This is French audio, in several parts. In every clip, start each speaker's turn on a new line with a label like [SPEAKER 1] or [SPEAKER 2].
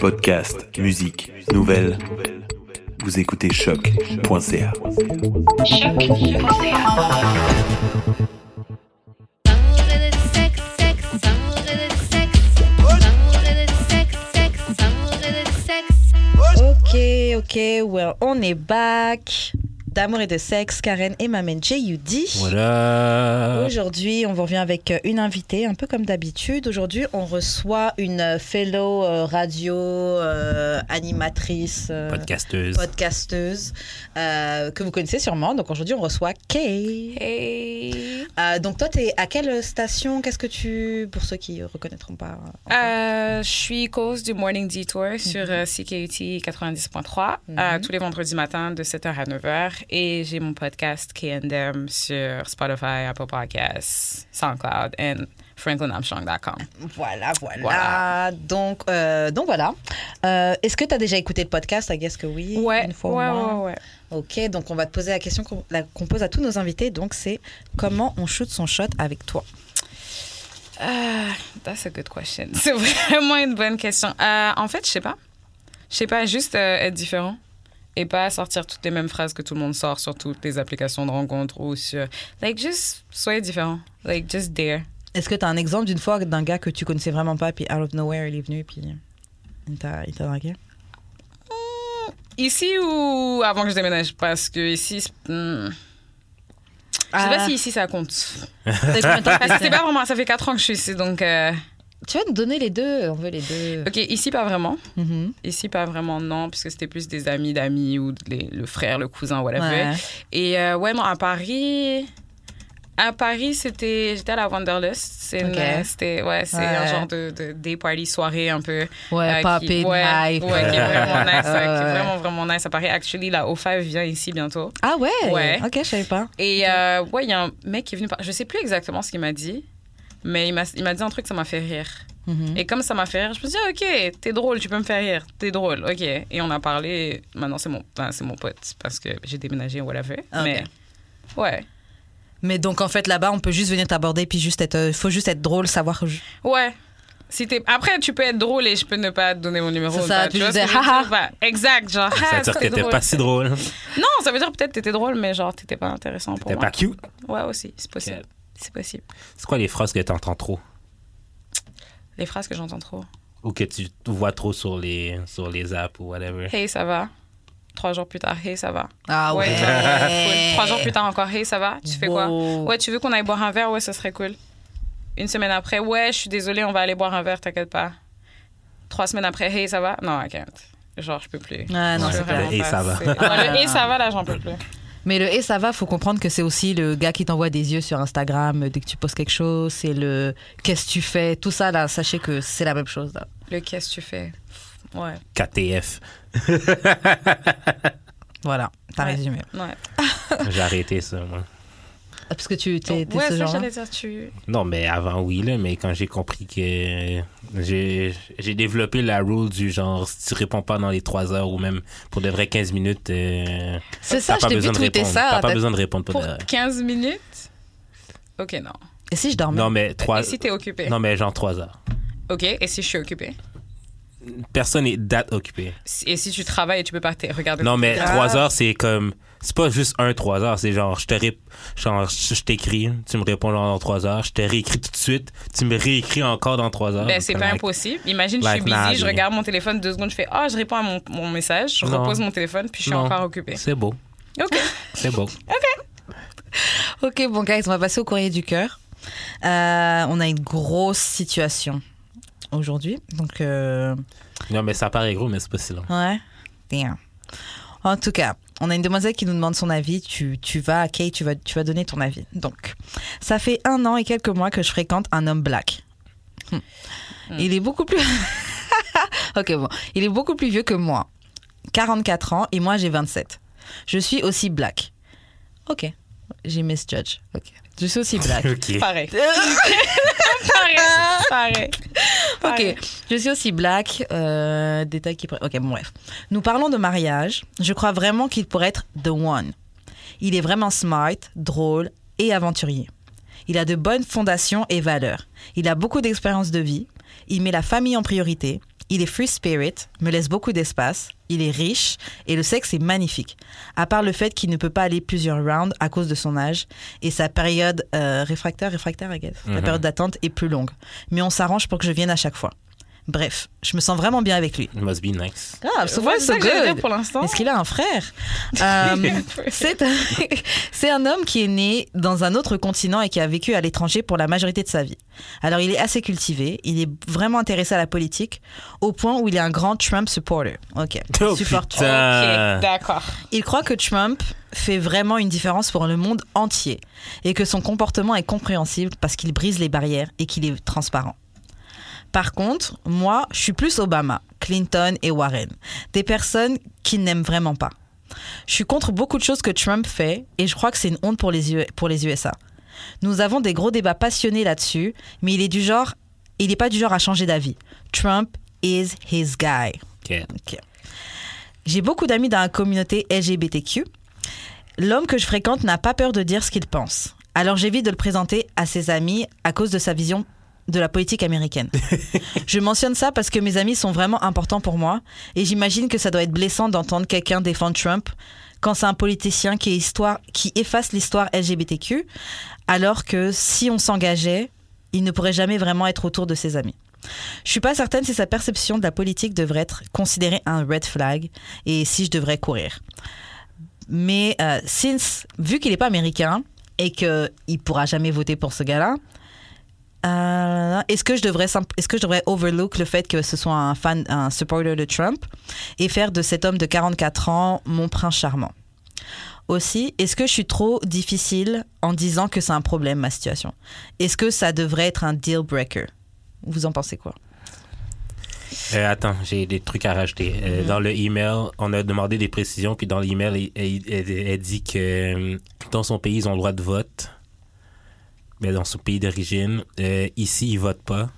[SPEAKER 1] Podcast, musique, nouvelles. Vous écoutez choc.ca.
[SPEAKER 2] Ok, ok, well, on est back. D'amour et de sexe, Karen et Mamen J.U.D.
[SPEAKER 3] Voilà.
[SPEAKER 2] Aujourd'hui, on vous revient avec euh, une invitée, un peu comme d'habitude. Aujourd'hui, on reçoit une euh, fellow euh, radio euh, animatrice, euh,
[SPEAKER 3] Podcasteuse.
[SPEAKER 2] podcasteuse, euh, que vous connaissez sûrement. Donc aujourd'hui, on reçoit Kay.
[SPEAKER 4] Hey.
[SPEAKER 2] Euh, donc toi, t'es à quelle station Qu'est-ce que tu... Pour ceux qui reconnaîtront pas. euh,
[SPEAKER 4] Euh, je suis cause du Morning Detour sur euh, CKUT 90.3 euh,
[SPEAKER 2] Mhm.
[SPEAKER 4] tous les vendredis matins de 7h à 9h. Et j'ai mon podcast KM sur Spotify, Apple Podcasts, SoundCloud et franklinarmstrong.com.
[SPEAKER 2] Voilà, voilà.
[SPEAKER 4] Voilà.
[SPEAKER 2] Donc, euh, donc voilà. Euh, Est-ce que tu as déjà écouté le podcast I guess que oui.
[SPEAKER 4] Ouais,
[SPEAKER 2] Une fois
[SPEAKER 4] ouais,
[SPEAKER 2] au moins.
[SPEAKER 4] ouais, ouais.
[SPEAKER 2] Ok, donc on va te poser la question qu'on la- qu'on pose à tous nos invités. Donc c'est comment on shoot son shot avec toi
[SPEAKER 4] Euh, that's a good question. C'est vraiment une bonne question. Euh, en fait, je sais pas. Je sais pas, juste euh, être différent et pas sortir toutes les mêmes phrases que tout le monde sort sur toutes les applications de rencontre ou sur. Like, juste soyez différent. Like, just dare.
[SPEAKER 2] Est-ce que tu as un exemple d'une fois d'un gars que tu connaissais vraiment pas, puis out of nowhere, il est venu, puis il t'a il t'a dragué
[SPEAKER 4] Ici ou avant que je déménage Parce que ici. c'est- hmm. Je sais
[SPEAKER 2] Ah.
[SPEAKER 4] pas si ici ça compte.
[SPEAKER 2] T'as eu combien de temps
[SPEAKER 4] Parce que
[SPEAKER 2] que
[SPEAKER 4] c'est pas vraiment. Ça fait 4 ans que je suis ici, donc. euh,
[SPEAKER 2] Tu vas nous donner les deux, on veut les deux.
[SPEAKER 4] Ok, ici pas vraiment.
[SPEAKER 2] Mhm.
[SPEAKER 4] Ici pas vraiment, non, puisque c'était plus des amis d'amis ou les- le frère, le cousin, whatever.
[SPEAKER 2] Ouais.
[SPEAKER 4] Et euh, ouais, non, à Paris. À Paris, c'était. J'étais à la Wanderlust. C'est une-
[SPEAKER 2] Ok.
[SPEAKER 4] euh, c'était- ouais, c'est
[SPEAKER 2] Ouais.
[SPEAKER 4] un genre de, de day party, soirée un peu.
[SPEAKER 2] Ouais, Ah,
[SPEAKER 4] euh,
[SPEAKER 2] pas
[SPEAKER 4] qui-
[SPEAKER 2] paid
[SPEAKER 4] ouais,
[SPEAKER 2] knife.
[SPEAKER 4] ouais, qui est vraiment nice. ouais, qui
[SPEAKER 2] Ouais.
[SPEAKER 4] est vraiment, vraiment nice à Paris. Actually, la O5 vient ici bientôt.
[SPEAKER 2] Ah ouais,
[SPEAKER 4] Ouais.
[SPEAKER 2] Ok, je savais pas.
[SPEAKER 4] Et euh, ouais, il y a un mec qui est venu. par- Je sais plus exactement ce qu'il m'a dit, mais il m'a il m'a dit un truc, ça m'a fait rire.
[SPEAKER 2] Mhm.
[SPEAKER 4] Et comme ça m'a fait rire, je me suis dit, Ah, ok, t'es drôle, tu peux me faire rire, t'es drôle, ok. Et on a parlé, maintenant c'est mon, enfin, c'est mon pote, parce que j'ai déménagé, whatever.
[SPEAKER 2] Ah, Ok.
[SPEAKER 4] Mais ouais.
[SPEAKER 2] Mais donc en fait là-bas, on peut juste venir t'aborder, puis juste être, euh, faut juste être drôle, savoir
[SPEAKER 4] Ouais. Si t'es- Après, tu peux être drôle et je peux ne pas te donner mon numéro.
[SPEAKER 2] C'est ça,
[SPEAKER 4] bah,
[SPEAKER 2] tu
[SPEAKER 4] vois
[SPEAKER 2] dis,
[SPEAKER 4] ce que je veux
[SPEAKER 2] Haha.
[SPEAKER 4] dire Bah, Exact, genre. ah,
[SPEAKER 3] Ça veut dire que
[SPEAKER 4] c'était
[SPEAKER 3] t'étais
[SPEAKER 4] drôle.
[SPEAKER 3] pas si drôle.
[SPEAKER 4] Non, ça veut dire peut-être que t'étais drôle, mais genre t'étais pas intéressant pour
[SPEAKER 3] T'étais
[SPEAKER 4] moi.
[SPEAKER 3] pas cute.
[SPEAKER 4] Ouais, aussi, c'est possible.
[SPEAKER 3] Ok.
[SPEAKER 4] C'est possible.
[SPEAKER 3] C'est quoi les phrases que t'entends trop
[SPEAKER 4] Les phrases que j'entends trop.
[SPEAKER 3] ou que tu vois trop sur les, sur les apps ou whatever?
[SPEAKER 4] Hey, ça va. Trois jours plus tard, hey, ça va.
[SPEAKER 2] Ah
[SPEAKER 4] Ouais, genre, cool. Trois jours plus tard encore, hey, ça va. Tu fais quoi Ouais, tu veux qu'on aille boire un verre Ouais, ça serait cool. Une semaine après, ouais, je suis désolée, on va aller boire un verre, t'inquiète pas. Trois semaines après, hey, ça va Non, I can't. Genre, je peux plus.
[SPEAKER 2] Ouais, Ah, non,
[SPEAKER 3] Ouais,
[SPEAKER 2] c'est
[SPEAKER 3] c'est
[SPEAKER 2] clair.
[SPEAKER 3] vrai. Le hey, ça va.
[SPEAKER 4] C'est- Ouais, le hey, ça va, là, j'en peux plus.
[SPEAKER 2] Mais le et ça va, faut comprendre que c'est aussi le gars qui t'envoie des yeux sur Instagram euh, dès que tu postes quelque chose, c'est le qu'est-ce que tu fais, tout ça là, sachez que c'est la même chose là.
[SPEAKER 4] Le qu'est-ce que tu fais Ouais,
[SPEAKER 3] KTF.
[SPEAKER 2] Voilà, t'as
[SPEAKER 4] Ouais.
[SPEAKER 2] résumé.
[SPEAKER 4] ouais.
[SPEAKER 3] J'ai arrêté ça, moi.
[SPEAKER 2] Ah, Parce que tu t'es
[SPEAKER 4] Donc,
[SPEAKER 2] t'es
[SPEAKER 4] ouais,
[SPEAKER 2] ce
[SPEAKER 4] ça,
[SPEAKER 2] genre.
[SPEAKER 4] j'allais dire, tu.
[SPEAKER 3] Non, mais avant, oui, là, mais quand j'ai compris que j'ai j'ai développé la rule du genre, si tu réponds pas dans les 3 heures ou même pour de vraies 15 minutes, euh,
[SPEAKER 2] C'est ça,
[SPEAKER 3] t'as
[SPEAKER 2] je
[SPEAKER 3] pas
[SPEAKER 2] t'ai vu
[SPEAKER 3] besoin de
[SPEAKER 2] tweeter
[SPEAKER 3] répondre.
[SPEAKER 2] ça.
[SPEAKER 3] T'as pas
[SPEAKER 2] t'as-
[SPEAKER 3] besoin de répondre pour
[SPEAKER 4] Pour
[SPEAKER 3] de vrai.
[SPEAKER 4] 15 minutes Ok, non.
[SPEAKER 2] Et si je dormais
[SPEAKER 3] Non, mais trois
[SPEAKER 4] Et si t'es occupé
[SPEAKER 3] Non, mais genre 3 heures.
[SPEAKER 4] Ok, et si je suis occupé
[SPEAKER 3] Personne n'est date occupée.
[SPEAKER 4] Si- Et si tu travailles et tu peux pas te- regarder
[SPEAKER 3] Non,
[SPEAKER 4] ton
[SPEAKER 3] mais
[SPEAKER 4] téléphone?
[SPEAKER 3] trois heures, c'est comme. C'est pas juste un trois heures, c'est genre, je te rép... genre, je je t'écris, tu me réponds genre dans trois heures, je te réécris tout de suite, tu me réécris encore dans trois heures.
[SPEAKER 4] Ben, c'est
[SPEAKER 3] Comme,
[SPEAKER 4] pas
[SPEAKER 3] like,
[SPEAKER 4] impossible. Imagine, je
[SPEAKER 3] like,
[SPEAKER 4] suis busy,
[SPEAKER 3] nah,
[SPEAKER 4] je
[SPEAKER 3] mais-
[SPEAKER 4] regarde mon téléphone deux secondes, je fais Ah, je réponds à mon, mon message, je
[SPEAKER 3] Non.
[SPEAKER 4] repose mon téléphone, puis je suis
[SPEAKER 3] Non.
[SPEAKER 4] encore occupé.
[SPEAKER 3] C'est beau,
[SPEAKER 4] Ok.
[SPEAKER 3] c'est beau.
[SPEAKER 2] Ok, bon, guys, on va passer au courrier du cœur. Euh, on a une grosse situation aujourd'hui. Donc, euh,
[SPEAKER 3] non, mais ça paraît gros, mais c'est pas si long.
[SPEAKER 2] ouais. Damn. En tout cas, on a une demoiselle qui nous demande son avis. Tu, tu vas, à Kay, tu vas, tu vas donner ton avis. Donc, ça fait un an et quelques mois que je fréquente un homme black. Hmm. Il est beaucoup plus. ok, bon. Il est beaucoup plus vieux que moi. 44 ans et moi j'ai 27. Je suis aussi black. Ok. J'ai misjudge. Ok. Je suis aussi black.
[SPEAKER 3] Ok.
[SPEAKER 4] Pareil. pareil. Pareil. Pareil.
[SPEAKER 2] Ok, je suis aussi black. Euh, détail qui. Ok, bon, bref. Nous parlons de mariage. Je crois vraiment qu'il pourrait être The One. Il est vraiment smart, drôle et aventurier. Il a de bonnes fondations et valeurs. Il a beaucoup d'expérience de vie. Il met la famille en priorité. Il est free spirit, me laisse beaucoup d'espace, il est riche et le sexe est magnifique. À part le fait qu'il ne peut pas aller plusieurs rounds à cause de son âge et sa période euh, réfractaire, réfractaire, I guess. La
[SPEAKER 3] Mhm.
[SPEAKER 2] période d'attente est plus longue. Mais on s'arrange pour que je vienne à chaque fois. Bref, je me sens vraiment bien avec lui.
[SPEAKER 3] It must be nice.
[SPEAKER 2] Ah, so far,
[SPEAKER 4] Ouais, c'est
[SPEAKER 2] so
[SPEAKER 4] ça que j'allais dire
[SPEAKER 2] good.
[SPEAKER 4] pour l'instant.
[SPEAKER 2] Est-ce qu'il a un frère Euh, C'est un, c'est un homme qui est né dans un autre continent et qui a vécu à l'étranger pour la majorité de sa vie. Alors il est assez cultivé, il est vraiment intéressé à la politique, au point où il est un grand Trump supporter. Ok,
[SPEAKER 3] Oh,
[SPEAKER 2] supporter.
[SPEAKER 3] putain.
[SPEAKER 4] Ok, d'accord.
[SPEAKER 2] Il croit que Trump fait vraiment une différence pour le monde entier et que son comportement est compréhensible parce qu'il brise les barrières et qu'il est transparent. Par contre, moi, je suis plus Obama, Clinton et Warren, des personnes qu'il n'aime vraiment pas. Je suis contre beaucoup de choses que Trump fait et je crois que c'est une honte pour les, U- pour les USA. Nous avons des gros débats passionnés là-dessus, mais il est du genre, il n'est pas du genre à changer d'avis. Trump is his guy.
[SPEAKER 3] Ok.
[SPEAKER 2] J'ai beaucoup d'amis dans la communauté LGBTQ. L'homme que je fréquente n'a pas peur de dire ce qu'il pense. Alors j'évite de le présenter à ses amis à cause de sa vision de la politique américaine. je mentionne ça parce que mes amis sont vraiment importants pour moi et j'imagine que ça doit être blessant d'entendre quelqu'un défendre Trump quand c'est un politicien qui, est histoire, qui efface l'histoire LGBTQ alors que si on s'engageait, il ne pourrait jamais vraiment être autour de ses amis. Je suis pas certaine si sa perception de la politique devrait être considérée un red flag et si je devrais courir. Mais euh, since, vu qu'il n'est pas américain et qu'il ne pourra jamais voter pour ce gars-là, euh, est-ce que je devrais simp- est-ce que je devrais overlook le fait que ce soit un fan, un supporter de Trump et faire de cet homme de 44 ans mon prince charmant Aussi, est-ce que je suis trop difficile en disant que c'est un problème ma situation Est-ce que ça devrait être un deal breaker Vous en pensez quoi
[SPEAKER 3] Euh, attends, j'ai des trucs à rajouter. Euh,
[SPEAKER 2] Mhm.
[SPEAKER 3] Dans le email, on a demandé des précisions, puis dans l'email, elle, elle- elle- elle dit que euh, dans son pays, ils ont le droit de vote. Mais dans son pays d'origine, euh, ici, ils votent pas.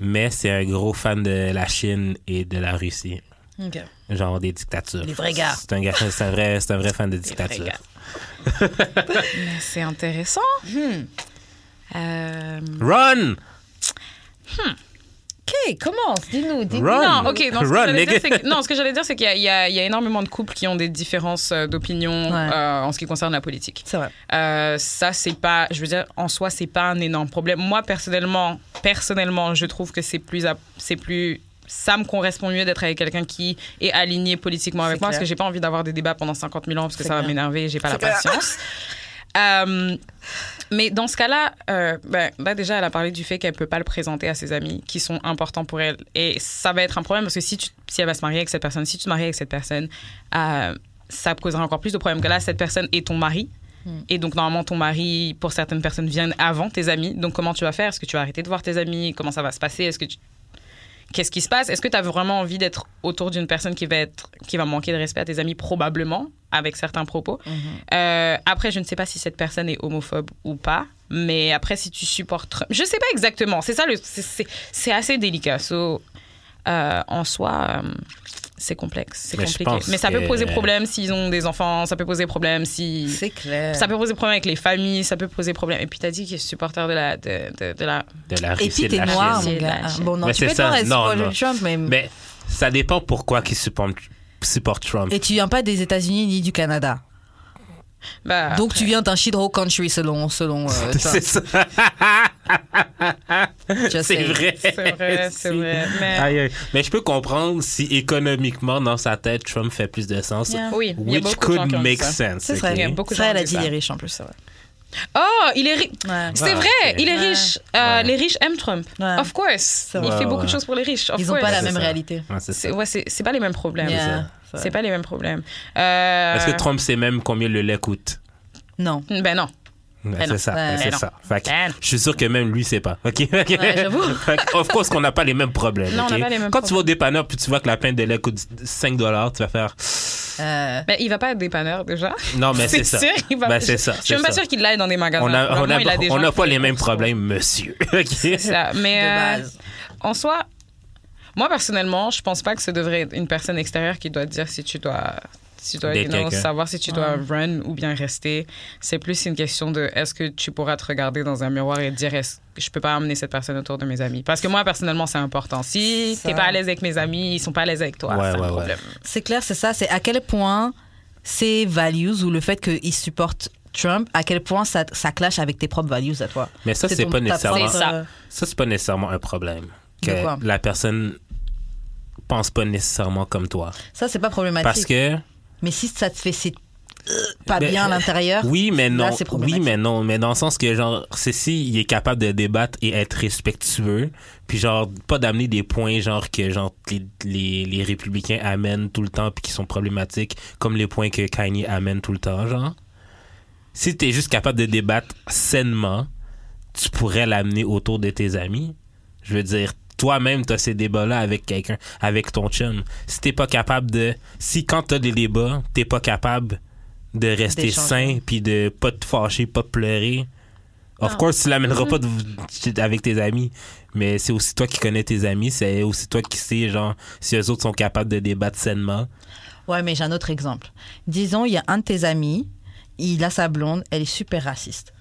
[SPEAKER 3] Mais c'est un gros fan de la Chine et de la Russie. Genre des dictatures.
[SPEAKER 2] Les vrais gars.
[SPEAKER 3] C'est un, gars- c'est un vrai, c'est un vrai fan de dictature.
[SPEAKER 4] gars. hein. Mais c'est intéressant.
[SPEAKER 3] Hmm.
[SPEAKER 4] Euh,
[SPEAKER 3] Run!
[SPEAKER 2] Ok, commence, dis-nous. dis-
[SPEAKER 3] Run!
[SPEAKER 4] Non, ok. non, ce que
[SPEAKER 3] Run,
[SPEAKER 4] j'allais dire,
[SPEAKER 3] nigga.
[SPEAKER 4] c'est que- non, ce que j'allais dire, c'est qu'il y, a- il y a il y a énormément de couples qui ont des différences euh, d'opinion
[SPEAKER 2] Ouais.
[SPEAKER 4] euh, en ce qui concerne la politique.
[SPEAKER 2] C'est vrai.
[SPEAKER 4] Euh, ça, c'est pas, je veux dire, en soi, c'est pas un énorme problème. Moi, personnellement, personnellement, je trouve que c'est plus, app- c'est plus, ça me correspond mieux d'être avec quelqu'un qui est aligné politiquement avec
[SPEAKER 2] C'est
[SPEAKER 4] moi, parce
[SPEAKER 2] clair.
[SPEAKER 4] que j'ai pas envie d'avoir des débats pendant 50 000 ans, parce que
[SPEAKER 2] C'est
[SPEAKER 4] ça va
[SPEAKER 2] clair.
[SPEAKER 4] m'énerver, j'ai pas la
[SPEAKER 2] C'est clair.
[SPEAKER 4] patience. Euh, mais dans ce cas-là, euh, ben, là, déjà, elle a parlé du fait qu'elle peut pas le présenter à ses amis qui sont importants pour elle. Et ça va être un problème parce que si, tu- si elle va se marier avec cette personne, si tu te maries avec cette personne, euh, ça causera encore plus de problèmes que là, cette personne est ton mari. Et donc, normalement, ton mari, pour certaines personnes, vient avant tes amis. Donc, comment tu vas faire Est-ce que tu vas arrêter de voir tes amis Comment ça va se passer Est-ce que tu- Qu'est-ce qui se passe Est-ce que tu as vraiment envie d'être autour d'une personne qui va, être, qui va manquer de respect à tes amis Probablement, avec certains propos. Euh, après, je ne sais pas si cette personne est homophobe ou pas. Mais après, si tu supportes Trump- Je ne sais pas exactement. C'est ça, le... c'est- c'est c'est assez délicat. So, euh, en soi, euh, c'est complexe. C'est
[SPEAKER 3] Mais je
[SPEAKER 4] compliqué.
[SPEAKER 3] pense
[SPEAKER 4] Mais ça peut
[SPEAKER 3] que-
[SPEAKER 4] poser problème s'ils ont des enfants. Ça peut poser problème si...
[SPEAKER 2] clair.
[SPEAKER 4] Ça peut poser problème avec les familles, ça peut poser problème. Et puis t'as dit qu'il est supporter de la. De, de, de la...
[SPEAKER 3] De la
[SPEAKER 2] Et
[SPEAKER 3] Russie
[SPEAKER 2] puis
[SPEAKER 3] et de
[SPEAKER 2] t'es
[SPEAKER 3] la
[SPEAKER 2] noir,
[SPEAKER 3] Chine.
[SPEAKER 2] mon
[SPEAKER 4] Chine.
[SPEAKER 2] gars. Ah, Bon, non,
[SPEAKER 3] Mais
[SPEAKER 2] tu
[SPEAKER 3] c'est
[SPEAKER 2] peux être
[SPEAKER 3] ça,
[SPEAKER 2] noir et
[SPEAKER 3] non,
[SPEAKER 2] supporter
[SPEAKER 3] non.
[SPEAKER 2] Trump, mais...
[SPEAKER 3] Mais ça dépend pourquoi qu'ils supportent supportent Trump.
[SPEAKER 2] Et tu viens pas des États-Unis ni du Canada.
[SPEAKER 4] Bah,
[SPEAKER 2] Donc tu viens d'un shit hole country selon. selon euh,
[SPEAKER 3] Ah, C'est
[SPEAKER 2] Trump.
[SPEAKER 3] ça.
[SPEAKER 2] Just
[SPEAKER 3] C'est
[SPEAKER 2] saying.
[SPEAKER 3] vrai.
[SPEAKER 4] C'est vrai, c'est vrai.
[SPEAKER 2] Ah.
[SPEAKER 4] Mais
[SPEAKER 3] Aïe, aïe. Mais je peux comprendre si économiquement, dans sa tête, Trump fait plus de sens.
[SPEAKER 2] Yeah.
[SPEAKER 4] oui, il y a
[SPEAKER 3] Which
[SPEAKER 4] beaucoup de gens
[SPEAKER 3] could
[SPEAKER 4] qui ont dit
[SPEAKER 3] make
[SPEAKER 4] ça.
[SPEAKER 3] sense.
[SPEAKER 2] C'est vrai.
[SPEAKER 3] ok?
[SPEAKER 4] Il y a beaucoup de
[SPEAKER 2] C'est vrai,
[SPEAKER 4] gens
[SPEAKER 2] elle a
[SPEAKER 4] qui
[SPEAKER 2] dit
[SPEAKER 4] disent
[SPEAKER 2] les
[SPEAKER 4] ça.
[SPEAKER 2] riches en plus, c'est vrai.
[SPEAKER 4] Oh, il est riche.
[SPEAKER 2] Ouais.
[SPEAKER 4] C'est
[SPEAKER 3] Ah,
[SPEAKER 4] vrai,
[SPEAKER 3] ok.
[SPEAKER 4] il est
[SPEAKER 2] Ouais.
[SPEAKER 4] riche. Euh,
[SPEAKER 3] Ouais.
[SPEAKER 4] Les riches aiment Trump.
[SPEAKER 2] Ouais.
[SPEAKER 4] Of course. Il
[SPEAKER 3] vrai.
[SPEAKER 4] fait
[SPEAKER 3] Ouais,
[SPEAKER 4] beaucoup de
[SPEAKER 3] ouais.
[SPEAKER 4] choses pour les riches. Of
[SPEAKER 2] Ils ont
[SPEAKER 4] course.
[SPEAKER 2] pas la
[SPEAKER 3] C'est
[SPEAKER 2] même
[SPEAKER 3] ça.
[SPEAKER 2] réalité.
[SPEAKER 3] Ouais, c'est ça.
[SPEAKER 4] C'est ouais, c'est- c'est pas les mêmes problèmes.
[SPEAKER 2] Yeah, c'est
[SPEAKER 4] C'est
[SPEAKER 2] vrai.
[SPEAKER 4] pas les mêmes problèmes. Euh,
[SPEAKER 3] Est-ce que Trump sait même combien le lait coûte?
[SPEAKER 2] Non.
[SPEAKER 4] Ben non.
[SPEAKER 3] Ouais,
[SPEAKER 4] Ben non.
[SPEAKER 3] c'est ça,
[SPEAKER 2] Ben
[SPEAKER 3] ouais, c'est
[SPEAKER 4] non.
[SPEAKER 3] ça. Fait que
[SPEAKER 4] Ben non.
[SPEAKER 3] je suis sûr que même lui sait pas. Ok.
[SPEAKER 2] j'avoue.
[SPEAKER 3] Fait que, of course qu'on n'a pas les mêmes problèmes.
[SPEAKER 4] Non, on n'a
[SPEAKER 3] ok?
[SPEAKER 4] pas les mêmes
[SPEAKER 3] Quand tu vas au dépanneur puis tu vois que la pinte de lait coûte 5 dollars, tu vas faire.
[SPEAKER 2] Euh,
[SPEAKER 4] Ben, il va pas être dépanneur déjà.
[SPEAKER 3] Non, mais c'est ça.
[SPEAKER 4] sûr, il va
[SPEAKER 3] Ben, c'est ça,
[SPEAKER 4] Je suis même
[SPEAKER 3] c'est
[SPEAKER 4] pas
[SPEAKER 3] ça.
[SPEAKER 4] sûre qu'il l'aille dans des magasins.
[SPEAKER 3] On a- on
[SPEAKER 4] Probablement,
[SPEAKER 3] a-
[SPEAKER 4] il a des
[SPEAKER 3] on
[SPEAKER 4] gens
[SPEAKER 3] n'a pas
[SPEAKER 4] qui-
[SPEAKER 3] les mêmes problèmes, monsieur. Ok?
[SPEAKER 4] C'est ça. Mais
[SPEAKER 2] de
[SPEAKER 4] euh,
[SPEAKER 2] base.
[SPEAKER 4] en soi, moi personnellement, je pense pas que ce devrait être une personne extérieure qui doit te dire si tu dois, si si tu dois,
[SPEAKER 3] Date
[SPEAKER 4] you know,
[SPEAKER 3] quelqu'un.
[SPEAKER 4] savoir si tu dois run ou bien rester. C'est plus une question de est-ce que tu pourras te regarder dans un miroir et te dire est-ce que je peux pas amener cette personne autour de mes amis. Parce que moi, personnellement, c'est important. Si
[SPEAKER 2] Ça.
[SPEAKER 4] t'es pas à l'aise avec mes amis, ils sont pas à l'aise avec toi.
[SPEAKER 3] Ouais,
[SPEAKER 4] c'est
[SPEAKER 3] ouais,
[SPEAKER 4] un
[SPEAKER 3] ouais.
[SPEAKER 4] problème.
[SPEAKER 2] C'est clair, c'est ça. C'est à quel point ces values ou le fait qu'ils supportent Trump, à quel point ça, ça clash avec tes propres values à toi.
[SPEAKER 3] Mais ça, c'est
[SPEAKER 2] ton-
[SPEAKER 3] pas
[SPEAKER 2] ta
[SPEAKER 3] nécessairement-
[SPEAKER 2] propre,
[SPEAKER 4] C'est ça.
[SPEAKER 2] euh,
[SPEAKER 3] Ça, c'est pas nécessairement un problème.
[SPEAKER 2] De quoi?
[SPEAKER 3] Que la personne pense pas nécessairement comme toi.
[SPEAKER 2] Ça, c'est pas problématique.
[SPEAKER 3] Parce que.
[SPEAKER 2] Mais si ça te fait c'est euh, pas
[SPEAKER 3] Ben,
[SPEAKER 2] bien à l'intérieur.
[SPEAKER 3] Oui, mais non.
[SPEAKER 2] Là, c'est
[SPEAKER 3] oui,
[SPEAKER 2] problématique.
[SPEAKER 3] mais non. Mais dans le sens que, genre, Ceci, il est capable de débattre et être respectueux. Puis, genre, pas d'amener des points, genre, que, genre, les, les, les républicains amènent tout le temps, puis qui sont problématiques, comme les points que Kanye amène tout le temps, genre. Si t'es juste capable de débattre sainement, tu pourrais l'amener autour de tes amis. Je veux dire, toi-même, t'as ces débats-là avec quelqu'un, avec ton chum. Si t'es pas capable de. Si quand t'as des débats, t'es pas capable de rester
[SPEAKER 2] D'échanger.
[SPEAKER 3] sain puis de pas te fâcher, pas pleurer. Of course, tu l'amèneras pas
[SPEAKER 2] Mm-hmm.
[SPEAKER 3] de- avec tes amis, mais c'est aussi toi qui connais tes amis, c'est aussi toi qui sais, genre, si eux autres sont capables de débattre sainement.
[SPEAKER 2] Ouais, mais j'ai un autre exemple. Disons, il y a un de tes amis, il a sa blonde, elle est super raciste.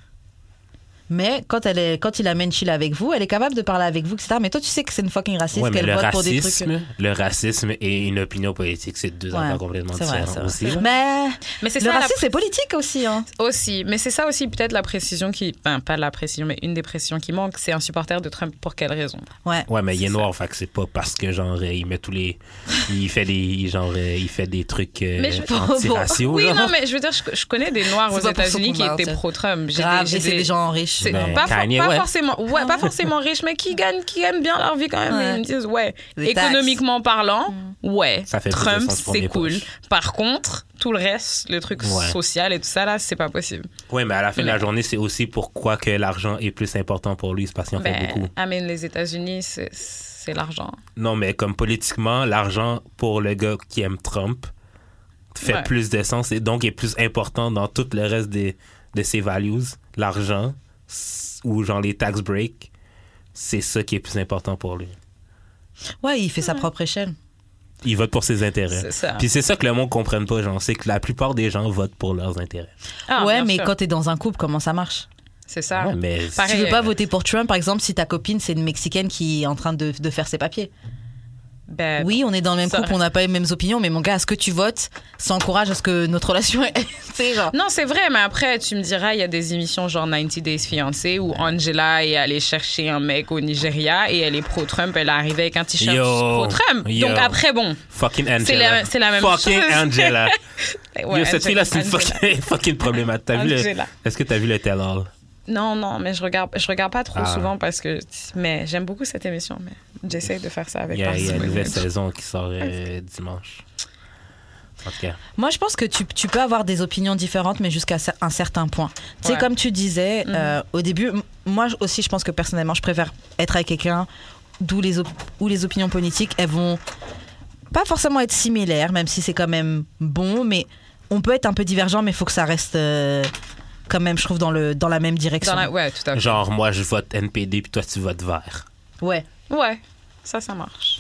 [SPEAKER 2] Mais quand, elle est, quand il amène chill avec vous, elle est capable de parler avec vous, etc. Mais toi, tu sais que c'est une fucking raciste,
[SPEAKER 3] Ouais, mais
[SPEAKER 2] qu'elle
[SPEAKER 3] le
[SPEAKER 2] vote pour des trucs.
[SPEAKER 3] racisme, le racisme et une opinion politique, c'est deux
[SPEAKER 2] Ouais,
[SPEAKER 3] affaires complètement
[SPEAKER 2] c'est vrai,
[SPEAKER 3] différentes
[SPEAKER 2] c'est vrai.
[SPEAKER 3] aussi. là.
[SPEAKER 2] Mais,
[SPEAKER 4] Mais c'est
[SPEAKER 2] le
[SPEAKER 4] ça, la-
[SPEAKER 2] racisme, c'est politique aussi. Hein.
[SPEAKER 4] aussi. Mais c'est ça aussi peut-être la précision qui, enfin pas la précision, mais une des précisions qui manque, c'est un supporter de Trump pour quelle raison
[SPEAKER 2] Ouais.
[SPEAKER 3] Ouais, mais il est noir, fait que c'est pas parce que genre euh, il met tous les, il fait des genre euh, il fait des trucs euh,
[SPEAKER 4] Mais je-
[SPEAKER 3] antiraciaux.
[SPEAKER 4] Oui,
[SPEAKER 3] genre.
[SPEAKER 4] non, mais je veux dire, je, je connais des noirs
[SPEAKER 2] C'est pas
[SPEAKER 4] aux
[SPEAKER 2] pour ça
[SPEAKER 4] États-Unis
[SPEAKER 2] qu'on
[SPEAKER 4] qui
[SPEAKER 2] parle,
[SPEAKER 4] étaient
[SPEAKER 2] tu sais.
[SPEAKER 4] pro-Trump. J'ai
[SPEAKER 2] Grave,
[SPEAKER 4] des-
[SPEAKER 2] et
[SPEAKER 4] j'ai
[SPEAKER 2] c'est
[SPEAKER 4] des-
[SPEAKER 2] des gens riches.
[SPEAKER 4] C'est
[SPEAKER 3] Ben,
[SPEAKER 4] pas, for-
[SPEAKER 3] Kanye
[SPEAKER 4] pas
[SPEAKER 3] West.
[SPEAKER 4] forcément, ouais, pas forcément riches, mais qui gagnent, qui gagnent bien leur vie quand même.
[SPEAKER 2] Ouais.
[SPEAKER 4] Ils me disent, ouais,
[SPEAKER 2] Des taxes. Mm.
[SPEAKER 4] économiquement parlant, ouais,
[SPEAKER 3] Ça fait plus de
[SPEAKER 4] Trump,
[SPEAKER 3] sens pour mes
[SPEAKER 4] c'est cool.
[SPEAKER 3] poches.
[SPEAKER 4] Par contre, tout le reste, le truc
[SPEAKER 3] Ouais.
[SPEAKER 4] social et tout ça, là, c'est pas possible.
[SPEAKER 3] Ouais, mais à la fin de la journée, c'est aussi pourquoi que l'argent est plus important pour lui, c'est parce qu'il en fait
[SPEAKER 4] Ben,
[SPEAKER 3] beaucoup.
[SPEAKER 4] amène les États-Unis, c'est- c'est l'argent.
[SPEAKER 3] Non, mais comme politiquement, l'argent pour le gars qui aime Trump fait
[SPEAKER 4] Ouais.
[SPEAKER 3] plus de sens et donc est plus important dans tout le reste des, de ses values. L'argent s- ou genre les tax breaks, c'est ça qui est plus important pour lui.
[SPEAKER 2] Ouais, il fait sa propre échelle.
[SPEAKER 3] Il vote pour ses intérêts.
[SPEAKER 4] C'est ça.
[SPEAKER 3] Puis c'est ça que le monde comprenne pas, genre, c'est que la plupart des gens votent pour leurs intérêts.
[SPEAKER 4] Ah,
[SPEAKER 2] ouais,
[SPEAKER 4] bien
[SPEAKER 2] mais
[SPEAKER 4] sûr.
[SPEAKER 2] quand t'es dans un couple, comment ça marche
[SPEAKER 4] C'est ça.
[SPEAKER 3] Ouais, mais
[SPEAKER 4] Pareil.
[SPEAKER 2] Tu veux pas
[SPEAKER 4] euh,
[SPEAKER 2] voter pour Trump, par exemple, si ta copine, c'est une Mexicaine qui est en train de, de faire ses papiers.
[SPEAKER 4] Ben,
[SPEAKER 2] Oui, on est dans le même
[SPEAKER 4] Ça
[SPEAKER 2] couple,
[SPEAKER 4] reste-
[SPEAKER 2] on n'a pas les mêmes opinions, mais mon gars, à ce que tu votes, ça encourage à ce que notre relation est. tu sais, genre.
[SPEAKER 4] Non, c'est vrai, mais après, tu me diras, il y a des émissions genre 90 Days Fiancé où Angela est allée chercher un mec au Nigeria et elle est pro-Trump, elle est arrivée avec un t-shirt
[SPEAKER 3] Yo.
[SPEAKER 4] pro-Trump.
[SPEAKER 3] Yo.
[SPEAKER 4] Donc après, bon.
[SPEAKER 3] Fucking Angela.
[SPEAKER 4] C'est la- c'est la même
[SPEAKER 3] fucking
[SPEAKER 4] chose.
[SPEAKER 3] Angela.
[SPEAKER 4] Ouais,
[SPEAKER 3] Yo, cette
[SPEAKER 4] Angela-
[SPEAKER 3] fille-là, c'est une
[SPEAKER 4] Angela.
[SPEAKER 3] fucking, fucking problématique. T'as vu le-
[SPEAKER 4] Angela.
[SPEAKER 3] Est-ce que t'as vu le tell-all?
[SPEAKER 4] Non, non, mais je regarde, je regarde pas trop
[SPEAKER 3] Ah.
[SPEAKER 4] souvent parce que. Mais j'aime beaucoup cette émission, mais j'essaie de faire ça avec
[SPEAKER 3] Il y a, il y a une
[SPEAKER 4] parcimonie.
[SPEAKER 3] nouvelle saison qui sort euh, dimanche. Ok.
[SPEAKER 2] Moi, je pense que tu, tu peux avoir des opinions différentes, mais jusqu'à cer- un certain point. Tu sais,
[SPEAKER 4] Ouais.
[SPEAKER 2] comme tu disais euh, au début, m- moi aussi, je pense que personnellement, je préfère être avec quelqu'un d'où les, op- où les opinions politiques, elles vont pas forcément être similaires, même si c'est quand même bon, mais on peut être un peu divergent, mais il faut que ça reste euh, quand même, je trouve, dans, le, dans la même direction.
[SPEAKER 4] Dans la- Ouais, tout à fait.
[SPEAKER 3] Genre, moi, je vote NPD, puis toi, tu votes vert.
[SPEAKER 2] Ouais.
[SPEAKER 4] Ouais, ça, ça marche.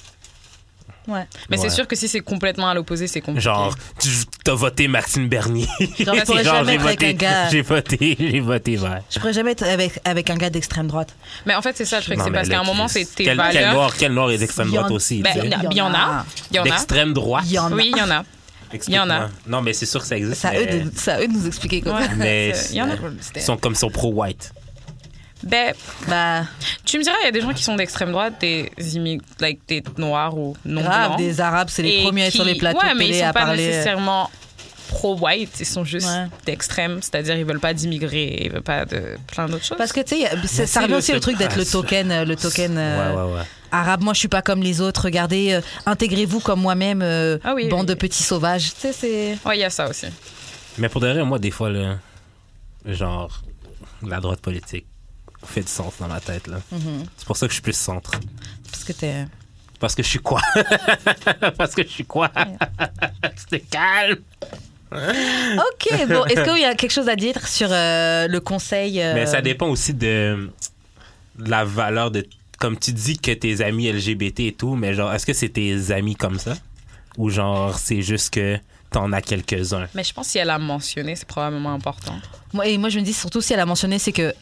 [SPEAKER 2] Ouais.
[SPEAKER 4] Mais
[SPEAKER 3] Ouais.
[SPEAKER 4] c'est sûr que si c'est complètement à l'opposé, c'est compliqué.
[SPEAKER 3] Genre, tu t'as voté Maxime Bernier.
[SPEAKER 2] Genre, je pourrais jamais
[SPEAKER 3] j'ai
[SPEAKER 2] être avec un
[SPEAKER 3] voté,
[SPEAKER 2] gars.
[SPEAKER 3] j'ai voté, j'ai voté vert.
[SPEAKER 2] Je pourrais jamais être avec, avec un gars d'extrême droite.
[SPEAKER 4] Mais en fait, c'est ça le truc,
[SPEAKER 3] Non,
[SPEAKER 4] c'est
[SPEAKER 3] mais
[SPEAKER 4] parce
[SPEAKER 3] là,
[SPEAKER 4] qu'à un moment,
[SPEAKER 3] Chris,
[SPEAKER 4] c'est tes
[SPEAKER 3] quel, Quel
[SPEAKER 4] valeurs.
[SPEAKER 3] noir, quel noir est d'extrême
[SPEAKER 2] Il y en-
[SPEAKER 3] droite aussi.
[SPEAKER 4] Ben,
[SPEAKER 3] tu sais.
[SPEAKER 4] il y, a- il y en a. Il y en a.
[SPEAKER 3] D'extrême droite.
[SPEAKER 2] Il y en a.
[SPEAKER 4] Oui, il y en a. Il y en a.
[SPEAKER 3] Explique-moi. Non, mais c'est sûr que ça existe.
[SPEAKER 2] C'est à,
[SPEAKER 3] mais
[SPEAKER 2] eux de- c'est à eux de nous expliquer quoi.
[SPEAKER 4] Ouais,
[SPEAKER 3] mais
[SPEAKER 4] c'est- il y en a.
[SPEAKER 3] Ils sont comme ils sont pro-white.
[SPEAKER 4] Ben,
[SPEAKER 2] Bah,
[SPEAKER 4] tu me diras, il y a des gens qui sont d'extrême droite, des immig- like, des noirs ou non
[SPEAKER 2] grave,
[SPEAKER 4] blancs.
[SPEAKER 2] des Arabes, c'est les
[SPEAKER 4] et
[SPEAKER 2] premiers à être sur
[SPEAKER 4] qui-
[SPEAKER 2] les plateaux
[SPEAKER 4] Ouais,
[SPEAKER 2] de
[SPEAKER 4] mais
[SPEAKER 2] télé
[SPEAKER 4] ils sont
[SPEAKER 2] à
[SPEAKER 4] pas
[SPEAKER 2] parler. euh,
[SPEAKER 4] nécessairement pro-white, ils sont juste
[SPEAKER 2] Ouais.
[SPEAKER 4] d'extrême, c'est-à-dire ils veulent pas d'immigrés, ils veulent pas de plein d'autres choses.
[SPEAKER 2] Parce que tu sais, y a- c'est-
[SPEAKER 3] Mais
[SPEAKER 2] ça
[SPEAKER 3] c'est
[SPEAKER 2] revient
[SPEAKER 3] le
[SPEAKER 2] aussi au truc d'être le
[SPEAKER 3] surprise.
[SPEAKER 2] token, euh, le token euh,
[SPEAKER 3] ouais, ouais, ouais.
[SPEAKER 2] arabe. Moi, je suis pas comme les autres. Regardez, euh, intégrez-vous comme moi-même, euh,
[SPEAKER 4] Ah oui,
[SPEAKER 2] bande
[SPEAKER 4] oui.
[SPEAKER 2] de petits sauvages. Tu sais, c'est.
[SPEAKER 4] Ouais, il y a ça aussi.
[SPEAKER 3] Mais pour de vrai, moi, des fois, là, genre, la droite politique fait du sens dans ma tête. là.
[SPEAKER 2] Mhm.
[SPEAKER 3] C'est pour ça que je suis plus centre.
[SPEAKER 2] Parce que t'es.
[SPEAKER 3] Parce que je suis quoi? Parce que je suis quoi? C'était calme.
[SPEAKER 2] euh, Ok, bon, est-ce qu'il y a quelque chose à dire sur euh, le conseil euh,
[SPEAKER 3] Mais ça dépend aussi de, de la valeur de. Comme tu dis que tes amis LGBT et tout, mais genre, est-ce que c'est tes amis comme ça? ou genre c'est juste que t'en as quelques-uns.
[SPEAKER 4] Mais je pense que si elle a mentionné, c'est probablement important.
[SPEAKER 2] Moi, et moi, je me dis surtout si elle a mentionné, c'est que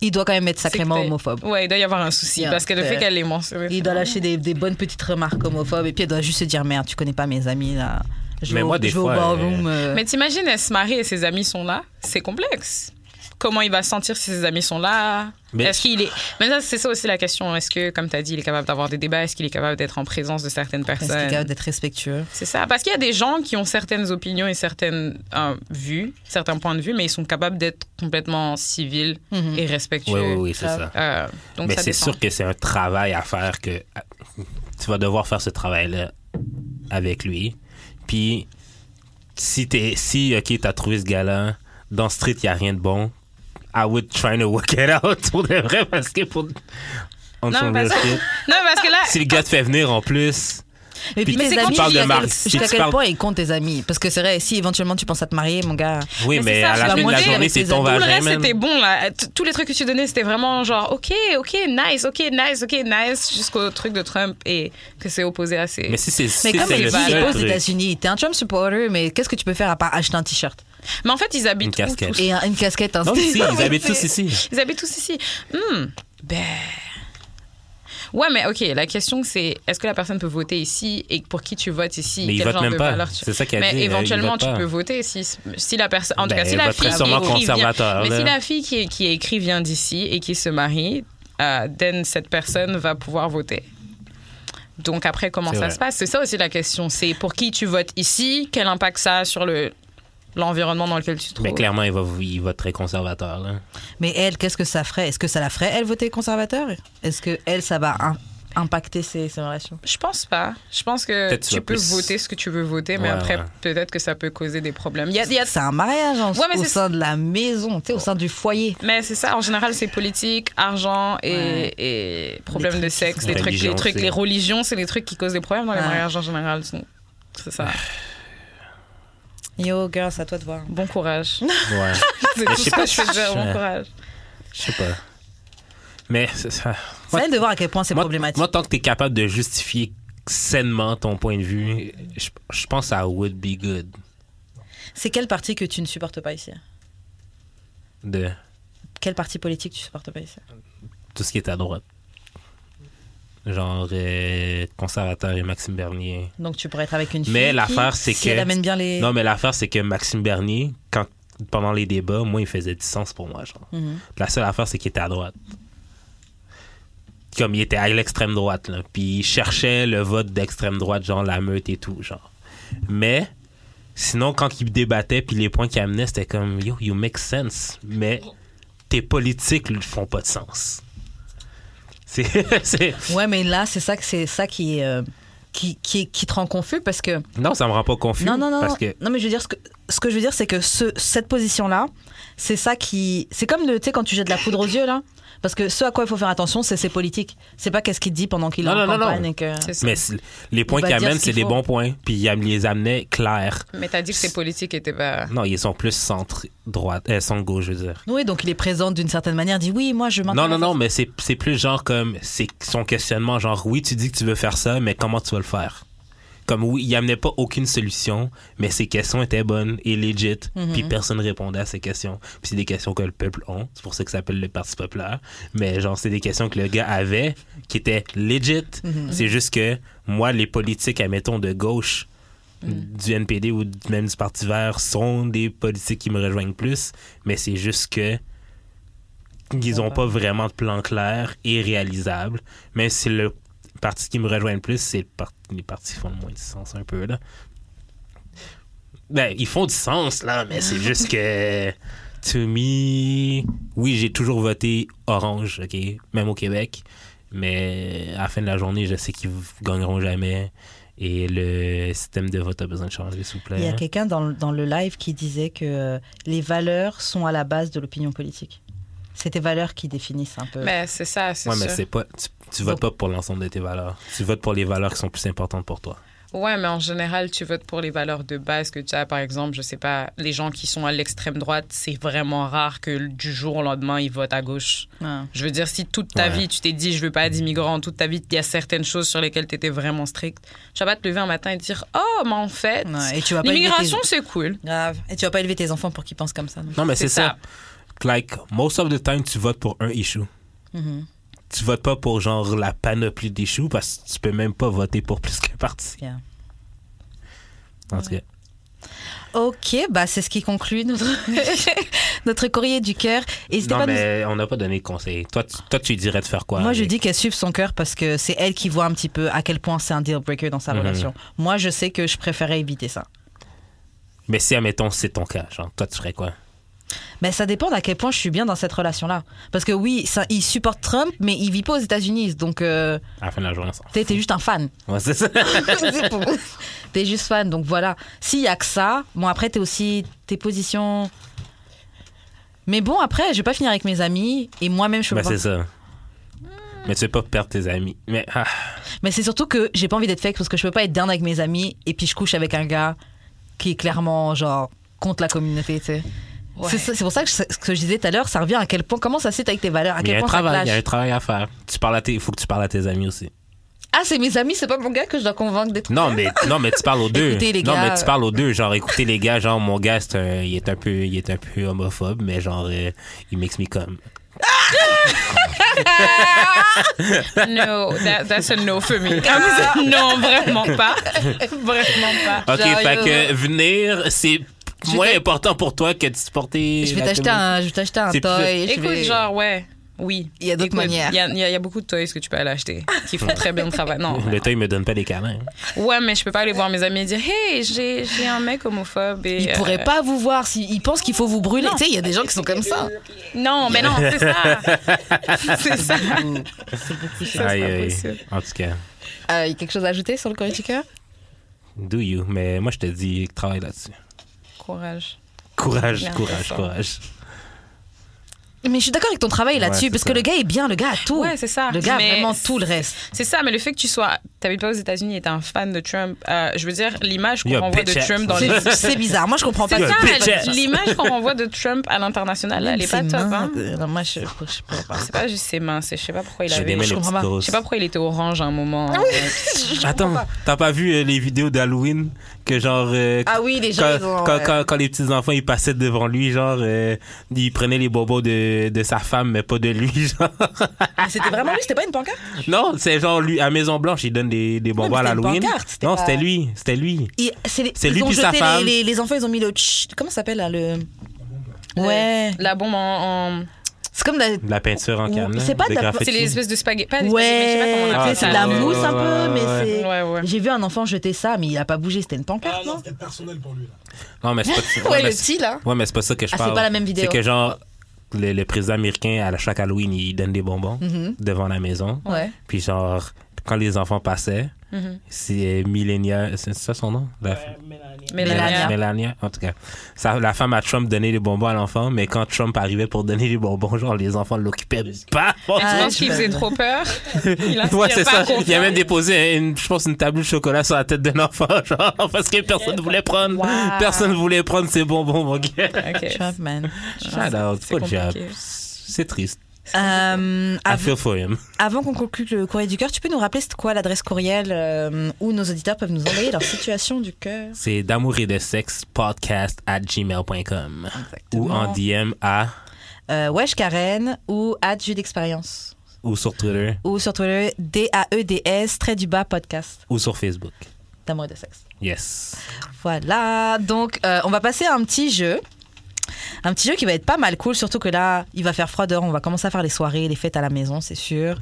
[SPEAKER 2] il doit quand même être sacrément
[SPEAKER 4] C'est que t'es-
[SPEAKER 2] homophobe.
[SPEAKER 4] Ouais, il doit y avoir un souci.
[SPEAKER 2] Yeah,
[SPEAKER 4] parce que le
[SPEAKER 2] c'est-
[SPEAKER 4] fait qu'elle l'ait mentionné.
[SPEAKER 2] Il
[SPEAKER 4] c'est
[SPEAKER 2] doit
[SPEAKER 4] normal.
[SPEAKER 2] lâcher des, des bonnes petites remarques homophobes et puis elle doit juste se dire merde, tu connais pas mes amis là. Je
[SPEAKER 3] Mais
[SPEAKER 2] vais au-
[SPEAKER 3] moi, des
[SPEAKER 2] je vais au
[SPEAKER 3] fois,
[SPEAKER 2] ballroom. euh,
[SPEAKER 4] Mais t'imagines, elle se marie et ses amis sont là. C'est complexe. Comment il va se sentir si ses amis sont là
[SPEAKER 3] Mais-
[SPEAKER 4] Est-ce qu'il est. Mais ça, c'est ça aussi la question. Est-ce que, comme tu as dit, il est capable d'avoir des débats Est-ce qu'il est capable d'être en présence de certaines
[SPEAKER 2] est-ce qu'il est
[SPEAKER 4] personnes
[SPEAKER 2] capable d'être respectueux
[SPEAKER 4] C'est ça. Parce qu'il y a des gens qui ont certaines opinions et certaines euh, vues, certains points de vue, mais ils sont capables d'être complètement civils
[SPEAKER 2] Mhm.
[SPEAKER 4] et respectueux.
[SPEAKER 3] Oui, oui, oui, c'est ça.
[SPEAKER 4] Euh, donc
[SPEAKER 3] Mais
[SPEAKER 4] ça
[SPEAKER 3] c'est
[SPEAKER 4] dépend.
[SPEAKER 3] sûr que c'est un travail à faire que à- tu vas devoir faire ce travail-là avec lui. Puis si t'es si ok t'as trouvé ce gars-là dans Street il y a rien de bon, I would try to work it out pour de vrai parce que pour on
[SPEAKER 4] Non,
[SPEAKER 3] son
[SPEAKER 4] mais
[SPEAKER 3] real
[SPEAKER 4] parce-
[SPEAKER 3] shit.
[SPEAKER 4] Non, parce que là,
[SPEAKER 3] Si le gars te fait venir en plus,
[SPEAKER 2] Et puis
[SPEAKER 3] Mais
[SPEAKER 2] tes
[SPEAKER 4] c'est
[SPEAKER 2] amis,
[SPEAKER 4] quand tu parles de
[SPEAKER 2] jusqu'à
[SPEAKER 3] Marc,
[SPEAKER 2] quel-
[SPEAKER 3] si
[SPEAKER 2] jusqu'à
[SPEAKER 3] tu
[SPEAKER 2] quel
[SPEAKER 3] parles-
[SPEAKER 2] point ils comptent tes amis Parce que c'est vrai, si éventuellement tu penses à te marier, mon gars.
[SPEAKER 3] oui,
[SPEAKER 4] Mais
[SPEAKER 3] mais,
[SPEAKER 4] c'est ça,
[SPEAKER 3] à
[SPEAKER 4] tu
[SPEAKER 3] la
[SPEAKER 4] vas
[SPEAKER 3] fin de la
[SPEAKER 4] manger
[SPEAKER 3] journée
[SPEAKER 2] avec
[SPEAKER 3] c'est
[SPEAKER 2] tes
[SPEAKER 3] ton
[SPEAKER 2] amis. Tout
[SPEAKER 4] tout le
[SPEAKER 3] vagin.
[SPEAKER 4] reste,
[SPEAKER 3] man.
[SPEAKER 4] c'était bon. là. T- Tous les trucs que tu donnais, c'était vraiment genre, OK, OK, nice, OK, nice, OK, nice, jusqu'au truc de Trump et que c'est opposé à ces...
[SPEAKER 3] Mais si c'est
[SPEAKER 2] Mais
[SPEAKER 3] si
[SPEAKER 2] comme
[SPEAKER 3] c'est
[SPEAKER 2] elle
[SPEAKER 3] le
[SPEAKER 2] dit, il
[SPEAKER 3] seul
[SPEAKER 2] est aux
[SPEAKER 3] truc.
[SPEAKER 2] États-Unis, t'es un Trump supporter, mais qu'est-ce que tu peux faire à part acheter un t-shirt
[SPEAKER 4] Mais en fait, ils habitent
[SPEAKER 3] Une
[SPEAKER 4] où
[SPEAKER 3] casquette.
[SPEAKER 4] tous
[SPEAKER 2] et un- une casquette un
[SPEAKER 3] Non,
[SPEAKER 2] style
[SPEAKER 3] ici, ils habitent tous ici.
[SPEAKER 4] Ils habitent tous ici. Hmm, ben... Ouais, mais OK, la question, c'est est-ce que la personne peut voter ici et pour qui tu votes ici
[SPEAKER 3] Mais ils
[SPEAKER 4] Quel
[SPEAKER 3] votent
[SPEAKER 4] genre
[SPEAKER 3] même
[SPEAKER 4] de
[SPEAKER 3] pas.
[SPEAKER 4] valeur tu-
[SPEAKER 3] C'est ça qu'elle
[SPEAKER 4] Mais
[SPEAKER 3] dit. euh, ils
[SPEAKER 4] éventuellement,
[SPEAKER 3] votent
[SPEAKER 4] tu
[SPEAKER 3] pas.
[SPEAKER 4] peux voter si, si la personne. En tout
[SPEAKER 3] Ben,
[SPEAKER 4] cas, si la
[SPEAKER 3] elle voterait
[SPEAKER 4] fille qui
[SPEAKER 3] sûrement
[SPEAKER 4] écrit vient-
[SPEAKER 3] conservateur,
[SPEAKER 4] mais
[SPEAKER 3] là.
[SPEAKER 4] si la fille qui, qui écrit vient d'ici et qui se marie, euh, then cette personne va pouvoir voter. Donc après, comment
[SPEAKER 3] C'est
[SPEAKER 4] ça
[SPEAKER 3] vrai.
[SPEAKER 4] se passe C'est ça aussi la question. C'est pour qui tu votes ici Quel impact ça a sur le l'environnement dans lequel tu te trouves
[SPEAKER 3] Mais clairement, il va, il va très conservateur. Là.
[SPEAKER 2] Mais elle, qu'est-ce que ça ferait Est-ce que ça la ferait, elle, voter conservateur Est-ce que elle, ça va im- impacter ses, ses relations
[SPEAKER 4] Je pense pas. Je pense que
[SPEAKER 3] Peut-être tu
[SPEAKER 4] tu
[SPEAKER 3] vas
[SPEAKER 4] peux
[SPEAKER 3] plus-
[SPEAKER 4] voter ce que tu veux voter, mais
[SPEAKER 3] Ouais,
[SPEAKER 4] après,
[SPEAKER 3] ouais.
[SPEAKER 4] peut-être que ça peut causer des problèmes. Il y a- il y a
[SPEAKER 2] C'est un mariage en-
[SPEAKER 4] Ouais, mais
[SPEAKER 2] au
[SPEAKER 4] c'est-
[SPEAKER 2] sein de la maison, tu sais, au sein du foyer.
[SPEAKER 4] Mais c'est ça, en général, c'est politique, argent et,
[SPEAKER 2] Ouais.
[SPEAKER 4] et problèmes
[SPEAKER 2] trucs
[SPEAKER 4] de
[SPEAKER 2] qui
[SPEAKER 4] sexe,
[SPEAKER 3] sont-
[SPEAKER 4] les trucs,
[SPEAKER 3] Religion
[SPEAKER 4] les trucs,
[SPEAKER 3] aussi.
[SPEAKER 4] les religions, c'est les trucs qui causent des problèmes dans les
[SPEAKER 2] Ouais.
[SPEAKER 4] mariages en général. Donc, C'est ça.
[SPEAKER 2] Yo, girl, c'est à toi de voir.
[SPEAKER 4] Bon courage.
[SPEAKER 3] Ouais.
[SPEAKER 4] C'est tout
[SPEAKER 3] je sais
[SPEAKER 4] ce
[SPEAKER 3] pas,
[SPEAKER 4] que je peux te dire,
[SPEAKER 3] je-
[SPEAKER 4] bon courage.
[SPEAKER 3] Je sais pas. Mais c'est ça.
[SPEAKER 2] C'est bien de voir à quel point c'est
[SPEAKER 3] Moi-
[SPEAKER 2] problématique.
[SPEAKER 3] Moi, tant que tu es capable de justifier sainement ton point de vue, je, je pense que ça would be good.
[SPEAKER 2] c'est quel parti que tu ne supportes pas ici
[SPEAKER 3] De
[SPEAKER 2] Quel parti politique tu supportes pas ici
[SPEAKER 3] tout ce qui est à droite. Genre euh, conservateur et Maxime Bernier.
[SPEAKER 2] Donc tu pourrais être avec une fille.
[SPEAKER 3] Mais
[SPEAKER 2] qui,
[SPEAKER 3] l'affaire, c'est
[SPEAKER 2] si
[SPEAKER 3] que-
[SPEAKER 2] elle amène bien les.
[SPEAKER 3] Non, mais l'affaire, c'est que Maxime Bernier, quand, pendant les débats, moi, il faisait du sens pour moi. Genre.
[SPEAKER 2] Mhm.
[SPEAKER 3] La seule affaire, c'est qu'il était à droite. Comme il était à l'extrême droite, là. Puis il cherchait le vote d'extrême droite, genre la meute et tout, genre. Mais, sinon, quand il débattait, puis les points qu'il amenait, c'était comme, yo, you make sense. Mais tes politiques ne font pas de sens. C'est. c'est-
[SPEAKER 2] Ouais, mais là, c'est ça que c'est ça qui est, euh, qui, qui, qui te rend confus parce que
[SPEAKER 3] non, ça me rend pas confus.
[SPEAKER 2] non non non
[SPEAKER 3] Parce
[SPEAKER 2] non.
[SPEAKER 3] que.
[SPEAKER 2] non mais je veux dire ce que ce que je veux dire c'est que ce, cette position là c'est ça qui c'est comme le tu sais quand tu jettes de la poudre aux yeux là parce que ce à quoi il faut faire attention c'est ses politiques c'est pas qu'est-ce qu'il dit pendant qu'il est
[SPEAKER 3] Non,
[SPEAKER 2] en
[SPEAKER 3] non, non,
[SPEAKER 2] campagne
[SPEAKER 3] non.
[SPEAKER 2] et que
[SPEAKER 4] C'est ça.
[SPEAKER 3] Mais c'est- les points
[SPEAKER 2] va
[SPEAKER 3] qu'il
[SPEAKER 2] dire
[SPEAKER 3] amène,
[SPEAKER 2] ce
[SPEAKER 3] c'est
[SPEAKER 2] qu'il
[SPEAKER 3] des
[SPEAKER 2] faut.
[SPEAKER 3] bons points. Puis il les amenait clairs.
[SPEAKER 4] Mais t'as dit que c'est politique et t'es pas.
[SPEAKER 3] Non, ils sont plus centre-droite, euh, centre-gauche, je veux dire.
[SPEAKER 2] oui donc il est présent d'une certaine manière il dit oui moi je
[SPEAKER 3] Non,
[SPEAKER 2] m'intéresse
[SPEAKER 3] non, non, mais c'est c'est plus genre comme c'est son questionnement, genre oui, tu dis que tu veux faire ça, mais comment tu vas le faire? Comme oui, il amenait pas aucune solution, mais ses questions étaient bonnes et legit, puis personne répondait à ces questions. Puis c'est des questions que le peuple ont, c'est pour ça que ça s'appelle le Parti populaire, mais genre c'est des questions que le gars avait, qui étaient legit. C'est juste que moi, les politiques, admettons, de gauche, du NPD ou d- même du Parti vert sont des politiques qui me rejoignent plus, mais c'est juste que ils n'ont pas vraiment de plan clair et réalisable, même si le parti qui me rejoint le plus, c'est le parti- les partis qui font le moins de sens un peu, là. Ben, ils font du sens, là, mais c'est juste que, to me, oui, j'ai toujours voté orange, OK, même au Québec, mais à la fin de la journée, je sais qu'ils gagneront jamais et le système de vote a besoin de changer, s'il vous plaît.
[SPEAKER 2] il y a quelqu'un dans, le- dans le live qui disait que euh, les valeurs sont à la base de l'opinion politique c'est tes valeurs qui définissent un peu
[SPEAKER 4] Mais c'est ça, c'est
[SPEAKER 3] Ouais, mais
[SPEAKER 4] sûr.
[SPEAKER 3] c'est pas. Tu, tu votes pas pour l'ensemble de tes valeurs. Tu votes pour les valeurs qui sont plus importantes pour toi.
[SPEAKER 4] Ouais, mais en général, tu votes pour les valeurs de base que tu as. Par exemple, je sais pas, les gens qui sont à l'extrême droite, c'est vraiment rare que du jour au lendemain, ils votent à gauche.
[SPEAKER 2] Ouais.
[SPEAKER 4] Je veux dire, si toute ta
[SPEAKER 3] Ouais.
[SPEAKER 4] vie, tu t'es dit, je veux pas d'immigrants, toute ta vie, il y a certaines choses sur lesquelles tu étais vraiment strict, tu vas pas te lever un matin et dire, oh, mais en fait,
[SPEAKER 2] Ouais, et tu vas pas élever
[SPEAKER 4] l'immigration,
[SPEAKER 2] tes...
[SPEAKER 4] c'est cool.
[SPEAKER 2] Grave. Et tu vas pas élever tes enfants pour qu'ils pensent comme ça. non.
[SPEAKER 3] Non, mais
[SPEAKER 4] C'est
[SPEAKER 3] c'est ça. Like, most of the time, tu votes pour un issue.
[SPEAKER 2] Mhm.
[SPEAKER 3] Tu votes pas pour, genre, la panoplie d'issues parce que tu peux même pas voter pour plus qu'un parti.
[SPEAKER 2] Yeah.
[SPEAKER 3] En tout cas,
[SPEAKER 2] Ok, bah c'est ce qui conclut notre, notre courrier du cœur. N'hésitez pas à
[SPEAKER 3] non,
[SPEAKER 2] nous-
[SPEAKER 3] mais on n'a pas donné de conseil. Toi, tu, toi, tu dirais de faire quoi?
[SPEAKER 2] Moi,
[SPEAKER 3] avec-
[SPEAKER 2] je dis qu'elle suive son cœur parce que c'est elle qui voit un petit peu à quel point c'est un deal breaker dans sa
[SPEAKER 3] Mhm.
[SPEAKER 2] relation. Moi, je sais que je préférais éviter ça.
[SPEAKER 3] Mais si, admettons, c'est ton cas, genre, toi, tu ferais quoi?
[SPEAKER 2] Mais ça dépend d'à quel point je suis bien dans cette relation-là. Parce que oui, ça, il supporte Trump, mais il vit pas aux États-Unis. Donc, euh,
[SPEAKER 3] À la fin de la journée, on s'en fout.
[SPEAKER 2] t'es t'es juste un fan.
[SPEAKER 3] Ouais, c'est ça.
[SPEAKER 2] C'est pour- t'es juste fan. Donc voilà. S'il y a que ça, bon, après, t'es aussi. Tes positions. Mais bon, après, je vais pas finir avec mes amis. Et moi-même, je peux
[SPEAKER 3] Ben,
[SPEAKER 2] pas-
[SPEAKER 3] c'est ça. Mais tu veux pas perdre tes amis. Mais, ah,
[SPEAKER 2] Mais c'est surtout que j'ai pas envie d'être fake parce que je peux pas être down avec mes amis et puis je couche avec un gars qui est clairement genre contre la communauté, tu sais.
[SPEAKER 4] Ouais.
[SPEAKER 2] C'est ça- c'est pour ça que je- ce que je disais tout à l'heure, ça revient à quel point, comment ça cite avec tes valeurs, à
[SPEAKER 3] mais il y
[SPEAKER 2] quel
[SPEAKER 3] a un
[SPEAKER 2] point ça
[SPEAKER 3] travail, il
[SPEAKER 2] clash.
[SPEAKER 3] y a un travail à faire. Tu parles à tes, il faut que tu parles à tes amis aussi.
[SPEAKER 2] Ah, c'est mes amis, c'est pas mon gars que je dois convaincre d'être.
[SPEAKER 3] Non, mais, non, mais tu parles aux deux.
[SPEAKER 2] Écoutez, les
[SPEAKER 3] non,
[SPEAKER 2] gars,
[SPEAKER 3] mais tu parles aux deux. Genre, écoutez, les gars, genre, mon gars, c'est un- il, est un peu, il est un peu homophobe, mais genre, euh, il makes me come.
[SPEAKER 4] No, that- that's a no for me. Ah, non, vraiment pas. vraiment pas.
[SPEAKER 3] Ok,
[SPEAKER 2] Genre,
[SPEAKER 3] fait
[SPEAKER 2] yo.
[SPEAKER 3] que venir, c'est
[SPEAKER 2] Je
[SPEAKER 3] moins
[SPEAKER 2] vais-
[SPEAKER 3] important pour toi que de supporter.
[SPEAKER 2] Je vais
[SPEAKER 3] la
[SPEAKER 2] t'acheter
[SPEAKER 3] communauté.
[SPEAKER 2] un, je vais t'acheter un
[SPEAKER 3] C'est
[SPEAKER 2] toy.
[SPEAKER 3] plus-
[SPEAKER 2] je
[SPEAKER 4] Écoute,
[SPEAKER 2] vais-
[SPEAKER 4] genre, ouais. Oui.
[SPEAKER 2] Il y a d'autres
[SPEAKER 4] Écoute,
[SPEAKER 2] manières.
[SPEAKER 4] Il y a, il y a- il y a beaucoup de toys que tu peux aller acheter qui font très bien le travail. Non.
[SPEAKER 3] Le temps, il me donne pas les câlins.
[SPEAKER 4] Ouais, mais je peux pas aller voir mes amis et dire Hey, j'ai j'ai un mec homophobe. Et,
[SPEAKER 2] Il
[SPEAKER 4] euh,
[SPEAKER 2] pourrait pas vous voir s'il il pense qu'il faut vous brûler.
[SPEAKER 4] Non.
[SPEAKER 2] Tu sais, il y a des gens qui sont comme ça.
[SPEAKER 4] Non, mais non, c'est ça. c'est ça. Ça, c'est
[SPEAKER 3] Aïe,
[SPEAKER 4] pas
[SPEAKER 3] aïe.
[SPEAKER 4] possible.
[SPEAKER 3] En tout cas,
[SPEAKER 2] Euh, y a quelque chose à ajouter sur le courrier du cœur
[SPEAKER 3] do you. Mais moi, je te dis, travaille là-dessus.
[SPEAKER 4] Courage.
[SPEAKER 3] Courage,
[SPEAKER 4] Merde, c'est
[SPEAKER 3] courage,
[SPEAKER 4] ça.
[SPEAKER 3] courage.
[SPEAKER 2] Mais je suis d'accord avec ton travail là-dessus
[SPEAKER 3] c'est
[SPEAKER 2] parce
[SPEAKER 3] ça.
[SPEAKER 2] que le gars est bien, le gars a tout.
[SPEAKER 4] Ouais, c'est ça.
[SPEAKER 2] Le gars a
[SPEAKER 4] Mais
[SPEAKER 2] vraiment tout le reste.
[SPEAKER 4] C'est ça, mais le fait que tu sois. T'habites pas aux États-Unis et t'es un fan de Trump, euh, je veux dire, l'image qu'on
[SPEAKER 3] You're a
[SPEAKER 4] renvoie de
[SPEAKER 3] bitch ass.
[SPEAKER 4] Trump dans les.
[SPEAKER 2] C'est c'est bizarre. Moi, je comprends pas.
[SPEAKER 4] C'est ça,
[SPEAKER 3] bitch
[SPEAKER 4] mais
[SPEAKER 3] ass.
[SPEAKER 4] l'image qu'on renvoie de Trump à l'international, elle est pas
[SPEAKER 2] Ses
[SPEAKER 4] top.
[SPEAKER 2] mains,
[SPEAKER 4] Hein.
[SPEAKER 2] euh, non, moi, je, je sais pas.
[SPEAKER 4] C'est pas juste ses mains, c'est je sais pas pourquoi il
[SPEAKER 3] J'ai
[SPEAKER 4] avait.
[SPEAKER 3] des mains
[SPEAKER 2] je
[SPEAKER 3] les
[SPEAKER 2] comprends
[SPEAKER 3] petites
[SPEAKER 2] pas.
[SPEAKER 4] Je
[SPEAKER 3] grosses.
[SPEAKER 4] sais pas pourquoi il était orange à un moment. hein,
[SPEAKER 3] Attends, t'as pas vu euh, les vidéos d'Halloween que genre euh,
[SPEAKER 2] Ah oui, les gens,
[SPEAKER 3] quand,
[SPEAKER 2] ils ont-
[SPEAKER 3] quand,
[SPEAKER 2] ouais.
[SPEAKER 3] quand- quand les petits enfants ils passaient devant lui genre euh, ils prenaient les bobos de, de sa femme mais pas de lui genre
[SPEAKER 2] Ah, c'était vraiment lui, c'était pas une pancarte
[SPEAKER 3] non c'est genre lui à Maison Blanche il donne des, des
[SPEAKER 2] mais
[SPEAKER 3] bobos à
[SPEAKER 2] c'était une
[SPEAKER 3] l'Halloween
[SPEAKER 2] pancarte, c'était
[SPEAKER 3] non
[SPEAKER 2] pas-
[SPEAKER 3] c'était lui c'était lui
[SPEAKER 2] Ils- C'est les-
[SPEAKER 3] C'est
[SPEAKER 2] ils
[SPEAKER 3] lui
[SPEAKER 2] ont
[SPEAKER 3] puis sa
[SPEAKER 2] jeté les-
[SPEAKER 3] femme.
[SPEAKER 2] Les, les enfants, ils ont mis le. tch- Comment ça s'appelle là le... Ouais.
[SPEAKER 4] La bombe en. en-
[SPEAKER 2] C'est comme la.
[SPEAKER 3] de la peinture en
[SPEAKER 2] Ou-
[SPEAKER 3] canne
[SPEAKER 2] Oh, c'est pas de la-
[SPEAKER 4] C'est les espèces de spaghettis. Pas des spaghettis, mais je sais pas
[SPEAKER 2] Ouais,
[SPEAKER 4] comment on
[SPEAKER 2] tu sais,
[SPEAKER 4] appelle
[SPEAKER 2] c'est
[SPEAKER 4] ça.
[SPEAKER 2] Ah, de la
[SPEAKER 3] Ah, Ouais,
[SPEAKER 2] mousse
[SPEAKER 3] ouais,
[SPEAKER 2] un peu,
[SPEAKER 3] ouais,
[SPEAKER 2] mais
[SPEAKER 3] ouais.
[SPEAKER 2] c'est.
[SPEAKER 4] Ouais, ouais.
[SPEAKER 2] J'ai vu un enfant jeter ça, mais il a pas bougé, c'était une pancarte, non
[SPEAKER 5] C'était personnel pour lui. Là.
[SPEAKER 3] non mais c'est pas
[SPEAKER 2] Ouais, le
[SPEAKER 3] mais c'est-
[SPEAKER 2] petit là.
[SPEAKER 3] ouais mais c'est pas ça que je
[SPEAKER 2] Ah, c'est
[SPEAKER 3] parle
[SPEAKER 2] pas la même vidéo.
[SPEAKER 3] c'est que genre le, le président américain à chaque Halloween il donne des bonbons
[SPEAKER 2] Mhm.
[SPEAKER 3] devant la maison
[SPEAKER 2] Ouais.
[SPEAKER 3] Puis genre, quand les enfants passaient,
[SPEAKER 4] Mhm.
[SPEAKER 3] c'est Millenia, c'est ça son nom? La,
[SPEAKER 4] Mélania.
[SPEAKER 3] Mélania, en tout cas. Ça, la femme à Trump donnait les bonbons à l'enfant, mais quand Trump arrivait pour donner les bonbons, genre, les enfants l'occupaient pas.
[SPEAKER 4] Je
[SPEAKER 2] Ah,
[SPEAKER 4] pense Euh, qu'il
[SPEAKER 2] je
[SPEAKER 4] faisait
[SPEAKER 2] peux-
[SPEAKER 4] trop peur. Il inspirait
[SPEAKER 3] Ouais, c'est
[SPEAKER 4] pas
[SPEAKER 3] ça.
[SPEAKER 4] confiance.
[SPEAKER 3] Il a même déposé, une, je pense, une table de chocolat sur la tête d'un enfant, genre, parce que personne voulait prendre,
[SPEAKER 4] Wow.
[SPEAKER 3] personne voulait prendre ces bonbons, mon gars.
[SPEAKER 4] Ok.
[SPEAKER 2] Trump, man.
[SPEAKER 3] Shout
[SPEAKER 4] Ah, c'est-
[SPEAKER 3] out,
[SPEAKER 4] c'est
[SPEAKER 3] good job.
[SPEAKER 4] compliqué.
[SPEAKER 3] C'est triste.
[SPEAKER 2] Euh,
[SPEAKER 3] I
[SPEAKER 2] av-
[SPEAKER 3] feel for him.
[SPEAKER 2] avant qu'on conclue le courrier du cœur, tu peux nous rappeler c'est quoi l'adresse courriel euh, où nos auditeurs peuvent nous envoyer leur situation du cœur
[SPEAKER 3] C'est d'amour et de sexe podcast at gmail.com.
[SPEAKER 2] Exactement.
[SPEAKER 3] Ou en DM à
[SPEAKER 2] euh, Wesh Karen ou Adjus d'expérience.
[SPEAKER 3] ou sur Twitter
[SPEAKER 2] Ou sur Twitter, E D-A-E-D-S, trait du bas podcast
[SPEAKER 3] ou sur Facebook.
[SPEAKER 2] d'amour et de sexe.
[SPEAKER 3] Yes.
[SPEAKER 2] Voilà, donc euh, on va passer à un petit jeu. Un petit jeu qui va être pas mal cool, surtout que là, il va faire froid dehors, on va commencer à faire les soirées, les fêtes à la maison, c'est sûr.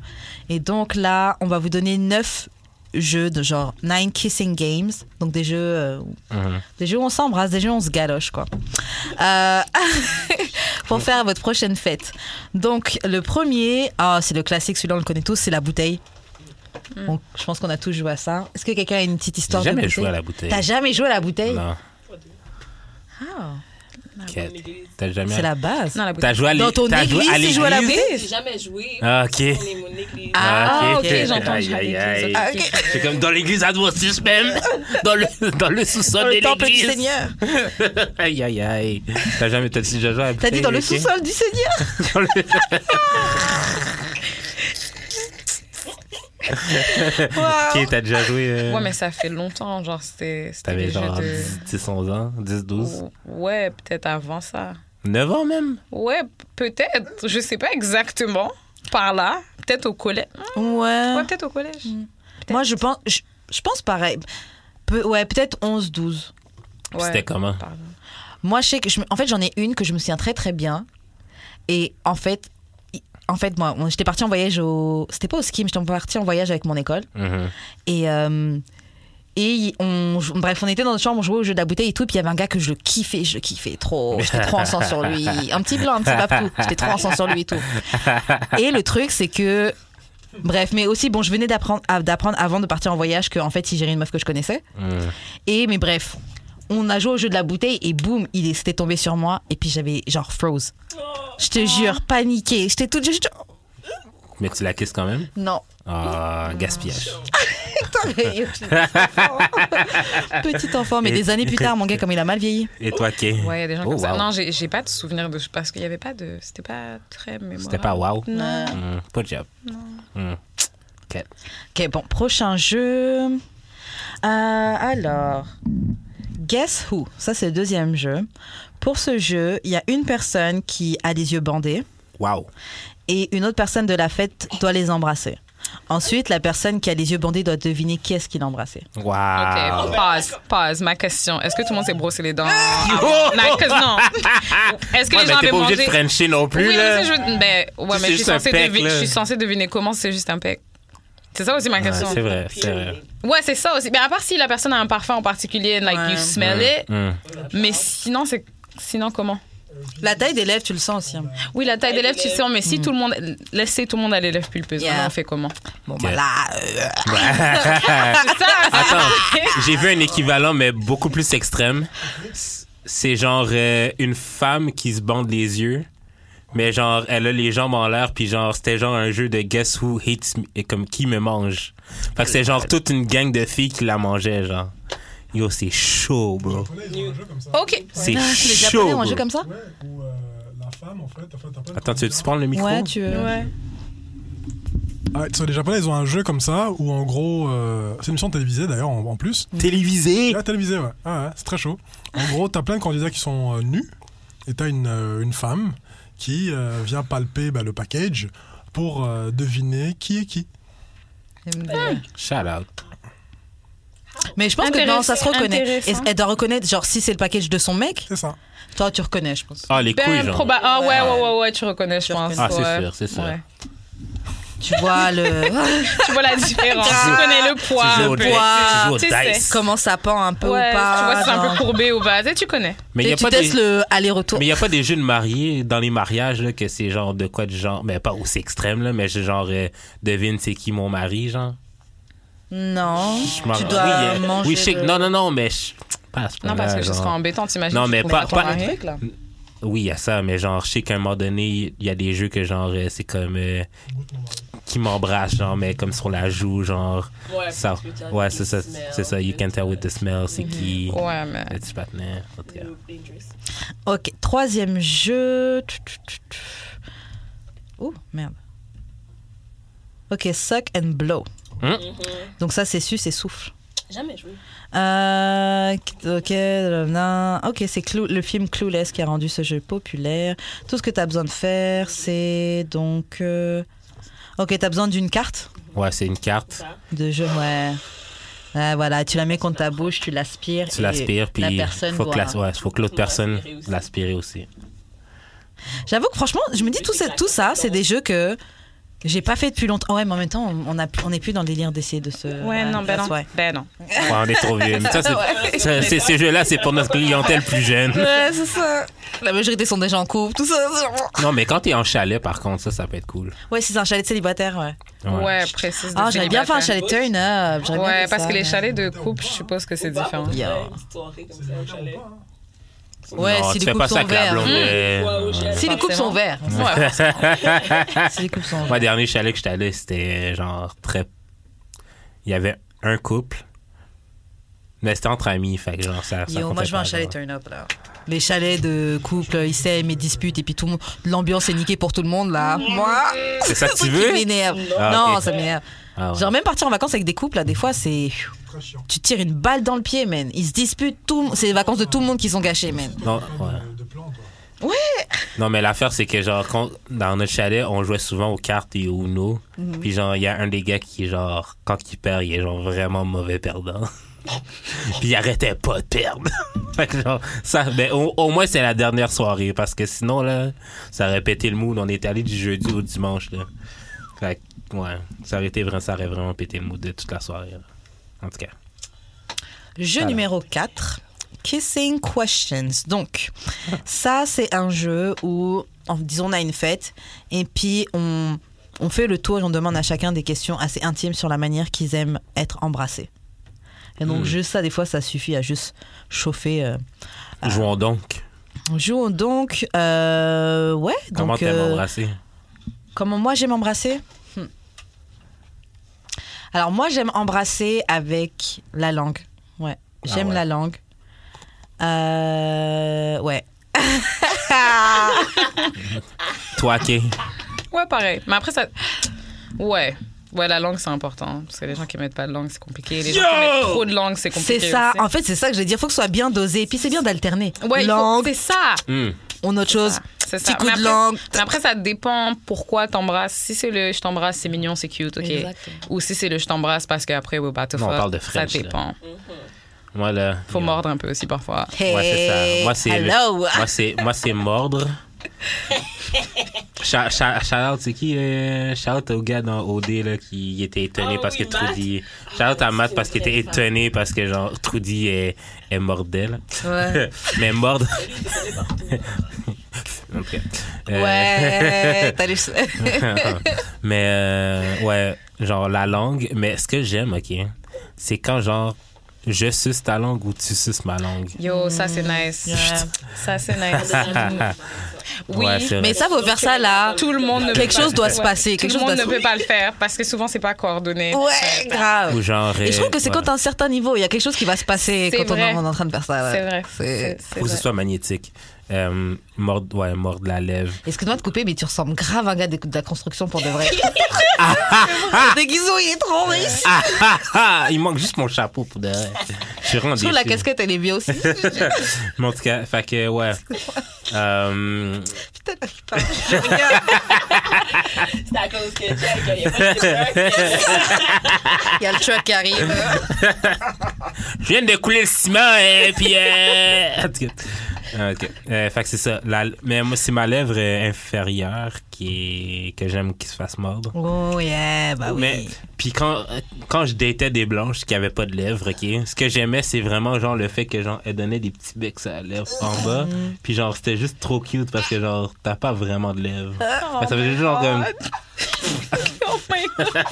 [SPEAKER 2] Et donc là, on va vous donner 9 jeux de genre 9 kissing games, donc des jeux, euh,
[SPEAKER 3] Mhm.
[SPEAKER 2] des jeux où on s'embrasse, des jeux où on se galoche, quoi. Euh, pour faire votre prochaine fête. Donc le premier, ah, c'est le classique, celui-là on le connaît tous, c'est la bouteille. Donc, je pense qu'on a tous joué à ça. Est-ce que quelqu'un a une petite
[SPEAKER 3] J'ai
[SPEAKER 2] histoire de
[SPEAKER 3] jamais
[SPEAKER 2] bouteille
[SPEAKER 3] joué à la bouteille.
[SPEAKER 2] T'as jamais joué à la bouteille
[SPEAKER 3] Non.
[SPEAKER 2] Ah.
[SPEAKER 3] Kat, T'as jamais.
[SPEAKER 2] C'est la base.
[SPEAKER 4] Non, la
[SPEAKER 3] T'as
[SPEAKER 4] bouteille.
[SPEAKER 3] joué à l'é-
[SPEAKER 2] Dans ton
[SPEAKER 3] t'as joué à
[SPEAKER 2] église, tu joues à la
[SPEAKER 3] l'église?
[SPEAKER 2] bouteille
[SPEAKER 5] J'ai jamais joué.
[SPEAKER 3] Ah, ok.
[SPEAKER 5] On est mon église.
[SPEAKER 4] Ah, ok, j'entends,
[SPEAKER 3] Aïe,
[SPEAKER 4] j'avais
[SPEAKER 3] aïe, aïe.
[SPEAKER 4] dit, Ah,
[SPEAKER 2] ok.
[SPEAKER 3] C'est comme dans l'église adventiste même. Dans le, dans le
[SPEAKER 2] Dans
[SPEAKER 3] sous-sol
[SPEAKER 2] le
[SPEAKER 3] de
[SPEAKER 2] temple du
[SPEAKER 3] l'église.
[SPEAKER 2] Seigneur.
[SPEAKER 3] aïe, aïe, aïe. T'as jamais. T'as dit déjà joué à la
[SPEAKER 2] T'as dit dans le
[SPEAKER 3] bouteille, ok?
[SPEAKER 2] sous-sol du Seigneur
[SPEAKER 3] Dans le-
[SPEAKER 2] Wow.
[SPEAKER 3] Ok, t'as déjà joué. euh,
[SPEAKER 4] Ouais, mais ça fait longtemps. Genre, c'était. c'était
[SPEAKER 3] T'avais
[SPEAKER 4] des jeux
[SPEAKER 3] genre
[SPEAKER 4] de-
[SPEAKER 3] 10, 10, 11 ans, 10, 12.
[SPEAKER 4] Ouais, peut-être avant ça.
[SPEAKER 3] 9 ans même.
[SPEAKER 4] Ouais, peut-être. Je sais pas exactement. Par là. Peut-être au collège.
[SPEAKER 2] Ouais.
[SPEAKER 4] Ouais, peut-être au collège.
[SPEAKER 2] Moi, je pense, je, je pense pareil. Peu- ouais, peut-être 11, 12.
[SPEAKER 3] Puis C'était comment?
[SPEAKER 4] Pardon.
[SPEAKER 2] Moi, je sais que. je me- en fait, j'en ai une que je me souviens très, très bien. Et en fait. i- En fait, moi, on- j'étais partie en voyage au. C'était pas au ski, mais j'étais partie en voyage avec mon école.
[SPEAKER 3] Mhm.
[SPEAKER 2] Et. euh, et on, jou- bref, on était dans notre chambre, on jouait au jeu de la bouteille et tout. Et puis il y avait un gars que je le kiffais, je le kiffais trop. J'étais trop en sang sur lui. Un petit blanc, un petit papou. J'étais trop en sang sur lui et tout. Et le truc, c'est que. Bref, mais aussi, bon, je venais d'apprendre à- d'apprendre avant de partir en voyage qu'en fait, il gérait une meuf que je connaissais.
[SPEAKER 3] Mhm.
[SPEAKER 2] Et mais bref, on a joué au jeu de la bouteille et boum, il est- s'était tombé sur moi et puis j'avais genre froze. Je te jure, paniqué. J'étais toute juste genre,
[SPEAKER 3] Mais tu la kisses quand même?
[SPEAKER 2] non.
[SPEAKER 3] Ah, gaspillage.
[SPEAKER 2] Petit enfant, mais
[SPEAKER 3] Et-
[SPEAKER 2] des années plus tard, mon gars, comme il a mal vieilli.
[SPEAKER 3] Et toi, Kay?
[SPEAKER 4] Ouais, il y a des gens
[SPEAKER 3] Oh,
[SPEAKER 4] comme ça.
[SPEAKER 3] wow.
[SPEAKER 4] Non, j'ai j'ai pas de souvenir de. Parce qu'il y avait pas de. C'était pas très mémorable.
[SPEAKER 3] C'était pas wow?
[SPEAKER 4] Non.
[SPEAKER 3] Mhm. Pas de job. Mhm. Ok.
[SPEAKER 2] Ok, bon, prochain jeu. Euh, alors, Guess Who Ça, c'est le deuxième jeu. Pour ce jeu, il y a une personne qui a les yeux bandés.
[SPEAKER 3] Wow.
[SPEAKER 2] et une autre personne de la fête doit les embrasser. Ensuite, la personne qui a les yeux bandés doit deviner qui est-ce qui l'a embrassé.
[SPEAKER 3] Wow.
[SPEAKER 4] Ok, pause, pause. Ma question. Est-ce que tout le monde s'est brossé les dents avant? Non, que- non. Est-ce que
[SPEAKER 3] Ouais, mais
[SPEAKER 4] les gens
[SPEAKER 3] t'es
[SPEAKER 4] avaient
[SPEAKER 3] pas obligé de
[SPEAKER 4] mangé?
[SPEAKER 3] Frencher non plus,
[SPEAKER 4] oui,
[SPEAKER 3] là.
[SPEAKER 4] mais c'est juste- ben, ouais,
[SPEAKER 3] C'est
[SPEAKER 4] mais je suis,
[SPEAKER 3] juste un
[SPEAKER 4] censée
[SPEAKER 3] pec,
[SPEAKER 4] deviner,
[SPEAKER 3] là.
[SPEAKER 4] je suis censée deviner comment c'est juste un pec. C'est ça aussi ma
[SPEAKER 3] Ouais,
[SPEAKER 4] question.
[SPEAKER 3] c'est vrai, c'est vrai.
[SPEAKER 4] Ouais, c'est ça aussi. Mais à part si la personne a un parfum en particulier, like
[SPEAKER 2] Ouais.
[SPEAKER 4] you smell it.
[SPEAKER 3] Mhm.
[SPEAKER 4] Mais sinon, c'est. Sinon, comment?
[SPEAKER 2] La taille des lèvres, tu le sens aussi. hein.
[SPEAKER 4] Oui, la taille des lèvres, tu sais, mais
[SPEAKER 3] Hmm.
[SPEAKER 4] si tout le monde. Laissez tout le monde à l'élève pulpeuse.
[SPEAKER 2] Yeah.
[SPEAKER 4] On fait comment?
[SPEAKER 2] Bon, bah là, euh,
[SPEAKER 3] Euh,
[SPEAKER 4] C'est ça!
[SPEAKER 3] Attends, j'ai vu un équivalent, mais beaucoup plus extrême. C'est genre euh, une femme qui se bande les yeux, mais genre, elle a les jambes en l'air, puis genre, c'était genre un jeu de Guess Who Hates Me, et comme qui me mange. Fait que c'est genre toute une gang de filles qui la mangeaient, genre. Yo, c'est chaud, bro.
[SPEAKER 4] OK.
[SPEAKER 3] C'est
[SPEAKER 2] ah, les
[SPEAKER 3] chaud.
[SPEAKER 2] Japonais ont
[SPEAKER 3] bro.
[SPEAKER 2] un jeu comme ça
[SPEAKER 6] Ouais, ou euh, la femme, en fait. En fait en fait,
[SPEAKER 3] Attends, tu veux-tu prendre le micro?
[SPEAKER 2] Ouais, tu euh, veux.
[SPEAKER 6] Ah, tu sais, les Japonais, ils ont un jeu comme ça où, en gros, euh, c'est une émission télévisée d'ailleurs, en, en plus.
[SPEAKER 3] Télévisé!
[SPEAKER 6] Ah, télévisée, ouais. Ah, ouais, c'est très chaud. En gros, t'as plein de candidats qui sont euh, nus et t'as une, euh, une femme qui euh, vient palper bah, le package pour euh, deviner qui est qui.
[SPEAKER 3] Shout out.
[SPEAKER 2] Mais je pense que non, ça se reconnaît. Et
[SPEAKER 4] Intéressant.
[SPEAKER 2] elle doit reconnaître, genre, si c'est le package de son mec,
[SPEAKER 6] C'est ça.
[SPEAKER 2] toi, tu reconnais, je pense.
[SPEAKER 3] Ah, les couilles,
[SPEAKER 4] Ben,
[SPEAKER 3] genre.
[SPEAKER 4] proba- Ah, ouais, ouais, ouais, ouais, tu reconnais, je pense.
[SPEAKER 3] Ah, c'est
[SPEAKER 4] ouais.
[SPEAKER 3] sûr, c'est sûr.
[SPEAKER 4] Ouais.
[SPEAKER 2] Tu vois le.
[SPEAKER 4] Tu vois la différence. tu connais le
[SPEAKER 3] Tu
[SPEAKER 4] poids.
[SPEAKER 3] joues
[SPEAKER 4] un
[SPEAKER 3] au
[SPEAKER 4] peu.
[SPEAKER 2] ben,
[SPEAKER 3] deck, tu joues au
[SPEAKER 4] Tu sais.
[SPEAKER 3] dice.
[SPEAKER 2] Comment ça pend un peu
[SPEAKER 4] Ouais,
[SPEAKER 2] ou pas.
[SPEAKER 4] tu vois si c'est un
[SPEAKER 2] genre.
[SPEAKER 4] peu courbé ou pas. Tu sais, tu connais.
[SPEAKER 3] Mais y a
[SPEAKER 2] tu
[SPEAKER 3] pas
[SPEAKER 2] testes
[SPEAKER 3] des-
[SPEAKER 2] le aller-retour.
[SPEAKER 3] Mais il n'y a pas des jeux de mariés dans les mariages là, que c'est genre de quoi de genre. Mais pas aussi extrême, là, mais c'est genre euh, devine c'est qui mon mari, genre.
[SPEAKER 2] Non.
[SPEAKER 3] Je m'en-
[SPEAKER 2] Tu dois
[SPEAKER 3] oui, euh,
[SPEAKER 2] manger.
[SPEAKER 3] oui, je sais que-
[SPEAKER 2] le-
[SPEAKER 3] Non, non, non, mais. je- pas à ce
[SPEAKER 4] Non, parce
[SPEAKER 3] point-là,
[SPEAKER 4] que ce
[SPEAKER 3] genre.
[SPEAKER 4] serait embêtant, t'imagines.
[SPEAKER 3] Non,
[SPEAKER 4] tu
[SPEAKER 3] mais
[SPEAKER 4] trouves
[SPEAKER 3] pas-
[SPEAKER 4] ton
[SPEAKER 3] pas-
[SPEAKER 4] mari.
[SPEAKER 3] Oui, il y a ça, mais genre, je sais qu'à un moment donné, il y a des jeux que genre, euh, c'est comme. euh, qui m'embrasse, genre, mais comme sur la joue, genre.
[SPEAKER 5] Ouais,
[SPEAKER 3] ça.
[SPEAKER 5] parce que tu as
[SPEAKER 3] Ouais,
[SPEAKER 5] des
[SPEAKER 3] c'est ça.
[SPEAKER 5] smells, Mhm.
[SPEAKER 3] C'est ça. You can tell with the smell, c'est qui.
[SPEAKER 4] Ouais, mais.
[SPEAKER 3] Le petit partenaire, en tout cas.
[SPEAKER 5] no dangerous.
[SPEAKER 2] Ok, troisième jeu. Tu, tu, tu, tu. Oh, merde. Ok, suck and blow.
[SPEAKER 3] Hmm.
[SPEAKER 2] Donc ça, c'est suce et souffle.
[SPEAKER 5] Mm-hmm. Jamais joué.
[SPEAKER 2] Euh, ok, nan, ok, c'est Clou- le film Clueless qui a rendu ce jeu populaire. Tout ce que tu as besoin de faire, c'est donc... euh, Ok, tu as besoin d'une carte
[SPEAKER 3] Ouais, c'est une carte.
[SPEAKER 2] de jeu, ouais. Ouais, voilà, tu la mets contre ta bouche, tu l'aspires.
[SPEAKER 3] Tu
[SPEAKER 2] et
[SPEAKER 3] l'aspires, puis
[SPEAKER 2] la
[SPEAKER 3] il
[SPEAKER 2] personne
[SPEAKER 3] faut que
[SPEAKER 2] doit-
[SPEAKER 3] la- ouais, faut que l'autre
[SPEAKER 5] Faut
[SPEAKER 3] personne
[SPEAKER 5] l'aspirer aussi.
[SPEAKER 3] l'aspire aussi.
[SPEAKER 2] J'avoue que franchement, je me dis tout ça, tout ça, c'est des jeux que j'ai pas fait depuis longtemps. Ouais, mais en même temps, on a, on n'est plus dans le délire d'essayer de se.
[SPEAKER 4] Ouais, non, ben non.
[SPEAKER 2] Ouais.
[SPEAKER 4] Ben non.
[SPEAKER 3] Ouais, on est trop vieux. Mais ça, c'est- ça, c'est- ces jeux-là, c'est pour notre clientèle plus jeune.
[SPEAKER 2] Ouais, c'est ça. La majorité sont déjà en couple, tout ça.
[SPEAKER 3] Non, mais quand t'es en chalet, par contre, ça, ça peut être cool.
[SPEAKER 2] Ouais, c'est un chalet de célibataire, ouais.
[SPEAKER 3] Ouais.
[SPEAKER 4] Ouais, précise. de
[SPEAKER 2] Ah, j'aurais bien fait un
[SPEAKER 4] célibataire.
[SPEAKER 2] chalet turn up. j'aurais bien
[SPEAKER 4] Ouais,
[SPEAKER 2] fait
[SPEAKER 4] parce
[SPEAKER 2] ça,
[SPEAKER 4] que les
[SPEAKER 2] mais-
[SPEAKER 4] chalets de couple, je suppose que c'est
[SPEAKER 5] Ou pas,
[SPEAKER 4] différent.
[SPEAKER 5] pour
[SPEAKER 2] Yeah.
[SPEAKER 5] faire une soirée comme ça au
[SPEAKER 6] C'est
[SPEAKER 5] chalet.
[SPEAKER 6] pas, hein.
[SPEAKER 2] Ouais,
[SPEAKER 3] non,
[SPEAKER 2] si
[SPEAKER 3] tu
[SPEAKER 2] les
[SPEAKER 3] fais
[SPEAKER 2] coupes
[SPEAKER 3] pas ça
[SPEAKER 2] sont
[SPEAKER 3] avec la
[SPEAKER 2] vertes.
[SPEAKER 3] blonde.
[SPEAKER 4] Mmh.
[SPEAKER 3] euh,
[SPEAKER 5] Waouh, j'ai-
[SPEAKER 2] Si les coupes sont vertes.
[SPEAKER 4] Ouais.
[SPEAKER 2] Si les coupes sont
[SPEAKER 3] Moi,
[SPEAKER 2] vertes.
[SPEAKER 3] dernier chalet que j'étais allé, c'était genre très. Il y avait un couple. Mais c'était entre amis, fait que genre ça. ça
[SPEAKER 2] Yo, moi
[SPEAKER 3] comptait
[SPEAKER 2] je veux un
[SPEAKER 3] pas,
[SPEAKER 2] chalet
[SPEAKER 3] genre.
[SPEAKER 2] turn up là. Les chalets de couple, euh, ils s'aiment et disputent et puis tout le monde- l'ambiance est niquée pour tout le monde là. Moi,
[SPEAKER 3] C'est ça que tu
[SPEAKER 2] qui
[SPEAKER 3] veux?
[SPEAKER 2] m'énerve.
[SPEAKER 3] Ah,
[SPEAKER 2] non,
[SPEAKER 3] ok.
[SPEAKER 2] ça m'énerve.
[SPEAKER 3] Ah ouais.
[SPEAKER 2] Genre même partir en vacances avec des couples là, des fois c'est
[SPEAKER 6] Très chiant.
[SPEAKER 2] tu tires une balle dans le pied, man. Ils se disputent tout, c'est les vacances de tout le monde qui sont gâchées, man.
[SPEAKER 3] Non, ouais.
[SPEAKER 6] De, de plan, toi.
[SPEAKER 3] Non, mais l'affaire, c'est que, genre, quand, dans notre chalet, on jouait souvent aux cartes et au Uno. Puis, genre, il y a un des gars qui, genre, quand il perd, il est, genre, vraiment mauvais perdant. puis, il arrêtait pas de perdre. fait que, genre, ça, mais au, au moins, c'est la dernière soirée. Parce que sinon, là, ça répétait le mood. On est allé du jeudi au dimanche, là. Fait que, ouais, ça aurait, été, vraiment- ça aurait vraiment pété le mood de toute la soirée. là. En tout cas.
[SPEAKER 2] Jeu numéro 4, Kissing Questions. Donc, ça, c'est un jeu où, en- disons, on a une fête et puis on, on fait le tour et on demande à chacun des questions assez intimes sur la manière qu'ils aiment être embrassés. Et donc,
[SPEAKER 3] Hmm.
[SPEAKER 2] juste ça, des fois, ça suffit à juste chauffer. euh.
[SPEAKER 3] Jouons donc.
[SPEAKER 2] Jouons donc. euh, ouais, donc.
[SPEAKER 3] Comment t'aimes
[SPEAKER 2] euh,
[SPEAKER 3] embrasser?
[SPEAKER 2] Comment moi j'aime embrasser Hmm. Alors moi j'aime embrasser avec la langue. Ouais,
[SPEAKER 3] Ah
[SPEAKER 2] j'aime
[SPEAKER 3] ouais.
[SPEAKER 2] la langue. Euh, ouais.
[SPEAKER 3] Toi, Kay.
[SPEAKER 4] Ouais, pareil. Mais après, ça. Ouais. Ouais, la langue, c'est important. Parce que les gens qui mettent pas de langue, c'est compliqué. Les gens qui mettent trop de langue, c'est
[SPEAKER 2] C'est
[SPEAKER 4] compliqué.
[SPEAKER 2] ça.
[SPEAKER 4] aussi.
[SPEAKER 2] En fait, c'est ça que je veux dire. Faut que ce soit bien dosé. Et puis c'est bien d'alterner.
[SPEAKER 4] Ouais, il faut-
[SPEAKER 2] langue,
[SPEAKER 4] c'est ça.
[SPEAKER 3] Hmm.
[SPEAKER 2] on autre chose.
[SPEAKER 4] C'est ça.
[SPEAKER 2] Petit coup
[SPEAKER 4] Mais
[SPEAKER 2] de
[SPEAKER 4] après-
[SPEAKER 2] langue.
[SPEAKER 4] Mais après, ça dépend pourquoi t'embrasses. Si c'est le je t'embrasse, c'est mignon, c'est cute, ok. Ou si c'est le je t'embrasse parce qu'après, we're about to
[SPEAKER 3] Non, on
[SPEAKER 4] fuck,
[SPEAKER 3] parle de
[SPEAKER 4] Ça
[SPEAKER 3] French, là.
[SPEAKER 4] dépend.
[SPEAKER 3] Moi, là.
[SPEAKER 4] Faut
[SPEAKER 3] yo.
[SPEAKER 4] mordre un peu aussi parfois.
[SPEAKER 3] Ouais, c'est ça. Moi, c'est-
[SPEAKER 2] Hello.
[SPEAKER 3] Moi, c'est, moi, c'est mordre. Shout shout- out, c'est qui? Euh, shout out au gars dans OD là, qui était étonné
[SPEAKER 5] Ah
[SPEAKER 3] parce
[SPEAKER 5] oui,
[SPEAKER 3] que
[SPEAKER 5] Matt.
[SPEAKER 3] Trudy. Shout out à Matt parce qu'il était étonné parce que genre Trudy est, est mordelle.
[SPEAKER 2] Ouais.
[SPEAKER 3] Mais mordre. Ok. Euh,
[SPEAKER 2] Ouais. T'as les-
[SPEAKER 3] mais euh, ouais, genre la langue. Mais ce que j'aime, ok, c'est quand genre je suce ta langue ou tu suces ma langue.
[SPEAKER 4] Yo,
[SPEAKER 2] Mm,
[SPEAKER 4] ça c'est nice. Ça c'est nice. oui. Ah,
[SPEAKER 3] Ouais, c'est vrai.
[SPEAKER 2] Mais ça faut faire ça là.
[SPEAKER 4] tout le monde ne
[SPEAKER 2] Quelque
[SPEAKER 4] peut pas-
[SPEAKER 2] chose doit se
[SPEAKER 4] ouais.
[SPEAKER 2] passer.
[SPEAKER 4] Tout
[SPEAKER 2] Quelque
[SPEAKER 4] le
[SPEAKER 2] chose
[SPEAKER 4] monde ne
[SPEAKER 2] doit
[SPEAKER 4] peut pas le faire parce que souvent c'est pas coordonné.
[SPEAKER 2] se. Ouais, grave.
[SPEAKER 3] Ou genre.
[SPEAKER 2] Et je trouve que c'est
[SPEAKER 3] euh,
[SPEAKER 2] quand à un certain niveau, il y a quelque chose qui va se passer
[SPEAKER 4] C'est
[SPEAKER 2] quand on est,
[SPEAKER 4] vrai.
[SPEAKER 2] on est en train de faire ça. ouais.
[SPEAKER 4] C'est vrai.
[SPEAKER 2] C'est-
[SPEAKER 4] C'est- c'est
[SPEAKER 3] Faut que ce
[SPEAKER 4] vrai.
[SPEAKER 3] soit magnétique. Euh, mordre, ouais, mordre la lèvre.
[SPEAKER 2] Excuse-moi de couper, mais tu ressembles grave à un gars de, de la construction pour de vrai. Le déguisement, il est trop riche.
[SPEAKER 3] Ah, ah, ah, il manque juste mon chapeau pour derrière. Je suis vraiment
[SPEAKER 2] Je trouve la
[SPEAKER 3] déçu.
[SPEAKER 2] casquette, elle est bien aussi.
[SPEAKER 3] Mais en tout cas, fait que, ouais. Euh,
[SPEAKER 2] Putain, j'arrive pas. Je regarde.
[SPEAKER 5] C'est à cause que Jack, il y a pas de questions.
[SPEAKER 2] Il y a le truck qui arrive.
[SPEAKER 3] je viens de couler le ciment et puis. euh, en tout cas. Euh, ok. Euh, fait que c'est ça. La- mais moi, c'est ma lèvre euh, inférieure qui est, que j'aime qu'il se fasse mordre.
[SPEAKER 2] Oh yeah, bah oui.
[SPEAKER 3] Mais puis quand quand je datais des blanches qui avaient pas de lèvres, OK, ce que j'aimais c'est vraiment genre le fait que genre elle donnait des petits becs à lèvres en bas,
[SPEAKER 2] Ah.
[SPEAKER 3] puis genre c'était juste trop cute parce que genre t'as pas vraiment de lèvres.
[SPEAKER 2] Ah,
[SPEAKER 3] Fait que ça faisait juste genre comme
[SPEAKER 4] Oh my God.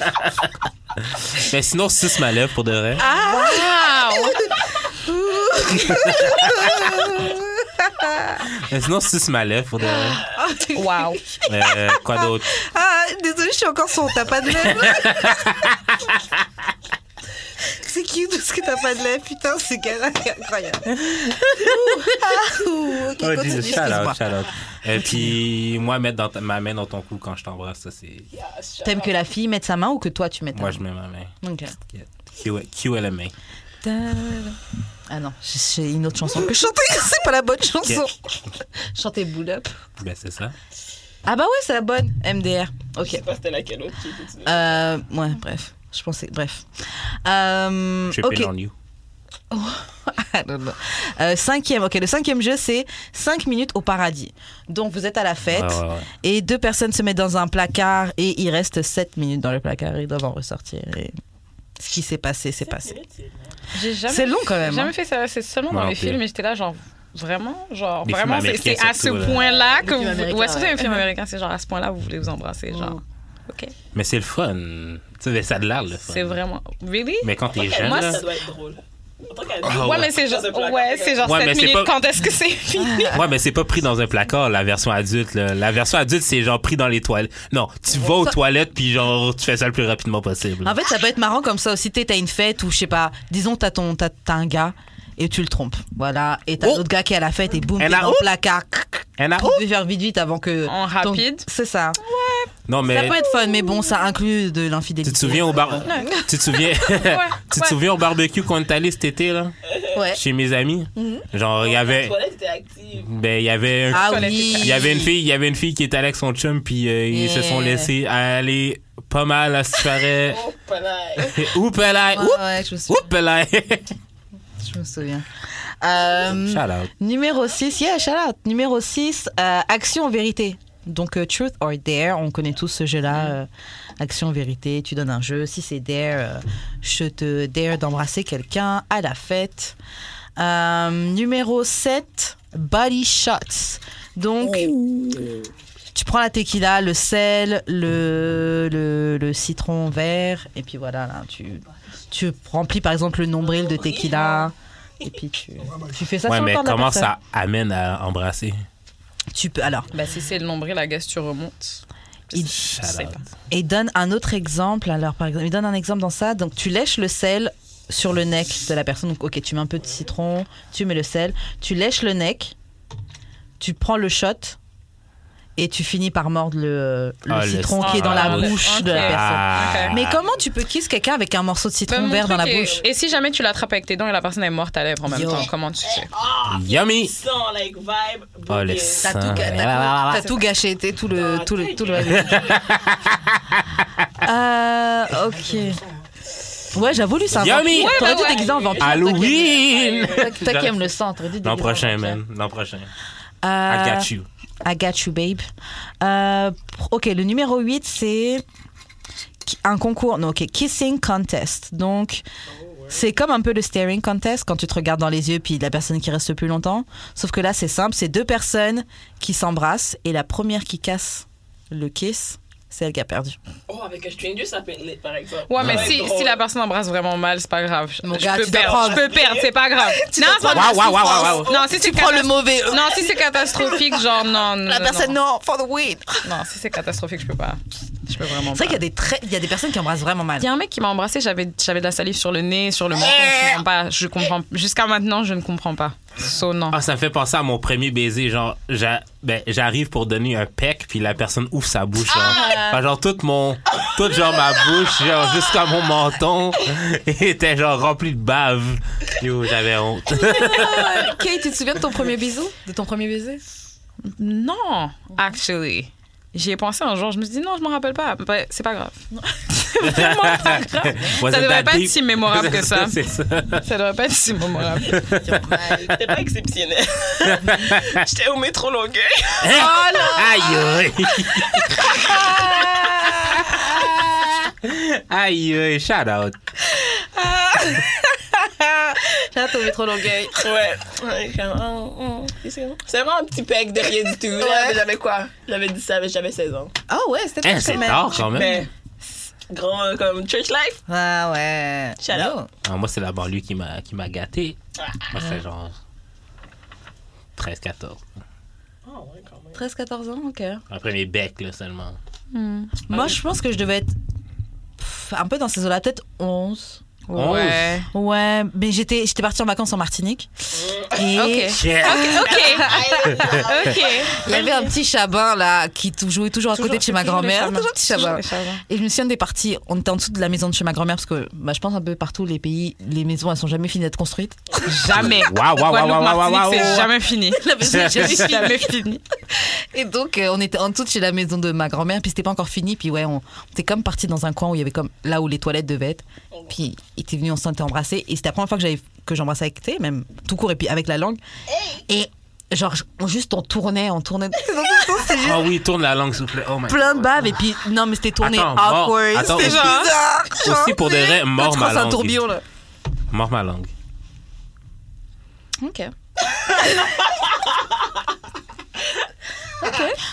[SPEAKER 3] mais sinon suce ma lèvre pour de vrai.
[SPEAKER 2] Ah.
[SPEAKER 4] Wow.
[SPEAKER 3] Mais sinon suce ma lèvre pour de vrai.
[SPEAKER 4] Wow.
[SPEAKER 3] Euh, quoi d'autre
[SPEAKER 2] Ah, désolée, je suis encore son. T'as pas de lèvres. c'est cute parce que t'as pas de lèvres. Putain, c'est galère, incroyable. Ouh, ah, ouh. Ok,
[SPEAKER 3] Oh,
[SPEAKER 2] continue,
[SPEAKER 3] Jesus, shout out,
[SPEAKER 2] excuse-moi.
[SPEAKER 3] shout out. Et puis moi mettre dans ta- ma main dans ton cou quand je t'embrasse, ça c'est
[SPEAKER 2] T'aimes que la fille mette sa main ou que toi tu mettes ta
[SPEAKER 3] moi
[SPEAKER 2] main
[SPEAKER 3] je mets ma main.
[SPEAKER 2] Ok.
[SPEAKER 3] Q, QLMA.
[SPEAKER 2] Ah non, j'ai- j'ai une autre chanson que chanter, c'est pas la bonne chanson. Chanter Bull Up.
[SPEAKER 3] Ben c'est ça.
[SPEAKER 2] Ah bah ouais, c'est la bonne, MDR.
[SPEAKER 5] Je sais
[SPEAKER 2] Ok.
[SPEAKER 5] pas c'était laquelle autre qui était
[SPEAKER 2] Euh, ouais, bref. Je pensais, bref. Euh,
[SPEAKER 3] Tripping
[SPEAKER 2] ok.
[SPEAKER 3] on you.
[SPEAKER 2] Ah, non, non. Euh, cinquième, ok. Le cinquième jeu, c'est 5 minutes au paradis. Donc vous êtes à la fête
[SPEAKER 3] Ah Ouais, ouais, ouais.
[SPEAKER 2] et deux personnes se mettent dans un placard et il reste 7 minutes dans le placard et ils doivent en ressortir. Et ce qui s'est passé, c'est passé.
[SPEAKER 4] J'ai jamais.
[SPEAKER 2] C'est long quand
[SPEAKER 4] J'ai
[SPEAKER 2] même. hein.
[SPEAKER 4] jamais fait ça, c'est seulement
[SPEAKER 3] Moi
[SPEAKER 4] dans
[SPEAKER 3] non
[SPEAKER 4] les
[SPEAKER 3] plus.
[SPEAKER 4] films et j'étais là genre vraiment genre
[SPEAKER 3] Des films
[SPEAKER 4] vraiment c'est
[SPEAKER 3] américains
[SPEAKER 4] c'est à ce
[SPEAKER 3] surtout, là.
[SPEAKER 4] point-là que
[SPEAKER 2] films
[SPEAKER 4] vous
[SPEAKER 2] américains,
[SPEAKER 4] ouais, surtout
[SPEAKER 2] ouais. Oh,
[SPEAKER 4] un film américain c'est genre à ce point-là vous voulez vous embrasser genre OK
[SPEAKER 3] Mais c'est le fun. Tu sais, mais ça a de l'air, le fun.
[SPEAKER 4] c'est vraiment really
[SPEAKER 3] Mais quand t'es jeune,
[SPEAKER 4] Moi,
[SPEAKER 3] là,
[SPEAKER 5] Ça doit être drôle. En tant qu'adulte.
[SPEAKER 3] Ah,
[SPEAKER 4] ouais,
[SPEAKER 3] ouais.
[SPEAKER 4] mais c'est genre,
[SPEAKER 5] Dans un placard,
[SPEAKER 4] ouais,
[SPEAKER 5] comme-
[SPEAKER 4] c'est genre
[SPEAKER 3] Ouais, mais
[SPEAKER 4] 7
[SPEAKER 3] c'est
[SPEAKER 4] minutes.
[SPEAKER 3] pas-
[SPEAKER 4] Quand est-ce que c'est fini?
[SPEAKER 3] Ouais, mais c'est pas pris dans un placard, la version adulte. là. La version adulte, c'est genre pris dans les toilettes. Non, tu vas aux
[SPEAKER 2] Ça-
[SPEAKER 3] toilettes, puis genre, tu fais ça le plus rapidement possible.
[SPEAKER 2] En fait, ça peut être marrant comme ça aussi. T'es t'as une fête ou je sais pas, disons t'as ton t'as t'as un gars et tu le trompes. Voilà. Et t'as
[SPEAKER 3] Oh.
[SPEAKER 2] l'autre gars qui est à la fête et boum,
[SPEAKER 3] Elle
[SPEAKER 2] t'es
[SPEAKER 3] a- Ah
[SPEAKER 2] dans
[SPEAKER 3] oh.
[SPEAKER 2] le placard.
[SPEAKER 3] Elle a-
[SPEAKER 2] Tu devais faire vite vite avant que.
[SPEAKER 4] En
[SPEAKER 2] ton-
[SPEAKER 4] rapide.
[SPEAKER 2] C'est ça.
[SPEAKER 3] Non, mais.
[SPEAKER 2] Ça peut être fun, mais bon, ça inclut de
[SPEAKER 3] Tu
[SPEAKER 2] l'infidélité.
[SPEAKER 3] te souviens au bar... tu te souviens... tu te
[SPEAKER 4] ouais.
[SPEAKER 3] souviens au barbecue qu'on est allé cet été là,
[SPEAKER 2] Ouais.
[SPEAKER 3] chez mes amis. Genre il y
[SPEAKER 5] La
[SPEAKER 3] avait,
[SPEAKER 5] toilette était active.
[SPEAKER 3] ben il y avait, un-
[SPEAKER 2] Ah
[SPEAKER 4] Toilette.
[SPEAKER 2] oui.
[SPEAKER 3] il y avait une fille, il y avait une fille qui était allée avec son chum puis euh, ils se sont
[SPEAKER 2] Yeah.
[SPEAKER 3] laissés aller pas mal à ce qui paraît.
[SPEAKER 5] Oh, palais.
[SPEAKER 3] Oups là,
[SPEAKER 2] Ouais, ouais, je me souviens.
[SPEAKER 3] oups là.
[SPEAKER 2] Je me souviens. Euh,
[SPEAKER 3] Shout out.
[SPEAKER 2] Numéro 6, yeah, shout out. Numéro 6, action vérité. Donc, euh, truth or dare, on connaît tous ce jeu-là. euh, action vérité, tu donnes un jeu. Si c'est dare, euh, je te dare d'embrasser quelqu'un à la fête. Euh, numéro 7, body shots. Donc, tu prends la tequila, le sel, le, le, le citron vert, et puis voilà, là, tu, tu remplis par exemple le nombril de tequila. Et puis tu, tu fais ça
[SPEAKER 3] Ouais
[SPEAKER 2] sur le
[SPEAKER 3] mais
[SPEAKER 2] corps de la
[SPEAKER 3] comment
[SPEAKER 2] personne.
[SPEAKER 3] ça amène à embrasser?
[SPEAKER 2] Tu peux alors.
[SPEAKER 4] Bah, si c'est le nombril, la guess, tu remontes.
[SPEAKER 2] Il-
[SPEAKER 4] Je
[SPEAKER 3] Shout
[SPEAKER 4] sais
[SPEAKER 3] out.
[SPEAKER 4] pas.
[SPEAKER 2] Et donne un autre exemple. Alors par exemple, il donne un exemple dans ça. Donc tu lèches le sel sur le nec de la personne. Donc ok, tu mets un peu de citron, tu mets le sel, tu lèches le nec, tu prends le shot et tu finis par mordre le, le
[SPEAKER 3] Ah, le
[SPEAKER 2] citron qui est dans
[SPEAKER 3] citron.
[SPEAKER 2] la
[SPEAKER 3] Ah,
[SPEAKER 2] bouche
[SPEAKER 4] le-
[SPEAKER 2] de la
[SPEAKER 4] ok.
[SPEAKER 2] personne.
[SPEAKER 3] Ah.
[SPEAKER 2] Mais comment tu peux kiss quelqu'un avec un morceau de
[SPEAKER 4] Ben,
[SPEAKER 2] citron
[SPEAKER 4] mon
[SPEAKER 2] vert dans la
[SPEAKER 4] truc est-
[SPEAKER 2] bouche
[SPEAKER 4] Et si jamais tu l'attrapes avec tes dents et la personne est morte à lèvres en même
[SPEAKER 2] Yo. Ah.
[SPEAKER 4] temps, comment tu fais?
[SPEAKER 3] Yummy.
[SPEAKER 5] Sans, like, vibe.
[SPEAKER 3] Oh le
[SPEAKER 5] bouquet.
[SPEAKER 2] T'as tout,
[SPEAKER 3] sang.
[SPEAKER 2] ga-
[SPEAKER 3] Là, là, là,
[SPEAKER 2] t'as tout-
[SPEAKER 3] là.
[SPEAKER 2] t'as tout gâché, t'es tout le, tout le, tout le. Euh, ok. Ouais, j'avoue, lui, c'est un
[SPEAKER 3] Yummy.
[SPEAKER 2] vampire.
[SPEAKER 3] Ouais,
[SPEAKER 2] T'aurais
[SPEAKER 4] bah
[SPEAKER 2] dû
[SPEAKER 4] ouais.
[SPEAKER 2] déguiser en vampire.
[SPEAKER 3] Halloween.
[SPEAKER 2] Toi qui- toi qui aimes le sang, t'aurais dû déguiser
[SPEAKER 3] L'an
[SPEAKER 2] en
[SPEAKER 3] prochain
[SPEAKER 2] vampire.
[SPEAKER 3] man, l'an prochain.
[SPEAKER 2] Euh,
[SPEAKER 3] I got you.
[SPEAKER 2] I got you, babe. Euh, ok, le numéro 8, c'est qui- un concours. Non, ok, Kissing Contest. Donc, c'est comme un peu le staring contest quand tu te regardes dans les yeux puis la personne qui reste le plus longtemps. Sauf que là, c'est simple c'est deux personnes qui s'embrassent et la première qui casse le kiss, c'est elle qui a perdu.
[SPEAKER 5] Oh, avec un stranger, ça peut être lit, par exemple.
[SPEAKER 4] Ouais, mais
[SPEAKER 5] Ça va
[SPEAKER 4] si,
[SPEAKER 5] être drôle.
[SPEAKER 4] si la personne embrasse vraiment mal, c'est pas grave. Je,
[SPEAKER 2] Ah, Mon
[SPEAKER 4] je
[SPEAKER 2] gars,
[SPEAKER 4] peux
[SPEAKER 2] tu dois
[SPEAKER 4] perdre,
[SPEAKER 2] prendre-
[SPEAKER 4] je peux perdre, c'est pas grave. non, c'est pas
[SPEAKER 3] prendre la Waouh, waouh, waouh, waouh, waouh.
[SPEAKER 4] Non, si c'est
[SPEAKER 2] Prends le
[SPEAKER 4] catas-
[SPEAKER 2] mauvais. euh,
[SPEAKER 4] Non, si c'est catastrophique, genre non. non,
[SPEAKER 2] la
[SPEAKER 4] non,
[SPEAKER 2] personne,
[SPEAKER 4] non.
[SPEAKER 2] non. for the win.
[SPEAKER 4] Non, si c'est catastrophique, je peux pas. Je peux vraiment
[SPEAKER 2] C'est vrai
[SPEAKER 4] pas.
[SPEAKER 2] qu'il y, a des traits- il y a des personnes qui embrassent vraiment mal.
[SPEAKER 4] Il y a un mec qui m'a embrassé, j'avais, j'avais de la salive sur le nez, sur le menton, je comprends pas. Je comprends. Jusqu'à maintenant, je ne comprends pas. So, non.
[SPEAKER 3] Ah, ça me fait penser à mon premier baiser. Genre, j'a- ben, j'arrive pour donner un pec, puis la personne ouvre sa bouche. Genre, Enfin, genre toute mon, toute genre ma bouche, genre jusqu'à mon menton, était genre remplie de bave. Yo, j'avais honte.
[SPEAKER 2] Kate, tu te souviens de ton premier bisou De ton premier baiser
[SPEAKER 4] Non, actually. J'y ai pensé un jour, je me suis dit non, je m'en rappelle pas. Bah, c'est pas grave. C'est vraiment pas grave.
[SPEAKER 3] Was
[SPEAKER 4] Ça
[SPEAKER 3] it that
[SPEAKER 4] devrait pas être
[SPEAKER 3] deep?
[SPEAKER 4] si mémorable que ça.
[SPEAKER 3] C'est ça.
[SPEAKER 4] Ça devrait pas être si mémorable.
[SPEAKER 5] C'était pas exceptionnel. J'étais au métro Longueuil.
[SPEAKER 3] Hein?
[SPEAKER 4] Oh
[SPEAKER 3] Aïe, aïe. Aïe, aïe, shout out.
[SPEAKER 2] J'ai hâte au métro Longueuil.
[SPEAKER 5] Ouais. Ouais, comme, oh, oh, qu'est-ce que c'est vraiment un petit pec de rien du tout. Là, mais J'avais quoi J'avais 10 j'avais- j'avais 16 ans.
[SPEAKER 2] Ah ouais, c'était
[SPEAKER 3] Eh, c'est tard quand même.
[SPEAKER 5] Mais grand euh, comme church life.
[SPEAKER 2] Ah ouais.
[SPEAKER 5] Shout out.
[SPEAKER 3] Ah, moi, c'est la banlieue qui m'a qui m'a gâté.
[SPEAKER 4] Ah.
[SPEAKER 3] Moi, c'est genre 13, 14.
[SPEAKER 5] Oh, ouais, quand même.
[SPEAKER 2] 13-14 ans, ok.
[SPEAKER 3] Un premier bec, là, seulement.
[SPEAKER 2] Moi, je pense que je devais être pff, un peu dans ces eaux-là, peut-être 11.
[SPEAKER 3] Oh.
[SPEAKER 4] Ouais.
[SPEAKER 2] Ouais, mais j'étais j'étais partie en vacances en Martinique. Et
[SPEAKER 4] Ok.
[SPEAKER 3] Yeah.
[SPEAKER 4] Ok. ok.
[SPEAKER 2] il y avait un petit chabin là qui tou- jouait toujours à côté de chez ma grand-mère.
[SPEAKER 4] Toujours
[SPEAKER 2] Toujours un petit chabin. Et je me souviens des parties, on était en dessous de la maison de chez ma grand-mère parce que bah, je pense un peu partout les pays, les maisons elles sont jamais finies d'être construites.
[SPEAKER 4] Jamais.
[SPEAKER 3] Waouh, waouh, waouh,
[SPEAKER 4] Guadeloupe,
[SPEAKER 3] waouh, waouh,
[SPEAKER 4] Martinique,
[SPEAKER 3] waouh.
[SPEAKER 4] c'est jamais fini.
[SPEAKER 2] La maison est jamais
[SPEAKER 4] C'est
[SPEAKER 2] finie.
[SPEAKER 4] jamais fini.
[SPEAKER 2] Et donc, euh, on était en dessous de chez la maison de ma grand-mère, puis c'était pas encore fini, puis ouais, on, on était comme parti dans un coin où il y avait comme là où les toilettes devaient être. Puis il était venu, on s'était embrassé, et c'était la première fois que j'avais que j'embrassais avec, tu sais, même tout court et puis avec la langue. Et genre, je- on, juste on tournait, on tournait
[SPEAKER 3] Ah oui, tourne la langue, s'il vous plaît. Oh my
[SPEAKER 2] plein de
[SPEAKER 3] God.
[SPEAKER 2] baves, et puis non, mais c'était tourné
[SPEAKER 3] Attends, mort.
[SPEAKER 2] awkward.
[SPEAKER 3] Attends,
[SPEAKER 2] c'était
[SPEAKER 3] aussi-
[SPEAKER 2] bizarre.
[SPEAKER 3] aussi pour des raies,
[SPEAKER 2] Quand
[SPEAKER 3] mort
[SPEAKER 2] tu
[SPEAKER 3] ma
[SPEAKER 2] crosses un
[SPEAKER 3] langue.
[SPEAKER 2] tourbillon là.
[SPEAKER 3] Mort ma langue.
[SPEAKER 2] Ok.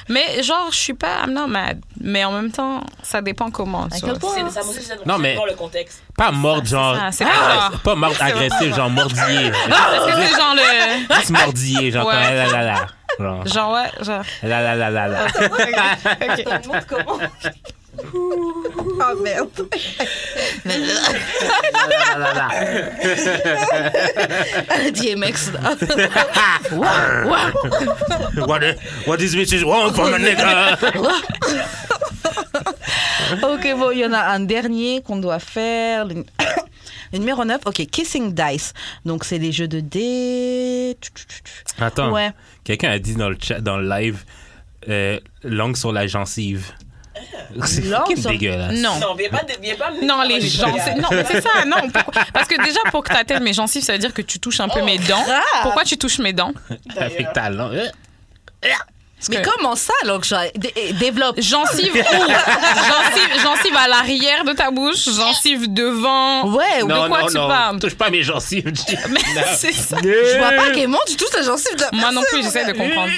[SPEAKER 4] Mais genre, je suis pas. I'm not mad. Mais en même temps, ça dépend comment. tu
[SPEAKER 2] quel
[SPEAKER 4] vois.
[SPEAKER 2] point?
[SPEAKER 5] C'est Ah, ça, moi aussi, j'aime
[SPEAKER 3] Non, mais-
[SPEAKER 5] vraiment le contexte.
[SPEAKER 3] Pas mordre, genre. Ah,
[SPEAKER 4] ça, c'est pas grave.
[SPEAKER 3] pas mordre agressif, genre mordillé.
[SPEAKER 4] Est-ce que c'est genre le.
[SPEAKER 3] Juste mordillé, genre.
[SPEAKER 4] Ouais.
[SPEAKER 3] comme, la la la. Genre,
[SPEAKER 4] Genre, ouais, genre.
[SPEAKER 3] la la la la la.
[SPEAKER 7] Ça me montre comment.
[SPEAKER 2] Oh merde.
[SPEAKER 3] La, la, la, la.
[SPEAKER 2] DMX. là.
[SPEAKER 3] What, what these bitches want from a nigga?
[SPEAKER 2] ok, bon, il y en a un dernier qu'on doit faire. Le... le numéro 9, ok, Kissing Dice. Donc, c'est les jeux de dés. Tu, tu, tu, tu.
[SPEAKER 3] Attends,
[SPEAKER 2] Ouais.
[SPEAKER 3] quelqu'un a dit dans le chat, dans le live, euh, langue sur la gencive. C'est
[SPEAKER 2] Langue
[SPEAKER 3] fucking
[SPEAKER 2] sur-
[SPEAKER 3] dégueulasse.
[SPEAKER 4] Non.
[SPEAKER 5] Non, viens pas, de- viens pas me-
[SPEAKER 4] Non, les
[SPEAKER 5] Oh,
[SPEAKER 4] gens.
[SPEAKER 5] gars.
[SPEAKER 4] c'est- Non, mais c'est ça, non. pourquoi- Parce que déjà, pour que t'atteignes mes gencives, ça veut dire que tu touches un peu mes dents.
[SPEAKER 2] Ah.
[SPEAKER 4] Pourquoi tu touches mes dents
[SPEAKER 3] Avec ta langue. Euh,
[SPEAKER 4] Parce
[SPEAKER 2] Mais
[SPEAKER 4] que-
[SPEAKER 2] comment ça, donc, genre, dé- eh, développe
[SPEAKER 4] Gencive où gencive, gencive à l'arrière de ta bouche, gencive devant.
[SPEAKER 2] Ouais,
[SPEAKER 4] de
[SPEAKER 3] Non,
[SPEAKER 4] quoi
[SPEAKER 3] non,
[SPEAKER 4] tu
[SPEAKER 3] non.
[SPEAKER 4] parles
[SPEAKER 3] Touche pas mes gencives.
[SPEAKER 4] Mais c'est ça.
[SPEAKER 2] je vois pas qu'elle monte du tout sa gencive. de- Ah,
[SPEAKER 4] Moi non plus, j'essaie de comprendre.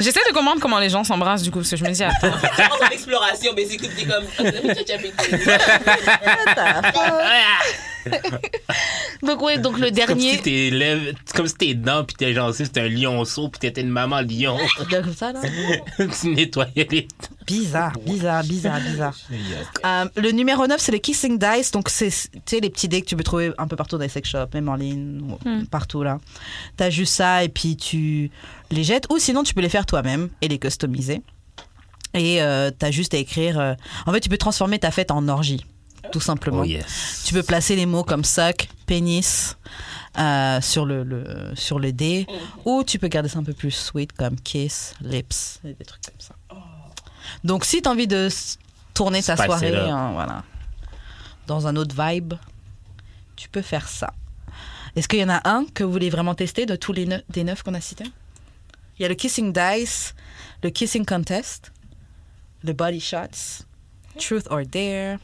[SPEAKER 4] J'essaie de comprendre comment les gens s'embrassent du coup, parce que je me dis, attends.
[SPEAKER 5] C'est en exploration, mais c'est t'es comme. oh, let me touch everything.
[SPEAKER 2] Donc, ouais, donc le
[SPEAKER 3] Comme
[SPEAKER 2] dernier.
[SPEAKER 3] si tes lèvres, comme si tes dents puis tes gencives c'était un lionceau puis t'étais une maman lion.
[SPEAKER 2] Comme ça, là.
[SPEAKER 3] tu nettoyais les.
[SPEAKER 2] Bizarre, bizarre, bizarre, bizarre. Euh, le numéro 9, c'est le Kissing Dice. Donc, c'est tu sais, les petits dés que tu peux trouver un peu partout dans les sex shops, même en ligne, ou partout là. T'as juste ça et puis tu les jettes. Ou sinon, tu peux les faire toi-même et les customiser. Et euh, t'as juste à écrire. euh, En fait, tu peux transformer ta fête en orgie, tout simplement.
[SPEAKER 3] Oh yes.
[SPEAKER 2] Tu peux placer les mots comme sac, pénis euh, sur, le, le- sur le dé. Ou tu peux garder ça un peu plus sweet comme kiss, lips, et des trucs comme ça. Donc si tu as envie de s- tourner ta
[SPEAKER 3] Spice it
[SPEAKER 2] soirée
[SPEAKER 3] up.
[SPEAKER 2] hein, voilà, dans un autre vibe, tu peux faire ça. Est-ce qu'il y en a un que vous voulez vraiment tester de tous les neu- des neuf qu'on a cités Il y a le kissing dice, le kissing contest, le body shots, truth or dare.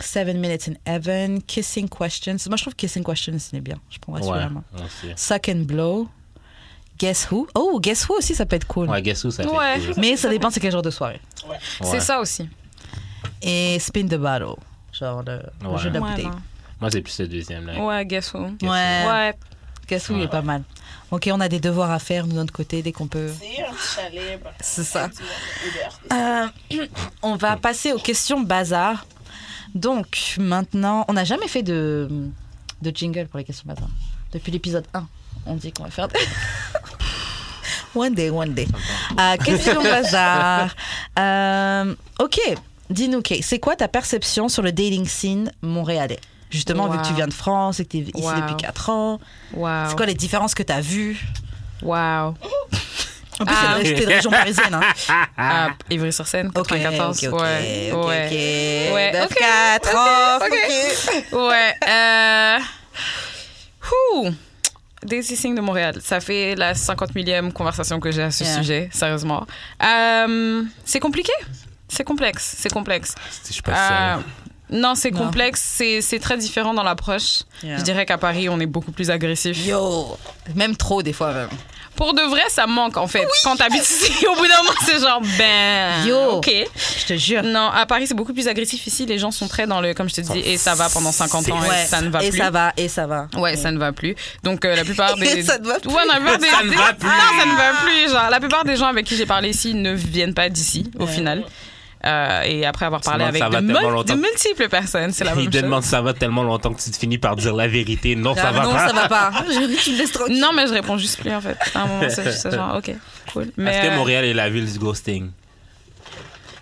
[SPEAKER 2] Seven Minutes in Heaven, Kissing Questions. Moi, je trouve Kissing Questions, c'est bien. Je prendrais
[SPEAKER 3] Ouais.
[SPEAKER 2] celui-là. moi.
[SPEAKER 3] on sait.
[SPEAKER 2] Suck and Blow. Guess Who. Oh, Guess Who aussi, ça peut être cool.
[SPEAKER 3] Ouais, guess who, ça
[SPEAKER 4] Ouais.
[SPEAKER 3] fait cool.
[SPEAKER 2] Mais ça dépend c'est quel genre de soirée.
[SPEAKER 3] Ouais.
[SPEAKER 4] C'est ça aussi.
[SPEAKER 2] Et Spin the Bottle. Genre le, le
[SPEAKER 3] Ouais.
[SPEAKER 2] jeu de la
[SPEAKER 4] Ouais,
[SPEAKER 2] bouteille. Euh.
[SPEAKER 4] non.
[SPEAKER 3] Moi, c'est plus ce deuxième là.
[SPEAKER 4] ouais, guess who?
[SPEAKER 3] Guess
[SPEAKER 2] Ouais.
[SPEAKER 4] Ouais,
[SPEAKER 2] Guess Who, il est pas mal. Ok, on a des devoirs à faire, nous, de notre côté, dès qu'on peut.
[SPEAKER 5] C'est un chalet. bah,
[SPEAKER 2] C'est ça.
[SPEAKER 5] tu vois, ouvert.
[SPEAKER 2] Euh, on va passer aux questions bazar. Donc, maintenant, on n'a jamais fait de, de jingle pour les questions bazar. Depuis l'épisode 1, on dit qu'on va faire des... one day, one day. Euh, question bazar. Euh, ok, dis-nous, Kay, c'est quoi ta perception sur le dating scene montréalais Justement, vu que tu
[SPEAKER 4] Wow.
[SPEAKER 2] viens de France et que tu es ici
[SPEAKER 4] Wow.
[SPEAKER 2] depuis 4 ans,
[SPEAKER 4] wow.
[SPEAKER 2] c'est quoi les différences que tu as vues
[SPEAKER 4] Wow.
[SPEAKER 2] En plus,
[SPEAKER 4] Ah.
[SPEAKER 2] c'est de- c'est de région parisienne. Hein.
[SPEAKER 4] Ah, Ivry-sur-Seine,
[SPEAKER 2] Ok,
[SPEAKER 4] 94.
[SPEAKER 2] ok, ok,
[SPEAKER 4] ouais.
[SPEAKER 2] ok,
[SPEAKER 4] ouais.
[SPEAKER 2] ok.
[SPEAKER 4] Ouais,
[SPEAKER 2] Neuf,
[SPEAKER 4] ok,
[SPEAKER 2] quatre,
[SPEAKER 4] ok,
[SPEAKER 2] off,
[SPEAKER 4] ok.
[SPEAKER 2] ok.
[SPEAKER 4] Ouais. Euh... Ouh. Daisy Singh de Montréal. Ça fait la 50 millième conversation que j'ai à ce
[SPEAKER 2] Yeah.
[SPEAKER 4] sujet, sérieusement. Euh, c'est compliqué. C'est complexe. C'est complexe.
[SPEAKER 3] Je suis pas
[SPEAKER 4] Euh, non, c'est
[SPEAKER 2] Non.
[SPEAKER 4] complexe. C'est c'est très différent dans l'approche.
[SPEAKER 2] Yeah.
[SPEAKER 4] Je dirais qu'à Paris, on est beaucoup plus agressif.
[SPEAKER 2] Yo, même trop des fois même.
[SPEAKER 4] Pour de vrai, ça manque, en fait. Quand t'habites ici, au bout d'un moment, c'est genre, ben.
[SPEAKER 2] Yo.
[SPEAKER 4] OK.
[SPEAKER 2] Je te jure.
[SPEAKER 4] Non, à Paris, c'est beaucoup plus agressif. Ici, les gens sont très dans le, comme je te dis, et ça va pendant 50 ans, et
[SPEAKER 2] Ouais.
[SPEAKER 4] ça ne va
[SPEAKER 2] et
[SPEAKER 4] plus.
[SPEAKER 2] ça va, et ça va.
[SPEAKER 4] Ouais, ça ne va plus. Donc, euh, la plupart des.
[SPEAKER 2] Ça ne va plus.
[SPEAKER 4] Ouais, non, la plupart des-
[SPEAKER 3] Ça ne
[SPEAKER 4] des-
[SPEAKER 3] va plus.
[SPEAKER 4] Non, ça ne va plus. Genre, la plupart des gens avec qui j'ai parlé ici ne viennent pas d'ici, au final. Euh, et après avoir parlé
[SPEAKER 3] Sinon,
[SPEAKER 4] avec
[SPEAKER 3] ça
[SPEAKER 4] de,
[SPEAKER 3] va tellement
[SPEAKER 4] mul-
[SPEAKER 3] longtemps.
[SPEAKER 4] de multiples personnes, c'est la
[SPEAKER 3] Il
[SPEAKER 4] même
[SPEAKER 3] te
[SPEAKER 4] chose.
[SPEAKER 3] demande ça va tellement longtemps que tu te finis par dire la vérité. Non, ça
[SPEAKER 2] Ah,
[SPEAKER 3] va
[SPEAKER 2] non,
[SPEAKER 3] pas.
[SPEAKER 2] ça va pas. Je tu me laisses tranquille.
[SPEAKER 4] Non, mais je réponds juste plus, en fait. À un moment, c'est juste genre, OK, cool. Mais,
[SPEAKER 3] Est-ce que
[SPEAKER 4] euh,
[SPEAKER 3] Montréal est la ville du ghosting?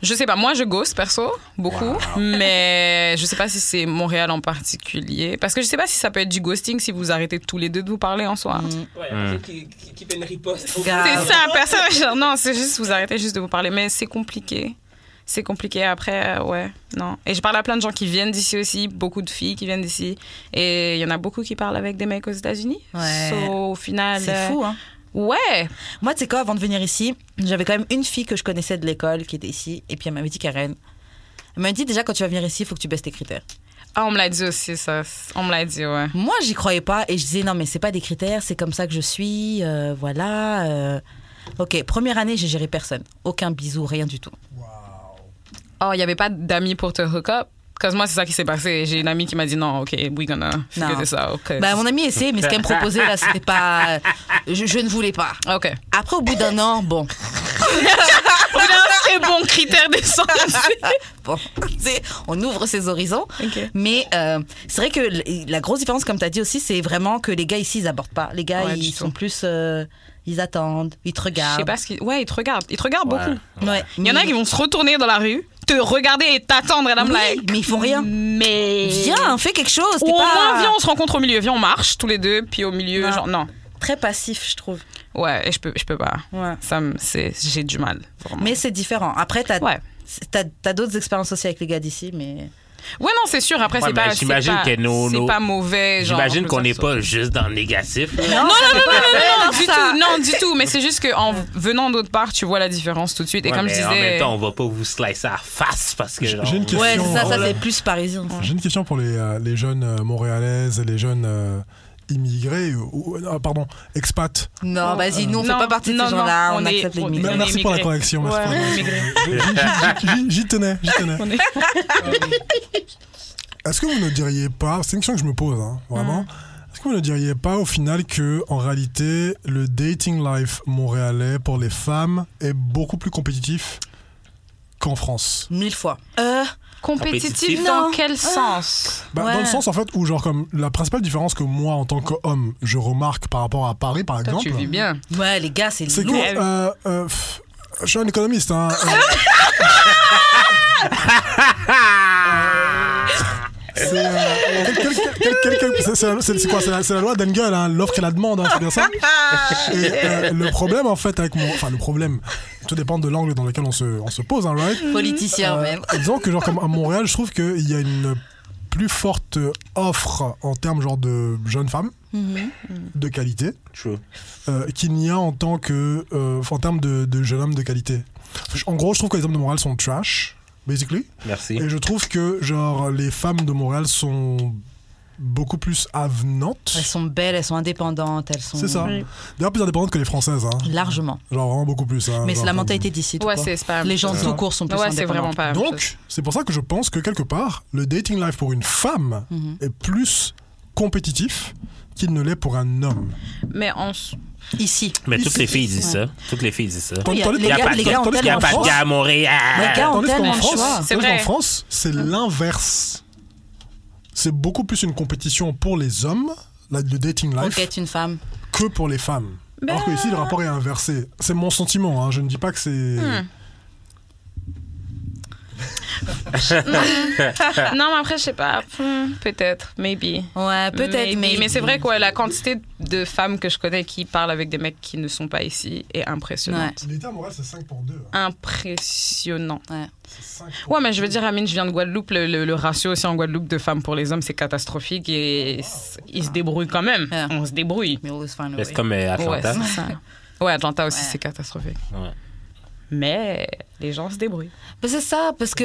[SPEAKER 4] Je sais pas, moi je ghost perso, beaucoup, mais je sais pas si c'est Montréal en particulier. Parce que je sais pas si ça peut être du ghosting si vous arrêtez tous les deux de vous parler en soi.
[SPEAKER 2] Mm.
[SPEAKER 5] Ouais,
[SPEAKER 3] Hmm.
[SPEAKER 5] qui, qui, qui fait une riposte.
[SPEAKER 2] Grave.
[SPEAKER 4] C'est ça, personne. genre, non, c'est juste vous arrêtez juste de vous parler, mais c'est compliqué. C'est compliqué après, euh, ouais, non. Et je parle à plein de gens qui viennent d'ici aussi, beaucoup de filles qui viennent d'ici. Et il y en a beaucoup qui parlent avec des mecs aux États-Unis.
[SPEAKER 2] Ouais.
[SPEAKER 4] So, au final.
[SPEAKER 2] C'est
[SPEAKER 4] euh,
[SPEAKER 2] fou, hein.
[SPEAKER 4] Ouais.
[SPEAKER 2] Moi, tu sais quoi, avant de venir ici, j'avais quand même une fille que je connaissais de l'école qui était ici, et puis elle m'avait dit Karen. Elle m'a dit déjà quand tu vas venir ici, il faut que tu baisses tes critères.
[SPEAKER 4] Ah, on me l'a dit aussi, ça. On me l'a dit, ouais.
[SPEAKER 2] Moi, j'y croyais pas et je disais non mais c'est pas des critères, c'est comme ça que je suis, euh, voilà. euh. Ok, première année, j'ai géré personne. Aucun bisou, rien du tout.
[SPEAKER 4] Oh, il n'y avait pas d'amis pour te hook up? Parce moi, c'est ça qui s'est passé. J'ai une amie qui m'a dit non, ok, we gonna figure
[SPEAKER 2] Non.
[SPEAKER 4] this out. 'cause-
[SPEAKER 2] Bah, mon ami essayait, mais ce qu'elle me proposait, là, c'était pas. euh, Je, je ne voulais pas.
[SPEAKER 4] Ok.
[SPEAKER 2] Après, au bout d'un an, bon.
[SPEAKER 4] On a un très bon critère de
[SPEAKER 2] bon tu sais, on ouvre ses horizons.
[SPEAKER 4] Ok.
[SPEAKER 2] Mais euh, c'est vrai que l- la grosse différence, comme tu as dit aussi, c'est vraiment que les gars ici, ils abordent pas. Les gars,
[SPEAKER 4] Ouais, du
[SPEAKER 2] ils
[SPEAKER 4] tout.
[SPEAKER 2] sont plus. euh, ils attendent, ils te
[SPEAKER 4] Je
[SPEAKER 2] regardent.
[SPEAKER 4] sais pas ce qu'ils. Ouais, ils te regardent. Ils te regardent
[SPEAKER 3] Ouais.
[SPEAKER 4] beaucoup.
[SPEAKER 2] Ouais.
[SPEAKER 4] Il y en a qui vont se retourner dans la rue, te regarder et t'attendre. Et là,
[SPEAKER 2] Oui,
[SPEAKER 4] like,
[SPEAKER 2] mais ils font rien.
[SPEAKER 4] Mais.
[SPEAKER 2] Viens, fais quelque chose.
[SPEAKER 4] Ou
[SPEAKER 2] T'es
[SPEAKER 4] au
[SPEAKER 2] pas
[SPEAKER 4] moins, viens, on se rencontre au milieu. Viens, on marche tous les deux, puis au milieu,
[SPEAKER 2] Non.
[SPEAKER 4] genre. Non.
[SPEAKER 2] très passif, je trouve.
[SPEAKER 4] Ouais, et je peux, je peux pas.
[SPEAKER 2] Ouais.
[SPEAKER 4] Ça me. c'est- J'ai du mal. Vraiment.
[SPEAKER 2] Mais c'est différent. Après, t'as
[SPEAKER 4] Ouais.
[SPEAKER 2] t'as- t'as d'autres expériences aussi avec les gars d'ici, mais.
[SPEAKER 4] Ouais, non, c'est sûr. Après,
[SPEAKER 3] Ouais,
[SPEAKER 4] c'est
[SPEAKER 3] mais
[SPEAKER 4] pas.
[SPEAKER 3] j'imagine
[SPEAKER 4] c'est pas-
[SPEAKER 3] que nos-
[SPEAKER 4] C'est
[SPEAKER 3] nos-
[SPEAKER 4] pas mauvais. genre, on
[SPEAKER 3] J'imagine
[SPEAKER 4] peut
[SPEAKER 3] qu'on
[SPEAKER 4] faire
[SPEAKER 3] n'est
[SPEAKER 4] ça.
[SPEAKER 3] pas juste dans le négatif.
[SPEAKER 2] Non, non, non,
[SPEAKER 4] Ah, Non, non, non, du tout, non, du tout. Mais c'est juste qu'en venant d'autre part, tu vois la différence tout de suite. Et
[SPEAKER 3] Ouais,
[SPEAKER 4] comme je
[SPEAKER 3] mais En
[SPEAKER 4] disais.
[SPEAKER 3] même temps, on va pas vous slicer à la face parce que.
[SPEAKER 6] J'ai-
[SPEAKER 3] genre,
[SPEAKER 6] j'ai une
[SPEAKER 3] on-
[SPEAKER 6] question.
[SPEAKER 2] Ouais,
[SPEAKER 6] Question,
[SPEAKER 2] c'est ça, ça
[SPEAKER 6] voilà.
[SPEAKER 2] c'est plus parisien. ça.
[SPEAKER 6] J'ai une question pour les, euh, les jeunes euh, montréalaises et les jeunes euh, immigrés, ou, ou- ah, pardon, expats.
[SPEAKER 2] Non, vas-y, nous on
[SPEAKER 4] Non,
[SPEAKER 2] fait pas partie de
[SPEAKER 4] non,
[SPEAKER 2] ce genre-là,
[SPEAKER 4] non,
[SPEAKER 2] on,
[SPEAKER 4] on est-
[SPEAKER 2] accepte les
[SPEAKER 4] on est-
[SPEAKER 2] migrants.
[SPEAKER 6] Mais- Merci pour la
[SPEAKER 4] immigrés.
[SPEAKER 6] correction. merci
[SPEAKER 4] Ouais,
[SPEAKER 6] pour la
[SPEAKER 4] on est
[SPEAKER 6] correction. J'y- j'y- j'y- J'y tenais, j'y tenais.
[SPEAKER 4] On est-
[SPEAKER 6] Est-ce que vous ne diriez pas, c'est une question que je me pose, hein,
[SPEAKER 4] Mm.
[SPEAKER 6] vraiment, est-ce que vous ne diriez pas au final que, en réalité, le dating life montréalais pour les femmes est beaucoup plus compétitif qu'en France
[SPEAKER 2] Mille fois. Euh,
[SPEAKER 4] Compétitif
[SPEAKER 3] Compétitif. Ah.
[SPEAKER 4] dans
[SPEAKER 2] Non.
[SPEAKER 4] quel sens
[SPEAKER 6] Bah,
[SPEAKER 2] Ouais.
[SPEAKER 6] Dans le sens, en fait, où, genre, comme la principale différence que moi, en tant qu'homme, je remarque par rapport à Paris, par
[SPEAKER 4] Toi,
[SPEAKER 6] exemple,
[SPEAKER 4] tu vis bien.
[SPEAKER 2] ouais, les gars, c'est
[SPEAKER 6] c'est que.
[SPEAKER 2] lourd.
[SPEAKER 6] euh, euh, pff, je suis un économiste, hein. euh, c'est, euh, quel- quel- quel- quel- quel- c'est- c'est la- c'est- c'est quoi C'est la, c'est la loi d'Engel, hein, l'offre et la demande, hein, c'est bien ça Et euh, le problème, en fait, avec mon. Enfin, le problème, tout dépend de l'angle dans lequel on se, on se pose, hein, right
[SPEAKER 2] Politicien,
[SPEAKER 6] Euh,
[SPEAKER 2] même.
[SPEAKER 6] que genre comme à Montréal, je trouve qu'il y a une plus forte offre en termes genre de jeunes femmes de qualité
[SPEAKER 3] True.
[SPEAKER 6] euh, qu'il n'y a en tant que euh, en termes de, de jeunes hommes de qualité. En gros, je trouve que les hommes de Montréal sont trash, basically,
[SPEAKER 3] Merci.
[SPEAKER 6] et je trouve que genre les femmes de Montréal sont beaucoup plus avenantes.
[SPEAKER 2] Elles sont belles, elles sont indépendantes, elles sont.
[SPEAKER 6] C'est ça. D'ailleurs, plus indépendantes que les françaises, hein.
[SPEAKER 2] Largement.
[SPEAKER 6] genre vraiment beaucoup plus. hein.
[SPEAKER 2] Mais
[SPEAKER 6] Genre,
[SPEAKER 2] c'est la
[SPEAKER 6] comme-
[SPEAKER 2] mentalité d'ici. tu
[SPEAKER 4] Ouais,
[SPEAKER 2] vois.
[SPEAKER 4] c'est c'est pas.
[SPEAKER 2] Les gens
[SPEAKER 6] ça.
[SPEAKER 2] tout court sont plus
[SPEAKER 4] Ouais, c'est vraiment
[SPEAKER 2] indépendants.
[SPEAKER 4] pas. la même chose.
[SPEAKER 6] Donc, c'est pour ça que je pense que quelque part, le dating life pour une femme
[SPEAKER 2] Mhm.
[SPEAKER 6] est plus compétitif qu'il ne l'est pour un homme.
[SPEAKER 4] Mais en. s-
[SPEAKER 2] Ici.
[SPEAKER 3] Mais toutes les filles disent ça. Toutes les filles disent ça.
[SPEAKER 2] Oui, y a-
[SPEAKER 6] Tandis
[SPEAKER 2] les
[SPEAKER 6] qu'en-
[SPEAKER 2] gars- les gars ont
[SPEAKER 6] tandis
[SPEAKER 3] Il n'y
[SPEAKER 6] qu'en
[SPEAKER 3] a pas de
[SPEAKER 6] France-
[SPEAKER 3] gars à
[SPEAKER 2] Les gars
[SPEAKER 3] Montréal.
[SPEAKER 2] ont
[SPEAKER 6] tandis qu'en
[SPEAKER 2] tellement de
[SPEAKER 6] France-
[SPEAKER 2] choix.
[SPEAKER 6] tandis
[SPEAKER 4] C'est
[SPEAKER 6] qu'en
[SPEAKER 4] vrai.
[SPEAKER 6] France, c'est l'inverse. C'est beaucoup plus une compétition pour les hommes, la- le dating
[SPEAKER 2] On
[SPEAKER 6] life,
[SPEAKER 2] guette une femme.
[SPEAKER 6] que pour les femmes.
[SPEAKER 4] Ben
[SPEAKER 6] Alors que ici, le rapport est inversé. C'est mon sentiment, hein, je ne dis pas que c'est...
[SPEAKER 4] Hmm. non, mais après, je sais pas. Hmm, Peut-être, maybe.
[SPEAKER 2] Ouais, Ah, peut-être,
[SPEAKER 4] Maybe.
[SPEAKER 2] mais.
[SPEAKER 4] Mais c'est vrai que ouais, la quantité de femmes que je connais qui parlent avec des mecs qui ne sont pas ici est impressionnante.
[SPEAKER 6] L'état moral, c'est 5 pour 2.
[SPEAKER 4] Impressionnant.
[SPEAKER 6] C'est 5 pour
[SPEAKER 4] Ouais, mais je veux dire, Amine, je viens de Guadeloupe. Le, le- le ratio aussi en Guadeloupe de femmes pour les hommes, c'est catastrophique et s- ils se débrouillent quand même.
[SPEAKER 2] Ouais.
[SPEAKER 4] On se débrouille.
[SPEAKER 2] Mais always find a
[SPEAKER 3] Mais C'est
[SPEAKER 2] way.
[SPEAKER 3] comme euh,
[SPEAKER 4] Ah. Ouais,
[SPEAKER 3] Atlanta.
[SPEAKER 4] c'est ça. Ouais, Atlanta aussi,
[SPEAKER 2] Ouais.
[SPEAKER 4] c'est catastrophique.
[SPEAKER 3] Ouais.
[SPEAKER 4] Mais les gens se débrouillent.
[SPEAKER 2] Mais Ben, c'est ça, parce que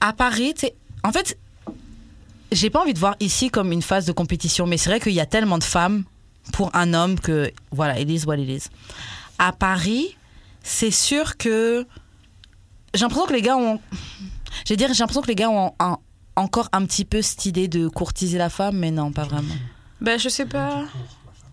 [SPEAKER 2] à Paris, tu sais, en fait, j'ai pas envie de voir ici comme une phase de compétition, mais c'est vrai qu'il y a tellement de femmes pour un homme que, voilà, it is what it is. À Paris, c'est sûr que j'ai l'impression que les gars ont, j'ai dire, j'ai l'impression que les gars ont un- encore un petit peu cette idée de courtiser la femme, mais non, pas vraiment.
[SPEAKER 4] Ben, je sais pas.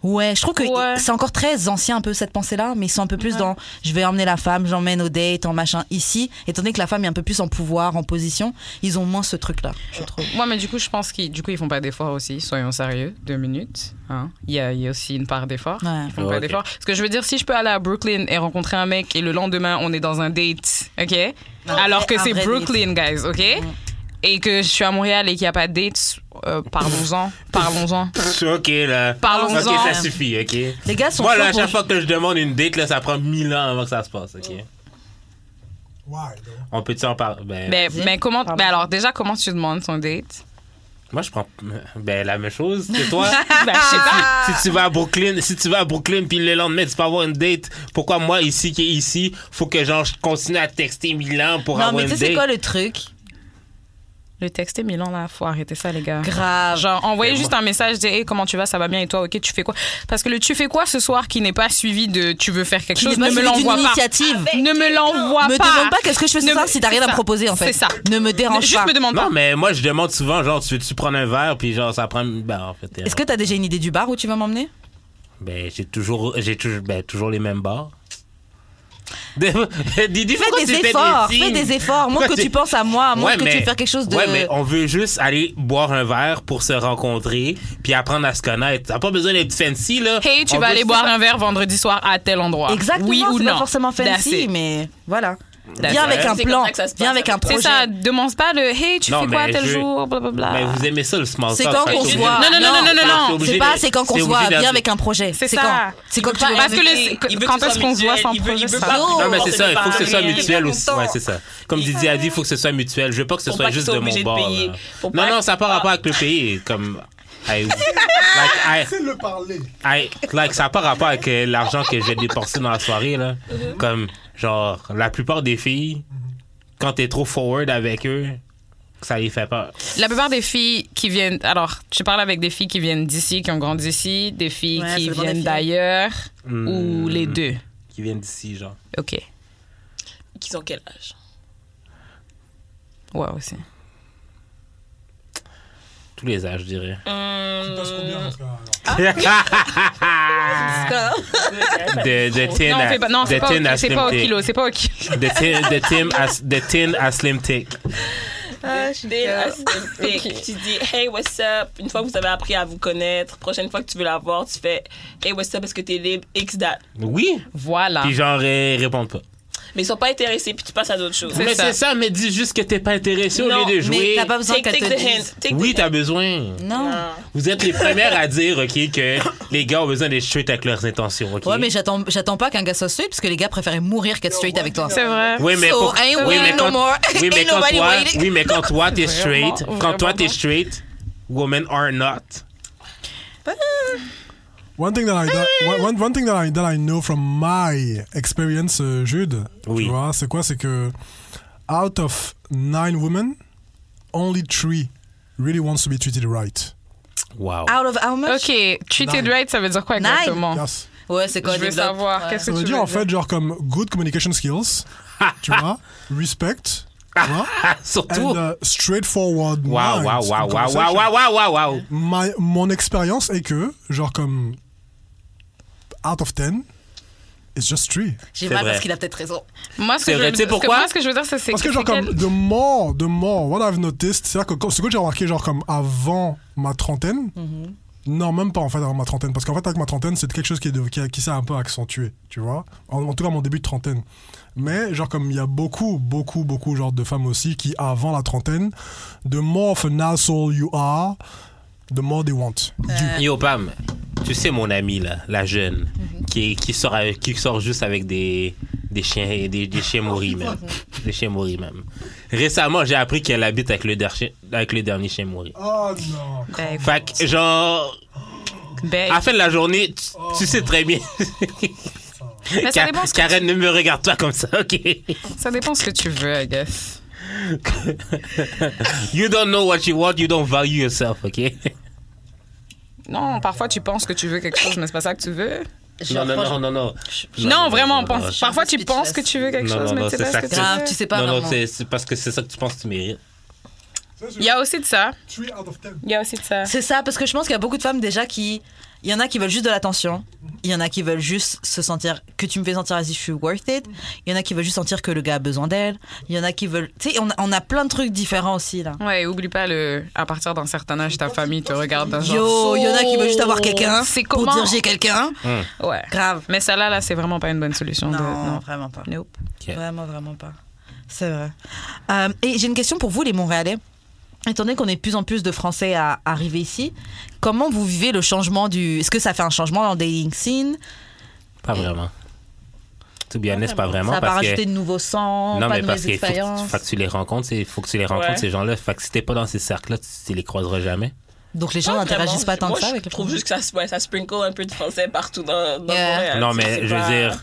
[SPEAKER 2] Ouais, je trouve que
[SPEAKER 4] Ouais.
[SPEAKER 2] c'est encore très ancien un peu cette pensée-là, mais ils sont un peu plus dans je vais emmener la femme, j'emmène au date, en machin ici. Étant donné que la femme est un peu plus en pouvoir, en position, ils ont moins ce truc-là, je trouve.
[SPEAKER 4] Moi, mais du coup, je pense qu'ils du coup, ils font pas d'efforts aussi. Soyons sérieux, deux minutes. hein. Il y, a, il y a aussi une part d'effort.
[SPEAKER 2] Ouais.
[SPEAKER 4] Ils font
[SPEAKER 3] Ouais,
[SPEAKER 4] pas
[SPEAKER 3] ok.
[SPEAKER 4] d'efforts. Parce que je veux dire, si je peux aller à Brooklyn et rencontrer un mec et le lendemain, on est dans un date, OK? Alors que
[SPEAKER 2] un
[SPEAKER 4] c'est
[SPEAKER 2] vrai
[SPEAKER 4] Brooklyn, guys, OK? Et que je suis à Montréal et qu'il n'y a pas de date, euh, parlons-en, parlons-en.
[SPEAKER 3] Pff, Ok, là.
[SPEAKER 4] Parlons-en.
[SPEAKER 3] Ok, ça suffit, ok.
[SPEAKER 2] Les gars sont
[SPEAKER 3] Moi, là,
[SPEAKER 2] chauds
[SPEAKER 3] à
[SPEAKER 2] pour-
[SPEAKER 3] chaque fois que je demande une date, là, ça prend mille ans avant que ça se passe, ok. On peut-tu en parler? Ben,
[SPEAKER 4] Mais,
[SPEAKER 2] Vas-y.
[SPEAKER 4] mais comment,
[SPEAKER 2] Pardon.
[SPEAKER 4] mais alors déjà, comment tu demandes ton date?
[SPEAKER 3] moi, je prends ben, la même chose que toi.
[SPEAKER 4] Ben, je sais pas.
[SPEAKER 3] si, si tu vas à Brooklyn, si tu vas à Brooklyn, puis le lendemain, tu peux avoir une date, pourquoi moi, ici, qui est ici, faut que genre, je continue à texter mille ans pour
[SPEAKER 2] Non,
[SPEAKER 3] avoir
[SPEAKER 2] mais
[SPEAKER 3] une
[SPEAKER 2] tu sais,
[SPEAKER 3] date?
[SPEAKER 2] c'est quoi le truc
[SPEAKER 4] Le texter Milan, là, faut arrêter ça, les gars.
[SPEAKER 2] Grave.
[SPEAKER 4] Genre, envoyer juste un message, dire hey, comment tu vas, ça va bien, et toi, ok, tu fais quoi Parce que le tu fais quoi ce soir qui n'est pas suivi de tu veux faire quelque
[SPEAKER 2] Qui
[SPEAKER 4] chose,
[SPEAKER 2] n'est
[SPEAKER 4] ne
[SPEAKER 2] pas
[SPEAKER 4] me
[SPEAKER 2] suivi d'une
[SPEAKER 4] l'envoie pas.
[SPEAKER 2] initiative.
[SPEAKER 4] Ne me l'envoie pas.
[SPEAKER 2] Me demande pas qu'est-ce que je fais ce
[SPEAKER 4] Ne
[SPEAKER 2] soir
[SPEAKER 4] me-
[SPEAKER 2] si t'as rien
[SPEAKER 4] c'est
[SPEAKER 2] à me
[SPEAKER 4] ça.
[SPEAKER 2] proposer en fait.
[SPEAKER 4] C'est ça.
[SPEAKER 2] Ne me dérange
[SPEAKER 4] Juste
[SPEAKER 2] pas.
[SPEAKER 4] me demande
[SPEAKER 3] Non,
[SPEAKER 4] pas.
[SPEAKER 3] mais moi, je demande souvent, genre, tu veux-tu prendre un verre, puis genre, ça prend. Ben, en fait, euh,
[SPEAKER 2] Est-ce que t'as déjà une idée du bar où tu vas m'emmener
[SPEAKER 3] ben, j'ai toujours, j'ai toujours, ben, toujours les mêmes bars. Didi,
[SPEAKER 2] Fais des efforts, fais des efforts, montre que tu penses à moi, montre
[SPEAKER 3] Ouais,
[SPEAKER 2] que
[SPEAKER 3] mais-
[SPEAKER 2] tu veux faire quelque chose de.
[SPEAKER 3] Ouais, mais on veut juste aller boire un verre pour se rencontrer, puis apprendre à se connaître. T'as pas besoin d'être fancy, là.
[SPEAKER 4] Hey, tu
[SPEAKER 3] On
[SPEAKER 4] vas
[SPEAKER 3] veut
[SPEAKER 4] aller
[SPEAKER 3] juste-
[SPEAKER 4] boire un verre vendredi soir à tel endroit.
[SPEAKER 2] Exactement,
[SPEAKER 4] Oui ou
[SPEAKER 2] c'est
[SPEAKER 4] non.
[SPEAKER 2] pas forcément
[SPEAKER 4] That's
[SPEAKER 2] fancy,
[SPEAKER 4] it.
[SPEAKER 2] mais voilà.
[SPEAKER 4] That's
[SPEAKER 2] Viens
[SPEAKER 4] it.
[SPEAKER 2] avec un
[SPEAKER 5] C'est comme
[SPEAKER 2] plan,
[SPEAKER 5] ça que ça se passe
[SPEAKER 2] viens avec un
[SPEAKER 5] avec-
[SPEAKER 2] projet.
[SPEAKER 4] C'est ça, demande pas le hey, tu
[SPEAKER 3] Non,
[SPEAKER 4] fais quoi
[SPEAKER 3] mais
[SPEAKER 4] tel
[SPEAKER 3] je-
[SPEAKER 4] jour, blablabla.
[SPEAKER 3] Mais vous aimez ça, le small
[SPEAKER 2] C'est
[SPEAKER 3] talk,
[SPEAKER 2] quand
[SPEAKER 3] fait
[SPEAKER 2] qu'on
[SPEAKER 3] que
[SPEAKER 2] se
[SPEAKER 3] vous-
[SPEAKER 2] voit.
[SPEAKER 4] Non, non, non, non, non, non, non.
[SPEAKER 3] c'est obligé
[SPEAKER 2] C'est pas
[SPEAKER 3] de-
[SPEAKER 2] c'est quand qu'on
[SPEAKER 3] c'est
[SPEAKER 2] se voit,
[SPEAKER 3] obligé
[SPEAKER 2] viens
[SPEAKER 3] d'être-
[SPEAKER 2] avec un projet.
[SPEAKER 4] C'est
[SPEAKER 2] C'est
[SPEAKER 4] ça.
[SPEAKER 2] quand C'est quand que tu veux
[SPEAKER 4] Parce que le-
[SPEAKER 5] Il veut que
[SPEAKER 4] quand
[SPEAKER 5] ce
[SPEAKER 4] est-ce
[SPEAKER 5] soit
[SPEAKER 4] qu'on se voit
[SPEAKER 5] mutuel,
[SPEAKER 4] sans
[SPEAKER 5] il veut- il
[SPEAKER 4] projet,
[SPEAKER 5] veut
[SPEAKER 4] ça.
[SPEAKER 5] pas-
[SPEAKER 2] Non,
[SPEAKER 3] Non, mais c'est
[SPEAKER 5] porter
[SPEAKER 3] ça, il
[SPEAKER 5] des
[SPEAKER 3] faut que ce soit
[SPEAKER 5] parents.
[SPEAKER 3] mutuel aussi.
[SPEAKER 2] longtemps.
[SPEAKER 3] Ouais, c'est ça. Comme Didier a dit, il faut que ce soit mutuel. Je veux pas que ce
[SPEAKER 5] Faut
[SPEAKER 3] soit
[SPEAKER 5] pas que
[SPEAKER 3] juste
[SPEAKER 5] tu sois
[SPEAKER 3] de
[SPEAKER 5] obligé
[SPEAKER 3] mon
[SPEAKER 5] de
[SPEAKER 3] bord.
[SPEAKER 5] payer.
[SPEAKER 3] là.
[SPEAKER 5] Faut pas
[SPEAKER 3] Non, non,
[SPEAKER 5] que- Ah,
[SPEAKER 3] ça n'a pas rapport avec le pays. Comme. I- like, I-
[SPEAKER 6] le parler.
[SPEAKER 3] I- like, ça n'a pas rapport avec euh, l'argent que j'ai dépensé dans la soirée. Là.
[SPEAKER 4] Mm-hmm.
[SPEAKER 3] Comme, genre, la plupart des filles, quand t'es trop forward avec eux, ça les fait peur.
[SPEAKER 4] La plupart des filles qui viennent. Alors, je parle avec des filles qui viennent d'ici, qui ont grandi ici, des filles
[SPEAKER 2] Ouais,
[SPEAKER 4] qui
[SPEAKER 2] c'est le genre de
[SPEAKER 4] viennent
[SPEAKER 2] filles.
[SPEAKER 4] d'ailleurs,
[SPEAKER 3] Hmm.
[SPEAKER 4] ou les deux.
[SPEAKER 3] Qui viennent d'ici, genre.
[SPEAKER 4] OK.
[SPEAKER 5] Qu'ils ont quel âge?
[SPEAKER 4] Ouais, aussi.
[SPEAKER 3] Tous les âges, je dirais.
[SPEAKER 4] Ah,
[SPEAKER 3] De, de
[SPEAKER 4] Non,
[SPEAKER 3] tin
[SPEAKER 4] on
[SPEAKER 3] à,
[SPEAKER 4] fait pas, non,
[SPEAKER 3] de
[SPEAKER 4] c'est pas,
[SPEAKER 3] tin
[SPEAKER 4] au-
[SPEAKER 3] à
[SPEAKER 4] c'est
[SPEAKER 3] slim
[SPEAKER 4] pas au
[SPEAKER 3] thick.
[SPEAKER 4] kilo, c'est pas au kilo.
[SPEAKER 3] De tin, de tin à, de tin à slim thick.
[SPEAKER 2] Ah,
[SPEAKER 5] Dès la semaine, Tu dis, hey, what's up? Une fois que vous avez appris à vous connaître, prochaine fois que tu veux la voir, tu fais, hey, what's up? Est-ce que t'es libre? X date.
[SPEAKER 3] Oui.
[SPEAKER 4] Voilà.
[SPEAKER 3] Puis genre, ils répondent pas.
[SPEAKER 5] Mais ils sont pas intéressés, puis tu passes à d'autres choses.
[SPEAKER 4] C'est
[SPEAKER 3] Mais
[SPEAKER 4] ça.
[SPEAKER 3] c'est ça, mais dis juste que t'es pas intéressé au
[SPEAKER 5] Non,
[SPEAKER 3] lieu de
[SPEAKER 2] Mais
[SPEAKER 3] jouer.
[SPEAKER 2] t'as pas besoin
[SPEAKER 5] Take,
[SPEAKER 2] qu'elle
[SPEAKER 5] take
[SPEAKER 2] te
[SPEAKER 5] the
[SPEAKER 2] dise.
[SPEAKER 5] hint. Take
[SPEAKER 3] Oui,
[SPEAKER 5] the hint.
[SPEAKER 3] t'as besoin.
[SPEAKER 2] Non.
[SPEAKER 3] Vous êtes les premières à dire, OK, que les gars ont besoin d'être straight avec leurs intentions, OK?
[SPEAKER 2] Ouais, mais j'attends j'attends pas qu'un gars soit straight parce que les gars préféraient mourir qu'être straight avec toi.
[SPEAKER 4] C'est vrai.
[SPEAKER 3] Oui, mais
[SPEAKER 2] So,
[SPEAKER 3] pour-
[SPEAKER 2] ain't
[SPEAKER 3] oui,
[SPEAKER 2] waiting
[SPEAKER 3] mais
[SPEAKER 2] no
[SPEAKER 3] quand,
[SPEAKER 2] more.
[SPEAKER 3] oui, mais
[SPEAKER 2] Ain't
[SPEAKER 3] quand
[SPEAKER 2] nobody
[SPEAKER 3] toi,
[SPEAKER 2] waiting.
[SPEAKER 3] oui, mais quand toi, t'es straight,
[SPEAKER 4] Vraiment,
[SPEAKER 3] quand toi,
[SPEAKER 4] vraiment
[SPEAKER 3] t'es
[SPEAKER 4] pas.
[SPEAKER 3] straight, women are not.
[SPEAKER 6] One thing that I that, one, one thing that I that I know from my experience, euh, Jude,
[SPEAKER 3] Oui.
[SPEAKER 6] tu vois, c'est quoi, c'est que out of nine women, only three really wants to be treated right.
[SPEAKER 3] Wow.
[SPEAKER 2] Out of how much
[SPEAKER 4] OK. Treated
[SPEAKER 6] Nine.
[SPEAKER 4] right, ça veut dire quoi
[SPEAKER 2] Nine.
[SPEAKER 4] exactement?
[SPEAKER 6] Yes.
[SPEAKER 2] Ouais, c'est quoi
[SPEAKER 4] Je veux
[SPEAKER 2] développe.
[SPEAKER 4] savoir.
[SPEAKER 2] Ouais.
[SPEAKER 4] Qu'est-ce
[SPEAKER 6] Ça
[SPEAKER 4] que
[SPEAKER 6] veut
[SPEAKER 4] Oh. tu
[SPEAKER 6] dire
[SPEAKER 4] veux
[SPEAKER 6] en fait genre comme good communication skills, tu vois, respect, tu vois,
[SPEAKER 2] Ah.
[SPEAKER 3] Surtout.
[SPEAKER 6] and uh, straightforward
[SPEAKER 3] Wow,
[SPEAKER 6] minds
[SPEAKER 3] wow,
[SPEAKER 6] in
[SPEAKER 3] wow, wow, wow,
[SPEAKER 6] conversation.
[SPEAKER 3] wow, wow, wow, wow.
[SPEAKER 6] My- mon expérience est que genre comme out of 10 it's just three.
[SPEAKER 2] J'ai
[SPEAKER 3] C'est
[SPEAKER 2] mal
[SPEAKER 3] vrai.
[SPEAKER 2] parce qu'il a peut-être raison.
[SPEAKER 4] Moi, ce
[SPEAKER 3] C'est
[SPEAKER 4] que, je
[SPEAKER 3] vrai, tu
[SPEAKER 4] veux,
[SPEAKER 3] sais
[SPEAKER 4] ce que-
[SPEAKER 3] pourquoi?
[SPEAKER 4] moi, ce que je veux dire, c'est c'est
[SPEAKER 6] Parce que, genre,
[SPEAKER 4] c'est
[SPEAKER 6] comme, de more, de more, what I've noticed, c'est-à-dire que comme- ce que j'ai remarqué, genre, comme avant ma trentaine, non, même pas en fait avant ma trentaine, parce qu'en fait, avec ma trentaine, c'est quelque chose qui, est de- qui, a- qui s'est un peu accentué, tu vois, en, en tout cas mon début de trentaine. Mais, genre, comme il y a beaucoup, beaucoup, beaucoup, genre, de femmes aussi qui, avant la trentaine, the more of an asshole you are, the more they want.
[SPEAKER 2] Euh.
[SPEAKER 3] Yo, Pam, tu sais mon amie, là, la jeune,
[SPEAKER 2] Mm-hmm.
[SPEAKER 3] qui, est- qui, sort, avec- qui sort juste avec des, des chiens et des, des chiens mouris, même.
[SPEAKER 2] Mm-hmm.
[SPEAKER 3] des chiens mouris, même. Récemment, j'ai appris qu'elle habite avec le, der- avec le dernier chien mouris.
[SPEAKER 6] Oh non!
[SPEAKER 4] Ben,
[SPEAKER 3] Fait que, genre,
[SPEAKER 4] ben,
[SPEAKER 3] à la fin de la journée, tu, tu sais très bien.
[SPEAKER 4] mais ça
[SPEAKER 3] Ka-
[SPEAKER 4] dépend, ce que,
[SPEAKER 3] Karen, ne me regarde pas comme ça, OK?
[SPEAKER 4] ça dépend ce que tu veux, I guess.
[SPEAKER 3] You don't know what you want, you don't value yourself, OK?
[SPEAKER 4] Non, parfois tu penses que tu veux quelque chose, mais c'est pas ça que tu veux.
[SPEAKER 2] Je
[SPEAKER 3] Non, non,
[SPEAKER 2] reproche-
[SPEAKER 3] non, non, non.
[SPEAKER 4] Non, vraiment, pense-
[SPEAKER 3] non.
[SPEAKER 2] suis un
[SPEAKER 4] parfois
[SPEAKER 2] peu
[SPEAKER 4] tu penses que
[SPEAKER 2] speechless.
[SPEAKER 4] tu veux quelque
[SPEAKER 3] Non,
[SPEAKER 4] chose,
[SPEAKER 3] non,
[SPEAKER 4] mais
[SPEAKER 3] non,
[SPEAKER 4] c'est
[SPEAKER 3] c'est
[SPEAKER 4] pas ce
[SPEAKER 3] ça
[SPEAKER 4] que
[SPEAKER 3] que
[SPEAKER 4] tu
[SPEAKER 3] c'est-
[SPEAKER 2] Grave,
[SPEAKER 4] veux.
[SPEAKER 2] tu sais pas
[SPEAKER 3] Non, non,
[SPEAKER 2] vraiment.
[SPEAKER 3] c'est c'est parce que c'est ça que tu penses que tu mérites.
[SPEAKER 4] Il y a aussi de ça.
[SPEAKER 6] Three out of ten.
[SPEAKER 4] Il y a aussi de ça.
[SPEAKER 2] C'est ça, parce que je pense qu'il y a beaucoup de femmes déjà qui. Il y en a qui veulent juste de l'attention. Il y en a qui veulent juste se sentir que tu me fais sentir as if you worth it. Il y en a qui veulent juste sentir que le gars a besoin d'elle. Il y en a qui veulent. Tu sais, on, a- on a plein de trucs différents aussi là.
[SPEAKER 4] Ouais, et oublie pas le. À partir d'un certain âge, ta famille te regarde d'un genre.
[SPEAKER 2] Yo,
[SPEAKER 4] Oh,
[SPEAKER 2] il y en a qui veulent juste avoir quelqu'un
[SPEAKER 4] C'est
[SPEAKER 2] pour
[SPEAKER 4] comment
[SPEAKER 2] dire j'ai quelqu'un.
[SPEAKER 4] Ouais.
[SPEAKER 2] Grave.
[SPEAKER 4] Mais celle-là, là, c'est vraiment pas une bonne solution. de-
[SPEAKER 2] Non,
[SPEAKER 4] non.
[SPEAKER 2] vraiment pas.
[SPEAKER 4] Nope.
[SPEAKER 3] Ok.
[SPEAKER 2] Vraiment, vraiment pas. C'est vrai. Euh, et j'ai une question pour vous, les Montréalais. Étant donné qu'on est de plus en plus de Français à arriver ici, comment vous vivez le changement du. Est-ce que ça fait un changement dans le dating scene
[SPEAKER 3] Pas vraiment. To be honest, pas vraiment.
[SPEAKER 2] Ça va pas
[SPEAKER 3] parce que...
[SPEAKER 2] rajouter de nouveaux sangs,
[SPEAKER 3] Non,
[SPEAKER 2] pas
[SPEAKER 3] mais
[SPEAKER 2] de
[SPEAKER 3] parce
[SPEAKER 2] nouvelles
[SPEAKER 3] qu'il faut, que tu-
[SPEAKER 2] expériences.
[SPEAKER 3] faut que tu les rencontres, il faut que tu les rencontres,
[SPEAKER 5] Ouais.
[SPEAKER 3] ces gens-là. Fait que si t'es pas dans ces cercles-là, tu, tu les croiseras jamais.
[SPEAKER 2] Donc les gens
[SPEAKER 5] Pas
[SPEAKER 2] n'interagissent
[SPEAKER 5] vraiment.
[SPEAKER 2] pas tant
[SPEAKER 5] Moi,
[SPEAKER 2] que ça
[SPEAKER 5] je
[SPEAKER 2] avec le
[SPEAKER 5] trouve
[SPEAKER 2] français.
[SPEAKER 5] juste que ça, se- ouais, ça sprinkle un peu de français partout dans, dans
[SPEAKER 2] Yeah.
[SPEAKER 5] Montréal.
[SPEAKER 3] non,
[SPEAKER 5] Euh, Tu sais,
[SPEAKER 3] mais
[SPEAKER 5] c'est
[SPEAKER 3] je veux
[SPEAKER 5] pas-
[SPEAKER 3] dire,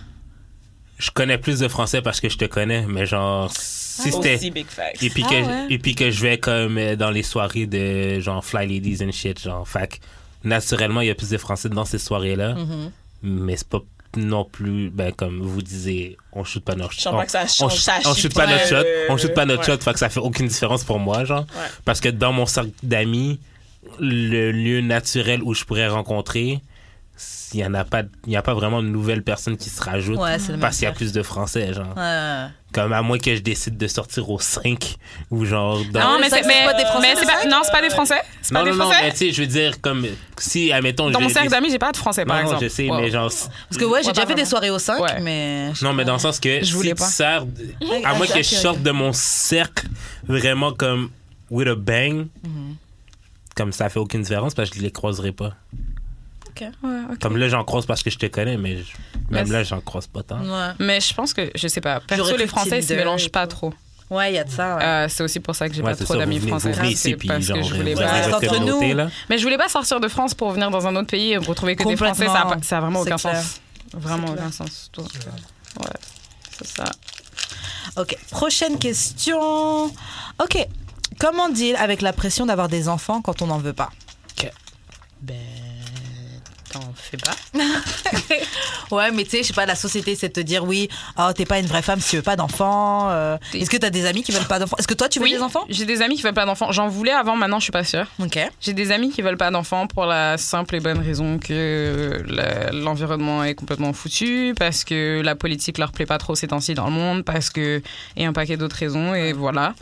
[SPEAKER 3] je connais plus de français parce que je te connais, mais genre, si
[SPEAKER 5] Ah, Aussi
[SPEAKER 3] c'était.
[SPEAKER 5] big facts.
[SPEAKER 3] Et puis,
[SPEAKER 2] Ah
[SPEAKER 3] que,
[SPEAKER 2] ouais.
[SPEAKER 3] et puis que je vais comme euh, dans les soirées de genre Fly Ladies and shit, genre. Fait que, naturellement, il y a plus de Français dans ces soirées-là.
[SPEAKER 5] Mhm.
[SPEAKER 3] Mais c'est pas non plus, ben, comme vous disiez, on shoot pas notre
[SPEAKER 5] Je sens pas que ça
[SPEAKER 3] on,
[SPEAKER 5] change.
[SPEAKER 3] sh-
[SPEAKER 5] ça euh,
[SPEAKER 3] on
[SPEAKER 5] shift.
[SPEAKER 3] shoot pas notre shot,
[SPEAKER 5] Ouais,
[SPEAKER 3] on shoot pas
[SPEAKER 4] euh,
[SPEAKER 3] notre
[SPEAKER 5] ouais.
[SPEAKER 3] shot, fait que ça fait aucune différence pour moi, genre.
[SPEAKER 5] Ouais.
[SPEAKER 3] Parce que dans mon cercle d'amis, le lieu naturel où je pourrais rencontrer, il y en a pas, il y a pas vraiment de nouvelles personnes qui se rajoutent
[SPEAKER 2] Ouais, c'est le même
[SPEAKER 3] parce qu'il y a
[SPEAKER 2] cercle.
[SPEAKER 3] plus de Français, genre.
[SPEAKER 2] Ouais.
[SPEAKER 3] Comme à moins que je décide de sortir au 5 ou genre dans.
[SPEAKER 4] Non,
[SPEAKER 2] ouais,
[SPEAKER 4] mais
[SPEAKER 2] ça,
[SPEAKER 4] c'est
[SPEAKER 2] c'est
[SPEAKER 4] mais-
[SPEAKER 2] pas des Français,
[SPEAKER 4] mais c'est
[SPEAKER 2] ça?
[SPEAKER 4] pas- non, c'est pas des Français. C'est pas
[SPEAKER 3] non,
[SPEAKER 4] des
[SPEAKER 3] non, non, mais
[SPEAKER 4] Français.
[SPEAKER 3] tu sais, je veux dire comme si, admettons,
[SPEAKER 4] Dans
[SPEAKER 3] je
[SPEAKER 4] mon
[SPEAKER 3] vais-
[SPEAKER 4] cercle d'amis, j'ai pas de Français, par
[SPEAKER 3] Non, non,
[SPEAKER 4] exemple.
[SPEAKER 3] je sais,
[SPEAKER 4] Wow.
[SPEAKER 3] mais genre.
[SPEAKER 2] Parce que ouais, j'ai déjà
[SPEAKER 4] Ouais, pas
[SPEAKER 2] fait des
[SPEAKER 4] vraiment.
[SPEAKER 2] soirées au 5,
[SPEAKER 4] Ouais.
[SPEAKER 2] mais.
[SPEAKER 3] Non, mais dans le sens que
[SPEAKER 4] Je voulais
[SPEAKER 3] si
[SPEAKER 4] pas.
[SPEAKER 3] tu sers, à
[SPEAKER 2] Ah,
[SPEAKER 3] moins
[SPEAKER 2] ça,
[SPEAKER 3] que
[SPEAKER 2] ok,
[SPEAKER 3] je
[SPEAKER 2] ok.
[SPEAKER 3] sorte de mon cercle vraiment comme with a bang,
[SPEAKER 4] Mhm.
[SPEAKER 3] comme ça fait aucune différence parce que je les croiserai pas.
[SPEAKER 4] Ouais, ok.
[SPEAKER 3] Comme là, j'en croise parce que je te connais, mais je- même
[SPEAKER 4] Mais
[SPEAKER 3] là, j'en croise pas tant.
[SPEAKER 2] Ouais,
[SPEAKER 4] Mais je pense que, je sais pas,
[SPEAKER 2] J'aurais
[SPEAKER 4] perso,
[SPEAKER 2] cru
[SPEAKER 4] les Français, ils se
[SPEAKER 2] Tinder et
[SPEAKER 4] mélangent pas
[SPEAKER 2] tout.
[SPEAKER 4] trop.
[SPEAKER 2] ouais, il y a de ça. ouais.
[SPEAKER 4] Euh, c'est aussi pour ça que j'ai
[SPEAKER 3] Ouais,
[SPEAKER 4] pas
[SPEAKER 3] c'est
[SPEAKER 4] trop
[SPEAKER 3] ça, vous
[SPEAKER 4] d'amis
[SPEAKER 3] venez- vous
[SPEAKER 4] français. Ah,
[SPEAKER 3] venez ici,
[SPEAKER 4] c'est
[SPEAKER 3] puis
[SPEAKER 4] parce que
[SPEAKER 3] genre,
[SPEAKER 4] je
[SPEAKER 3] vous
[SPEAKER 4] voulais
[SPEAKER 3] restez
[SPEAKER 4] pas.
[SPEAKER 2] restez
[SPEAKER 3] votre
[SPEAKER 2] entre nous.
[SPEAKER 3] communauté, là.
[SPEAKER 4] Mais je voulais pas sortir de France pour venir dans un autre pays et me retrouver que des Français. Ça a, pas- ça a vraiment aucun
[SPEAKER 2] Complètement.
[SPEAKER 4] sens. Vraiment
[SPEAKER 2] C'est clair.
[SPEAKER 4] aucun sens. Donc, euh, ouais, c'est ça.
[SPEAKER 2] Ok, prochaine question. Ok, comment deal avec la pression d'avoir des enfants quand on n'en veut pas
[SPEAKER 8] Ben, t'en fais pas.
[SPEAKER 2] Ouais, mais tu sais, je sais pas, la société, c'est de te dire oui, oh, t'es pas une vraie femme si tu veux pas d'enfants. euh,
[SPEAKER 4] T'es-
[SPEAKER 2] Est-ce que t'as des amis qui veulent pas d'enfants Est-ce que toi, tu veux
[SPEAKER 4] Oui,
[SPEAKER 2] des enfants
[SPEAKER 4] J'ai des amis qui veulent pas d'enfants. J'en voulais avant, maintenant, je suis pas sûre.
[SPEAKER 2] Ok.
[SPEAKER 4] J'ai des amis qui veulent pas d'enfants pour la simple et bonne raison que euh, la- l'environnement est complètement foutu, parce que la politique leur plaît pas trop ces temps-ci dans le monde, parce que. et un paquet d'autres raisons, et voilà.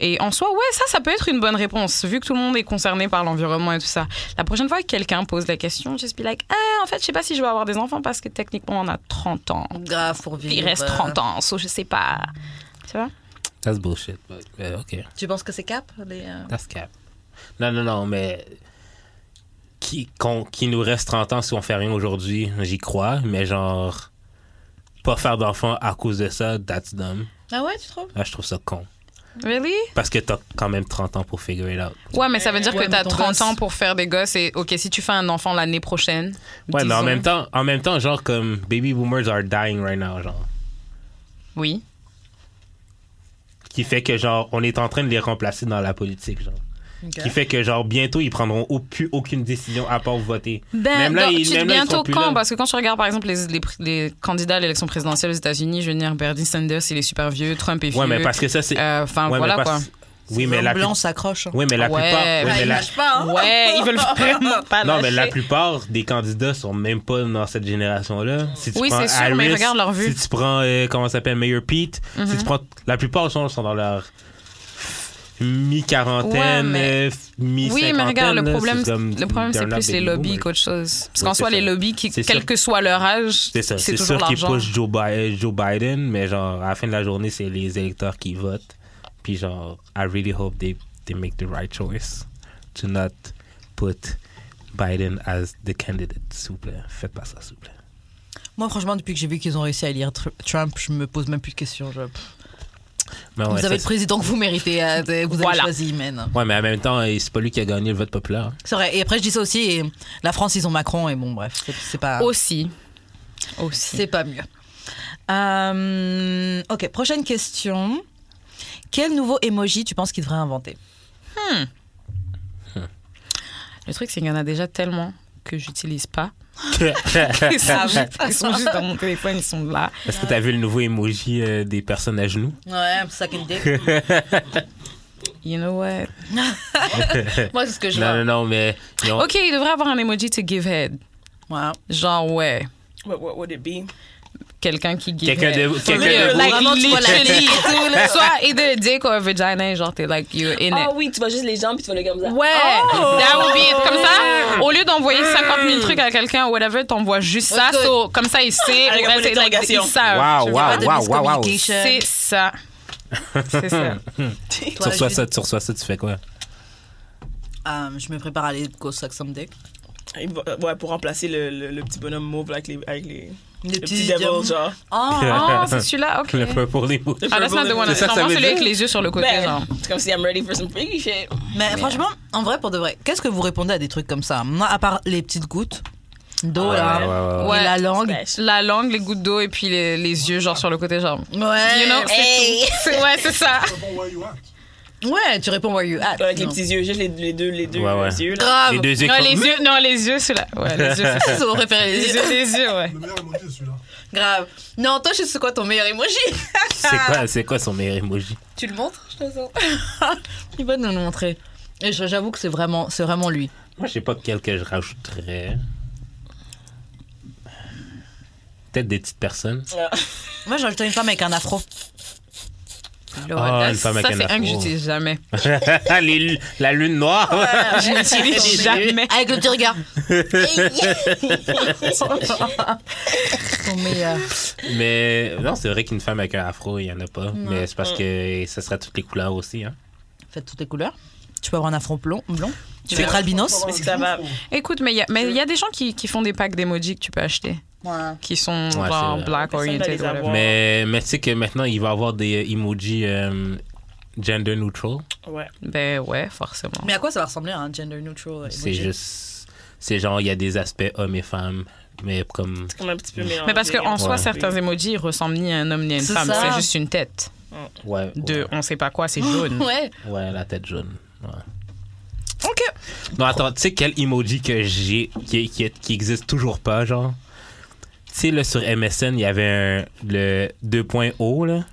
[SPEAKER 4] Et en soi, ouais, ça, ça peut être une bonne réponse, vu que tout le monde est concerné par l'environnement et tout ça. La prochaine fois que quelqu'un pose la question, just be like, ah, en fait, je sais pas si je vais avoir des enfants parce que techniquement, on a 30 ans.
[SPEAKER 2] Grave pour vivre. euh,
[SPEAKER 4] Il reste 30 ans, so je sais pas. Tu vois?
[SPEAKER 3] That's bullshit. but, euh, OK,
[SPEAKER 2] Tu penses que c'est cap les, euh,
[SPEAKER 3] that's cap. Non, non, non, mais qui, qu'on- qui nous reste 30 ans si on fait rien aujourd'hui, j'y crois, mais genre, pas faire d'enfant à cause de ça, that's dumb.
[SPEAKER 2] Ah ouais, tu trouves
[SPEAKER 3] Là, je trouve ça con.
[SPEAKER 4] Really?
[SPEAKER 3] Parce que t'as quand même 30 ans pour figure it out.
[SPEAKER 4] Ouais, mais ça veut dire
[SPEAKER 2] Ouais,
[SPEAKER 4] que
[SPEAKER 2] mais
[SPEAKER 4] t'as
[SPEAKER 2] ton
[SPEAKER 4] 30
[SPEAKER 2] gosse.
[SPEAKER 4] ans pour faire des gosses et ok, si tu fais un enfant l'année prochaine.
[SPEAKER 3] Ouais, mais en
[SPEAKER 4] disons-
[SPEAKER 3] même temps, en même temps, genre comme baby boomers are dying right now, genre.
[SPEAKER 4] Oui.
[SPEAKER 3] Qui fait que genre on est en train de les remplacer dans la politique, genre. Qui fait que genre bientôt ils prendront au- plus aucune décision à part voter.
[SPEAKER 4] Ben,
[SPEAKER 3] Même là,
[SPEAKER 4] dans-
[SPEAKER 3] ils-
[SPEAKER 4] tu-
[SPEAKER 3] même là, ils
[SPEAKER 4] bientôt
[SPEAKER 3] sont plus
[SPEAKER 4] quand
[SPEAKER 3] là.
[SPEAKER 4] Parce que quand tu regardes par exemple les, les, les candidats à l'élection présidentielle aux États-Unis, je veux dire, Bernie Sanders, il est super vieux, Trump est vieux.
[SPEAKER 3] Ouais, mais parce que ça c'est.
[SPEAKER 4] Euh, Enfin,
[SPEAKER 3] ouais, mais
[SPEAKER 4] voilà quoi.
[SPEAKER 3] parce- Oui, mais la
[SPEAKER 2] blanc
[SPEAKER 3] plupart.
[SPEAKER 2] s'accroche. hein.
[SPEAKER 3] Oui, mais la
[SPEAKER 4] Ouais,
[SPEAKER 3] plupart. oui,
[SPEAKER 4] ouais,
[SPEAKER 3] mais
[SPEAKER 2] il
[SPEAKER 3] la-
[SPEAKER 2] lâche pas, hein.
[SPEAKER 4] Ouais, ils veulent vraiment pas
[SPEAKER 3] Non, mais la
[SPEAKER 4] lâcher.
[SPEAKER 3] plupart des candidats sont même pas dans cette génération-là. Si tu
[SPEAKER 4] Oui,
[SPEAKER 3] prends
[SPEAKER 4] c'est sûr, mais
[SPEAKER 3] Harris,
[SPEAKER 4] regarde leur vue. Mhm.
[SPEAKER 3] Si tu prends, euh, comment ça s'appelle, Mayor Pete, si tu prends, la plupart sont, sont dans leur
[SPEAKER 4] Ouais,
[SPEAKER 3] mi-quarantaine,
[SPEAKER 4] mais-
[SPEAKER 3] euh, mi-cinquantaine.
[SPEAKER 4] Oui, mais regarde, le
[SPEAKER 3] là,
[SPEAKER 4] problème,
[SPEAKER 3] c'est comme-
[SPEAKER 4] le problème, c'est
[SPEAKER 3] they're not
[SPEAKER 4] plus les
[SPEAKER 3] baby
[SPEAKER 4] lobbies
[SPEAKER 3] boomers.
[SPEAKER 4] qu'autre chose. Parce
[SPEAKER 3] Oui,
[SPEAKER 4] qu'en
[SPEAKER 3] c'est
[SPEAKER 4] soi,
[SPEAKER 3] ça.
[SPEAKER 4] les lobbies, qui-
[SPEAKER 3] C'est
[SPEAKER 4] quel
[SPEAKER 3] sûr.
[SPEAKER 4] que soit leur âge,
[SPEAKER 3] C'est ça. C'est
[SPEAKER 4] c'est toujours
[SPEAKER 3] sûr qu'ils
[SPEAKER 4] l'argent.
[SPEAKER 3] poussent Joe, Bi- euh, Joe Biden, mais genre, à la fin de la journée, c'est les électeurs qui votent. Puis genre, I really hope they, they make the right choice to not put Biden as the candidate, s'il vous plaît. Faites pas ça, s'il vous plaît.
[SPEAKER 2] Moi, franchement, depuis que j'ai vu qu'ils ont réussi à élire Tr- Trump, je me pose même plus de questions. je- pff.
[SPEAKER 3] Mais
[SPEAKER 2] vous
[SPEAKER 3] ouais,
[SPEAKER 2] avez le
[SPEAKER 3] ça,
[SPEAKER 2] président que vous méritez, euh, que vous avez
[SPEAKER 4] Voilà.
[SPEAKER 2] choisi, man.
[SPEAKER 3] c'est- ouais, mais en même temps, euh, c'est pas lui qui a gagné le vote populaire.
[SPEAKER 2] C'est vrai. Et après, je dis ça aussi. Et la France, ils ont Macron, et bon, bref, c'est- c'est
[SPEAKER 3] Ah.
[SPEAKER 2] pas.
[SPEAKER 4] Aussi. Aussi.
[SPEAKER 2] C'est pas mieux. Euh, ok, prochaine question. Quel nouveau emoji tu penses qu'il devrait inventer
[SPEAKER 4] Le truc, c'est qu'il y en a déjà tellement que j'utilise pas. Ils sont, juste, ils sont juste dans mon téléphone, ils sont là.
[SPEAKER 3] Est-ce que t'as vu le nouveau emoji euh, des personnes à genoux?
[SPEAKER 2] Ouais, ça qu'elle dit.
[SPEAKER 4] You know what?
[SPEAKER 2] Moi, c'est ce que je
[SPEAKER 3] Non,
[SPEAKER 2] vois.
[SPEAKER 3] non, non, mais. ils ont-
[SPEAKER 4] Ok, il devrait avoir un emoji to give head.
[SPEAKER 2] Ouais.
[SPEAKER 4] Genre, ouais,
[SPEAKER 5] What, what would it be?
[SPEAKER 4] quelqu'un qui give
[SPEAKER 3] Quelqu'un
[SPEAKER 4] head.
[SPEAKER 3] de- quelqu'un
[SPEAKER 4] Like,
[SPEAKER 3] de vous-
[SPEAKER 2] Vraiment, tu vois la
[SPEAKER 4] literally, tout le- Soit either dick or vagina, genre, t'es like, you're in
[SPEAKER 5] Ah
[SPEAKER 2] Oh.
[SPEAKER 4] it.
[SPEAKER 5] oui, tu vois juste les jambes puis tu vois le gars comme ça.
[SPEAKER 4] Ouais, that would be it. Comme ça,
[SPEAKER 2] Oh.
[SPEAKER 4] au lieu d'envoyer
[SPEAKER 2] Hmm.
[SPEAKER 4] 50 000 trucs à quelqu'un ou whatever, t'envoies juste ça.
[SPEAKER 2] Ok.
[SPEAKER 4] so, comme ça, il sait.
[SPEAKER 5] Avec un point
[SPEAKER 4] c'est like,
[SPEAKER 5] d'interrogation.
[SPEAKER 4] ils savent.
[SPEAKER 3] Wow,
[SPEAKER 4] tu
[SPEAKER 3] wow,
[SPEAKER 4] vois.
[SPEAKER 2] de
[SPEAKER 3] wow, wow, wow.
[SPEAKER 2] miscommunication.
[SPEAKER 4] C'est ça. C'est ça.
[SPEAKER 3] Tu reçois ça, tu reçois ça, tu fais quoi?
[SPEAKER 2] Euh, je me prépare à aller go suck some dick.
[SPEAKER 5] Il va- euh, Ouais, pour remplacer le, le, le petit bonhomme mauve là, avec les, avec les,
[SPEAKER 2] Les
[SPEAKER 5] le petit devil, genre.
[SPEAKER 2] Oh,
[SPEAKER 4] Oh, c'est celui-là? OK.
[SPEAKER 3] Le peu pour les mots.
[SPEAKER 4] Ah, that's not the one.
[SPEAKER 3] C'est ça que
[SPEAKER 4] Non,
[SPEAKER 3] ça
[SPEAKER 4] moi,
[SPEAKER 3] veut
[SPEAKER 4] celui
[SPEAKER 3] dire?
[SPEAKER 4] avec les yeux sur le côté, genre.
[SPEAKER 5] Ben, c'est comme si I'm ready for some freaky shit.
[SPEAKER 2] mais franchement, en vrai, pour de vrai, qu'est-ce que vous répondez à des trucs comme ça Moi, à part les petites gouttes, gouttes d'eau, là.
[SPEAKER 3] ouais,
[SPEAKER 4] Ouais.
[SPEAKER 2] Et la langue.
[SPEAKER 4] La langue, les gouttes d'eau et puis les, les yeux, genre sur le côté, genre.
[SPEAKER 2] Ouais.
[SPEAKER 4] You know, c'est
[SPEAKER 2] Euh, Hey.
[SPEAKER 4] tout. C'est- Ouais, c'est ça.
[SPEAKER 2] Ouais, tu réponds where you at.
[SPEAKER 5] Avec les
[SPEAKER 2] Non. Ah,
[SPEAKER 5] petits yeux, juste les, les deux, les deux
[SPEAKER 3] Ouais, ouais.
[SPEAKER 5] yeux. Là.
[SPEAKER 2] Grave.
[SPEAKER 3] Les deux yeux
[SPEAKER 4] Non, les
[SPEAKER 3] comme-
[SPEAKER 4] yeux, non, les yeux, c'est là. Ouais, les yeux, c'est ça.
[SPEAKER 2] Ils ont préféré
[SPEAKER 4] Les yeux, les yeux, ouais.
[SPEAKER 6] Le meilleur emoji, c'est celui-là.
[SPEAKER 2] Grave. Non, toi, je sais quoi ton meilleur emoji
[SPEAKER 3] C'est quoi, c'est quoi son meilleur emoji?
[SPEAKER 2] Tu le montres, je te sens. Il va nous le montrer. Et je- j'avoue que c'est vraiment, c'est vraiment lui.
[SPEAKER 3] Moi, je sais pas quel que je rajouterais. Peut-être des petites personnes.
[SPEAKER 2] Moi, j'ai ajouté une femme avec un afro.
[SPEAKER 3] Ah, une femme avec
[SPEAKER 4] ça,
[SPEAKER 3] un
[SPEAKER 4] c'est un que
[SPEAKER 3] afro.
[SPEAKER 4] j'utilise jamais.
[SPEAKER 3] Les- la lune noire.
[SPEAKER 4] Je l'utilise jamais.
[SPEAKER 2] Avec le petit regard. Ton meilleur.
[SPEAKER 3] Mais non, c'est vrai qu'une femme avec un afro, il y en a pas. Mais c'est parce que ça sera toutes les couleurs aussi. Hein.
[SPEAKER 2] Faites toutes les couleurs. Tu peux avoir un afro blond. blond. Tu fais Kralbinos.
[SPEAKER 5] Mais c'est que ça va.
[SPEAKER 4] Écoute, mais il y, a- mais il y a des gens qui, qui font des packs d'emojis que tu peux acheter. Qui sont
[SPEAKER 3] Ouais, c'est
[SPEAKER 4] genre
[SPEAKER 3] vrai.
[SPEAKER 4] black
[SPEAKER 5] Personne va les
[SPEAKER 4] oriented. whatever.
[SPEAKER 5] avoir. Ouais.
[SPEAKER 3] Mais, mais tu sais que maintenant, il va y avoir des euh, emojis euh, gender neutral.
[SPEAKER 5] Ouais.
[SPEAKER 4] Ben ouais, forcément.
[SPEAKER 2] Mais à quoi ça va ressembler un gender neutral emoji
[SPEAKER 3] C'est juste. C'est genre, il y a des aspects hommes et femmes. Mais comme.
[SPEAKER 5] Comme un petit peu mélangé.
[SPEAKER 4] Mais parce qu'en soi,
[SPEAKER 3] Ouais.
[SPEAKER 4] certains emojis ils ressemblent ni à un homme ni à une
[SPEAKER 2] C'est
[SPEAKER 4] femme.
[SPEAKER 2] ça.
[SPEAKER 4] C'est juste une tête
[SPEAKER 3] Ouais.
[SPEAKER 4] de on sait pas quoi, c'est jaune.
[SPEAKER 2] Ouais.
[SPEAKER 3] Ouais, ouais, la tête jaune. Ouais.
[SPEAKER 4] Ok.
[SPEAKER 3] Non, attends, tu sais quel emoji que j'ai qui, qui, qui existe toujours pas, genre? Tu sais, là, sur MSN, il y avait un, le 2.0, là.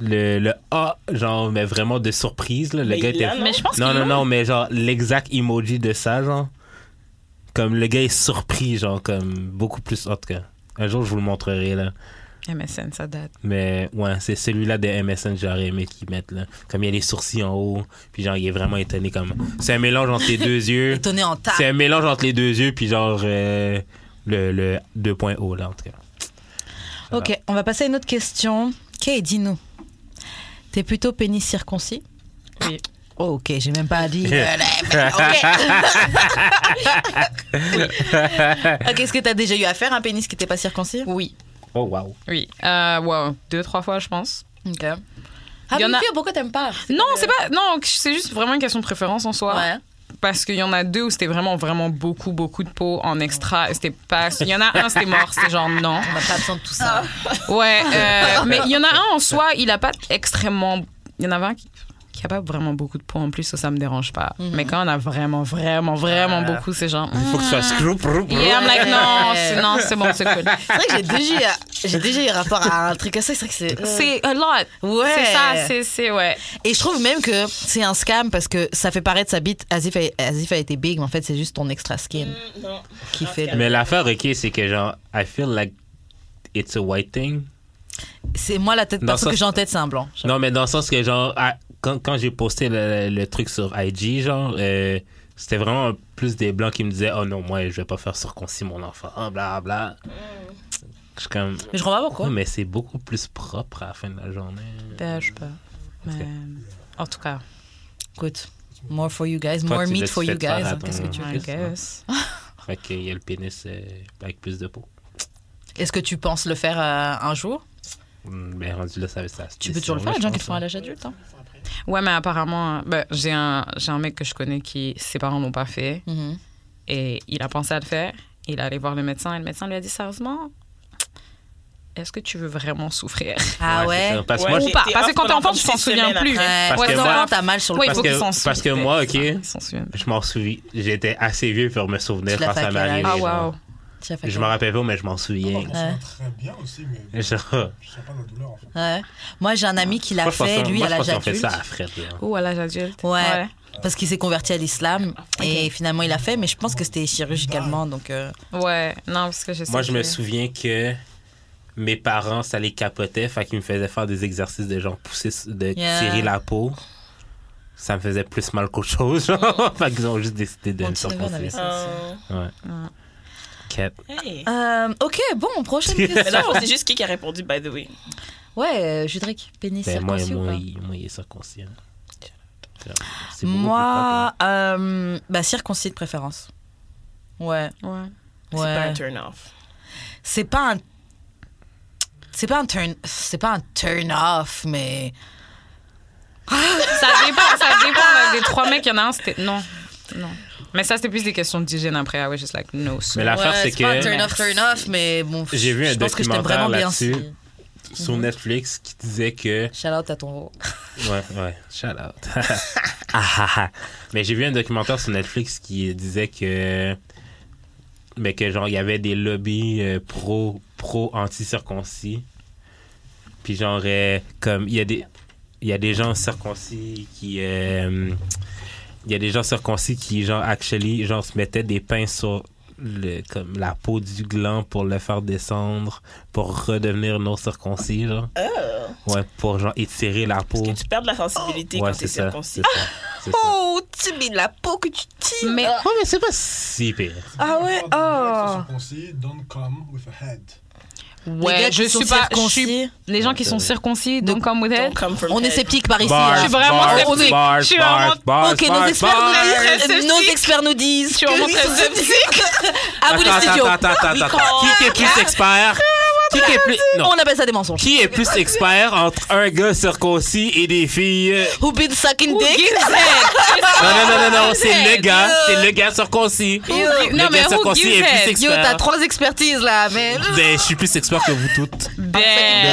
[SPEAKER 3] Le, le A, genre, mais vraiment de surprise, là. Le
[SPEAKER 5] Mais
[SPEAKER 3] gars
[SPEAKER 5] il
[SPEAKER 3] était.
[SPEAKER 5] l'a, non?
[SPEAKER 4] Mais je pense
[SPEAKER 3] Ah Non,
[SPEAKER 4] qu'ils
[SPEAKER 3] non,
[SPEAKER 4] l'ont.
[SPEAKER 3] non, mais genre, l'exact emoji de ça, genre. Comme le gars est surpris, genre, comme beaucoup plus hot que. Un jour, je vous le montrerai, là.
[SPEAKER 4] MSN, ça date.
[SPEAKER 3] Mais ouais, c'est celui-là de MSN que j'aurais aimé qu'ils mettent, là. Comme il y a les sourcils en haut, puis genre, il est vraiment étonné, comme. C'est un mélange entre les deux yeux.
[SPEAKER 2] Étonné en tas.
[SPEAKER 3] C'est un mélange entre les deux yeux, puis genre euh, le, le 2.0, là, en tout cas.
[SPEAKER 2] Ok, on va passer à une autre question. Kay, dis-nous. T'es plutôt pénis circoncis
[SPEAKER 4] Oui.
[SPEAKER 2] Oh, ok, j'ai même pas dit. Euh, ok, est-ce que t'as déjà eu affaire à un pénis qui n'était pas circoncis
[SPEAKER 4] Oui.
[SPEAKER 3] Oh, wow.
[SPEAKER 4] Oui. Euh, wow. Deux, trois fois, je pense.
[SPEAKER 2] Ok. Ah,
[SPEAKER 4] Il y en
[SPEAKER 2] mais
[SPEAKER 4] a-
[SPEAKER 2] fille, pourquoi t'aimes pas
[SPEAKER 4] Non, c'est pas. Non, c'est juste vraiment une question de préférence en soi.
[SPEAKER 2] Euh, Ouais.
[SPEAKER 4] Parce qu'il y en a deux où c'était vraiment, vraiment beaucoup, beaucoup de peau en extra. C'était pas. Il y en a un, c'était mort. C'était genre non.
[SPEAKER 2] On n'a pas besoin de tout ça.
[SPEAKER 4] Ouais, euh, mais il y en a un en soi, il a pas extrêmement. Il y en avait un qui qui a pas vraiment beaucoup de poids en plus, ça, ça me dérange pas.
[SPEAKER 2] Mhm.
[SPEAKER 4] Mais quand on a vraiment, vraiment, vraiment beaucoup, c'est genre.
[SPEAKER 3] Il faut que tu fasses screw, prou, prou.
[SPEAKER 4] Yeah, I'm like, non, c'est- non, c'est bon, c'est cool.
[SPEAKER 2] C'est vrai que j'ai déjà, eu- j'ai déjà eu rapport à un truc comme ça. C'est vrai que c'est.
[SPEAKER 4] C'est a lot.
[SPEAKER 2] Ouais.
[SPEAKER 4] C'est ça, c'est, c'est, ouais.
[SPEAKER 2] Et je trouve même que c'est un scam parce que ça fait paraître sa bite as if, as if elle était big, mais en fait, c'est juste ton extra skin
[SPEAKER 4] Mm,
[SPEAKER 5] Non.
[SPEAKER 2] qui fait.
[SPEAKER 3] Mais l'affaire, ok, c'est que genre, I feel like it's a white thing.
[SPEAKER 2] C'est moi la tête
[SPEAKER 3] Dans
[SPEAKER 2] parce
[SPEAKER 3] ça-
[SPEAKER 2] que j'ai en tête, c'est un blanc.
[SPEAKER 3] Non, mais dans le sens que genre, à- quand, quand j'ai posté le, le truc sur IG, genre, euh, c'était vraiment plus des blancs qui me disaient, oh non, moi, je vais pas faire circoncis mon enfant, Ah, bla, bla. Je suis comme.
[SPEAKER 2] Mais je comprends pas
[SPEAKER 3] Ouais,
[SPEAKER 2] pourquoi.
[SPEAKER 3] mais c'est beaucoup plus propre à la fin de la journée.
[SPEAKER 2] Euh,
[SPEAKER 4] Ben, je sais pas. Mais, en tout cas,
[SPEAKER 2] Écoute, more for you guys,
[SPEAKER 3] Toi,
[SPEAKER 2] more
[SPEAKER 3] tu
[SPEAKER 2] meat
[SPEAKER 3] laisses
[SPEAKER 2] for you
[SPEAKER 3] faire
[SPEAKER 2] guys. Ah, euh,
[SPEAKER 3] à ton-
[SPEAKER 2] Qu'est-ce que tu
[SPEAKER 3] fais,
[SPEAKER 4] I
[SPEAKER 3] ça?
[SPEAKER 4] guess.
[SPEAKER 3] Fait qu'il y a le pénis euh, avec plus de peau.
[SPEAKER 2] Est-ce que tu penses le faire euh, un jour
[SPEAKER 3] Mais Mm, ben, rendu là, ça va ça.
[SPEAKER 2] Tu peux toujours le faire, les gens qui le font à l'âge adulte. hein.
[SPEAKER 4] Ouais, mais apparemment, ben, j'ai, un, j'ai un mec que je connais qui, ses parents l'ont pas fait.
[SPEAKER 2] Mhm.
[SPEAKER 4] Et il a pensé à le faire. Il est allé voir le médecin et le médecin lui a dit sérieusement, est-ce que tu veux vraiment souffrir
[SPEAKER 2] Ah ouais
[SPEAKER 3] Parce, que
[SPEAKER 5] Ouais,
[SPEAKER 3] moi,
[SPEAKER 5] j'ai
[SPEAKER 4] Ou pas
[SPEAKER 5] été
[SPEAKER 4] Parce que
[SPEAKER 5] off
[SPEAKER 4] quand t'es
[SPEAKER 5] pendant
[SPEAKER 4] enfant,
[SPEAKER 5] comme
[SPEAKER 4] tu
[SPEAKER 5] six
[SPEAKER 4] t'en souviens
[SPEAKER 5] semaines
[SPEAKER 4] plus.
[SPEAKER 5] après.
[SPEAKER 2] Ouais,
[SPEAKER 3] Parce
[SPEAKER 2] ouais,
[SPEAKER 3] que
[SPEAKER 2] non,
[SPEAKER 3] moi-
[SPEAKER 2] non, t'as mal sur le
[SPEAKER 4] Ouais, il
[SPEAKER 3] parce
[SPEAKER 4] faut
[SPEAKER 2] corps.
[SPEAKER 3] que-
[SPEAKER 4] qu'ils s'en souviennent.
[SPEAKER 3] parce que moi, ok.
[SPEAKER 4] Ils s'en souviennent.
[SPEAKER 3] je m'en souviens. J'étais assez vieux pour me souvenir
[SPEAKER 2] Tu l'as
[SPEAKER 3] quand
[SPEAKER 2] fait à
[SPEAKER 3] ça m'est
[SPEAKER 2] quel âge?
[SPEAKER 3] arrivé.
[SPEAKER 2] Ah,
[SPEAKER 4] Ah,
[SPEAKER 3] genre.
[SPEAKER 4] waouh.
[SPEAKER 2] Tu as fait
[SPEAKER 3] Je
[SPEAKER 2] quoi
[SPEAKER 3] m'en rappelle pas, mais je m'en souviens.
[SPEAKER 2] Ouais.
[SPEAKER 6] Très bien aussi,
[SPEAKER 3] Genre,
[SPEAKER 6] mais je sens pas la douleur en fait.
[SPEAKER 2] Ouais. Moi, j'ai un ami qui l'a
[SPEAKER 3] Ah. moi, je pense
[SPEAKER 2] fait,
[SPEAKER 3] qu'on-
[SPEAKER 2] lui,
[SPEAKER 3] moi,
[SPEAKER 2] à
[SPEAKER 3] je pense
[SPEAKER 2] l'âge
[SPEAKER 3] qu'on fait
[SPEAKER 2] adulte.
[SPEAKER 3] ça à Fred. genre.
[SPEAKER 4] Ou à l'âge adulte.
[SPEAKER 2] Ouais. Parce qu'il s'est converti à l'islam et finalement il l'a fait, mais je pense que c'était chirurgicalement donc. euh,
[SPEAKER 4] ouais. Ouais. Non, parce que je sais
[SPEAKER 3] Moi, je
[SPEAKER 4] que-
[SPEAKER 3] me souviens que mes parents, ça les capotait. Fait qu'ils me faisaient faire des exercices de genre pousser, de
[SPEAKER 2] Yeah.
[SPEAKER 3] tirer la peau. Ça me faisait plus mal qu'autre chose. Genre. fait qu'ils ont juste décidé
[SPEAKER 2] Mm.
[SPEAKER 3] de
[SPEAKER 2] Mon
[SPEAKER 3] me
[SPEAKER 2] petit neveu, on avait
[SPEAKER 3] circoncire.
[SPEAKER 2] ça aussi.
[SPEAKER 3] Quatre.
[SPEAKER 5] Euh, Hey.
[SPEAKER 2] Euh, ok, bon, prochaine
[SPEAKER 5] Mais là,
[SPEAKER 2] question.
[SPEAKER 5] c'est juste qui qui a répondu, by the way.
[SPEAKER 2] Ouais, euh, Judric, pénis
[SPEAKER 3] Ben, moi,
[SPEAKER 2] circoncis ou
[SPEAKER 3] moi,
[SPEAKER 2] pas
[SPEAKER 3] il, moi, il est circoncis. hein. C'est beaucoup plus propre, hein.
[SPEAKER 2] Moi, euh, bah circoncis de préférence. Ouais,
[SPEAKER 4] Ouais.
[SPEAKER 5] C'est pas
[SPEAKER 2] ouais.
[SPEAKER 5] un turn-off.
[SPEAKER 2] C'est pas un, c'est pas un turn, c'est pas un turn off, mais
[SPEAKER 4] Ça dépend, ça dépend. là, des trois mecs, il y en a un, c'était. Non. Non. Mais ça, c'était plus des questions d'hygiène après. I was just like, no, sir.
[SPEAKER 3] Mais l'affaire,
[SPEAKER 8] Ouais,
[SPEAKER 3] c'est
[SPEAKER 8] pas
[SPEAKER 3] que-
[SPEAKER 8] turn off, turn off, mais bon.
[SPEAKER 3] J'ai vu
[SPEAKER 8] je
[SPEAKER 3] un
[SPEAKER 8] pense que je t'aime
[SPEAKER 3] documentaire
[SPEAKER 8] vraiment bien.
[SPEAKER 3] là-dessus.
[SPEAKER 2] mm-hmm.
[SPEAKER 3] sur Netflix qui disait que.
[SPEAKER 8] Shout out à ton.
[SPEAKER 3] Ouais, ouais, shout out. Ah, ah, ah. Mais j'ai vu un documentaire sur Netflix qui disait que. Mais que genre, il y avait des lobbies euh, pro, pro anti-circoncis. Puis genre, euh, comme, il y a des. Il y a des gens circoncis qui. euh, il y a des gens circoncis qui, genre, actually, genre, se mettaient des pains sur le, comme la peau du gland pour le faire descendre, pour redevenir non circoncis, genre. Ouais, pour, genre, étirer la peau.
[SPEAKER 5] Parce que tu perds de la sensibilité
[SPEAKER 3] Ouais,
[SPEAKER 5] quand t'es
[SPEAKER 3] c'est ça.
[SPEAKER 5] circoncis.
[SPEAKER 3] C'est ça. c'est ça.
[SPEAKER 2] Oh, tu mets la peau que tu tires.
[SPEAKER 4] Mais
[SPEAKER 3] Ouais, mais c'est pas si pire.
[SPEAKER 2] Ah ouais, oh.
[SPEAKER 6] Don't come with a head.
[SPEAKER 4] ouais, je suis pas. je suis- Les gens
[SPEAKER 3] euh,
[SPEAKER 4] qui sont circoncis, don't come with
[SPEAKER 5] Don't
[SPEAKER 4] it.
[SPEAKER 5] come from
[SPEAKER 8] On est
[SPEAKER 5] hell.
[SPEAKER 8] sceptique par ici.
[SPEAKER 3] Bars,
[SPEAKER 2] hein.
[SPEAKER 4] je suis vraiment
[SPEAKER 3] bars,
[SPEAKER 4] sceptique.
[SPEAKER 3] bars,
[SPEAKER 4] Je suis
[SPEAKER 3] bars,
[SPEAKER 4] vraiment-
[SPEAKER 3] bars,
[SPEAKER 8] Ok, nos
[SPEAKER 3] bars,
[SPEAKER 8] experts,
[SPEAKER 3] bars.
[SPEAKER 8] nous
[SPEAKER 4] bars.
[SPEAKER 8] disent, euh, nos experts nous disent.
[SPEAKER 4] Je suis vraiment
[SPEAKER 8] que
[SPEAKER 4] très
[SPEAKER 8] ils sont sceptiques. À vous les studios. Oh, ah,
[SPEAKER 3] Attends, attends, attends, attends.
[SPEAKER 5] Oui,
[SPEAKER 3] Qui est plus expert? Qui est plus... Non.
[SPEAKER 8] On appelle ça des mensonges.
[SPEAKER 3] Qui est plus expert entre un gars circoncis et des filles?
[SPEAKER 8] Who been sucking dick?
[SPEAKER 3] Non, non, non,
[SPEAKER 4] Ah,
[SPEAKER 3] non, non, c'est le gars. C'est le gars circoncis.
[SPEAKER 8] Yo,
[SPEAKER 3] Le
[SPEAKER 4] Non, mais
[SPEAKER 3] gars
[SPEAKER 4] who
[SPEAKER 3] circoncis
[SPEAKER 4] gives
[SPEAKER 3] est plus
[SPEAKER 4] it?
[SPEAKER 8] Yo, t'as
[SPEAKER 3] expert.
[SPEAKER 8] trois expertises là, mais.
[SPEAKER 3] Ben, je suis plus expert que vous toutes.
[SPEAKER 4] Ben.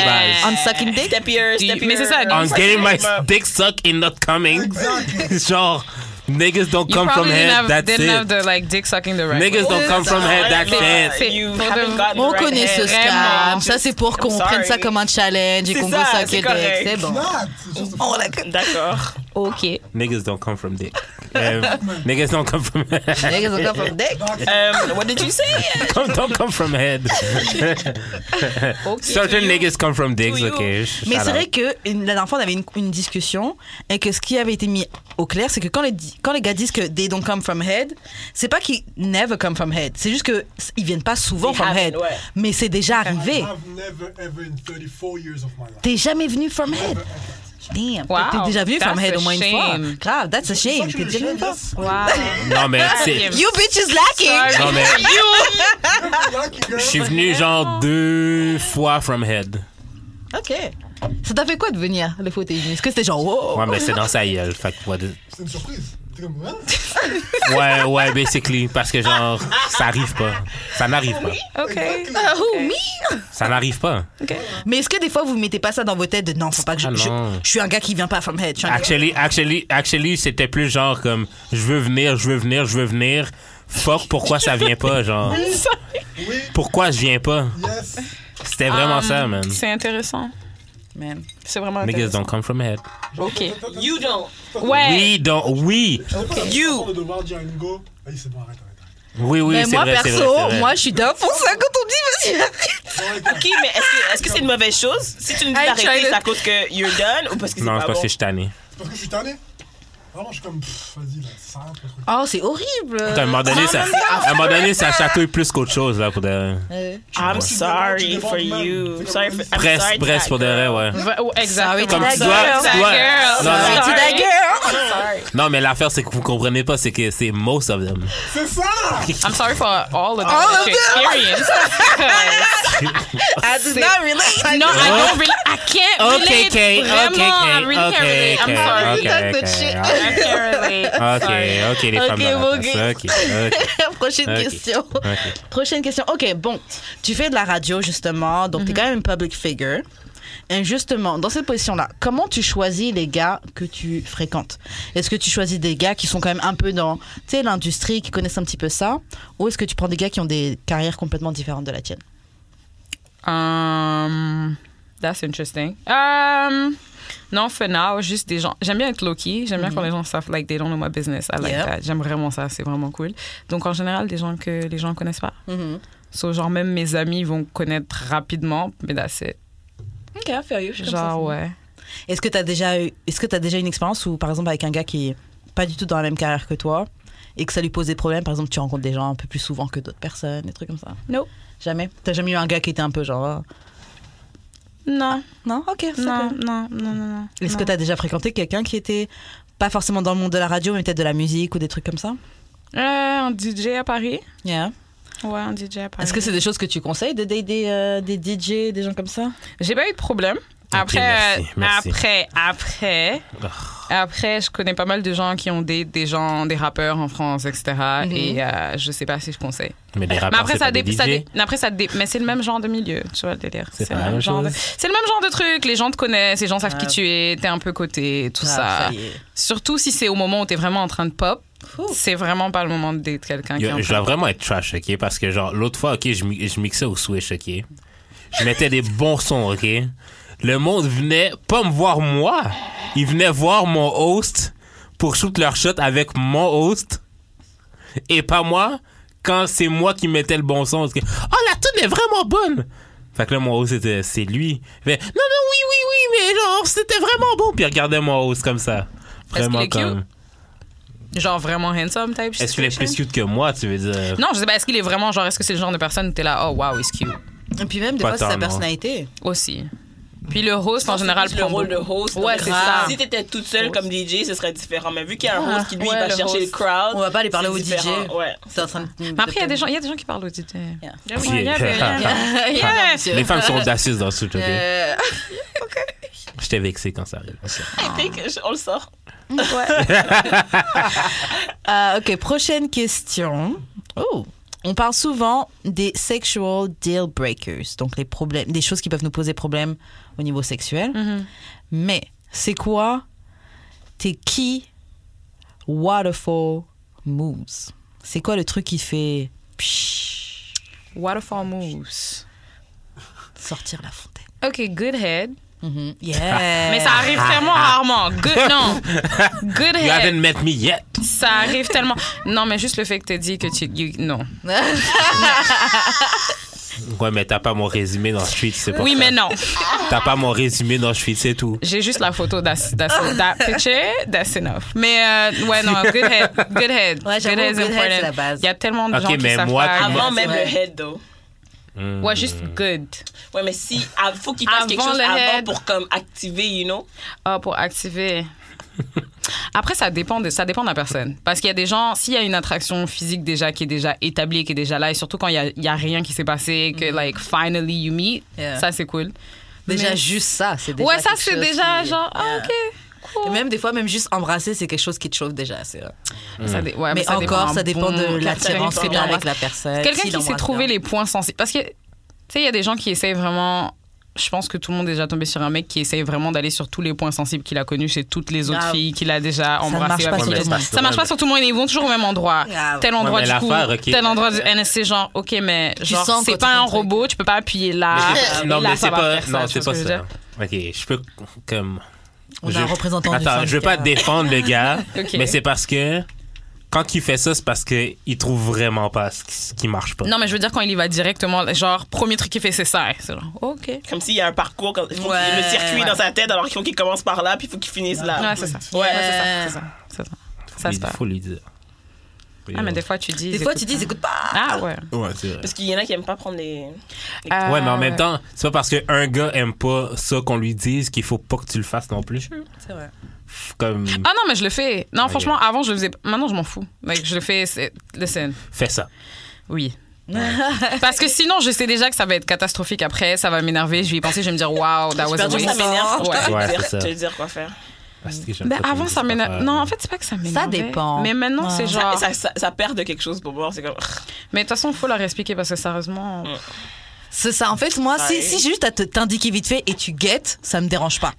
[SPEAKER 3] base.
[SPEAKER 8] On sucking dick?
[SPEAKER 5] Step here,
[SPEAKER 4] Do you-
[SPEAKER 5] step here.
[SPEAKER 4] mais c'est ça,
[SPEAKER 3] On
[SPEAKER 4] Exactement.
[SPEAKER 3] getting my dick sucked and not coming. Genre, niggas don't
[SPEAKER 4] You
[SPEAKER 3] come from
[SPEAKER 4] probably didn't
[SPEAKER 3] head,
[SPEAKER 4] have,
[SPEAKER 3] that's
[SPEAKER 4] didn't
[SPEAKER 3] it.
[SPEAKER 4] have the like dick sucking the right
[SPEAKER 3] Niggas
[SPEAKER 5] Oh,
[SPEAKER 3] don't come from head, that's
[SPEAKER 5] c'est-
[SPEAKER 3] it.
[SPEAKER 5] c'est-
[SPEAKER 4] You
[SPEAKER 5] for
[SPEAKER 4] haven't
[SPEAKER 5] the-
[SPEAKER 4] gotten
[SPEAKER 8] On connaît ce
[SPEAKER 4] Vraiment.
[SPEAKER 8] scam. Ça, c'est pour qu'on
[SPEAKER 5] sorry.
[SPEAKER 8] prenne ça comme un challenge et
[SPEAKER 5] C'est
[SPEAKER 8] qu'on go
[SPEAKER 5] ça,
[SPEAKER 8] suck
[SPEAKER 5] c'est
[SPEAKER 8] your dick.
[SPEAKER 5] correct.
[SPEAKER 8] C'est bon.
[SPEAKER 5] D'accord.
[SPEAKER 8] Ok. Les
[SPEAKER 3] Niggas don't come from dick. Um, niggas don't come from
[SPEAKER 8] gars sont comme from dick.
[SPEAKER 5] Um, what did you say?
[SPEAKER 3] don't, don't come from head. Certain niggas come from dicks,
[SPEAKER 5] To you.
[SPEAKER 3] ok.
[SPEAKER 2] Mais
[SPEAKER 3] shout
[SPEAKER 2] c'est
[SPEAKER 3] out.
[SPEAKER 2] vrai que une- la dernière fois, on avait une, une discussion et que ce qui avait été mis au clair, c'est que quand les, di- quand les gars disent que they don't come from head, c'est pas qu'ils never come from head, c'est juste que c- ils viennent pas souvent
[SPEAKER 5] They
[SPEAKER 2] from
[SPEAKER 5] haven't,
[SPEAKER 2] head.
[SPEAKER 5] ouais.
[SPEAKER 2] Mais c'est déjà arrivé.
[SPEAKER 6] I've never ever in 34 years of my life.
[SPEAKER 2] T'es jamais venu from head. Damn,
[SPEAKER 4] Wow,
[SPEAKER 2] t'es déjà venu from
[SPEAKER 4] that's
[SPEAKER 2] head
[SPEAKER 4] a
[SPEAKER 2] au moins une
[SPEAKER 4] shame.
[SPEAKER 2] fois. Grave, that's a shame. T'es déjà venu une fois.
[SPEAKER 4] Wow.
[SPEAKER 3] Non, mais c'est.
[SPEAKER 4] Sorry.
[SPEAKER 2] You bitches lacking.
[SPEAKER 3] Non, mais
[SPEAKER 6] Lucky girl.
[SPEAKER 3] je suis venu genre deux fois from head.
[SPEAKER 2] Ok.
[SPEAKER 8] Ça t'a fait quoi de venir le fauteuil Est-ce que c'était genre
[SPEAKER 2] oh?
[SPEAKER 8] wow?
[SPEAKER 3] Ouais, mais c'est dans sa gueule. Fait que, what the-
[SPEAKER 6] C'est une surprise. T'es comme, hein?
[SPEAKER 3] Ouais, ouais, basically. Parce que genre, ça arrive pas. Ça n'arrive pas.
[SPEAKER 4] Okay.
[SPEAKER 3] Ça n'arrive pas.
[SPEAKER 2] Mais est-ce que des fois vous mettez pas ça dans vos têtes de non, faut pas que je,
[SPEAKER 3] Ah
[SPEAKER 2] je-
[SPEAKER 3] non.
[SPEAKER 2] je suis un gars qui vient pas from head. je suis un gars-
[SPEAKER 3] Actually, actually, actually, c'était plus genre comme je veux venir, je veux venir, je veux venir. Fuck, pourquoi ça vient pas, genre
[SPEAKER 6] Oui.
[SPEAKER 3] Pourquoi je viens pas
[SPEAKER 6] Yes.
[SPEAKER 3] C'était vraiment
[SPEAKER 2] Ah.
[SPEAKER 3] ça, man.
[SPEAKER 4] C'est intéressant.
[SPEAKER 2] Man.
[SPEAKER 4] C'est vraiment
[SPEAKER 3] Niggas
[SPEAKER 4] intéressant.
[SPEAKER 3] don't come from head.
[SPEAKER 4] OK.
[SPEAKER 5] You don't.
[SPEAKER 4] Ouais.
[SPEAKER 3] Oui, don't, oui,
[SPEAKER 6] You. De devoir dire à Hugo, vas-y, c'est bon, arrête, arrête.
[SPEAKER 3] oui, oui,
[SPEAKER 2] Mais
[SPEAKER 3] c'est
[SPEAKER 2] moi
[SPEAKER 3] vrai, c'est vrai,
[SPEAKER 2] perso,
[SPEAKER 3] c'est vrai.
[SPEAKER 2] moi je suis d'accord pour ça quand on dit vas-y.
[SPEAKER 5] Ok, mais est-ce que est-ce que c'est une mauvaise chose? Si tu nous dis
[SPEAKER 4] I
[SPEAKER 5] d'arrêter,
[SPEAKER 4] tried
[SPEAKER 5] c'est à
[SPEAKER 4] it.
[SPEAKER 5] cause que you're done ou parce que c'est
[SPEAKER 3] non,
[SPEAKER 5] pas
[SPEAKER 3] c'est parce
[SPEAKER 5] bon?
[SPEAKER 3] que je suis tanné.
[SPEAKER 6] C'est parce que je suis tanné. Vraiment, je suis comme, pff, vas-y, là, c'est simple, le truc.
[SPEAKER 2] Oh, c'est horrible.
[SPEAKER 3] Putain, À un moment donné, ça, à un moment donné, ça chatouille plus qu'autre chose là pour de.
[SPEAKER 5] I'm sorry
[SPEAKER 6] Tu
[SPEAKER 5] for
[SPEAKER 6] demandes
[SPEAKER 5] you.
[SPEAKER 6] même.
[SPEAKER 5] Sorry for, I'm
[SPEAKER 3] Bref,
[SPEAKER 5] sorry to
[SPEAKER 3] bref
[SPEAKER 5] that
[SPEAKER 3] pour de vrai,
[SPEAKER 5] girl.
[SPEAKER 3] ouais.
[SPEAKER 4] Va- ouais, Exactement.
[SPEAKER 3] Comme tu
[SPEAKER 2] that
[SPEAKER 3] dois,
[SPEAKER 2] girl.
[SPEAKER 3] tu dois.
[SPEAKER 2] Ah,
[SPEAKER 4] That girl.
[SPEAKER 3] Non, non,
[SPEAKER 4] Sorry.
[SPEAKER 2] Tu
[SPEAKER 4] Alright.
[SPEAKER 2] girl.
[SPEAKER 5] I'm sorry.
[SPEAKER 3] non, mais l'affaire c'est que vous comprenez pas, c'est que c'est most of them.
[SPEAKER 6] C'est ça!
[SPEAKER 4] I'm sorry for all of this experience.
[SPEAKER 2] I do not relate.
[SPEAKER 4] no, I don't really, I can't
[SPEAKER 3] Okay,
[SPEAKER 4] relate.
[SPEAKER 3] okay,
[SPEAKER 4] Vraiment,
[SPEAKER 3] okay,
[SPEAKER 4] I really can't
[SPEAKER 3] okay,
[SPEAKER 4] relate. I'm
[SPEAKER 3] okay,
[SPEAKER 4] sorry.
[SPEAKER 3] okay,
[SPEAKER 8] That's the
[SPEAKER 3] okay,
[SPEAKER 8] shit.
[SPEAKER 3] okay.
[SPEAKER 4] I can't relate.
[SPEAKER 3] Ok,
[SPEAKER 4] Sorry.
[SPEAKER 3] ok, les femmes dans la
[SPEAKER 8] ok.
[SPEAKER 3] place. Ok, ok.
[SPEAKER 8] Prochaine
[SPEAKER 3] Ok.
[SPEAKER 8] question.
[SPEAKER 3] ok.
[SPEAKER 2] Prochaine question. Ok, bon, tu fais de la radio justement, donc t'es quand même une public figure. Et justement, dans cette position-là, comment tu choisis les gars que tu fréquentes Est-ce que tu choisis des gars qui sont quand même un peu dans, tu sais, l'industrie, qui connaissent un petit peu ça, ou est-ce que tu prends des gars qui ont des carrières complètement différentes de la tienne
[SPEAKER 4] Um, that's interesting. Um, non, for now, juste des gens. J'aime bien être low-key. J'aime
[SPEAKER 2] Mm-hmm.
[SPEAKER 4] bien quand les gens savent, like, they don't know my business. I like
[SPEAKER 2] Yeah.
[SPEAKER 4] that. J'aime vraiment ça. C'est vraiment cool. Donc, en général, des gens que les gens connaissent pas.
[SPEAKER 2] Mm-hmm.
[SPEAKER 4] So, genre, même mes amis vont connaître rapidement, mais that's it.
[SPEAKER 2] Ok, à faire you.
[SPEAKER 4] Genre, ouais.
[SPEAKER 2] Est-ce que t'as déjà eu, est-ce que t'as déjà une expérience où, par exemple, avec un gars qui est pas du tout dans la même carrière que toi et que ça lui pose des problèmes, par exemple, tu rencontres des gens un peu plus souvent que d'autres personnes, des trucs comme ça
[SPEAKER 4] Non.
[SPEAKER 2] Jamais. T'as jamais eu un gars qui était un peu genre. ah,
[SPEAKER 4] Non,
[SPEAKER 2] Non, ok. Ah, c'est
[SPEAKER 4] non,
[SPEAKER 2] cool.
[SPEAKER 4] non, non, non, non.
[SPEAKER 2] Est-ce que
[SPEAKER 4] non.
[SPEAKER 2] t'as déjà fréquenté quelqu'un qui était pas forcément dans le monde de la radio, mais peut-être de la musique ou des trucs comme ça
[SPEAKER 4] Euh, un DJ à Paris?
[SPEAKER 2] Yeah.
[SPEAKER 4] Ouais, un DJ à Paris.
[SPEAKER 2] Est-ce que c'est des choses que tu conseilles de dater euh, des DJ, des gens comme ça
[SPEAKER 4] J'ai pas eu de problème. Après, euh,
[SPEAKER 3] merci, merci. Ah.
[SPEAKER 4] après, après, après, je connais pas mal de gens qui ont des, des gens, des rappeurs en France, etc. Et euh, je sais pas si je conseille.
[SPEAKER 3] Mais les
[SPEAKER 4] Mais
[SPEAKER 3] rappeurs,
[SPEAKER 4] après,
[SPEAKER 3] c'est
[SPEAKER 4] ça
[SPEAKER 3] pas des
[SPEAKER 4] dé- ça
[SPEAKER 3] DJ.
[SPEAKER 4] dé- mais après, ça dé- mais c'est le même genre de milieu, tu vois le délire.
[SPEAKER 3] C'est pas
[SPEAKER 4] le
[SPEAKER 3] la même
[SPEAKER 4] genre de-
[SPEAKER 3] chose.
[SPEAKER 4] C'est le même genre de truc. Les gens te connaissent, les gens savent qui
[SPEAKER 2] Grave.
[SPEAKER 4] tu es, t'es un peu coté, tout ça.
[SPEAKER 2] Ah, y est.
[SPEAKER 4] Surtout si c'est au moment où t'es vraiment en train de pop, c'est vraiment pas le moment de date quelqu'un qui est
[SPEAKER 3] Yo,
[SPEAKER 4] en
[SPEAKER 3] je
[SPEAKER 4] train
[SPEAKER 3] dois
[SPEAKER 4] de-
[SPEAKER 3] vraiment être trash, ok? Parce que, genre, l'autre fois, ok, je, mi- je mixais au Switch, ok? Je mettais des bons sons, ok? Le monde venait pas me voir moi. Il venait voir mon host pour shoot leur shot avec mon host et pas moi quand c'est moi qui mettais le bon son. Parce que, oh, la tune est vraiment bonne! Fait que là, mon host, c'était, c'est lui. Il fait, non, non, oui, oui, oui, mais genre, c'était vraiment bon. Puis il regardait mon host comme ça.
[SPEAKER 4] Est-ce qu'il
[SPEAKER 3] Vraiment
[SPEAKER 4] est cute?
[SPEAKER 3] comme.
[SPEAKER 4] Genre vraiment handsome type.
[SPEAKER 3] Est-ce qu'il est plus cute que moi, tu veux dire?
[SPEAKER 4] Non, je sais pas, est-ce qu'il est vraiment genre, est-ce que c'est le genre de personne où t'es là, oh wow, is cute
[SPEAKER 2] Et puis même, des
[SPEAKER 3] Pas
[SPEAKER 2] fois, c'est sa
[SPEAKER 3] tellement.
[SPEAKER 2] personnalité.
[SPEAKER 4] aussi. Puis le host en général
[SPEAKER 5] le
[SPEAKER 4] prend
[SPEAKER 5] rôle de
[SPEAKER 4] beaucoup.
[SPEAKER 5] host.
[SPEAKER 4] Ouais,
[SPEAKER 5] Donc,
[SPEAKER 4] c'est
[SPEAKER 5] si-
[SPEAKER 4] ça.
[SPEAKER 5] Si t'étais toute seule comme DJ, ce serait différent. Mais vu qu'il y a un
[SPEAKER 4] Ah,
[SPEAKER 5] host qui lui,
[SPEAKER 4] ouais,
[SPEAKER 5] il va
[SPEAKER 4] le
[SPEAKER 5] chercher
[SPEAKER 4] host.
[SPEAKER 5] le crowd.
[SPEAKER 2] On va pas aller
[SPEAKER 5] c'est
[SPEAKER 2] parler au DJ.
[SPEAKER 5] différent. Ouais.
[SPEAKER 2] T'es en train de-
[SPEAKER 4] Mais après, il y a des gens, il y a des gens qui parlent au DJ.
[SPEAKER 2] Yeah.
[SPEAKER 4] Yeah,
[SPEAKER 3] Ok.
[SPEAKER 4] yeah, yeah, yeah. Yeah.
[SPEAKER 3] Les femmes sont audacieuses dans ce truc, ok?
[SPEAKER 2] Euh,
[SPEAKER 3] J'étais vexé quand ça arrive. Ok.
[SPEAKER 4] Euh,
[SPEAKER 5] Dès que je- on le sort.
[SPEAKER 2] euh, ok, prochaine question. Oh. On parle souvent des sexual deal breakers, donc les problèmes, des choses qui peuvent nous poser problème au niveau sexuel.
[SPEAKER 4] Mm-hmm.
[SPEAKER 2] Mais c'est quoi tes key waterfall moves C'est quoi le truc qui fait psh,
[SPEAKER 4] Waterfall moves.
[SPEAKER 2] sortir la fontaine
[SPEAKER 4] Ok, good head.
[SPEAKER 2] Mhm. Yeah.
[SPEAKER 4] Mm-hmm. Mais ça arrive tellement rarement. Good, non. Good
[SPEAKER 3] Ah. You
[SPEAKER 4] head.
[SPEAKER 3] haven't met me yet.
[SPEAKER 4] Ça arrive tellement. Non, mais juste le fait que t'aies dit que tu. you- non.
[SPEAKER 3] Ouais, mais t'as pas mon résumé dans Street, c'est pas
[SPEAKER 4] Oui,
[SPEAKER 3] ça.
[SPEAKER 4] mais non.
[SPEAKER 3] T'as pas mon résumé dans Street, c'est tout.
[SPEAKER 4] J'ai juste la photo. That's, that's, that picture, that's enough. Mais euh, ouais, non, good head. Good head.
[SPEAKER 2] Ouais, j'avoue,
[SPEAKER 4] is
[SPEAKER 2] good head,
[SPEAKER 4] important.
[SPEAKER 2] c'est la base.
[SPEAKER 4] Il y a tellement de
[SPEAKER 3] Ok,
[SPEAKER 4] gens qui
[SPEAKER 3] mais
[SPEAKER 4] savent
[SPEAKER 3] moi,
[SPEAKER 4] pas.
[SPEAKER 3] comment-
[SPEAKER 5] Avant
[SPEAKER 2] c'est
[SPEAKER 5] même
[SPEAKER 2] vrai.
[SPEAKER 5] le head, though.
[SPEAKER 4] Ouais, juste good.
[SPEAKER 5] Ouais, mais si, ah, faut qu'il fasse quelque
[SPEAKER 4] Avant
[SPEAKER 5] chose
[SPEAKER 4] le
[SPEAKER 5] avant
[SPEAKER 4] head.
[SPEAKER 5] pour comme activer, you know.
[SPEAKER 4] Ah, pour activer. Après, ça dépend, de, ça dépend de la personne. Parce qu'il y a des gens, s'il y a une attraction physique déjà qui est déjà établie, qui est déjà là, et surtout quand il y a, il y a rien qui s'est passé, que, like, finally you meet,
[SPEAKER 2] Mm-hmm. Yeah.
[SPEAKER 4] ça, c'est cool.
[SPEAKER 2] Déjà
[SPEAKER 4] Mais-
[SPEAKER 2] juste ça, c'est déjà
[SPEAKER 4] Ouais, ça,
[SPEAKER 2] quelque
[SPEAKER 4] c'est
[SPEAKER 2] chose
[SPEAKER 4] déjà
[SPEAKER 2] qui-
[SPEAKER 4] genre, ah,
[SPEAKER 2] Yeah.
[SPEAKER 4] OK,
[SPEAKER 2] Et
[SPEAKER 4] cool.
[SPEAKER 2] même des fois, même juste embrasser, c'est quelque chose qui te chauffe déjà. c'est euh, vrai.
[SPEAKER 4] Ça dé- ouais,
[SPEAKER 2] mais
[SPEAKER 4] ça dépend
[SPEAKER 2] encore,
[SPEAKER 4] un
[SPEAKER 2] ça dépend
[SPEAKER 4] bon-
[SPEAKER 2] de l'attirance
[SPEAKER 5] dépend
[SPEAKER 2] que tu
[SPEAKER 5] de
[SPEAKER 2] as
[SPEAKER 5] la-
[SPEAKER 2] avec la personne.
[SPEAKER 4] Quelqu'un
[SPEAKER 2] s'il
[SPEAKER 4] qui sait
[SPEAKER 2] embrasse
[SPEAKER 4] trouver
[SPEAKER 2] bien.
[SPEAKER 4] les points sensibles. Parce que, tu sais, il y a des gens qui essayent vraiment. Je pense que tout le monde est déjà tombé sur un mec qui essaye vraiment d'aller sur tous les points sensibles qu'il a connus chez toutes les autres
[SPEAKER 2] Grave.
[SPEAKER 4] filles qu'il a déjà
[SPEAKER 2] Ah. ne
[SPEAKER 4] embrassées.
[SPEAKER 2] marche pas
[SPEAKER 4] avec
[SPEAKER 2] sur
[SPEAKER 4] les
[SPEAKER 2] tout
[SPEAKER 4] autres.
[SPEAKER 2] le monde.
[SPEAKER 4] Ça marche pas sur tout le monde, ils vont toujours au même endroit.
[SPEAKER 2] Grave.
[SPEAKER 4] Tel endroit
[SPEAKER 3] Ouais, mais
[SPEAKER 4] du coup,
[SPEAKER 3] l'affaire, ok.
[SPEAKER 4] tel endroit du et c'est genre, ok, mais genre,
[SPEAKER 2] sens quand
[SPEAKER 4] c'est
[SPEAKER 2] tu fais
[SPEAKER 4] pas
[SPEAKER 2] un
[SPEAKER 4] un
[SPEAKER 2] truc.
[SPEAKER 4] robot, tu peux pas appuyer là. et
[SPEAKER 3] non,
[SPEAKER 4] là,
[SPEAKER 3] mais
[SPEAKER 4] ça
[SPEAKER 3] c'est
[SPEAKER 4] va
[SPEAKER 3] pas,
[SPEAKER 4] faire ça,
[SPEAKER 3] non,
[SPEAKER 4] tu
[SPEAKER 3] c'est
[SPEAKER 4] vois
[SPEAKER 3] pas
[SPEAKER 4] ce que
[SPEAKER 3] ça. Ok, je peux, comme.
[SPEAKER 2] On a un représentant du
[SPEAKER 3] Attends, je veux pas
[SPEAKER 2] syndicat.
[SPEAKER 3] défendre le gars,
[SPEAKER 4] Ok.
[SPEAKER 3] mais c'est parce que quand il fait ça, c'est parce que il trouve vraiment pas ce qui- ce qui marche pas.
[SPEAKER 4] Non, mais je veux dire, quand il y va directement, genre, premier truc qu'il fait, c'est ça. C'est genre, ok. Ouais,
[SPEAKER 5] Comme s'il y a un parcours, comme, il faut qu'il-
[SPEAKER 2] Ouais,
[SPEAKER 5] le circuit
[SPEAKER 4] ouais.
[SPEAKER 5] dans sa tête, alors qu'il faut qu'il commence par là, puis il faut qu'il finisse
[SPEAKER 2] Ah,
[SPEAKER 5] là.
[SPEAKER 4] c'est ça.
[SPEAKER 2] Yeah.
[SPEAKER 4] Ouais, c'est ça. C'est ça. c'est ça. Ça
[SPEAKER 3] il
[SPEAKER 4] se passe.
[SPEAKER 3] faut lui dire.
[SPEAKER 4] Ah,
[SPEAKER 3] euh,
[SPEAKER 4] mais des fois, tu dis.
[SPEAKER 2] Des fois, tu dis, écoute bah, pas.
[SPEAKER 4] Ah, ouais.
[SPEAKER 3] Ouais, c'est vrai.
[SPEAKER 5] Parce qu'il y en a qui aiment pas prendre les.
[SPEAKER 4] Ah,
[SPEAKER 3] Ouais, mais en même temps, c'est pas parce qu'un gars aime pas ça qu'on lui dise qu'il faut pas que tu le fasses non plus.
[SPEAKER 2] C'est vrai.
[SPEAKER 3] Comme,
[SPEAKER 4] Ah non, mais je le fais. Non, franchement, avant, je le faisais. pas. Maintenant, je m'en fous. Like, je le fais. c'est- Listen.
[SPEAKER 3] fais ça.
[SPEAKER 4] Oui. Parce que sinon, je sais déjà que ça va être catastrophique après, ça va m'énerver, je vais y penser, je vais me dire, wow, that was a
[SPEAKER 5] Perdu, ça
[SPEAKER 4] waste.
[SPEAKER 2] hein.
[SPEAKER 5] m'énerve.
[SPEAKER 4] Ouais.
[SPEAKER 5] Je peux
[SPEAKER 3] Ouais,
[SPEAKER 5] te
[SPEAKER 3] c'est ça.
[SPEAKER 5] dire- te dire quoi faire.
[SPEAKER 4] Ben, avant, ça m'énerve. Non, en fait, c'est pas que ça m'énerve.
[SPEAKER 2] dépend.
[SPEAKER 4] Mais maintenant,
[SPEAKER 2] Ouais.
[SPEAKER 4] c'est
[SPEAKER 5] Ça,
[SPEAKER 4] genre.
[SPEAKER 5] ça, ça- ça perd de quelque chose pour moi. C'est comme.
[SPEAKER 4] Mais de toute façon, il faut leur expliquer parce que sérieusement.
[SPEAKER 2] C'est ça. En fait, moi, si,
[SPEAKER 5] Ouais.
[SPEAKER 2] si j'ai juste à te- t'indiquer vite fait et tu guettes, ça me dérange pas.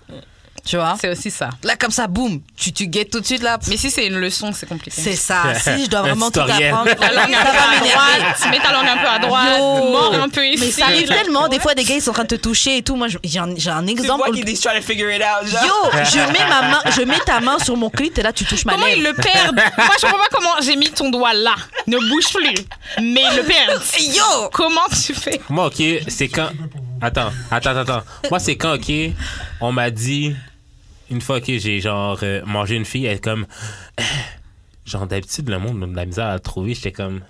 [SPEAKER 2] Tu vois
[SPEAKER 4] C'est aussi ça.
[SPEAKER 2] Là, comme ça, boum, tu, tu guettes tout de suite là. pff,
[SPEAKER 4] Mais si c'est une leçon, c'est compliqué.
[SPEAKER 2] C'est ça. Si je dois
[SPEAKER 3] Un
[SPEAKER 2] vraiment tout
[SPEAKER 3] tutoriel.
[SPEAKER 2] apprendre,
[SPEAKER 4] Ta langue un
[SPEAKER 2] ça
[SPEAKER 4] peu
[SPEAKER 2] va
[SPEAKER 4] à
[SPEAKER 2] m'énerver.
[SPEAKER 4] droite, mets ta langue un peu à droite,
[SPEAKER 2] Yo.
[SPEAKER 4] mort un peu ici.
[SPEAKER 2] Mais ça arrive tellement. Des fois, des gars, ils sont en train de te toucher et tout. Moi, je- j'ai un, j'ai un
[SPEAKER 5] Tu
[SPEAKER 2] exemple.
[SPEAKER 5] vois
[SPEAKER 2] où le-
[SPEAKER 5] qu'il est trying to figure it out.
[SPEAKER 2] Yo,
[SPEAKER 5] genre.
[SPEAKER 2] je mets ma main, je mets ta main sur mon clit et là, tu touches ma
[SPEAKER 4] Comment
[SPEAKER 2] lèvre.
[SPEAKER 4] ils le perdent Moi, je comprends pas comment j'ai mis ton doigt là. Ne bouge plus. Mais ils le perdent.
[SPEAKER 2] Yo
[SPEAKER 4] Comment tu fais
[SPEAKER 3] Moi, OK, c'est quand... Attends, attends, attends. Moi, c'est quand, OK, on m'a dit... Une fois que j'ai, genre, euh, mangé une fille, elle est comme... Genre, d'habitude, le monde me de la misère à la trouver. J'étais comme...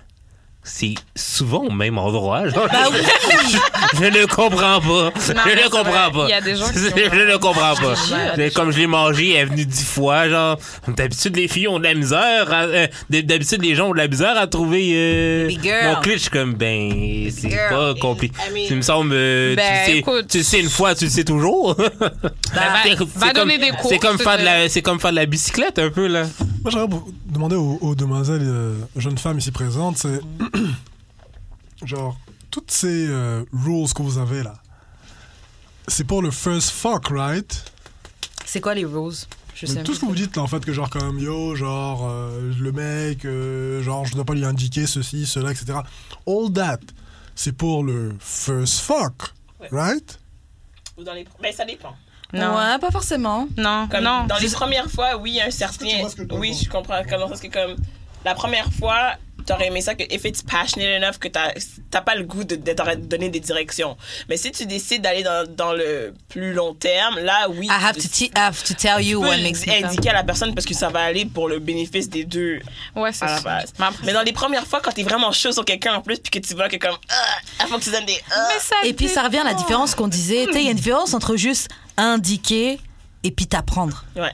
[SPEAKER 3] c'est souvent au même endroit. genre. je, je ne comprends pas.
[SPEAKER 4] Non,
[SPEAKER 3] je
[SPEAKER 4] mais
[SPEAKER 3] ne
[SPEAKER 4] Bah c'est
[SPEAKER 3] comprends
[SPEAKER 4] vrai,
[SPEAKER 3] pas.
[SPEAKER 4] il y a des gens qui
[SPEAKER 3] je,
[SPEAKER 4] ont-
[SPEAKER 3] ne comprends pas.
[SPEAKER 4] Je te jure.
[SPEAKER 3] Mais Comme je l'ai mangé, elle est venue dix fois. Genre, d'habitude, les filles ont de la misère. à- euh, d'habitude, les gens ont de la misère à trouver euh,
[SPEAKER 2] Baby girl.
[SPEAKER 3] mon clip. Je suis comme, ben, c'est
[SPEAKER 2] girl.
[SPEAKER 3] pas compliqué.
[SPEAKER 5] I mean-
[SPEAKER 3] tu me sembles, euh,
[SPEAKER 4] Ben,
[SPEAKER 3] tu, le sais,
[SPEAKER 4] écoute. Ben,
[SPEAKER 3] tu le sais une fois, tu le sais toujours.
[SPEAKER 2] Bah,
[SPEAKER 3] C'est-
[SPEAKER 4] va
[SPEAKER 3] c'est
[SPEAKER 4] donner
[SPEAKER 3] comme-
[SPEAKER 4] des euh. cours,
[SPEAKER 3] C'est comme,
[SPEAKER 4] c'est
[SPEAKER 3] faire de
[SPEAKER 4] vrai.
[SPEAKER 3] la- c'est comme faire de la bicyclette un peu, là.
[SPEAKER 6] Moi, j'aimerais vous demander aux, aux demoiselles, euh, jeunes femmes ici présentes, c'est. genre, toutes ces euh, rules que vous avez là, c'est pour le first fuck, right?
[SPEAKER 2] C'est quoi les roses Je
[SPEAKER 6] Mais
[SPEAKER 2] sais
[SPEAKER 6] tout ce que vous dites là, en fait, que genre, quand même, yo, genre, euh, le mec, euh, genre, je dois pas lui indiquer ceci, cela, etc. All that, c'est pour le first fuck, right?
[SPEAKER 5] Ou dans les... Ben, ça dépend.
[SPEAKER 4] Non.
[SPEAKER 2] Ouais, pas forcément.
[SPEAKER 4] Non,
[SPEAKER 5] Comme
[SPEAKER 4] non.
[SPEAKER 5] Dans les premières fois, oui, il y a un
[SPEAKER 6] tu
[SPEAKER 5] certain.
[SPEAKER 6] vois ce que je veux
[SPEAKER 5] Oui,
[SPEAKER 6] dire?
[SPEAKER 5] je comprends. Comme, dans le sens que, comme, la première fois, t'aurais aimé ça que if it's passionate enough, que t'as t'as pas le goût de, de t'aurais donné des directions. Mais si tu décides d'aller dans, dans le plus long terme, là, oui.
[SPEAKER 2] I have to,
[SPEAKER 5] tu-
[SPEAKER 2] te- I have to tell you
[SPEAKER 5] tu peux
[SPEAKER 2] what makes me come.
[SPEAKER 5] indiquer à la personne parce que ça va aller pour le bénéfice des deux
[SPEAKER 4] Ouais, c'est
[SPEAKER 5] à la
[SPEAKER 4] ça.
[SPEAKER 5] base. Mais dans les premières fois, quand t'es vraiment chaud sur quelqu'un en plus, puis que tu vois que comme, ah, il faut que tu donnes des. ah.
[SPEAKER 4] Mais ça
[SPEAKER 2] Et puis ça revient à la
[SPEAKER 4] dépend.
[SPEAKER 2] différence qu'on disait. Tu sais, il y a une différence entre juste indiquer et puis t'apprendre.
[SPEAKER 5] Ouais.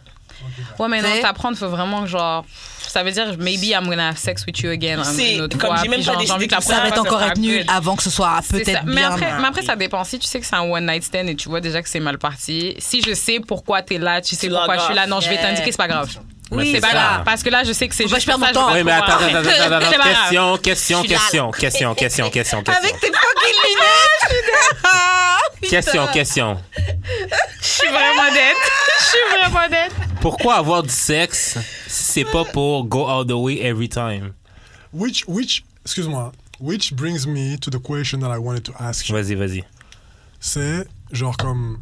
[SPEAKER 4] Ouais, mais non,
[SPEAKER 2] T'sais-
[SPEAKER 4] t'apprendre, faut vraiment que genre. Ça veut dire, maybe I'm gonna have sex with you again. hein,
[SPEAKER 5] C'est-
[SPEAKER 4] une autre
[SPEAKER 5] comme
[SPEAKER 4] fois,
[SPEAKER 5] j'ai même
[SPEAKER 4] puis
[SPEAKER 5] pas
[SPEAKER 4] genre,
[SPEAKER 5] décidé
[SPEAKER 4] j'ai envie que la
[SPEAKER 5] que
[SPEAKER 2] Ça
[SPEAKER 5] Ouais,
[SPEAKER 2] va
[SPEAKER 4] prochaine
[SPEAKER 2] être
[SPEAKER 5] ça
[SPEAKER 2] encore
[SPEAKER 4] fois, sera
[SPEAKER 2] être nul
[SPEAKER 4] good.
[SPEAKER 2] avant que ce soit
[SPEAKER 4] C'est ça.
[SPEAKER 2] peut-être
[SPEAKER 4] Mais
[SPEAKER 2] bien.
[SPEAKER 4] après, mais après, ça dépend. Si tu sais que c'est un one night stand et tu vois déjà que c'est mal parti, si je sais pourquoi t'es là, tu sais
[SPEAKER 5] Tu
[SPEAKER 4] pourquoi
[SPEAKER 5] log
[SPEAKER 4] je suis là,
[SPEAKER 5] off.
[SPEAKER 4] non, je vais
[SPEAKER 2] Yeah.
[SPEAKER 4] t'indiquer, c'est pas grave.
[SPEAKER 2] Oui,
[SPEAKER 4] C'est pas
[SPEAKER 2] ça.
[SPEAKER 4] grave. Parce que là, je sais que c'est
[SPEAKER 2] Faut pas
[SPEAKER 4] juste.
[SPEAKER 2] que je
[SPEAKER 4] pour
[SPEAKER 2] perde
[SPEAKER 4] ça,
[SPEAKER 2] mon
[SPEAKER 4] je vais
[SPEAKER 3] Oui, mais
[SPEAKER 4] pas
[SPEAKER 3] attends,
[SPEAKER 4] pouvoir.
[SPEAKER 3] attends, attends, attends,
[SPEAKER 4] C'est pas
[SPEAKER 3] Question,
[SPEAKER 4] grave.
[SPEAKER 3] question, question, question, question, question, question.
[SPEAKER 2] Avec tes fucking lunettes
[SPEAKER 4] ah!
[SPEAKER 3] Question, question.
[SPEAKER 4] Je suis vraiment dette. Je suis vraiment dette.
[SPEAKER 3] Pourquoi avoir du sexe si c'est pas pour go all the way every time?
[SPEAKER 6] Which, which, excuse-moi, which brings me to the question that I wanted to ask you.
[SPEAKER 3] Vas-y, vas-y.
[SPEAKER 6] c'est genre comme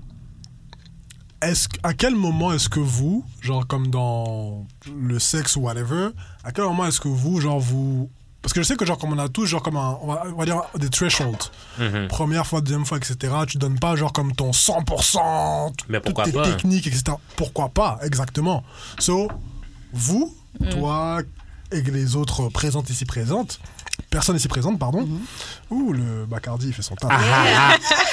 [SPEAKER 6] est-ce à quel moment est-ce que vous genre comme dans le sexe ou whatever à quel moment est-ce que vous genre vous parce que je sais que genre comme on a tous genre comme un, on, va, on va dire des thresholds
[SPEAKER 3] Mhm.
[SPEAKER 6] première fois deuxième fois etc tu donnes pas genre comme ton 100% tout-
[SPEAKER 3] Mais
[SPEAKER 6] toutes
[SPEAKER 3] pourquoi
[SPEAKER 6] tes
[SPEAKER 3] pas?
[SPEAKER 6] techniques etc pourquoi pas exactement so vous toi et les autres présentes ici présentes personne ici présente pardon ouh le Bacardi il fait son taf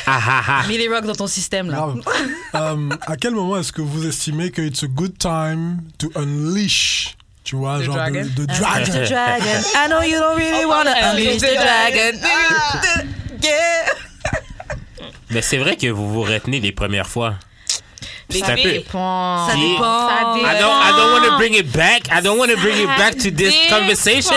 [SPEAKER 3] Ah,
[SPEAKER 2] Millie Rock dans ton système, là.
[SPEAKER 6] Grave. Ah. Euh, à quel moment est-ce que vous estimez que it's a good time to unleash, tu vois, genre
[SPEAKER 4] dragon?
[SPEAKER 6] de, de
[SPEAKER 8] Ah.
[SPEAKER 6] dragon
[SPEAKER 2] The dragon. I know you don't
[SPEAKER 4] Oh,
[SPEAKER 2] really wanna unleash the dragon. Yeah.
[SPEAKER 3] Mais c'est vrai que vous vous retenez les premières fois. C'est un peu.
[SPEAKER 4] Dépend.
[SPEAKER 2] Ça
[SPEAKER 3] Qui-
[SPEAKER 2] dépend. Ah,
[SPEAKER 4] Ça
[SPEAKER 3] I don't, I don't want to bring it back. I don't want to bring it back to this conversation.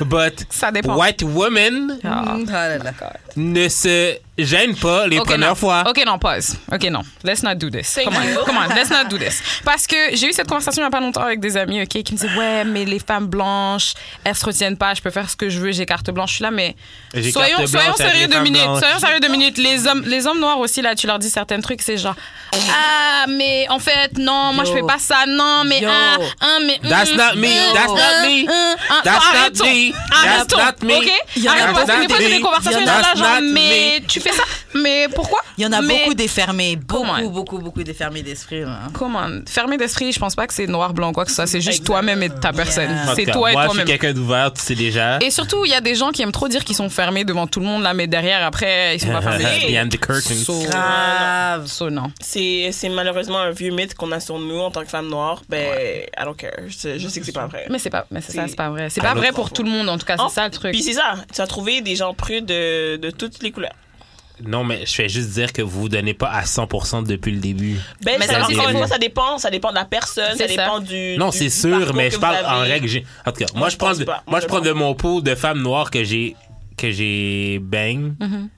[SPEAKER 3] But
[SPEAKER 4] Ça dépend.
[SPEAKER 3] white women
[SPEAKER 4] Ah.
[SPEAKER 2] Mm, oh là là.
[SPEAKER 3] ne se gênent pas les
[SPEAKER 4] Ok,
[SPEAKER 3] premières
[SPEAKER 4] non.
[SPEAKER 3] fois.
[SPEAKER 4] Ok, non, pause. Ok, non. Let's not do this. Come on, come on, let's not do this. Parce que j'ai eu cette conversation il n'y a pas longtemps avec des amis, ok, qui me disaient, ouais, mais les femmes blanches, elles se retiennent pas, je peux faire ce que je veux, j'ai carte blanche, je suis là, mais
[SPEAKER 3] J'ai
[SPEAKER 4] soyons,
[SPEAKER 3] carte
[SPEAKER 4] soyons
[SPEAKER 3] blanche avec
[SPEAKER 4] sérieux
[SPEAKER 3] les
[SPEAKER 4] deux
[SPEAKER 3] femmes
[SPEAKER 4] minutes.
[SPEAKER 3] blanches.
[SPEAKER 4] Soyons sérieux deux minutes. Les hommes, les hommes noirs aussi, là, tu leur dis certains trucs, c'est genre, ah, mais en fait, non, moi,
[SPEAKER 2] Yo.
[SPEAKER 4] je fais pas ça, non, mais
[SPEAKER 2] Yo.
[SPEAKER 4] ah, ah, mais.
[SPEAKER 3] That's
[SPEAKER 4] hum,
[SPEAKER 3] not me.
[SPEAKER 4] hum,
[SPEAKER 3] That's not
[SPEAKER 4] hum,
[SPEAKER 3] me.
[SPEAKER 4] hum, ah,
[SPEAKER 3] That's not
[SPEAKER 4] arrêtons.
[SPEAKER 3] me.
[SPEAKER 4] Arrêtons,
[SPEAKER 3] That's not me.
[SPEAKER 4] ok?
[SPEAKER 2] Il y en a
[SPEAKER 4] Arrêtons, parce que des
[SPEAKER 3] beaucoup.
[SPEAKER 4] fois, j'ai des conversations
[SPEAKER 2] Il y en
[SPEAKER 4] dans
[SPEAKER 3] a-
[SPEAKER 4] la genre,
[SPEAKER 3] That's not
[SPEAKER 4] mais
[SPEAKER 3] me.
[SPEAKER 4] tu fais ça. Mais pourquoi
[SPEAKER 2] Il y en a
[SPEAKER 4] Mais-
[SPEAKER 2] beaucoup des fermés.
[SPEAKER 4] Comment?
[SPEAKER 2] Beaucoup, beaucoup, beaucoup des fermés d'esprit. hein. là.
[SPEAKER 4] Comment Fermé d'esprit, je pense pas que c'est noir, blanc, quoi que ce soit. C'est juste toi-même et ta personne.
[SPEAKER 3] En
[SPEAKER 4] C'est
[SPEAKER 3] tout cas,
[SPEAKER 4] toi et
[SPEAKER 3] moi, je suis
[SPEAKER 4] toi-même.
[SPEAKER 3] quelqu'un d'ouvert, tu sais déjà.
[SPEAKER 4] Et surtout, il y a des gens qui aiment trop dire qu'ils sont fermés devant tout le monde, là, mais derrière, après, ils sont pas fermés.
[SPEAKER 3] Euh, Behind the curtains.
[SPEAKER 4] So,
[SPEAKER 2] Grave.
[SPEAKER 4] so, Ah, non.
[SPEAKER 5] C'est c'est malheureusement un vieux mythe qu'on a sur nous en tant que femmes noires. Ben, I don't care. Je, je sais que c'est pas vrai.
[SPEAKER 4] Mais c'est pas, mais c'est ça,
[SPEAKER 5] C'est-
[SPEAKER 4] c'est pas vrai. C'est
[SPEAKER 3] Ah,
[SPEAKER 4] pas
[SPEAKER 3] non.
[SPEAKER 4] vrai pour tout le monde, en tout cas,
[SPEAKER 5] Oh,
[SPEAKER 4] Ah, c'est ça le truc.
[SPEAKER 5] Puis c'est ça. Tu as trouvé des gens prudes de, de toutes les couleurs.
[SPEAKER 3] Non, mais je fais juste dire que vous vous donnez pas à 100% depuis le début.
[SPEAKER 5] Ben,
[SPEAKER 4] Mais
[SPEAKER 5] ça,
[SPEAKER 3] ça,
[SPEAKER 5] encore
[SPEAKER 3] c'est-
[SPEAKER 5] une fois, ça dépend. Ça dépend de la personne. Ça
[SPEAKER 4] C'est ça.
[SPEAKER 5] dépend du.
[SPEAKER 3] Non,
[SPEAKER 5] du-
[SPEAKER 3] c'est
[SPEAKER 5] du
[SPEAKER 3] sûr,
[SPEAKER 5] parcours
[SPEAKER 3] mais
[SPEAKER 5] que
[SPEAKER 3] je
[SPEAKER 5] vous
[SPEAKER 3] parle en
[SPEAKER 5] avez.
[SPEAKER 3] règle. j'ai- En tout cas, moi,
[SPEAKER 5] Moi,
[SPEAKER 3] je
[SPEAKER 5] je
[SPEAKER 3] prends
[SPEAKER 5] pense
[SPEAKER 3] de,
[SPEAKER 5] pas.
[SPEAKER 3] moi,
[SPEAKER 5] Moi,
[SPEAKER 3] je
[SPEAKER 5] je
[SPEAKER 3] prends de
[SPEAKER 5] pense.
[SPEAKER 3] mon pot de femmes noires que j'ai, que j'ai bang.
[SPEAKER 4] Mm-hmm.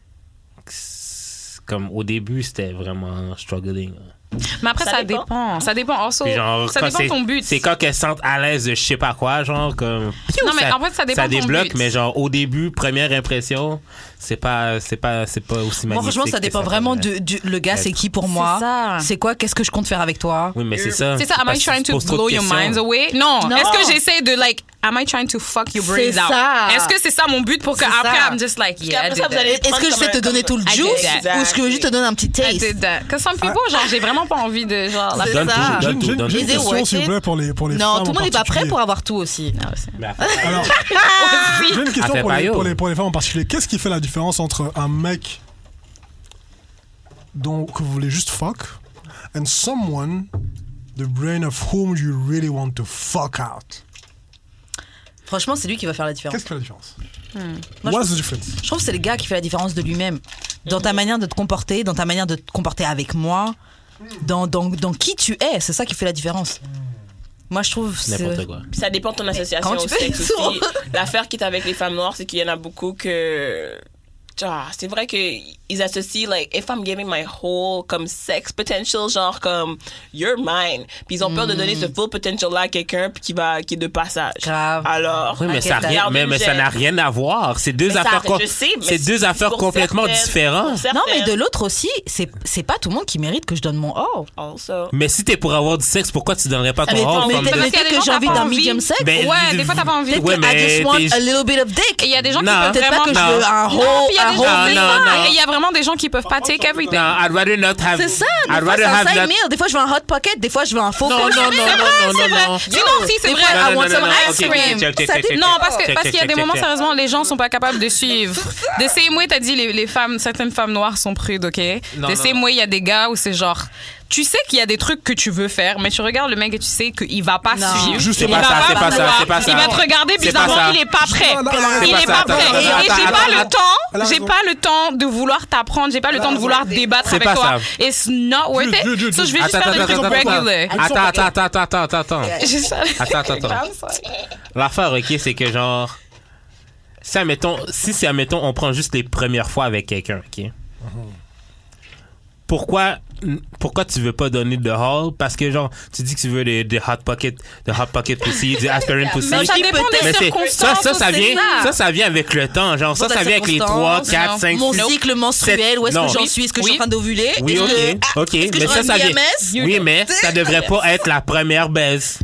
[SPEAKER 3] Comme au début, c'était vraiment struggling. hein.
[SPEAKER 4] Mais après,
[SPEAKER 5] Ça
[SPEAKER 4] ça
[SPEAKER 5] dépend.
[SPEAKER 4] dépend. Ça dépend. Also,
[SPEAKER 3] Puis genre,
[SPEAKER 4] Oh, ça
[SPEAKER 3] quand
[SPEAKER 4] dépend
[SPEAKER 3] c'est-
[SPEAKER 4] de ton but.
[SPEAKER 3] C'est quand qu'elles se sentent à l'aise de je sais pas quoi, genre, comme.
[SPEAKER 4] Non, mais
[SPEAKER 3] ça,
[SPEAKER 4] en fait, ça dépend de ton
[SPEAKER 3] débloque,
[SPEAKER 4] but.
[SPEAKER 3] mais genre, au début, première impression, c'est pas, c'est pas, c'est pas aussi magnifique.
[SPEAKER 2] Moi, franchement, ça
[SPEAKER 3] que
[SPEAKER 2] dépend vraiment
[SPEAKER 3] paraît.
[SPEAKER 2] du, du- le gars, c'est qui pour
[SPEAKER 4] C'est
[SPEAKER 2] moi.
[SPEAKER 4] ça.
[SPEAKER 2] C'est quoi Qu'est-ce que je compte faire avec toi
[SPEAKER 3] Oui, mais c'est ça.
[SPEAKER 4] C'est ça, am
[SPEAKER 3] Parce
[SPEAKER 4] I
[SPEAKER 3] que
[SPEAKER 4] trying
[SPEAKER 3] tu
[SPEAKER 4] to
[SPEAKER 3] poses trop de
[SPEAKER 4] blow your
[SPEAKER 3] questions.
[SPEAKER 4] minds away? Non.
[SPEAKER 2] Non.
[SPEAKER 4] Est-ce que j'essaie de, like, am I trying to fuck your brains
[SPEAKER 2] C'est
[SPEAKER 4] out?
[SPEAKER 2] ça.
[SPEAKER 4] Est-ce que c'est ça mon but pour que
[SPEAKER 2] C'est
[SPEAKER 4] après,
[SPEAKER 2] ça.
[SPEAKER 4] I'm just like,
[SPEAKER 5] Puis
[SPEAKER 4] yeah, I
[SPEAKER 5] après
[SPEAKER 4] did
[SPEAKER 5] ça, vous
[SPEAKER 4] that.
[SPEAKER 5] allez
[SPEAKER 2] Est-ce que je
[SPEAKER 5] prendre
[SPEAKER 2] sais te
[SPEAKER 5] comme un-
[SPEAKER 2] donner tout le
[SPEAKER 4] I did
[SPEAKER 2] juice
[SPEAKER 4] that.
[SPEAKER 2] ou est-ce que je veux juste te donner un petit
[SPEAKER 4] I
[SPEAKER 2] taste
[SPEAKER 4] did that. Cause some people, genre, j'ai vraiment tellement pas envie de genre. la-
[SPEAKER 8] C'est
[SPEAKER 3] Donne
[SPEAKER 8] ça.
[SPEAKER 3] tout,
[SPEAKER 6] J'ai
[SPEAKER 3] donne
[SPEAKER 6] une-
[SPEAKER 3] tout,
[SPEAKER 6] j'ai une
[SPEAKER 3] donne
[SPEAKER 6] j'ai
[SPEAKER 8] Is
[SPEAKER 6] une
[SPEAKER 8] it
[SPEAKER 3] tout.
[SPEAKER 6] question,
[SPEAKER 8] worth
[SPEAKER 6] s'il vous
[SPEAKER 8] it
[SPEAKER 6] plaît, pour les, pour les femmes.
[SPEAKER 8] Ah. Non, tout le
[SPEAKER 6] en
[SPEAKER 8] monde n'est pas prêt
[SPEAKER 6] particulier.
[SPEAKER 8] pour avoir tout aussi.
[SPEAKER 4] Ah, c'est-
[SPEAKER 3] Mais après,
[SPEAKER 6] Alors, j'ai une question
[SPEAKER 3] Ah,
[SPEAKER 6] pour les,
[SPEAKER 3] Papayo.
[SPEAKER 6] pour, les, pour les femmes en particulier. Qu'est-ce qui fait la différence entre un mec dont que vous voulez juste fuck and someone the brain of whom you really want to fuck out
[SPEAKER 2] Franchement, c'est lui qui va faire la différence.
[SPEAKER 6] Qu'est-ce qui fait la différence
[SPEAKER 8] Hmm.
[SPEAKER 2] Moi, je
[SPEAKER 6] What's the difference
[SPEAKER 2] Je trouve que c'est le gars qui fait la différence de lui-même. Dans ta manière de te comporter, dans ta manière de te comporter avec moi, dans, dans, dans qui tu es, c'est ça qui fait la différence. Moi, je trouve. c'est-
[SPEAKER 3] N'importe quoi.
[SPEAKER 5] Ça dépend de ton association
[SPEAKER 2] comment tu
[SPEAKER 5] au
[SPEAKER 2] fais
[SPEAKER 5] sexe
[SPEAKER 2] ça
[SPEAKER 5] aussi. L'affaire qui est avec les femmes noires, c'est qu'il y en a beaucoup que... Ah, c'est vrai qu'ils associent, like, if I'm giving my whole, comme, sex potential, genre, comme, you're mine. Puis ils ont peur de donner ce full potential-là à quelqu'un puis qui, va, qui est de passage.
[SPEAKER 2] Mm. Grave.
[SPEAKER 5] Alors...
[SPEAKER 3] Oui, mais,
[SPEAKER 2] Ok,
[SPEAKER 3] ça, a
[SPEAKER 2] t'as
[SPEAKER 3] rien,
[SPEAKER 5] l'air
[SPEAKER 3] mais,
[SPEAKER 5] d'une
[SPEAKER 3] mais ça
[SPEAKER 5] gêne.
[SPEAKER 3] n'a rien à voir. C'est deux
[SPEAKER 5] Mais ça,
[SPEAKER 3] affaires, com-
[SPEAKER 5] je sais, mais
[SPEAKER 3] c'est deux affaires
[SPEAKER 5] pour
[SPEAKER 3] complètement
[SPEAKER 5] certaines-
[SPEAKER 3] différentes.
[SPEAKER 5] pour
[SPEAKER 2] Non, mais de
[SPEAKER 5] certaines,
[SPEAKER 2] l'autre aussi, c'est c'est pas tout le monde qui mérite que je donne mon oh.
[SPEAKER 5] Also.
[SPEAKER 3] Mais si t'es pour avoir du sexe, pourquoi tu donnerais pas ton
[SPEAKER 2] Ah, Mais
[SPEAKER 3] or
[SPEAKER 2] t'as- mais
[SPEAKER 3] femme?
[SPEAKER 2] t'as-
[SPEAKER 4] Parce
[SPEAKER 2] mais
[SPEAKER 4] qu'il y a
[SPEAKER 2] t'as
[SPEAKER 4] des
[SPEAKER 2] que j'ai
[SPEAKER 4] gens,
[SPEAKER 2] envie
[SPEAKER 4] t'as pas
[SPEAKER 2] d'un
[SPEAKER 4] envie.
[SPEAKER 2] medium sexe.
[SPEAKER 3] Ben,
[SPEAKER 4] Ouais, des fois, t'as pas envie.
[SPEAKER 3] Ouais,
[SPEAKER 2] I
[SPEAKER 3] mais
[SPEAKER 2] just want
[SPEAKER 3] t'es-
[SPEAKER 2] a little bit of dick.
[SPEAKER 4] Et il y a des gens
[SPEAKER 3] Non.
[SPEAKER 4] qui peuvent
[SPEAKER 2] Peut-être pas
[SPEAKER 4] vraiment.
[SPEAKER 2] que je
[SPEAKER 3] Non.
[SPEAKER 2] veux un
[SPEAKER 4] Non,
[SPEAKER 2] whole,
[SPEAKER 4] puis il y a
[SPEAKER 2] un
[SPEAKER 4] des
[SPEAKER 2] whole
[SPEAKER 4] gens-
[SPEAKER 3] Non,
[SPEAKER 4] c'est
[SPEAKER 3] non,
[SPEAKER 4] ça.
[SPEAKER 3] non.
[SPEAKER 4] Et il y a vraiment des gens qui peuvent pas take
[SPEAKER 3] Non,
[SPEAKER 4] everything.
[SPEAKER 3] I'd rather not have.
[SPEAKER 2] C'est ça, des
[SPEAKER 3] I'd
[SPEAKER 2] fois c'est
[SPEAKER 3] rather
[SPEAKER 2] un
[SPEAKER 3] have
[SPEAKER 2] side
[SPEAKER 3] not.
[SPEAKER 2] meal, des fois je veux un hot pocket, des fois je veux un faux
[SPEAKER 3] Non, non,
[SPEAKER 2] pocket.
[SPEAKER 3] non, non, non, non, non.
[SPEAKER 4] You know, si, c'est
[SPEAKER 2] Des
[SPEAKER 4] vrai.
[SPEAKER 2] fois,
[SPEAKER 3] Non,
[SPEAKER 2] I
[SPEAKER 3] non,
[SPEAKER 2] want
[SPEAKER 3] non,
[SPEAKER 2] some
[SPEAKER 3] non,
[SPEAKER 2] ice
[SPEAKER 3] ok, ok,
[SPEAKER 2] cream.
[SPEAKER 3] check, check,
[SPEAKER 2] Ça
[SPEAKER 3] check,
[SPEAKER 2] dépend.
[SPEAKER 3] check.
[SPEAKER 4] Non, parce que-
[SPEAKER 3] Check,
[SPEAKER 4] parce
[SPEAKER 3] check,
[SPEAKER 4] qu'il y a des
[SPEAKER 3] check,
[SPEAKER 4] moments,
[SPEAKER 3] check.
[SPEAKER 4] sérieusement, les gens sont pas capables de suivre. De ces mois, t'as dit les, les femmes, certaines femmes noires sont prudes, ok?
[SPEAKER 3] Non,
[SPEAKER 4] de
[SPEAKER 3] non,
[SPEAKER 4] ces
[SPEAKER 3] non.
[SPEAKER 4] mois, il y a des gars où c'est genre. Tu sais qu'il y a des trucs que tu veux faire, mais tu regardes le mec et tu sais qu'il va pas
[SPEAKER 2] Non.
[SPEAKER 4] suivre.
[SPEAKER 3] Juste, c'est
[SPEAKER 4] il
[SPEAKER 3] pas
[SPEAKER 4] va
[SPEAKER 3] ça, c'est pas ça,
[SPEAKER 4] vouloir.
[SPEAKER 3] c'est pas ça.
[SPEAKER 4] Il va te regarder
[SPEAKER 3] C'est pas
[SPEAKER 4] bizarrement,
[SPEAKER 3] ça.
[SPEAKER 4] il est pas prêt.
[SPEAKER 6] Non, non, non,
[SPEAKER 4] Il
[SPEAKER 3] non,
[SPEAKER 4] est
[SPEAKER 3] non,
[SPEAKER 4] pas
[SPEAKER 3] attends,
[SPEAKER 4] prêt.
[SPEAKER 3] attends,
[SPEAKER 4] Et j'ai
[SPEAKER 3] attends,
[SPEAKER 4] pas le
[SPEAKER 3] attends.
[SPEAKER 4] temps,
[SPEAKER 6] Elle a
[SPEAKER 4] j'ai
[SPEAKER 6] raison.
[SPEAKER 4] pas le temps de vouloir t'apprendre, j'ai pas le temps de vouloir débattre
[SPEAKER 3] C'est
[SPEAKER 4] avec
[SPEAKER 3] pas
[SPEAKER 4] toi.
[SPEAKER 3] ça.
[SPEAKER 4] It's not worth
[SPEAKER 6] Dude, dude,
[SPEAKER 4] it.
[SPEAKER 6] dude,
[SPEAKER 4] So je vais
[SPEAKER 6] dude.
[SPEAKER 4] juste
[SPEAKER 3] Attends,
[SPEAKER 4] faire des
[SPEAKER 3] attends,
[SPEAKER 4] trucs
[SPEAKER 3] attends,
[SPEAKER 4] regular.
[SPEAKER 3] attends, attends, attends, attends, attends, attends, attends.
[SPEAKER 4] Juste ça.
[SPEAKER 3] Attends, attends, attends. L'affaire, ok, c'est que genre. Si, admettons, si c'est, admettons, on prend juste les premières fois avec quelqu'un, ok? Pourquoi, pourquoi tu veux pas donner de haul? Parce que, genre, tu dis que tu veux des, des hot pocket, de hot pocket pussy, du aspirin pussy.
[SPEAKER 4] Mais ça dépend des
[SPEAKER 3] Mais c'est- ça,
[SPEAKER 4] circonstances.
[SPEAKER 3] ça, ça
[SPEAKER 4] aussi.
[SPEAKER 3] vient, ça, ça vient avec le temps. Genre, ça,
[SPEAKER 2] Dépend
[SPEAKER 3] ça
[SPEAKER 2] des
[SPEAKER 3] vient avec les 3,
[SPEAKER 2] circonstances,
[SPEAKER 3] 4,
[SPEAKER 4] non.
[SPEAKER 3] 5,
[SPEAKER 2] Mon
[SPEAKER 3] 6.
[SPEAKER 2] cycle menstruel, où est-ce
[SPEAKER 3] Non.
[SPEAKER 2] que j'en suis, est-ce que je
[SPEAKER 4] Oui.
[SPEAKER 2] suis en train d'ovuler
[SPEAKER 3] Oui,
[SPEAKER 2] Est-ce
[SPEAKER 3] ok,
[SPEAKER 2] que- ah,
[SPEAKER 3] ok.
[SPEAKER 2] est-ce que
[SPEAKER 3] mais
[SPEAKER 2] je
[SPEAKER 3] ça,
[SPEAKER 2] rends
[SPEAKER 3] ça vient.
[SPEAKER 2] IMS?
[SPEAKER 3] Oui, mais ça devrait pas être la première baisse.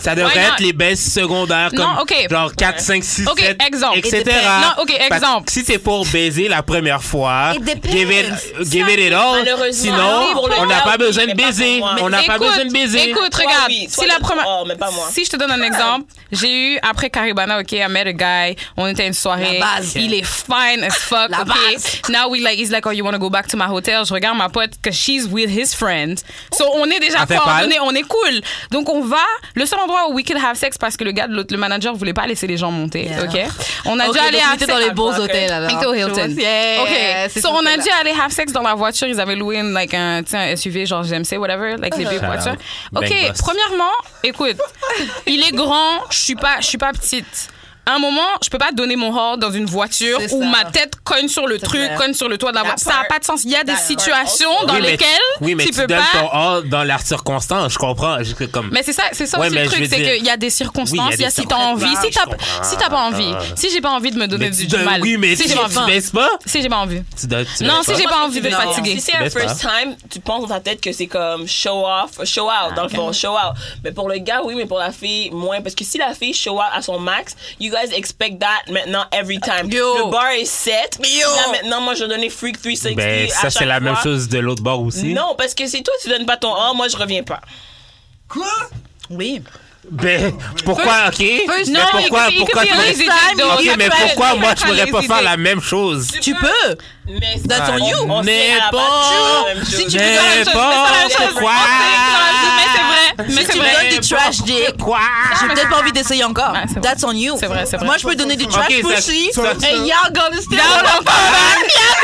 [SPEAKER 3] Ça devrait
[SPEAKER 4] Why
[SPEAKER 3] être
[SPEAKER 4] not?
[SPEAKER 3] les baisses secondaires comme
[SPEAKER 4] Non, ok.
[SPEAKER 3] genre 4, 5, 6,
[SPEAKER 4] Ok,
[SPEAKER 3] 7,
[SPEAKER 4] exemple.
[SPEAKER 3] etc.
[SPEAKER 4] It depends. Non, ok,
[SPEAKER 3] Parce que
[SPEAKER 4] exemple.
[SPEAKER 3] si c'est pour baiser la première fois,
[SPEAKER 2] It depends.
[SPEAKER 3] give it, euh, give it, it all.
[SPEAKER 5] Malheureusement,
[SPEAKER 3] Sinon,
[SPEAKER 5] pour le
[SPEAKER 3] on n'a
[SPEAKER 5] gars,
[SPEAKER 3] pas
[SPEAKER 5] oui,
[SPEAKER 3] besoin de
[SPEAKER 5] mais pas
[SPEAKER 3] baiser.
[SPEAKER 5] pour moi.
[SPEAKER 3] On n'a pas
[SPEAKER 4] Écoute,
[SPEAKER 3] besoin de baiser.
[SPEAKER 4] Écoute,
[SPEAKER 5] Toi,
[SPEAKER 4] regarde,
[SPEAKER 5] oui. Toi,
[SPEAKER 4] si la
[SPEAKER 5] toi,
[SPEAKER 4] première.
[SPEAKER 5] oh, mais pas moi.
[SPEAKER 4] Si je te donne un exemple, j'ai eu après Caribana, ok, I met a guy, on était à une soirée.
[SPEAKER 2] La base.
[SPEAKER 4] Il est fine as fuck,
[SPEAKER 2] La
[SPEAKER 4] ok.
[SPEAKER 2] base.
[SPEAKER 4] Now we like, he's like, oh, you wanna go back to my hotel? Je regarde ma pote, que she's with his friend. So on est déjà
[SPEAKER 3] Elle fait pas.
[SPEAKER 4] coordonnés, on est cool. Donc on va, le seul endroit où we could have sex parce que le gars, de l'autre- le manager voulait pas laisser les gens monter,
[SPEAKER 2] Yeah.
[SPEAKER 4] ok. On a
[SPEAKER 8] Ok,
[SPEAKER 4] déjà allé
[SPEAKER 8] donc,
[SPEAKER 4] à
[SPEAKER 8] on était dans les beaux
[SPEAKER 5] Ah, ok.
[SPEAKER 8] hôtels alors.
[SPEAKER 4] Victor Hilton.
[SPEAKER 8] Yeah,
[SPEAKER 4] OK.
[SPEAKER 8] c'est
[SPEAKER 4] So,
[SPEAKER 8] tout
[SPEAKER 4] on a
[SPEAKER 8] cela.
[SPEAKER 4] dû aller have sex dans la voiture. Ils avaient loué une, like, un, tu sais, un SUV, genre GMC, whatever, like les deux
[SPEAKER 3] Oh. Shout
[SPEAKER 4] voitures.
[SPEAKER 3] out.
[SPEAKER 4] OK.
[SPEAKER 3] Bang bust.
[SPEAKER 4] Premièrement, écoute, il est grand, je suis pas, je suis pas petite. À un moment, je peux pas donner mon hors dans une voiture
[SPEAKER 8] C'est
[SPEAKER 4] où
[SPEAKER 8] ça.
[SPEAKER 4] ma tête cogne sur le truc,
[SPEAKER 2] clair.
[SPEAKER 4] cogne sur le toit de la
[SPEAKER 5] That
[SPEAKER 4] voiture. Ça a
[SPEAKER 5] part.
[SPEAKER 4] pas de sens. Il y a des
[SPEAKER 5] That part
[SPEAKER 4] situations
[SPEAKER 5] also.
[SPEAKER 4] dans
[SPEAKER 3] Oui, mais-
[SPEAKER 4] lesquelles
[SPEAKER 3] oui, mais
[SPEAKER 4] tu
[SPEAKER 3] tu,
[SPEAKER 4] peux
[SPEAKER 3] donnes ton
[SPEAKER 4] pas.
[SPEAKER 3] all dans la circonstance. Je comprends. Je- comme,
[SPEAKER 4] Mais c'est ça, c'est ça
[SPEAKER 3] Ouais,
[SPEAKER 4] aussi
[SPEAKER 3] mais
[SPEAKER 4] le
[SPEAKER 3] je
[SPEAKER 4] truc,
[SPEAKER 3] veux
[SPEAKER 4] c'est
[SPEAKER 3] dire-
[SPEAKER 4] qu'il y a des circonstances,
[SPEAKER 3] Oui,
[SPEAKER 4] il y a si t'as
[SPEAKER 3] circonstances.
[SPEAKER 4] envie, si
[SPEAKER 3] Je
[SPEAKER 4] t'as,
[SPEAKER 3] comprends.
[SPEAKER 4] si t'as pas envie,
[SPEAKER 3] Ah.
[SPEAKER 4] si j'ai pas envie de me donner
[SPEAKER 3] mais
[SPEAKER 4] du,
[SPEAKER 3] tu
[SPEAKER 4] du
[SPEAKER 3] donnes-
[SPEAKER 4] mal,
[SPEAKER 3] oui, mais
[SPEAKER 4] si
[SPEAKER 3] tu,
[SPEAKER 4] j'ai pas
[SPEAKER 3] tu
[SPEAKER 4] envie,
[SPEAKER 3] baisses pas.
[SPEAKER 4] si j'ai pas envie.
[SPEAKER 3] Tu donnes- tu
[SPEAKER 4] Non,
[SPEAKER 3] baisses
[SPEAKER 4] si
[SPEAKER 3] pas.
[SPEAKER 4] j'ai pas envie de
[SPEAKER 5] Non.
[SPEAKER 4] fatiguer.
[SPEAKER 5] Si c'est un
[SPEAKER 3] Baisse pas.
[SPEAKER 5] first time, tu penses dans ta tête que c'est comme show off, show out, dans le fond, show out. Mais pour le gars, oui, mais pour la fille, moins. Parce que si la fille show out à son max, you guys expect that maintenant every time.
[SPEAKER 2] Yo.
[SPEAKER 5] Le bar est set. Là, maintenant, moi, je vais donner Freak 360.
[SPEAKER 3] Ben,
[SPEAKER 5] à
[SPEAKER 3] ça, c'est
[SPEAKER 5] chaque
[SPEAKER 3] la même
[SPEAKER 5] fois.
[SPEAKER 3] chose de l'autre bord aussi.
[SPEAKER 5] Non, parce que si toi, tu donnes pas ton or, moi, je reviens pas.
[SPEAKER 2] Oui.
[SPEAKER 3] Ben, pourquoi, ok?
[SPEAKER 4] first-
[SPEAKER 3] mais
[SPEAKER 4] non, il
[SPEAKER 3] pourquoi,
[SPEAKER 4] could be- il
[SPEAKER 3] pourquoi,
[SPEAKER 4] could be a lazy dick, though.
[SPEAKER 3] ok,
[SPEAKER 4] Il
[SPEAKER 3] mais
[SPEAKER 4] peut-
[SPEAKER 3] pourquoi
[SPEAKER 4] il
[SPEAKER 3] moi
[SPEAKER 4] peut
[SPEAKER 3] je pourrais
[SPEAKER 4] faire
[SPEAKER 3] pas
[SPEAKER 4] les
[SPEAKER 3] faire
[SPEAKER 4] idées.
[SPEAKER 3] la même chose?
[SPEAKER 2] Tu peux.
[SPEAKER 5] Mais
[SPEAKER 2] That's on you.
[SPEAKER 5] On sait à la
[SPEAKER 3] N'importe-
[SPEAKER 5] base, c'est la même chose.
[SPEAKER 2] Si tu
[SPEAKER 3] Mais
[SPEAKER 2] veux
[SPEAKER 3] bon, pourquoi?
[SPEAKER 4] Mais c'est vrai, mais c'est
[SPEAKER 2] tu
[SPEAKER 4] vrai.
[SPEAKER 2] me donnes du trash dick.
[SPEAKER 3] Quoi?
[SPEAKER 2] J'ai peut-être pas envie d'essayer encore.
[SPEAKER 4] Ouais, c'est vrai.
[SPEAKER 2] That's on you.
[SPEAKER 4] C'est vrai, c'est vrai.
[SPEAKER 2] Moi, je peux donner du trash
[SPEAKER 3] Ok, ça-
[SPEAKER 2] pushy.
[SPEAKER 6] ça-
[SPEAKER 2] Et y'all gonna stay.
[SPEAKER 3] Non, non,
[SPEAKER 6] So,
[SPEAKER 3] non,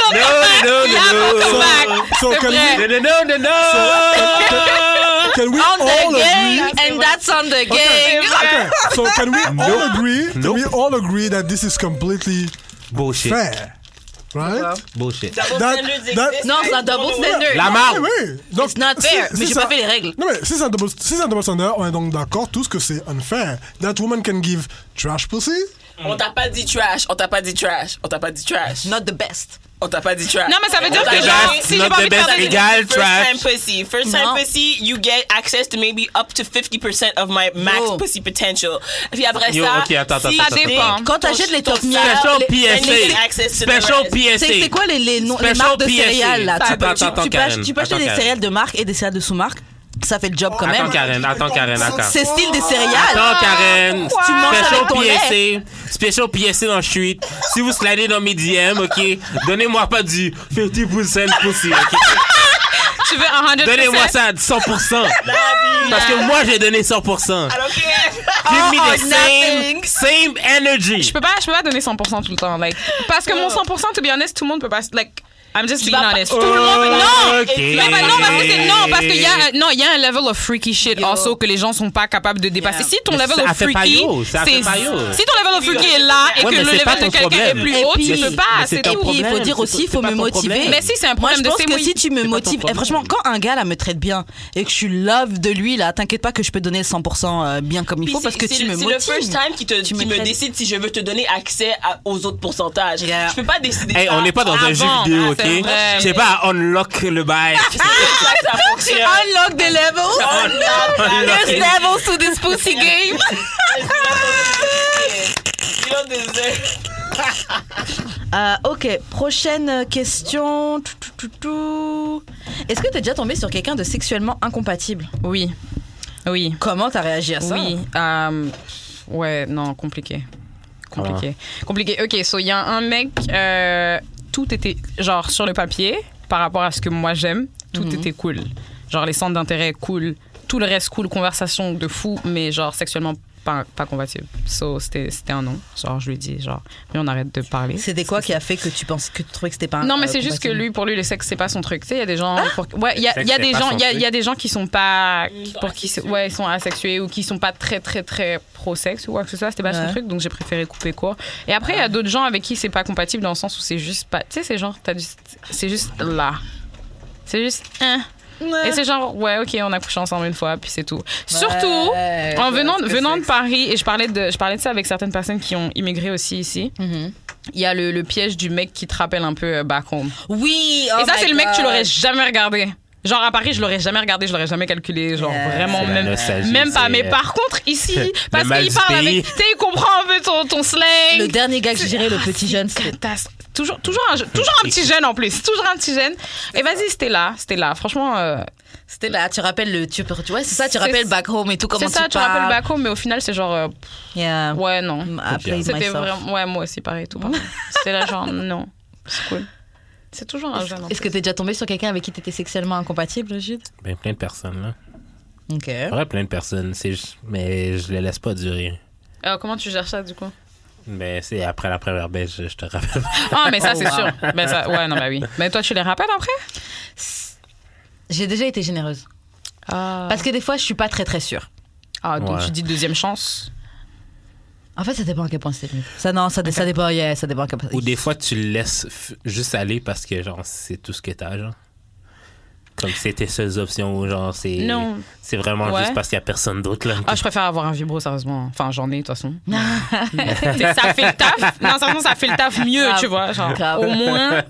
[SPEAKER 6] so can, we,
[SPEAKER 4] vrai.
[SPEAKER 3] non. Non, non, non, non.
[SPEAKER 6] can we
[SPEAKER 2] On
[SPEAKER 6] all
[SPEAKER 2] the game.
[SPEAKER 6] agree
[SPEAKER 2] And that's on the
[SPEAKER 6] Okay.
[SPEAKER 2] game.
[SPEAKER 6] Okay. So can we all agree? Can
[SPEAKER 3] Nope.
[SPEAKER 6] we all agree that this is completely
[SPEAKER 3] Bullshit.
[SPEAKER 6] fair, right?
[SPEAKER 3] Bullshit.
[SPEAKER 5] Double
[SPEAKER 6] That-
[SPEAKER 5] standards
[SPEAKER 6] that-
[SPEAKER 5] exist.
[SPEAKER 2] Non, c'est un double standard.
[SPEAKER 3] La marque.
[SPEAKER 6] Oui, oui. Donc,
[SPEAKER 2] It's not fair.
[SPEAKER 6] si-
[SPEAKER 2] Mais
[SPEAKER 6] si
[SPEAKER 2] j'ai pas
[SPEAKER 6] ça-
[SPEAKER 2] fait les règles.
[SPEAKER 6] Non, mais si c'est un double, si c'est un double standard, on est donc d'accord tous que c'est unfair. That woman can give trash pussy.
[SPEAKER 5] On t'a pas dit trash, on t'a pas dit trash, on t'a pas dit trash.
[SPEAKER 2] Not the best.
[SPEAKER 5] On t'a pas dit trash.
[SPEAKER 4] Non, mais ça veut dire
[SPEAKER 5] On t'a
[SPEAKER 4] que
[SPEAKER 5] dit
[SPEAKER 4] genre,
[SPEAKER 5] trash,
[SPEAKER 4] si j'ai
[SPEAKER 5] not
[SPEAKER 4] pas
[SPEAKER 5] the
[SPEAKER 4] envie de
[SPEAKER 5] best
[SPEAKER 4] faire des-
[SPEAKER 5] égale
[SPEAKER 3] First time
[SPEAKER 5] First time pussy. First time
[SPEAKER 2] Non.
[SPEAKER 5] pussy, you get access to maybe up to 50% of my max
[SPEAKER 2] Yo.
[SPEAKER 5] pussy potential. Puis après
[SPEAKER 3] Yo,
[SPEAKER 5] ça,
[SPEAKER 3] ok, attends, attends,
[SPEAKER 5] si
[SPEAKER 3] attends,
[SPEAKER 5] t'es-
[SPEAKER 4] attends, attends.
[SPEAKER 2] Quand
[SPEAKER 5] ton-
[SPEAKER 2] t'achètes les
[SPEAKER 5] ton
[SPEAKER 2] top
[SPEAKER 5] salaire,
[SPEAKER 2] meal,
[SPEAKER 3] Special
[SPEAKER 2] les-
[SPEAKER 5] I need
[SPEAKER 3] PSA.
[SPEAKER 5] access to the
[SPEAKER 3] Special
[SPEAKER 5] rest.
[SPEAKER 3] PSA.
[SPEAKER 2] C'est c'est quoi les, les, noms- les
[SPEAKER 3] Special
[SPEAKER 2] marques de
[SPEAKER 3] PSA.
[SPEAKER 2] céréales là tu,
[SPEAKER 3] Attends,
[SPEAKER 2] peux, tu-
[SPEAKER 3] attends,
[SPEAKER 2] tu peux
[SPEAKER 3] Karen.
[SPEAKER 2] ach- tu peux acheter
[SPEAKER 3] Attends,
[SPEAKER 2] des
[SPEAKER 3] Karen.
[SPEAKER 2] céréales de marque et des céréales de sous-marque. Ça fait le job quand
[SPEAKER 3] Attends,
[SPEAKER 2] même.
[SPEAKER 3] Karen, attends, Karen, attends.
[SPEAKER 2] C'est style des céréales. Ah,
[SPEAKER 3] Attends, Karen.
[SPEAKER 2] Tu manges
[SPEAKER 3] Special
[SPEAKER 2] avec ton lait.
[SPEAKER 3] PSA. Special PSA dans Street. Si vous slidez dans mes DM, OK, donnez-moi pas du 50% pussy, OK?
[SPEAKER 4] Tu veux un 100%?
[SPEAKER 3] Donnez-moi ça à 100%. Parce que moi, j'ai donné 100%.
[SPEAKER 5] I don't care.
[SPEAKER 3] Give me
[SPEAKER 2] Oh,
[SPEAKER 3] the same,
[SPEAKER 2] nothing.
[SPEAKER 3] same energy.
[SPEAKER 4] Je peux pas, je peux pas donner 100% tout le temps. Like, parce que mon 100%, to be honest, tout le monde peut pas. Like, I'm just being honest. Tout le monde. Non!
[SPEAKER 3] Ok.
[SPEAKER 4] Mais bah non, parce que c'est- non, parce qu'il y a, un- non, il y a un level of freaky shit also que les gens sont pas capables de dépasser.
[SPEAKER 2] Yeah.
[SPEAKER 4] Si ton
[SPEAKER 3] Mais
[SPEAKER 4] level
[SPEAKER 3] ça
[SPEAKER 4] of
[SPEAKER 3] fait
[SPEAKER 4] freaky,
[SPEAKER 3] paillot, ça fait
[SPEAKER 4] c'est-
[SPEAKER 3] paillot.
[SPEAKER 4] si ton level of freaky est là et
[SPEAKER 3] Ouais,
[SPEAKER 4] que
[SPEAKER 3] mais
[SPEAKER 4] le
[SPEAKER 3] c'est pas
[SPEAKER 4] level de
[SPEAKER 3] ton
[SPEAKER 4] quelqu'un est
[SPEAKER 3] problème.
[SPEAKER 4] plus
[SPEAKER 2] Et
[SPEAKER 4] haut,
[SPEAKER 2] puis-
[SPEAKER 4] tu
[SPEAKER 2] mais
[SPEAKER 4] le
[SPEAKER 2] c'est
[SPEAKER 4] passes.
[SPEAKER 3] ton
[SPEAKER 4] C'est
[SPEAKER 2] Et
[SPEAKER 4] tout.
[SPEAKER 2] puis, il faut
[SPEAKER 3] problème,
[SPEAKER 2] dire
[SPEAKER 3] c'est
[SPEAKER 2] aussi, il
[SPEAKER 3] pas-
[SPEAKER 2] faut
[SPEAKER 3] c'est pas
[SPEAKER 2] me
[SPEAKER 3] ton
[SPEAKER 2] motiver.
[SPEAKER 3] problème.
[SPEAKER 4] Mais si, c'est un problème
[SPEAKER 2] Moi, je
[SPEAKER 4] de
[SPEAKER 2] pense
[SPEAKER 4] ses
[SPEAKER 2] que
[SPEAKER 4] oui.
[SPEAKER 2] si tu me
[SPEAKER 3] C'est pas ton
[SPEAKER 2] motives, eh,
[SPEAKER 3] problème.
[SPEAKER 2] franchement, quand un gars là me traite bien et que je suis love de lui là, t'inquiète pas que je peux donner 100% euh, bien comme il
[SPEAKER 5] Puis
[SPEAKER 2] faut
[SPEAKER 5] c'est-
[SPEAKER 2] parce que
[SPEAKER 5] c'est
[SPEAKER 2] tu
[SPEAKER 5] le-
[SPEAKER 2] me
[SPEAKER 5] C'est le first
[SPEAKER 2] motives.
[SPEAKER 5] time qui, te,
[SPEAKER 2] Tu
[SPEAKER 5] qui
[SPEAKER 2] me
[SPEAKER 5] me
[SPEAKER 2] traites.
[SPEAKER 5] décide si je veux te donner accès à- aux autres pourcentages.
[SPEAKER 2] Yeah.
[SPEAKER 5] Je peux pas décider.
[SPEAKER 3] Hey,
[SPEAKER 5] ça
[SPEAKER 3] on n'est pas dans un jeu
[SPEAKER 4] avant,
[SPEAKER 3] vidéo,
[SPEAKER 4] ah,
[SPEAKER 3] OK?
[SPEAKER 4] c'est vrai.
[SPEAKER 3] Je sais pas, unlock le bail.
[SPEAKER 5] Ça, ça fonctionne.
[SPEAKER 2] Unlock the
[SPEAKER 3] Oh,
[SPEAKER 2] levels. There's
[SPEAKER 3] Unlock.
[SPEAKER 2] levels to this pussy game.
[SPEAKER 5] You don't deserve-
[SPEAKER 2] Euh, ok, prochaine question. Tout, tout, tout, tout. Est-ce que t'es déjà tombé sur quelqu'un de sexuellement incompatible
[SPEAKER 4] Oui. Oui.
[SPEAKER 2] Comment t'as réagi à ça
[SPEAKER 4] Oui. euh, ouais, non, compliqué. Compliqué.
[SPEAKER 2] Ah.
[SPEAKER 4] Compliqué. OK, so il y a un mec, euh, tout était, genre, sur le papier, par rapport à ce que moi j'aime, tout
[SPEAKER 2] Mhm.
[SPEAKER 4] était cool. Genre, les centres d'intérêt, cool. Tout le reste, cool. Conversation de fou, mais genre, sexuellement, pas, pas compatible. So, c'était c'était un non. Genre, je lui ai dit, genre, mais on arrête de parler.
[SPEAKER 2] C'était quoi qui a fait que tu penses que tu trouvais que c'était
[SPEAKER 3] Ah,
[SPEAKER 2] pas
[SPEAKER 4] Non, mais
[SPEAKER 2] euh,
[SPEAKER 4] c'est juste que
[SPEAKER 2] compatible
[SPEAKER 4] lui, pour lui, le sexe, c'est pas son truc. Tu sais, il y a des gens. pour- Ouais, il y a,
[SPEAKER 3] Le
[SPEAKER 4] il y a
[SPEAKER 3] sexe,
[SPEAKER 4] des
[SPEAKER 3] c'est pas
[SPEAKER 4] gens,
[SPEAKER 3] son
[SPEAKER 4] il y a-
[SPEAKER 3] truc.
[SPEAKER 4] il y a des gens qui sont pas. Pour qui, c'est- ouais, ils sont asexués ou qui sont pas très, très, très pro-sexe ou quoi que ce soit. C'était pas son
[SPEAKER 2] Ouais.
[SPEAKER 4] truc, donc j'ai préféré couper court. Et après, il
[SPEAKER 3] Ah.
[SPEAKER 4] y a d'autres gens avec qui c'est pas compatible dans le sens où c'est juste pas. Tu sais, c'est genre, t'as du- c'est juste là. C'est juste. hein. Et c'est genre, ouais, ok, on a couché ensemble une fois, puis c'est tout. Surtout.
[SPEAKER 2] Ouais,
[SPEAKER 4] En venant,
[SPEAKER 2] parce que
[SPEAKER 4] venant de
[SPEAKER 2] c'est-
[SPEAKER 4] Paris, et je parlais de, je parlais de ça avec certaines personnes qui ont immigré aussi ici, il y a le, le piège du mec qui te rappelle un peu euh, back home.
[SPEAKER 2] Oui. oh
[SPEAKER 4] Et ça, c'est le mec que tu l'aurais jamais regardé. Genre à Paris, je l'aurais jamais regardé, je l'aurais jamais calculé, genre
[SPEAKER 2] Yeah.
[SPEAKER 4] vraiment
[SPEAKER 3] C'est la
[SPEAKER 4] même,
[SPEAKER 3] nostalgie,
[SPEAKER 4] même pas.
[SPEAKER 3] c'est,
[SPEAKER 4] Mais
[SPEAKER 3] euh,
[SPEAKER 4] par contre, ici, parce
[SPEAKER 3] mal
[SPEAKER 4] qu'il
[SPEAKER 3] du
[SPEAKER 4] parle
[SPEAKER 3] pays.
[SPEAKER 4] avec, tu sais, il comprend un peu ton, ton slang.
[SPEAKER 2] Le dernier gars que j'ai géré, le petit jeune, c'était.
[SPEAKER 4] Catastrophe. Toujours, toujours, un, toujours un petit jeune en plus, toujours un petit jeune. Et vas-y, c'était là, c'était là. Franchement, euh,
[SPEAKER 2] C'était là, tu rappelles le. Tu, tu vois, c'est ça, tu
[SPEAKER 4] C'est-
[SPEAKER 2] rappelles back home et tout, comment
[SPEAKER 4] c'est ça,
[SPEAKER 2] tu
[SPEAKER 4] tu
[SPEAKER 2] parles.
[SPEAKER 4] rappelles back home, mais au final, c'est genre, euh,
[SPEAKER 2] Yeah. Mm,
[SPEAKER 4] ouais, non.
[SPEAKER 2] I played
[SPEAKER 4] C'était
[SPEAKER 2] myself.
[SPEAKER 4] vraiment, ouais, moi aussi, pareil, tout pareil. C'était là, genre, non, c'est cool. C'est toujours un hein. jeune en
[SPEAKER 2] Est-ce que t'es déjà tombé sur quelqu'un avec qui t'étais sexuellement incompatible, Jude
[SPEAKER 3] Ben, plein de personnes, là.
[SPEAKER 2] Ok.
[SPEAKER 3] Ouais, plein de personnes. c'est juste- Mais je les laisse pas durer.
[SPEAKER 4] Alors, Euh, comment tu gères ça, du coup
[SPEAKER 3] Mais c'est après la première baisse, je, je te rappelle.
[SPEAKER 4] Ah, mais ça, c'est
[SPEAKER 2] Oh,
[SPEAKER 4] sûr. Ben, ça, ouais, non, bah oui. Mais toi, tu les rappelles après
[SPEAKER 2] J'ai déjà été généreuse.
[SPEAKER 4] Ah,
[SPEAKER 2] Parce que des fois, je suis pas très très sûre.
[SPEAKER 4] donc
[SPEAKER 3] Ouais.
[SPEAKER 4] tu dis deuxième chance.
[SPEAKER 2] En fait, ça dépend à quel point c'était. Ça, non, ça, dé- ça dépend, yeah, ça dépend à quel point.
[SPEAKER 3] Ou des fois, tu le laisses f- juste aller parce que, genre, c'est tout ce que t'as, genre. Comme c'est tes seules options ou, genre, c'est.
[SPEAKER 4] Non.
[SPEAKER 3] C'est vraiment
[SPEAKER 4] Ouais.
[SPEAKER 3] juste parce qu'il y a personne d'autre, là.
[SPEAKER 4] Ah, je préfère avoir un vibro, sérieusement. Enfin, j'en ai, de toute façon. Mais ça fait le taf. Non, sérieusement, ça fait le taf mieux,
[SPEAKER 2] Grave.
[SPEAKER 4] tu vois. Genre,
[SPEAKER 2] Grave.
[SPEAKER 4] au moins.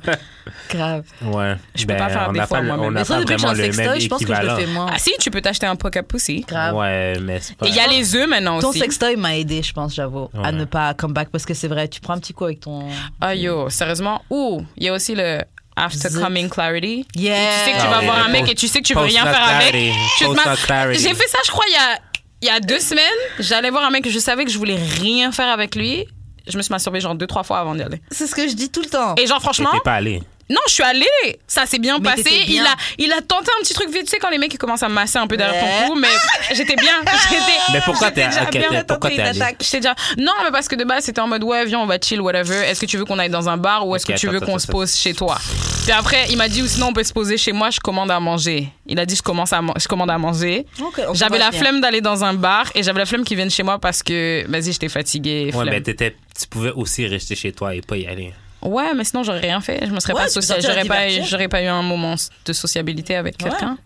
[SPEAKER 2] Grave.
[SPEAKER 3] Ouais. Ben,
[SPEAKER 4] Je peux pas faire
[SPEAKER 3] on
[SPEAKER 4] des
[SPEAKER 3] n'a
[SPEAKER 4] fois
[SPEAKER 3] pas, le-
[SPEAKER 4] moi-même.
[SPEAKER 3] on
[SPEAKER 2] Mais
[SPEAKER 3] n'a
[SPEAKER 2] ça,
[SPEAKER 3] pas
[SPEAKER 2] depuis que j'ai
[SPEAKER 3] vraiment
[SPEAKER 2] un
[SPEAKER 3] le même
[SPEAKER 2] sextoy, je pense que je le
[SPEAKER 3] équivalent.
[SPEAKER 2] fais moins.
[SPEAKER 4] Ah, si, tu peux t'acheter un poc à pussy.
[SPEAKER 2] Grave.
[SPEAKER 3] Ouais, mais c'est pas.
[SPEAKER 4] Et il y a les œufs maintenant
[SPEAKER 2] Ton
[SPEAKER 4] aussi.
[SPEAKER 2] sextoy m'a aidé, je pense, j'avoue,
[SPEAKER 3] Ouais.
[SPEAKER 2] à ne pas come back parce que c'est vrai, tu prends un petit coup avec ton.
[SPEAKER 4] Ah, yo, sérieusement. Ouh, il y a aussi le after
[SPEAKER 2] Zut.
[SPEAKER 4] coming clarity.
[SPEAKER 2] Yeah.
[SPEAKER 4] Tu sais que tu
[SPEAKER 3] Ah
[SPEAKER 4] vas
[SPEAKER 3] oui,
[SPEAKER 4] voir un
[SPEAKER 3] post-
[SPEAKER 4] mec et tu sais que tu veux rien
[SPEAKER 3] post-nut
[SPEAKER 4] faire avec.
[SPEAKER 3] clarity,
[SPEAKER 4] Tu te
[SPEAKER 3] post-nut
[SPEAKER 4] masques.
[SPEAKER 3] clarity.
[SPEAKER 4] J'ai fait ça, je crois, il y a, il y a deux semaines. J'allais voir un mec que je savais que je voulais rien faire avec lui. Je me suis masturbée genre deux, trois fois avant d'y aller.
[SPEAKER 2] C'est ce que je dis tout le temps.
[SPEAKER 4] Et genre,
[SPEAKER 3] Et
[SPEAKER 4] franchement,
[SPEAKER 3] t'es pas allé.
[SPEAKER 4] non, je suis allée. Ça s'est bien
[SPEAKER 2] Mais
[SPEAKER 4] passé.
[SPEAKER 2] t'étais bien.
[SPEAKER 4] Il, a, il a tenté un petit truc vite. Tu sais, quand les mecs ils commencent à me masser un peu derrière
[SPEAKER 2] Ouais.
[SPEAKER 4] ton cou, mais j'étais bien. J'étais.
[SPEAKER 3] Ah! Mais pourquoi t'es
[SPEAKER 4] j'étais déjà
[SPEAKER 3] ok,
[SPEAKER 4] bien.
[SPEAKER 3] t'es- pourquoi t'es allé?
[SPEAKER 4] J'étais déjà. Non, mais parce que de base, c'était en mode, ouais, viens, on va chill, whatever. Est-ce que tu veux qu'on aille dans un bar ou est-ce
[SPEAKER 3] Ok,
[SPEAKER 4] que tu
[SPEAKER 3] attends,
[SPEAKER 4] veux
[SPEAKER 3] attends,
[SPEAKER 4] qu'on se
[SPEAKER 3] attends.
[SPEAKER 4] pose chez toi? Puis après, il m'a dit, ou sinon, on peut se poser chez moi, je commande à manger. Il a dit, je, commence à man- je commande à manger.
[SPEAKER 2] Ok, on
[SPEAKER 4] J'avais
[SPEAKER 2] comprend
[SPEAKER 4] la
[SPEAKER 2] bien.
[SPEAKER 4] flemme d'aller dans un bar et j'avais la flemme qu'ils viennent chez moi parce que, vas-y, j'étais fatiguée.
[SPEAKER 3] Ouais,
[SPEAKER 4] flemme.
[SPEAKER 3] mais t'étais, tu pouvais aussi rester chez toi et pas y aller.
[SPEAKER 4] Ouais, mais sinon j'aurais rien fait. Je me serais
[SPEAKER 2] Ouais,
[SPEAKER 4] pas
[SPEAKER 2] tu peux
[SPEAKER 4] socialisée.
[SPEAKER 2] sortir et
[SPEAKER 4] J'aurais pas,
[SPEAKER 2] divertir.
[SPEAKER 4] j'aurais pas eu un moment de sociabilité avec
[SPEAKER 2] Ouais.
[SPEAKER 4] quelqu'un.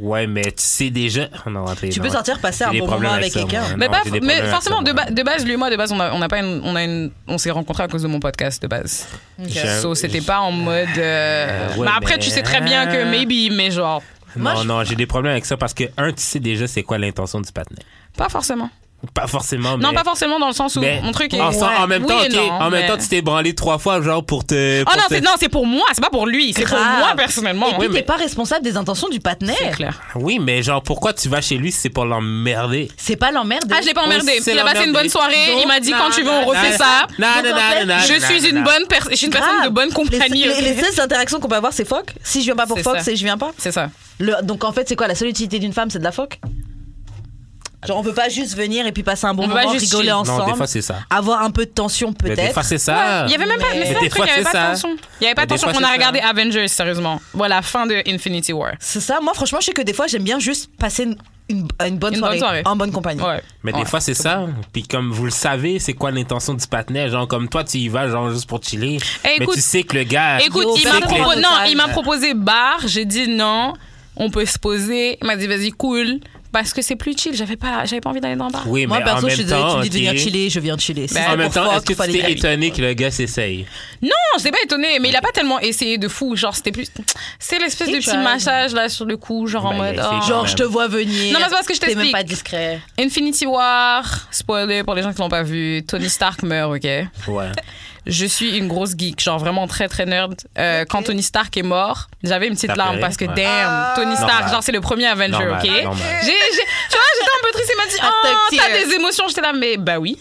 [SPEAKER 3] Ouais, mais tu sais déjà. Ah Non, attends,
[SPEAKER 2] Tu
[SPEAKER 3] non.
[SPEAKER 2] peux sortir passer un
[SPEAKER 3] J'ai des
[SPEAKER 2] bon
[SPEAKER 3] problèmes
[SPEAKER 2] moment avec
[SPEAKER 3] ça, moi.
[SPEAKER 2] quelqu'un.
[SPEAKER 3] Non,
[SPEAKER 4] Mais, pas-
[SPEAKER 3] j'ai des
[SPEAKER 4] mais
[SPEAKER 3] problèmes
[SPEAKER 4] forcément,
[SPEAKER 3] avec ça,
[SPEAKER 4] de,
[SPEAKER 3] moi.
[SPEAKER 4] ba- de base, lui et moi, de base, on, a, on, a pas une- on, a une- on s'est rencontrés à cause de mon podcast de base.
[SPEAKER 3] J'ai-
[SPEAKER 4] So, c'était pas en mode. euh,
[SPEAKER 3] Euh, ouais,
[SPEAKER 4] mais après,
[SPEAKER 3] mais-
[SPEAKER 4] tu sais très bien que maybe, mais genre,
[SPEAKER 3] Non, non, j'ai des problèmes avec ça parce que, un, tu sais déjà c'est quoi l'intention du partenaire.
[SPEAKER 4] pas forcément.
[SPEAKER 3] Pas forcément, mais.
[SPEAKER 4] Non, pas forcément dans le sens où
[SPEAKER 3] mais
[SPEAKER 4] mon truc est.
[SPEAKER 3] en, en même
[SPEAKER 4] Oui
[SPEAKER 3] temps,
[SPEAKER 4] et
[SPEAKER 3] ok,
[SPEAKER 4] non,
[SPEAKER 3] en
[SPEAKER 4] mais-
[SPEAKER 3] même temps, tu t'es branlé trois fois, genre pour te.
[SPEAKER 4] Oh
[SPEAKER 3] pour
[SPEAKER 4] non,
[SPEAKER 3] te-
[SPEAKER 4] c'est, non, c'est pour moi, c'est pas pour lui, c'est pour
[SPEAKER 2] Grave.
[SPEAKER 4] moi personnellement.
[SPEAKER 2] Et
[SPEAKER 4] Oui,
[SPEAKER 2] puis, t'es
[SPEAKER 4] mais-
[SPEAKER 2] pas responsable des intentions du
[SPEAKER 4] c'est
[SPEAKER 2] partenaire.
[SPEAKER 4] clair.
[SPEAKER 3] Oui, mais genre, pourquoi tu vas chez lui si c'est pour l'emmerder?
[SPEAKER 2] C'est pas l'emmerde.
[SPEAKER 4] Ah, je l'ai pas
[SPEAKER 3] Oui,
[SPEAKER 4] emmerdé.
[SPEAKER 3] c'est
[SPEAKER 4] Il a passé une
[SPEAKER 3] l'emmerdé.
[SPEAKER 4] bonne soirée.
[SPEAKER 2] Donc,
[SPEAKER 4] il m'a dit quand tu veux, on
[SPEAKER 3] non,
[SPEAKER 4] refait
[SPEAKER 3] non,
[SPEAKER 4] ça.
[SPEAKER 3] Non,
[SPEAKER 2] Donc,
[SPEAKER 3] non,
[SPEAKER 2] en fait,
[SPEAKER 3] non, non,
[SPEAKER 4] je
[SPEAKER 3] non,
[SPEAKER 4] suis
[SPEAKER 3] non,
[SPEAKER 4] une
[SPEAKER 3] non.
[SPEAKER 4] bonne personne. Je suis une personne de bonne compagnie.
[SPEAKER 2] Les,
[SPEAKER 4] ok?
[SPEAKER 2] les- les seules interactions qu'on peut avoir, c'est fuck. Si je viens pas pour
[SPEAKER 4] C'est
[SPEAKER 2] fuck,
[SPEAKER 4] ça.
[SPEAKER 2] c'est je viens pas.
[SPEAKER 4] C'est ça.
[SPEAKER 2] Le- donc en fait, c'est quoi la seule utilité d'une femme, c'est de la fuck Genre on peut pas juste venir et puis passer un bon
[SPEAKER 4] On peut
[SPEAKER 2] moment,
[SPEAKER 4] pas juste
[SPEAKER 2] rigoler
[SPEAKER 4] chill. Non,
[SPEAKER 2] ensemble,
[SPEAKER 3] Non, des fois, c'est ça.
[SPEAKER 2] avoir un peu de tension
[SPEAKER 3] Mais des
[SPEAKER 2] peut-être.
[SPEAKER 3] fois, c'est ça.
[SPEAKER 4] Il y avait même pas.
[SPEAKER 2] Mais-
[SPEAKER 4] Mais c'est
[SPEAKER 3] Ah. Mais
[SPEAKER 4] ça
[SPEAKER 3] des
[SPEAKER 4] le truc, il y
[SPEAKER 3] fois,
[SPEAKER 4] avait
[SPEAKER 3] c'est
[SPEAKER 4] pas de
[SPEAKER 3] ça.
[SPEAKER 4] tension. Il y avait pas
[SPEAKER 3] Mais
[SPEAKER 4] de
[SPEAKER 3] des
[SPEAKER 4] tension.
[SPEAKER 3] fois,
[SPEAKER 4] On a
[SPEAKER 3] c'est
[SPEAKER 4] regardé
[SPEAKER 3] ça.
[SPEAKER 4] Avengers, sérieusement. Voilà, fin de Infinity War.
[SPEAKER 2] C'est ça. Moi franchement, je sais que des fois, j'aime bien juste passer une, une- une bonne,
[SPEAKER 4] Une bonne
[SPEAKER 2] soirée,
[SPEAKER 4] soirée.
[SPEAKER 2] en bonne compagnie.
[SPEAKER 4] Ouais.
[SPEAKER 3] Mais des
[SPEAKER 4] Ouais.
[SPEAKER 3] fois, c'est ça. Puis comme vous le savez, c'est quoi l'intention du partenaire? Genre, comme toi, tu y vas, genre, juste pour chiller. mais
[SPEAKER 4] écoute-
[SPEAKER 3] tu sais que le gars...
[SPEAKER 4] Écoute,
[SPEAKER 2] Yo,
[SPEAKER 4] il
[SPEAKER 2] fais
[SPEAKER 4] m'a
[SPEAKER 2] des
[SPEAKER 4] proposé,
[SPEAKER 2] plans.
[SPEAKER 4] non, il m'a proposé bar. J'ai dit non. On peut se poser. Il m'a dit vas-y cool parce que c'est plus chill. J'avais pas, j'avais pas envie d'aller dans le bar.
[SPEAKER 3] Oui,
[SPEAKER 2] Moi
[SPEAKER 3] mais en
[SPEAKER 2] perso, je
[SPEAKER 3] même
[SPEAKER 2] suis désolée,
[SPEAKER 3] temps...
[SPEAKER 2] tu me dis de venir
[SPEAKER 3] ok.
[SPEAKER 2] chiller, je viens chiller. Si
[SPEAKER 4] Mais
[SPEAKER 2] c'est
[SPEAKER 3] En même
[SPEAKER 2] pour
[SPEAKER 3] temps,
[SPEAKER 2] fuck,
[SPEAKER 3] est-ce que
[SPEAKER 2] fallait
[SPEAKER 3] tu t'es
[SPEAKER 2] dire.
[SPEAKER 3] étonné que le gars s'essaye?
[SPEAKER 4] Non, j'étais pas étonnée, mais il a pas tellement essayé de fou. Genre, c'était plus. C'est l'espèce
[SPEAKER 2] Il
[SPEAKER 4] de petit
[SPEAKER 2] try.
[SPEAKER 4] massage là sur le cou, genre en
[SPEAKER 3] Ben,
[SPEAKER 4] mode.
[SPEAKER 3] il a essayé
[SPEAKER 4] oh.
[SPEAKER 3] quand
[SPEAKER 2] Genre je te vois venir.
[SPEAKER 4] Non, mais c'est parce que je
[SPEAKER 2] T'es même
[SPEAKER 4] t'explique.
[SPEAKER 2] pas discret.
[SPEAKER 4] Infinity War, spoiler pour les gens qui l'ont pas vu, Tony Stark meurt, ok?
[SPEAKER 3] Ouais.
[SPEAKER 4] Je suis une grosse geek, genre vraiment très très nerd. Euh, Quand Tony Stark est mort, j'avais une petite
[SPEAKER 3] T'as
[SPEAKER 4] larme
[SPEAKER 3] pleuré,
[SPEAKER 4] parce que
[SPEAKER 3] ouais.
[SPEAKER 4] damn, Tony Stark,
[SPEAKER 3] Normal.
[SPEAKER 4] genre c'est le premier Avenger,
[SPEAKER 3] Normal,
[SPEAKER 4] Ah. ok?
[SPEAKER 3] normal.
[SPEAKER 4] J'ai- j'ai- tu vois, j'étais un peu triste, il m'a dit,
[SPEAKER 8] A thug
[SPEAKER 4] oh, t'as
[SPEAKER 8] tear.
[SPEAKER 4] des émotions, j'étais là, mais bah oui,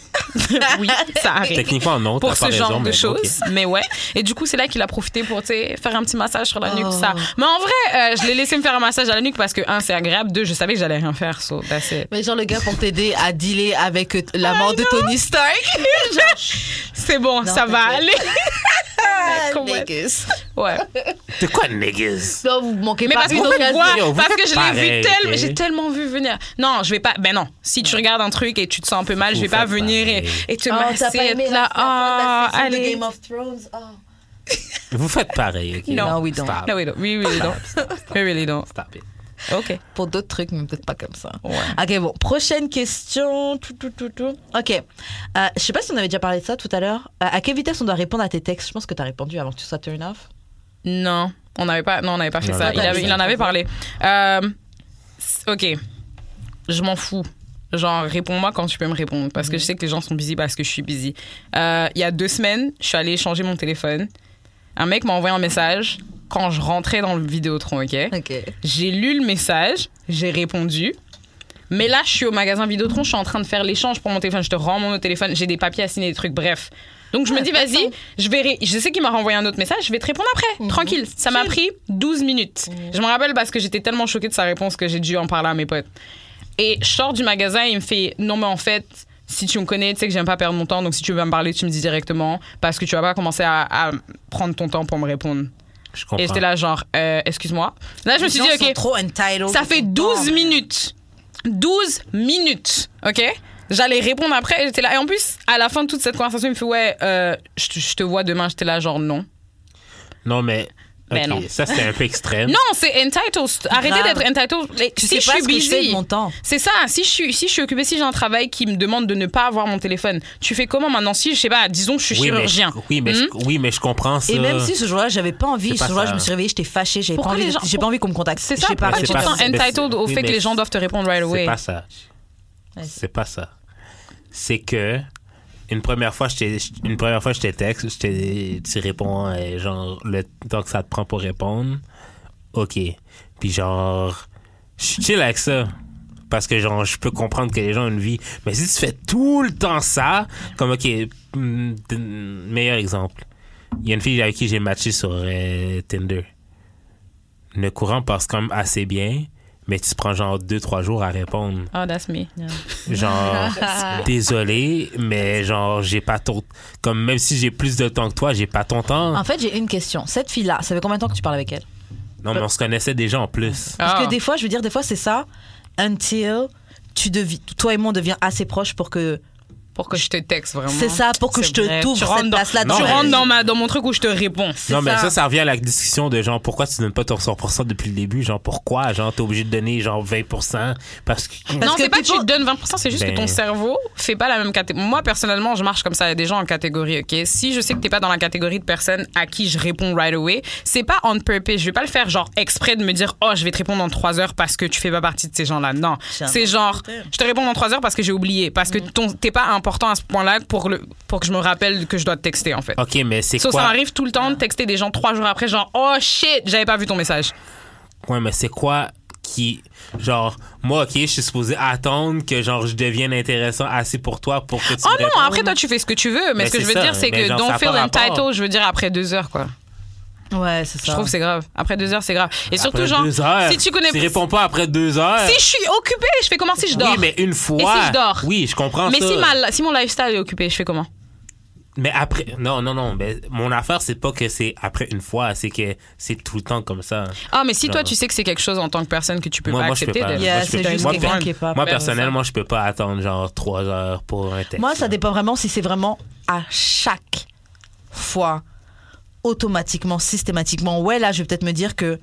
[SPEAKER 4] oui, ça arrive.
[SPEAKER 3] Techniquement, non.
[SPEAKER 4] pour
[SPEAKER 3] t'as
[SPEAKER 4] ce
[SPEAKER 3] pas
[SPEAKER 4] genre
[SPEAKER 3] raison,
[SPEAKER 4] de
[SPEAKER 3] mais
[SPEAKER 4] choses.
[SPEAKER 3] ok.
[SPEAKER 4] Mais ouais. Et du coup, c'est là qu'il a profité pour tu sais, faire un petit massage sur la nuque, tout ça. Mais en vrai, euh, je l'ai laissé me faire un massage à la nuque parce que, un, c'est agréable. Deux, je savais que j'allais rien faire. So, that's it.
[SPEAKER 8] Mais genre, le gars, pour t'aider à dealer avec euh, la mort de Tony Stark.
[SPEAKER 4] C'est bon, ça va aller. Comment-
[SPEAKER 8] Niggas.
[SPEAKER 4] ouais.
[SPEAKER 3] C'est quoi, niggas?
[SPEAKER 8] Non, vous manquez
[SPEAKER 4] Mais
[SPEAKER 8] pas
[SPEAKER 4] parce qu'on
[SPEAKER 8] une
[SPEAKER 4] peut
[SPEAKER 2] Ah,
[SPEAKER 8] occasion.
[SPEAKER 4] voir,
[SPEAKER 3] Yo, vous
[SPEAKER 4] parce
[SPEAKER 3] faites
[SPEAKER 4] que je l'ai
[SPEAKER 3] pareil,
[SPEAKER 4] vu tellement,
[SPEAKER 3] ok.
[SPEAKER 4] j'ai tellement vu venir. Non, je vais pas, ben non. Si tu regardes un truc et tu te sens un peu mal, je
[SPEAKER 3] Vous
[SPEAKER 4] vais pas
[SPEAKER 3] faites
[SPEAKER 4] venir et,
[SPEAKER 3] pareil.
[SPEAKER 4] et te
[SPEAKER 2] Oh, t'as
[SPEAKER 4] masser,
[SPEAKER 2] pas aimé
[SPEAKER 4] être
[SPEAKER 2] la,
[SPEAKER 4] là,
[SPEAKER 2] la,
[SPEAKER 4] ah,
[SPEAKER 2] la, la, saison de
[SPEAKER 4] allez.
[SPEAKER 2] Game of Thrones Oh.
[SPEAKER 3] Vous faites pareil, OK?
[SPEAKER 4] Non.
[SPEAKER 2] Non, we don't.
[SPEAKER 3] Stop.
[SPEAKER 4] No, we don't. We really don't. We really don't.
[SPEAKER 3] Stop it.
[SPEAKER 4] OK.
[SPEAKER 8] Pour d'autres trucs, mais peut-être pas comme ça.
[SPEAKER 4] Ouais.
[SPEAKER 2] Ok, bon, prochaine question. Tout, tout, tout, tout. Ok. Euh, je sais pas si on avait déjà parlé de ça tout à l'heure. Euh, à quelle vitesse on doit répondre à tes textes Je pense que tu as répondu avant que tu sois turn off.
[SPEAKER 4] Non, on n'avait pas, non, on n'avait pas fait
[SPEAKER 3] Non, on
[SPEAKER 4] ça.
[SPEAKER 3] n'avait
[SPEAKER 4] Il,
[SPEAKER 3] pas
[SPEAKER 4] avait-
[SPEAKER 3] fait
[SPEAKER 4] il
[SPEAKER 3] ça.
[SPEAKER 4] en avait parlé. Euh, c- ok, je m'en fous. Genre, réponds-moi quand tu peux me répondre. Parce que je sais que les gens sont busy parce que je suis busy. Euh, Il y a deux semaines, je suis allée changer mon téléphone. Un mec m'a envoyé un message quand je rentrais dans le Vidéotron, ok?
[SPEAKER 8] Ok.
[SPEAKER 4] J'ai lu le message, j'ai répondu. Mais là, je suis au magasin Vidéotron, je suis en train de faire l'échange pour mon téléphone. Je te rends mon autre téléphone, j'ai des papiers à signer, des trucs, bref. Donc je me dis, vas-y, je vais. ré- Je sais qu'il m'a renvoyé un autre message, je vais te répondre après, tranquille. Ça m'a pris 12 minutes. Je me rappelle parce que j'étais tellement choquée de sa réponse que j'ai dû en parler à mes potes. Et je sors du magasin, il me fait Non, mais en fait, si tu me connais, tu sais que j'aime pas perdre mon temps, donc si tu veux me parler, tu me dis directement parce que tu vas pas commencer à, à prendre ton temps pour me répondre.
[SPEAKER 3] Je comprends.
[SPEAKER 4] Et j'étais là, genre, Euh, excuse-moi. Là, je me suis dit,
[SPEAKER 2] Les gens sont
[SPEAKER 4] OK,
[SPEAKER 2] trop entitled.
[SPEAKER 4] ça fait 12 minutes. 12 minutes, OK? J'allais répondre après, et j'étais là. Et en plus, à la fin de toute cette conversation, il me fait Ouais, euh, je te- je te vois demain. J'étais là, genre non.
[SPEAKER 3] Non, mais...
[SPEAKER 4] Ben
[SPEAKER 3] ok,
[SPEAKER 4] non.
[SPEAKER 3] Ça, c'était un peu extrême.
[SPEAKER 4] Non, c'est entitled. Arrêtez
[SPEAKER 2] Grave.
[SPEAKER 4] d'être entitled. Like,
[SPEAKER 2] Tu
[SPEAKER 4] si
[SPEAKER 2] sais pas
[SPEAKER 4] je suis
[SPEAKER 2] ce que
[SPEAKER 4] busy,
[SPEAKER 2] je fais de mon temps.
[SPEAKER 4] C'est ça, si je, suis, si je suis occupée, si j'ai un travail qui me demande de ne pas avoir mon téléphone, tu fais comment maintenant Si, je sais pas, disons, je suis
[SPEAKER 3] Oui, mais je,
[SPEAKER 4] chirurgien.
[SPEAKER 3] oui, mais
[SPEAKER 4] Hmm?
[SPEAKER 3] je, oui, mais je comprends ça.
[SPEAKER 2] Et même si ce jour-là, j'avais pas envie,
[SPEAKER 3] C'est
[SPEAKER 2] ce
[SPEAKER 3] Euh, pas
[SPEAKER 2] jour-là,
[SPEAKER 3] ça.
[SPEAKER 2] je me suis réveillée, j'étais fâchée, j'avais pas
[SPEAKER 4] Pourquoi
[SPEAKER 2] envie,
[SPEAKER 4] les
[SPEAKER 2] de-
[SPEAKER 4] gens-
[SPEAKER 2] j'ai pas envie qu'on me contacte.
[SPEAKER 4] C'est ça,
[SPEAKER 2] J'ai pas
[SPEAKER 4] pourquoi
[SPEAKER 3] c'est
[SPEAKER 4] tu te
[SPEAKER 3] pas-
[SPEAKER 2] répondu.
[SPEAKER 4] sens
[SPEAKER 3] mais c'est-
[SPEAKER 4] entitled au
[SPEAKER 3] oui,
[SPEAKER 4] fait que
[SPEAKER 3] mais
[SPEAKER 4] les gens doivent te répondre right
[SPEAKER 3] C'est
[SPEAKER 4] away
[SPEAKER 3] pas ça. C'est pas ça. C'est que une première fois, je t'ai- une première fois, je t'ai texte, je t'ai- tu réponds euh, genre le temps que ça te prend pour répondre. Ok. Puis genre, je suis chill avec ça. Parce que genre, je peux comprendre que les gens ont une vie. Mais si tu fais tout le temps ça, comme ok, hmm, t- meilleur exemple. Il y a une fille avec qui j'ai matché sur euh, Tinder. Le courant passe quand même assez bien, mais tu prends genre deux, trois jours à répondre.
[SPEAKER 4] Oh, that's me.
[SPEAKER 3] Genre, désolé, mais genre, j'ai pas ton. Comme même si j'ai plus de temps que toi, j'ai pas ton temps.
[SPEAKER 4] Ah,
[SPEAKER 2] En fait, j'ai une question. Cette fille-là, ça fait combien de temps que tu parles avec elle
[SPEAKER 3] Non, mais on se connaissait déjà en plus.
[SPEAKER 2] Parce
[SPEAKER 4] Ah.
[SPEAKER 2] que des fois, je veux dire, des fois, c'est ça. Until tu devi- toi et moi, on devient assez proches pour que
[SPEAKER 4] Pour que je te texte vraiment.
[SPEAKER 2] C'est ça, pour que
[SPEAKER 4] C'est
[SPEAKER 2] je te
[SPEAKER 4] vrai.
[SPEAKER 2] t'ouvre
[SPEAKER 4] Tu
[SPEAKER 2] cette
[SPEAKER 4] rentres dans,
[SPEAKER 2] place-là
[SPEAKER 4] tu
[SPEAKER 3] dans ma
[SPEAKER 4] rentres
[SPEAKER 3] vie.
[SPEAKER 4] dans, ma, dans mon truc où je te réponds.
[SPEAKER 2] C'est
[SPEAKER 3] Non, mais
[SPEAKER 2] ça.
[SPEAKER 3] ça, ça revient à la discussion de genre, pourquoi tu donnes pas ton 100% depuis le début? Genre, pourquoi? Genre, t'es obligé de donner genre 20% parce que.
[SPEAKER 2] Parce
[SPEAKER 4] non,
[SPEAKER 2] que
[SPEAKER 4] c'est pas que
[SPEAKER 2] people-
[SPEAKER 4] tu donnes 20%, c'est juste
[SPEAKER 3] Ben.
[SPEAKER 4] que ton cerveau fait pas la même catégorie. Moi, personnellement, je marche comme ça. Il y a des gens en catégorie, OK? Si je sais que t'es pas dans la catégorie de personnes à qui je réponds right away, c'est pas on purpose. Je vais pas le faire genre exprès de me dire, oh, je vais te répondre dans 3 heures parce que tu fais pas partie de ces gens-là. Non.
[SPEAKER 2] un Mm.
[SPEAKER 4] C'est genre, je te réponds dans 3 heures parce que j'ai oublié. Parce que ton- t'es pas important à ce point-là pour, le, pour que je me rappelle que je dois te texter, en fait.
[SPEAKER 3] Ok, mais c'est
[SPEAKER 4] So,
[SPEAKER 3] quoi? Ah.
[SPEAKER 4] ça m'arrive tout le temps de texter des gens 3 jours après, genre, oh shit, j'avais pas vu ton message.
[SPEAKER 3] Ouais, mais c'est quoi qui. Genre, moi, ok, je suis supposé attendre que genre je devienne intéressant assez pour toi pour que tu.
[SPEAKER 4] Oh
[SPEAKER 3] me
[SPEAKER 4] non,
[SPEAKER 3] répondes.
[SPEAKER 4] après toi tu fais ce que tu veux, mais,
[SPEAKER 3] Mais
[SPEAKER 4] ce que je
[SPEAKER 3] Ben, c'est
[SPEAKER 4] veux
[SPEAKER 3] ça,
[SPEAKER 4] dire c'est
[SPEAKER 3] mais
[SPEAKER 4] que
[SPEAKER 3] genre, ça
[SPEAKER 4] don't
[SPEAKER 3] a
[SPEAKER 4] feel
[SPEAKER 3] pas rapport.
[SPEAKER 4] entitled, je veux dire après deux heures quoi.
[SPEAKER 2] Ouais, c'est ça.
[SPEAKER 4] Je trouve que c'est grave. Après deux heures c'est grave. Et surtout
[SPEAKER 3] Après
[SPEAKER 4] genre,
[SPEAKER 3] deux heures,
[SPEAKER 4] si tu connais
[SPEAKER 3] Tu réponds pas après deux heures.
[SPEAKER 4] Si je suis occupée, je fais comment si je dors
[SPEAKER 3] Oui, mais une fois.
[SPEAKER 4] Et si je dors?
[SPEAKER 3] Oui, je comprends
[SPEAKER 4] Mais
[SPEAKER 3] ça.
[SPEAKER 4] si, ma- si mon lifestyle est occupé, je fais comment
[SPEAKER 3] Mais après, non, non, non. Mais mon affaire, c'est pas que c'est après une fois, c'est que c'est tout le temps comme ça.
[SPEAKER 4] Ah, mais si
[SPEAKER 3] Non.
[SPEAKER 4] toi tu sais que c'est quelque chose en tant que personne que tu peux pas
[SPEAKER 3] moi, je peux
[SPEAKER 4] accepter.
[SPEAKER 3] pas.
[SPEAKER 4] de-
[SPEAKER 2] Yeah,
[SPEAKER 3] moi, je peux
[SPEAKER 2] c'est
[SPEAKER 3] pas.
[SPEAKER 2] juste
[SPEAKER 3] Moi,
[SPEAKER 2] quelqu'un
[SPEAKER 3] per-
[SPEAKER 2] qui est pas
[SPEAKER 3] Moi,
[SPEAKER 2] prêt,
[SPEAKER 3] personnellement, je peux pas attendre genre trois heures pour un texte.
[SPEAKER 2] Moi, ça dépend vraiment si c'est vraiment à chaque fois, automatiquement, systématiquement. Ouais, là, je vais peut-être me dire que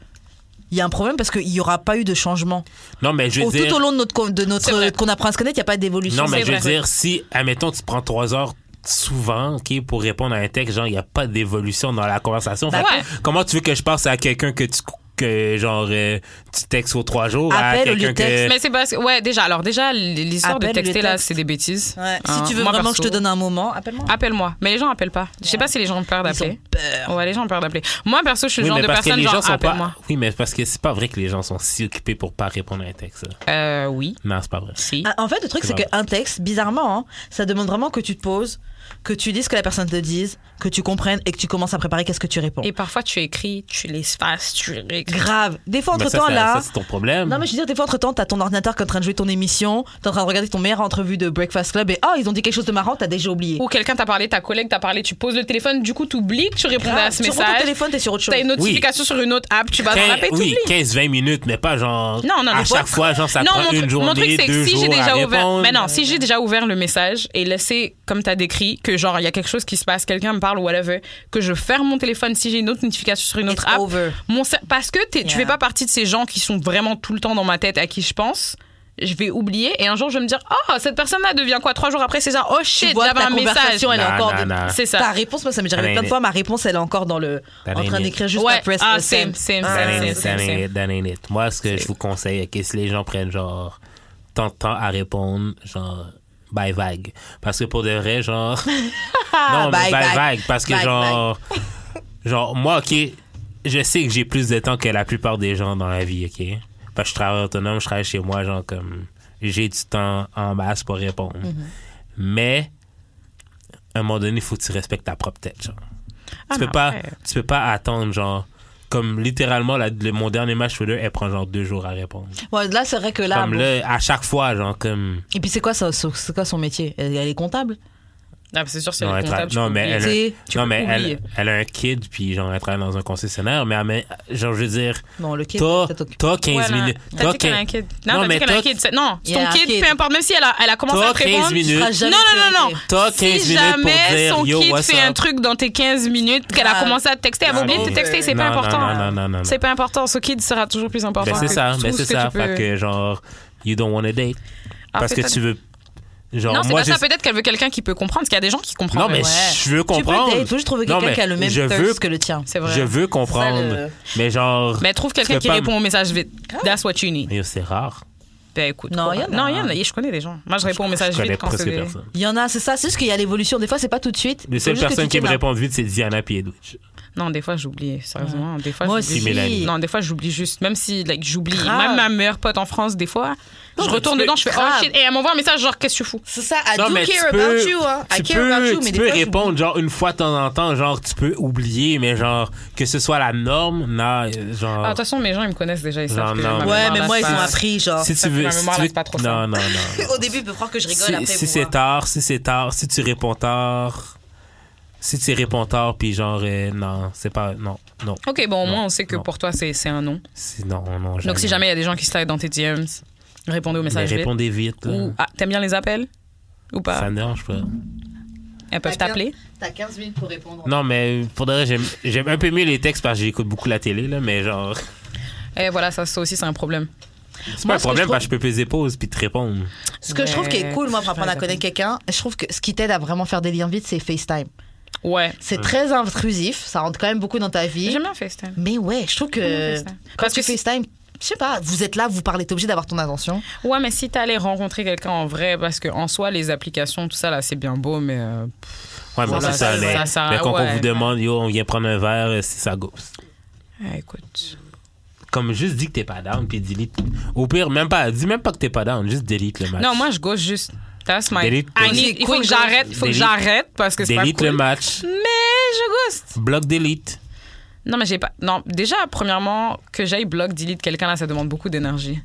[SPEAKER 2] il y a un problème parce qu'il n'y aura pas eu de changement.
[SPEAKER 3] Non, mais je veux
[SPEAKER 2] Au-
[SPEAKER 3] dire.
[SPEAKER 2] Tout au long de notre con- de
[SPEAKER 4] C'est
[SPEAKER 2] notre
[SPEAKER 4] vrai.
[SPEAKER 2] qu'on apprend à se connaître, il n'y a pas d'évolution.
[SPEAKER 3] Non, mais
[SPEAKER 4] c'est
[SPEAKER 3] je veux
[SPEAKER 4] vrai.
[SPEAKER 3] dire, si, admettons, tu prends trois heures souvent, OK, pour répondre à un texte, genre, il n'y a pas d'évolution dans la conversation.
[SPEAKER 2] Bah
[SPEAKER 3] Fait que
[SPEAKER 4] ouais.
[SPEAKER 3] Comment tu veux que je passe à quelqu'un que tu, que, genre, euh, tu textes aux trois jours, à
[SPEAKER 2] Appelle au lieu
[SPEAKER 3] quelqu'un
[SPEAKER 2] de texte.
[SPEAKER 3] que...
[SPEAKER 4] Mais c'est parce que, ouais, déjà, alors déjà, l'histoire de
[SPEAKER 2] Appelle le
[SPEAKER 4] texter là,
[SPEAKER 2] texte.
[SPEAKER 4] c'est des bêtises.
[SPEAKER 2] Ouais.
[SPEAKER 4] Hein,
[SPEAKER 2] Si tu veux
[SPEAKER 4] moi,
[SPEAKER 2] vraiment que je te
[SPEAKER 4] perso. Ah,
[SPEAKER 2] donne un moment, appelle-moi.
[SPEAKER 4] Appelle-moi. Mais les gens appellent pas. Je sais pas si les gens ont peur
[SPEAKER 2] Ils ont
[SPEAKER 4] d'appeler.
[SPEAKER 2] peur.
[SPEAKER 4] Ouais, les gens ont peur d'appeler. Moi, perso, je suis
[SPEAKER 3] Oui,
[SPEAKER 4] le genre
[SPEAKER 3] mais
[SPEAKER 4] de
[SPEAKER 3] parce que
[SPEAKER 4] personne
[SPEAKER 3] les gens
[SPEAKER 4] genre,
[SPEAKER 3] sont
[SPEAKER 4] appelle-moi.
[SPEAKER 3] pas... Oui, mais parce que c'est pas vrai que les gens sont si occupés pour pas répondre à un texte. là.
[SPEAKER 4] Euh, oui.
[SPEAKER 3] Non, c'est pas vrai.
[SPEAKER 4] Si.
[SPEAKER 2] Ah, En fait, le truc, c'est
[SPEAKER 3] C'est pas
[SPEAKER 2] qu'un texte, bizarrement, hein, ça demande vraiment que tu te poses, que tu dises ce que la personne te dise, que tu comprennes et que tu commences à préparer qu'est-ce que tu réponds.
[SPEAKER 4] Et parfois, tu écris, tu l'espaces, tu réécris.
[SPEAKER 2] Grave. Des fois,
[SPEAKER 3] Mais Bah, ça,
[SPEAKER 2] entre-temps,
[SPEAKER 3] ça-
[SPEAKER 2] là...
[SPEAKER 3] ça, c'est ton problème.
[SPEAKER 2] Non, mais je veux dire, des fois, entre temps, t'as ton ordinateur qui est en train de jouer ton émission, t'es en train de regarder ton meilleur entrevue de Breakfast Club et oh, ils ont dit quelque chose de marrant, t'as déjà oublié.
[SPEAKER 4] Ou quelqu'un t'a parlé, ta collègue t'a parlé, tu poses le téléphone, du coup, tu oublies que tu répondais à
[SPEAKER 2] Grave.
[SPEAKER 4] ce
[SPEAKER 2] tu reprends ton
[SPEAKER 4] message.
[SPEAKER 2] téléphone, t'es sur autre chose.
[SPEAKER 4] T'as une notification sur une autre app, tu vas dans
[SPEAKER 3] Quin-
[SPEAKER 4] la paix, tu
[SPEAKER 3] oui,
[SPEAKER 4] oublies.
[SPEAKER 3] 15-20 minutes, mais pas genre
[SPEAKER 4] Non, non,
[SPEAKER 3] à
[SPEAKER 4] mais
[SPEAKER 3] chaque
[SPEAKER 4] pas-
[SPEAKER 3] fois, genre ça
[SPEAKER 4] non,
[SPEAKER 3] prend
[SPEAKER 4] mon,
[SPEAKER 3] une
[SPEAKER 4] truc-
[SPEAKER 3] journée,
[SPEAKER 4] mon truc, c'est
[SPEAKER 3] deux
[SPEAKER 4] que si
[SPEAKER 3] jours
[SPEAKER 4] j'ai
[SPEAKER 3] à
[SPEAKER 4] déjà ouvert.
[SPEAKER 3] répondre.
[SPEAKER 4] Mais non, si j'ai déjà ouvert le message et laissé, comme t'as décrit, que genre, il y a quelque chose qui se passe, quelqu'un me parle ou whatever, que je ferme mon téléphone si j'ai une autre notification sur une
[SPEAKER 2] It's
[SPEAKER 4] autre app.
[SPEAKER 2] over.
[SPEAKER 4] Mon cer- parce que t'es- tu
[SPEAKER 2] Yeah.
[SPEAKER 4] fais pas partie de ces gens qui sont vraiment tout le temps dans ma tête, à qui je pense. Je vais oublier et un jour je vais me dire Oh, cette personne-là devient quoi Trois jours après, c'est ça. Oh
[SPEAKER 2] Tu
[SPEAKER 4] shit,
[SPEAKER 2] vois que
[SPEAKER 4] j'avais
[SPEAKER 2] ta
[SPEAKER 4] un message.
[SPEAKER 2] conversation, elle est
[SPEAKER 3] Non,
[SPEAKER 2] encore.
[SPEAKER 3] non, non.
[SPEAKER 4] C'est ça.
[SPEAKER 2] Ta réponse, moi, ça m'est déjà arrivé
[SPEAKER 3] That
[SPEAKER 2] plein de
[SPEAKER 3] ain't
[SPEAKER 2] fois, ma réponse, elle est encore dans le.
[SPEAKER 3] That
[SPEAKER 2] en
[SPEAKER 3] ain't
[SPEAKER 2] train
[SPEAKER 3] it.
[SPEAKER 2] d'écrire juste
[SPEAKER 4] Ouais.
[SPEAKER 2] la press.
[SPEAKER 4] Ah,
[SPEAKER 2] the
[SPEAKER 4] same, same,
[SPEAKER 2] Ah,
[SPEAKER 3] That ain't
[SPEAKER 4] same, same,
[SPEAKER 3] it, that ain't it, that ain't it. Moi, ce que je vous conseille, que si les gens prennent genre tant de temps à répondre, genre by vague. Parce que pour de vrai, genre. non, mais
[SPEAKER 2] By
[SPEAKER 3] by
[SPEAKER 2] vague.
[SPEAKER 3] vague. Parce que
[SPEAKER 2] By
[SPEAKER 3] genre. genre, moi, OK, je sais que j'ai plus de temps que la plupart des gens dans la vie, OK? Parce que je travaille autonome, je travaille chez moi, genre comme. J'ai du temps en masse pour répondre. Mais. À un moment donné, il faut que tu respectes ta propre tête, genre
[SPEAKER 4] Ah,
[SPEAKER 3] tu peux
[SPEAKER 4] mais
[SPEAKER 3] pas
[SPEAKER 4] après-
[SPEAKER 3] tu peux pas attendre genre comme littéralement la- le- mon dernier match Twitter elle prend genre deux jours à répondre
[SPEAKER 2] Ouais, là, c'est vrai que là.
[SPEAKER 3] comme
[SPEAKER 2] bon.
[SPEAKER 3] là à chaque fois genre comme
[SPEAKER 2] Et puis, c'est quoi, ça- c'est quoi son métier Elle elle est comptable
[SPEAKER 4] Ah, c'est sûr, c'est
[SPEAKER 3] non,
[SPEAKER 4] le
[SPEAKER 3] elle tra-
[SPEAKER 4] comptable. tu
[SPEAKER 3] non,
[SPEAKER 4] peux
[SPEAKER 3] mais
[SPEAKER 4] oublier.
[SPEAKER 3] elle
[SPEAKER 2] Tu
[SPEAKER 3] a,
[SPEAKER 2] sais,
[SPEAKER 4] tu
[SPEAKER 3] non,
[SPEAKER 4] peux
[SPEAKER 3] mais
[SPEAKER 4] oublier.
[SPEAKER 3] elle, elle a un kid puis genre elle travaille dans un concessionnaire mais elle met- genre je veux dire
[SPEAKER 2] Non, le kid,
[SPEAKER 3] toi
[SPEAKER 2] ça t'occupe.
[SPEAKER 3] toi 15
[SPEAKER 4] Voilà.
[SPEAKER 3] minutes
[SPEAKER 4] T'as
[SPEAKER 3] toi
[SPEAKER 4] dit qu'elle a un
[SPEAKER 3] 15,
[SPEAKER 4] kid. Non,
[SPEAKER 3] Non,
[SPEAKER 4] t'as
[SPEAKER 3] mais
[SPEAKER 4] dit qu'elle a un
[SPEAKER 3] toi-
[SPEAKER 4] kid. c'est- Non,
[SPEAKER 2] Il y
[SPEAKER 4] c'est ton
[SPEAKER 2] a un
[SPEAKER 4] kid,
[SPEAKER 2] kid.
[SPEAKER 4] peu importe, même si elle a, elle a commencé
[SPEAKER 3] toi
[SPEAKER 4] à te répondre.
[SPEAKER 3] 15 minutes
[SPEAKER 2] seras
[SPEAKER 4] Non,
[SPEAKER 2] Ah, jamais
[SPEAKER 4] non, non, non.
[SPEAKER 2] connecté.
[SPEAKER 3] Toi, 15
[SPEAKER 4] si
[SPEAKER 3] minutes pour
[SPEAKER 4] jamais
[SPEAKER 3] dire,
[SPEAKER 4] son
[SPEAKER 3] yo,
[SPEAKER 4] kid
[SPEAKER 3] what's
[SPEAKER 4] fait un
[SPEAKER 3] up?
[SPEAKER 4] truc dans tes 15 minutes qu'elle a
[SPEAKER 2] Ah.
[SPEAKER 4] commencé à te texter, elle va
[SPEAKER 3] Non,
[SPEAKER 4] oublier de te
[SPEAKER 3] mais-
[SPEAKER 4] texter, c'est
[SPEAKER 3] non,
[SPEAKER 4] pas
[SPEAKER 3] non,
[SPEAKER 4] important.
[SPEAKER 3] non, non, non, non.
[SPEAKER 4] C'est pas important. Ce kid sera toujours plus important.
[SPEAKER 3] ben c'est
[SPEAKER 4] que
[SPEAKER 3] ça
[SPEAKER 4] tout
[SPEAKER 3] ben
[SPEAKER 4] ce
[SPEAKER 3] c'est
[SPEAKER 4] que
[SPEAKER 3] ça
[SPEAKER 4] tu
[SPEAKER 3] fait
[SPEAKER 4] peux-
[SPEAKER 3] que genre you don't want date
[SPEAKER 4] Ah,
[SPEAKER 3] parce que
[SPEAKER 4] peut-être.
[SPEAKER 3] tu veux genre
[SPEAKER 4] Non, c'est
[SPEAKER 3] moi
[SPEAKER 4] pas
[SPEAKER 3] je
[SPEAKER 4] ça. Peut-être qu'elle veut quelqu'un qui peut comprendre. Parce qu'il y a des gens qui comprennent.
[SPEAKER 3] non mais
[SPEAKER 4] ouais.
[SPEAKER 3] je veux comprendre
[SPEAKER 2] Tu peux date, faut juste trouver
[SPEAKER 3] Non,
[SPEAKER 2] quelqu'un
[SPEAKER 3] mais
[SPEAKER 2] qui a le même
[SPEAKER 3] je
[SPEAKER 2] thirst
[SPEAKER 3] veux
[SPEAKER 2] que le tien.
[SPEAKER 4] c'est vrai.
[SPEAKER 3] Je veux comprendre.
[SPEAKER 2] Ça, le-
[SPEAKER 3] Mais genre.
[SPEAKER 4] Mais trouve quelqu'un
[SPEAKER 3] peux
[SPEAKER 4] qui
[SPEAKER 3] pas
[SPEAKER 4] répond aux messages vite. That's what you need.
[SPEAKER 3] Mais c'est rare.
[SPEAKER 4] Ben écoute.
[SPEAKER 2] Non,
[SPEAKER 4] quoi.
[SPEAKER 2] il y en a.
[SPEAKER 4] Non, il y en a. Je connais des gens. Moi, je réponds aux messages
[SPEAKER 3] Je connais
[SPEAKER 4] vite quand
[SPEAKER 3] presque
[SPEAKER 4] c'est. des-
[SPEAKER 3] personne.
[SPEAKER 2] Il y en a, c'est ça. C'est juste qu'il y a l'évolution. Des fois, c'est pas tout de suite.
[SPEAKER 3] Les
[SPEAKER 2] Faut
[SPEAKER 3] seules
[SPEAKER 2] juste que
[SPEAKER 3] personnes
[SPEAKER 2] tu
[SPEAKER 3] qui me
[SPEAKER 2] tiennes à-
[SPEAKER 3] répondent vite, c'est Diana puis Edwidge.
[SPEAKER 4] Non, des fois j'oublie, sérieusement. Des fois,
[SPEAKER 2] Moi
[SPEAKER 4] j'oublie.
[SPEAKER 2] aussi.
[SPEAKER 3] Et Mélanie.
[SPEAKER 4] Non, des fois j'oublie juste, même si like, j'oublie.
[SPEAKER 2] Grave.
[SPEAKER 4] Même ma meilleure pote en France, des fois,
[SPEAKER 2] Non,
[SPEAKER 4] je
[SPEAKER 2] mais
[SPEAKER 4] retourne
[SPEAKER 2] tu peux-
[SPEAKER 4] dedans, je fais
[SPEAKER 2] grave.
[SPEAKER 4] oh shit, et elle m'envoie un message genre qu'est-ce que tu fous
[SPEAKER 2] C'est ça, I
[SPEAKER 3] Non,
[SPEAKER 2] do
[SPEAKER 3] mais tu
[SPEAKER 2] care
[SPEAKER 3] peux-
[SPEAKER 2] about you, hein. I
[SPEAKER 3] Tu
[SPEAKER 2] care
[SPEAKER 3] peux,
[SPEAKER 2] about you,
[SPEAKER 3] tu
[SPEAKER 2] mais des
[SPEAKER 3] peux
[SPEAKER 2] fois, je-
[SPEAKER 3] répondre genre une fois de temps en temps, genre tu peux oublier, mais genre que ce soit la norme, non, euh, genre.
[SPEAKER 4] Ah, de toute façon, mes gens, ils me connaissent déjà, ils savent
[SPEAKER 3] Non,
[SPEAKER 4] que
[SPEAKER 3] non,
[SPEAKER 4] ma
[SPEAKER 3] mais-
[SPEAKER 2] Ouais,
[SPEAKER 4] mémoire
[SPEAKER 2] mais moi, ils
[SPEAKER 4] lâche
[SPEAKER 2] m'ont
[SPEAKER 4] pas.
[SPEAKER 2] appris, genre.
[SPEAKER 3] si tu
[SPEAKER 4] que
[SPEAKER 3] veux,
[SPEAKER 4] ma
[SPEAKER 3] si
[SPEAKER 4] mémoire
[SPEAKER 3] tu veux-
[SPEAKER 4] reste pas trop
[SPEAKER 3] non, non,
[SPEAKER 4] fort.
[SPEAKER 3] non.
[SPEAKER 2] Au début, ils peuvent croire que je rigole,
[SPEAKER 3] si
[SPEAKER 2] après,
[SPEAKER 3] si
[SPEAKER 2] ils vont
[SPEAKER 3] c'est
[SPEAKER 2] voir.
[SPEAKER 3] tard, si c'est tard, si tu réponds tard, si tu réponds tard, puis genre euh, non, c'est pas non, non,
[SPEAKER 4] Ok, bon, au moins,
[SPEAKER 3] Non,
[SPEAKER 4] on sait que
[SPEAKER 3] non.
[SPEAKER 4] pour toi, c'est c'est un non.
[SPEAKER 3] si, non, non.
[SPEAKER 4] Donc, si jamais il y a des gens qui slident dans tes DMs, répondez aux
[SPEAKER 3] mais
[SPEAKER 4] messages vite.
[SPEAKER 3] répondez vite. là.
[SPEAKER 4] Ou, ah, t'aimes bien les appels ou pas
[SPEAKER 3] Ça me dérange pas.
[SPEAKER 4] Elles peuvent t'appeler
[SPEAKER 2] T'as 15 minutes pour répondre.
[SPEAKER 3] Non, mais pour de vrai, j'aime- j'aime un peu mieux les textes parce que j'écoute beaucoup la télé, là, mais genre,
[SPEAKER 4] Et voilà, ça, ça aussi, c'est un problème.
[SPEAKER 3] c'est
[SPEAKER 2] Moi,
[SPEAKER 3] pas
[SPEAKER 2] ce que
[SPEAKER 3] un
[SPEAKER 2] je
[SPEAKER 3] problème
[SPEAKER 2] trouve-
[SPEAKER 3] parce que je peux peser pause puis te répondre.
[SPEAKER 2] Ce que je trouve qui est cool, moi, pour apprendre à connaître quelqu'un, je trouve que ce qui t'aide à vraiment faire des liens vite, c'est FaceTime.
[SPEAKER 4] Ouais.
[SPEAKER 2] C'est très intrusif, ça rentre quand même beaucoup dans ta vie.
[SPEAKER 4] J'aime bien FaceTime.
[SPEAKER 2] Mais ouais, je trouve que
[SPEAKER 4] J'aime bien FaceTime.
[SPEAKER 2] quand
[SPEAKER 4] Parce
[SPEAKER 2] tu
[SPEAKER 4] que si-
[SPEAKER 2] FaceTime, je sais pas, vous êtes là, vous parlez, t'es obligé d'avoir ton attention.
[SPEAKER 4] Ouais, mais si t'allais rencontrer quelqu'un en vrai, parce que en soi, les applications, tout ça, là, c'est bien beau, mais. euh,
[SPEAKER 3] Ouais, mais
[SPEAKER 4] Voilà,
[SPEAKER 3] c'est ça,
[SPEAKER 4] ça-
[SPEAKER 3] mais,
[SPEAKER 4] ça sert à-
[SPEAKER 3] mais quand
[SPEAKER 4] ouais.
[SPEAKER 3] on vous demande, yo, on vient prendre un verre, euh, c'est ça gosse.
[SPEAKER 4] ah, écoute.
[SPEAKER 3] Comme juste dis que t'es pas down puis delete. Au pire, même pas, dis même pas que t'es pas down, juste delete le match.
[SPEAKER 4] Non, moi, je gauche juste. That's my.
[SPEAKER 3] Bah, Delete.
[SPEAKER 4] I need- Il faut que j'arrête, il faut que
[SPEAKER 3] Delete.
[SPEAKER 4] j'arrête, parce que c'est pas
[SPEAKER 3] delete le
[SPEAKER 4] cool.
[SPEAKER 3] match,
[SPEAKER 4] Mais je ghost.
[SPEAKER 3] block delete.
[SPEAKER 4] Non, mais j'ai pas. Non, déjà, premièrement, que j'aille bloc, delete quelqu'un là, ça demande beaucoup d'énergie.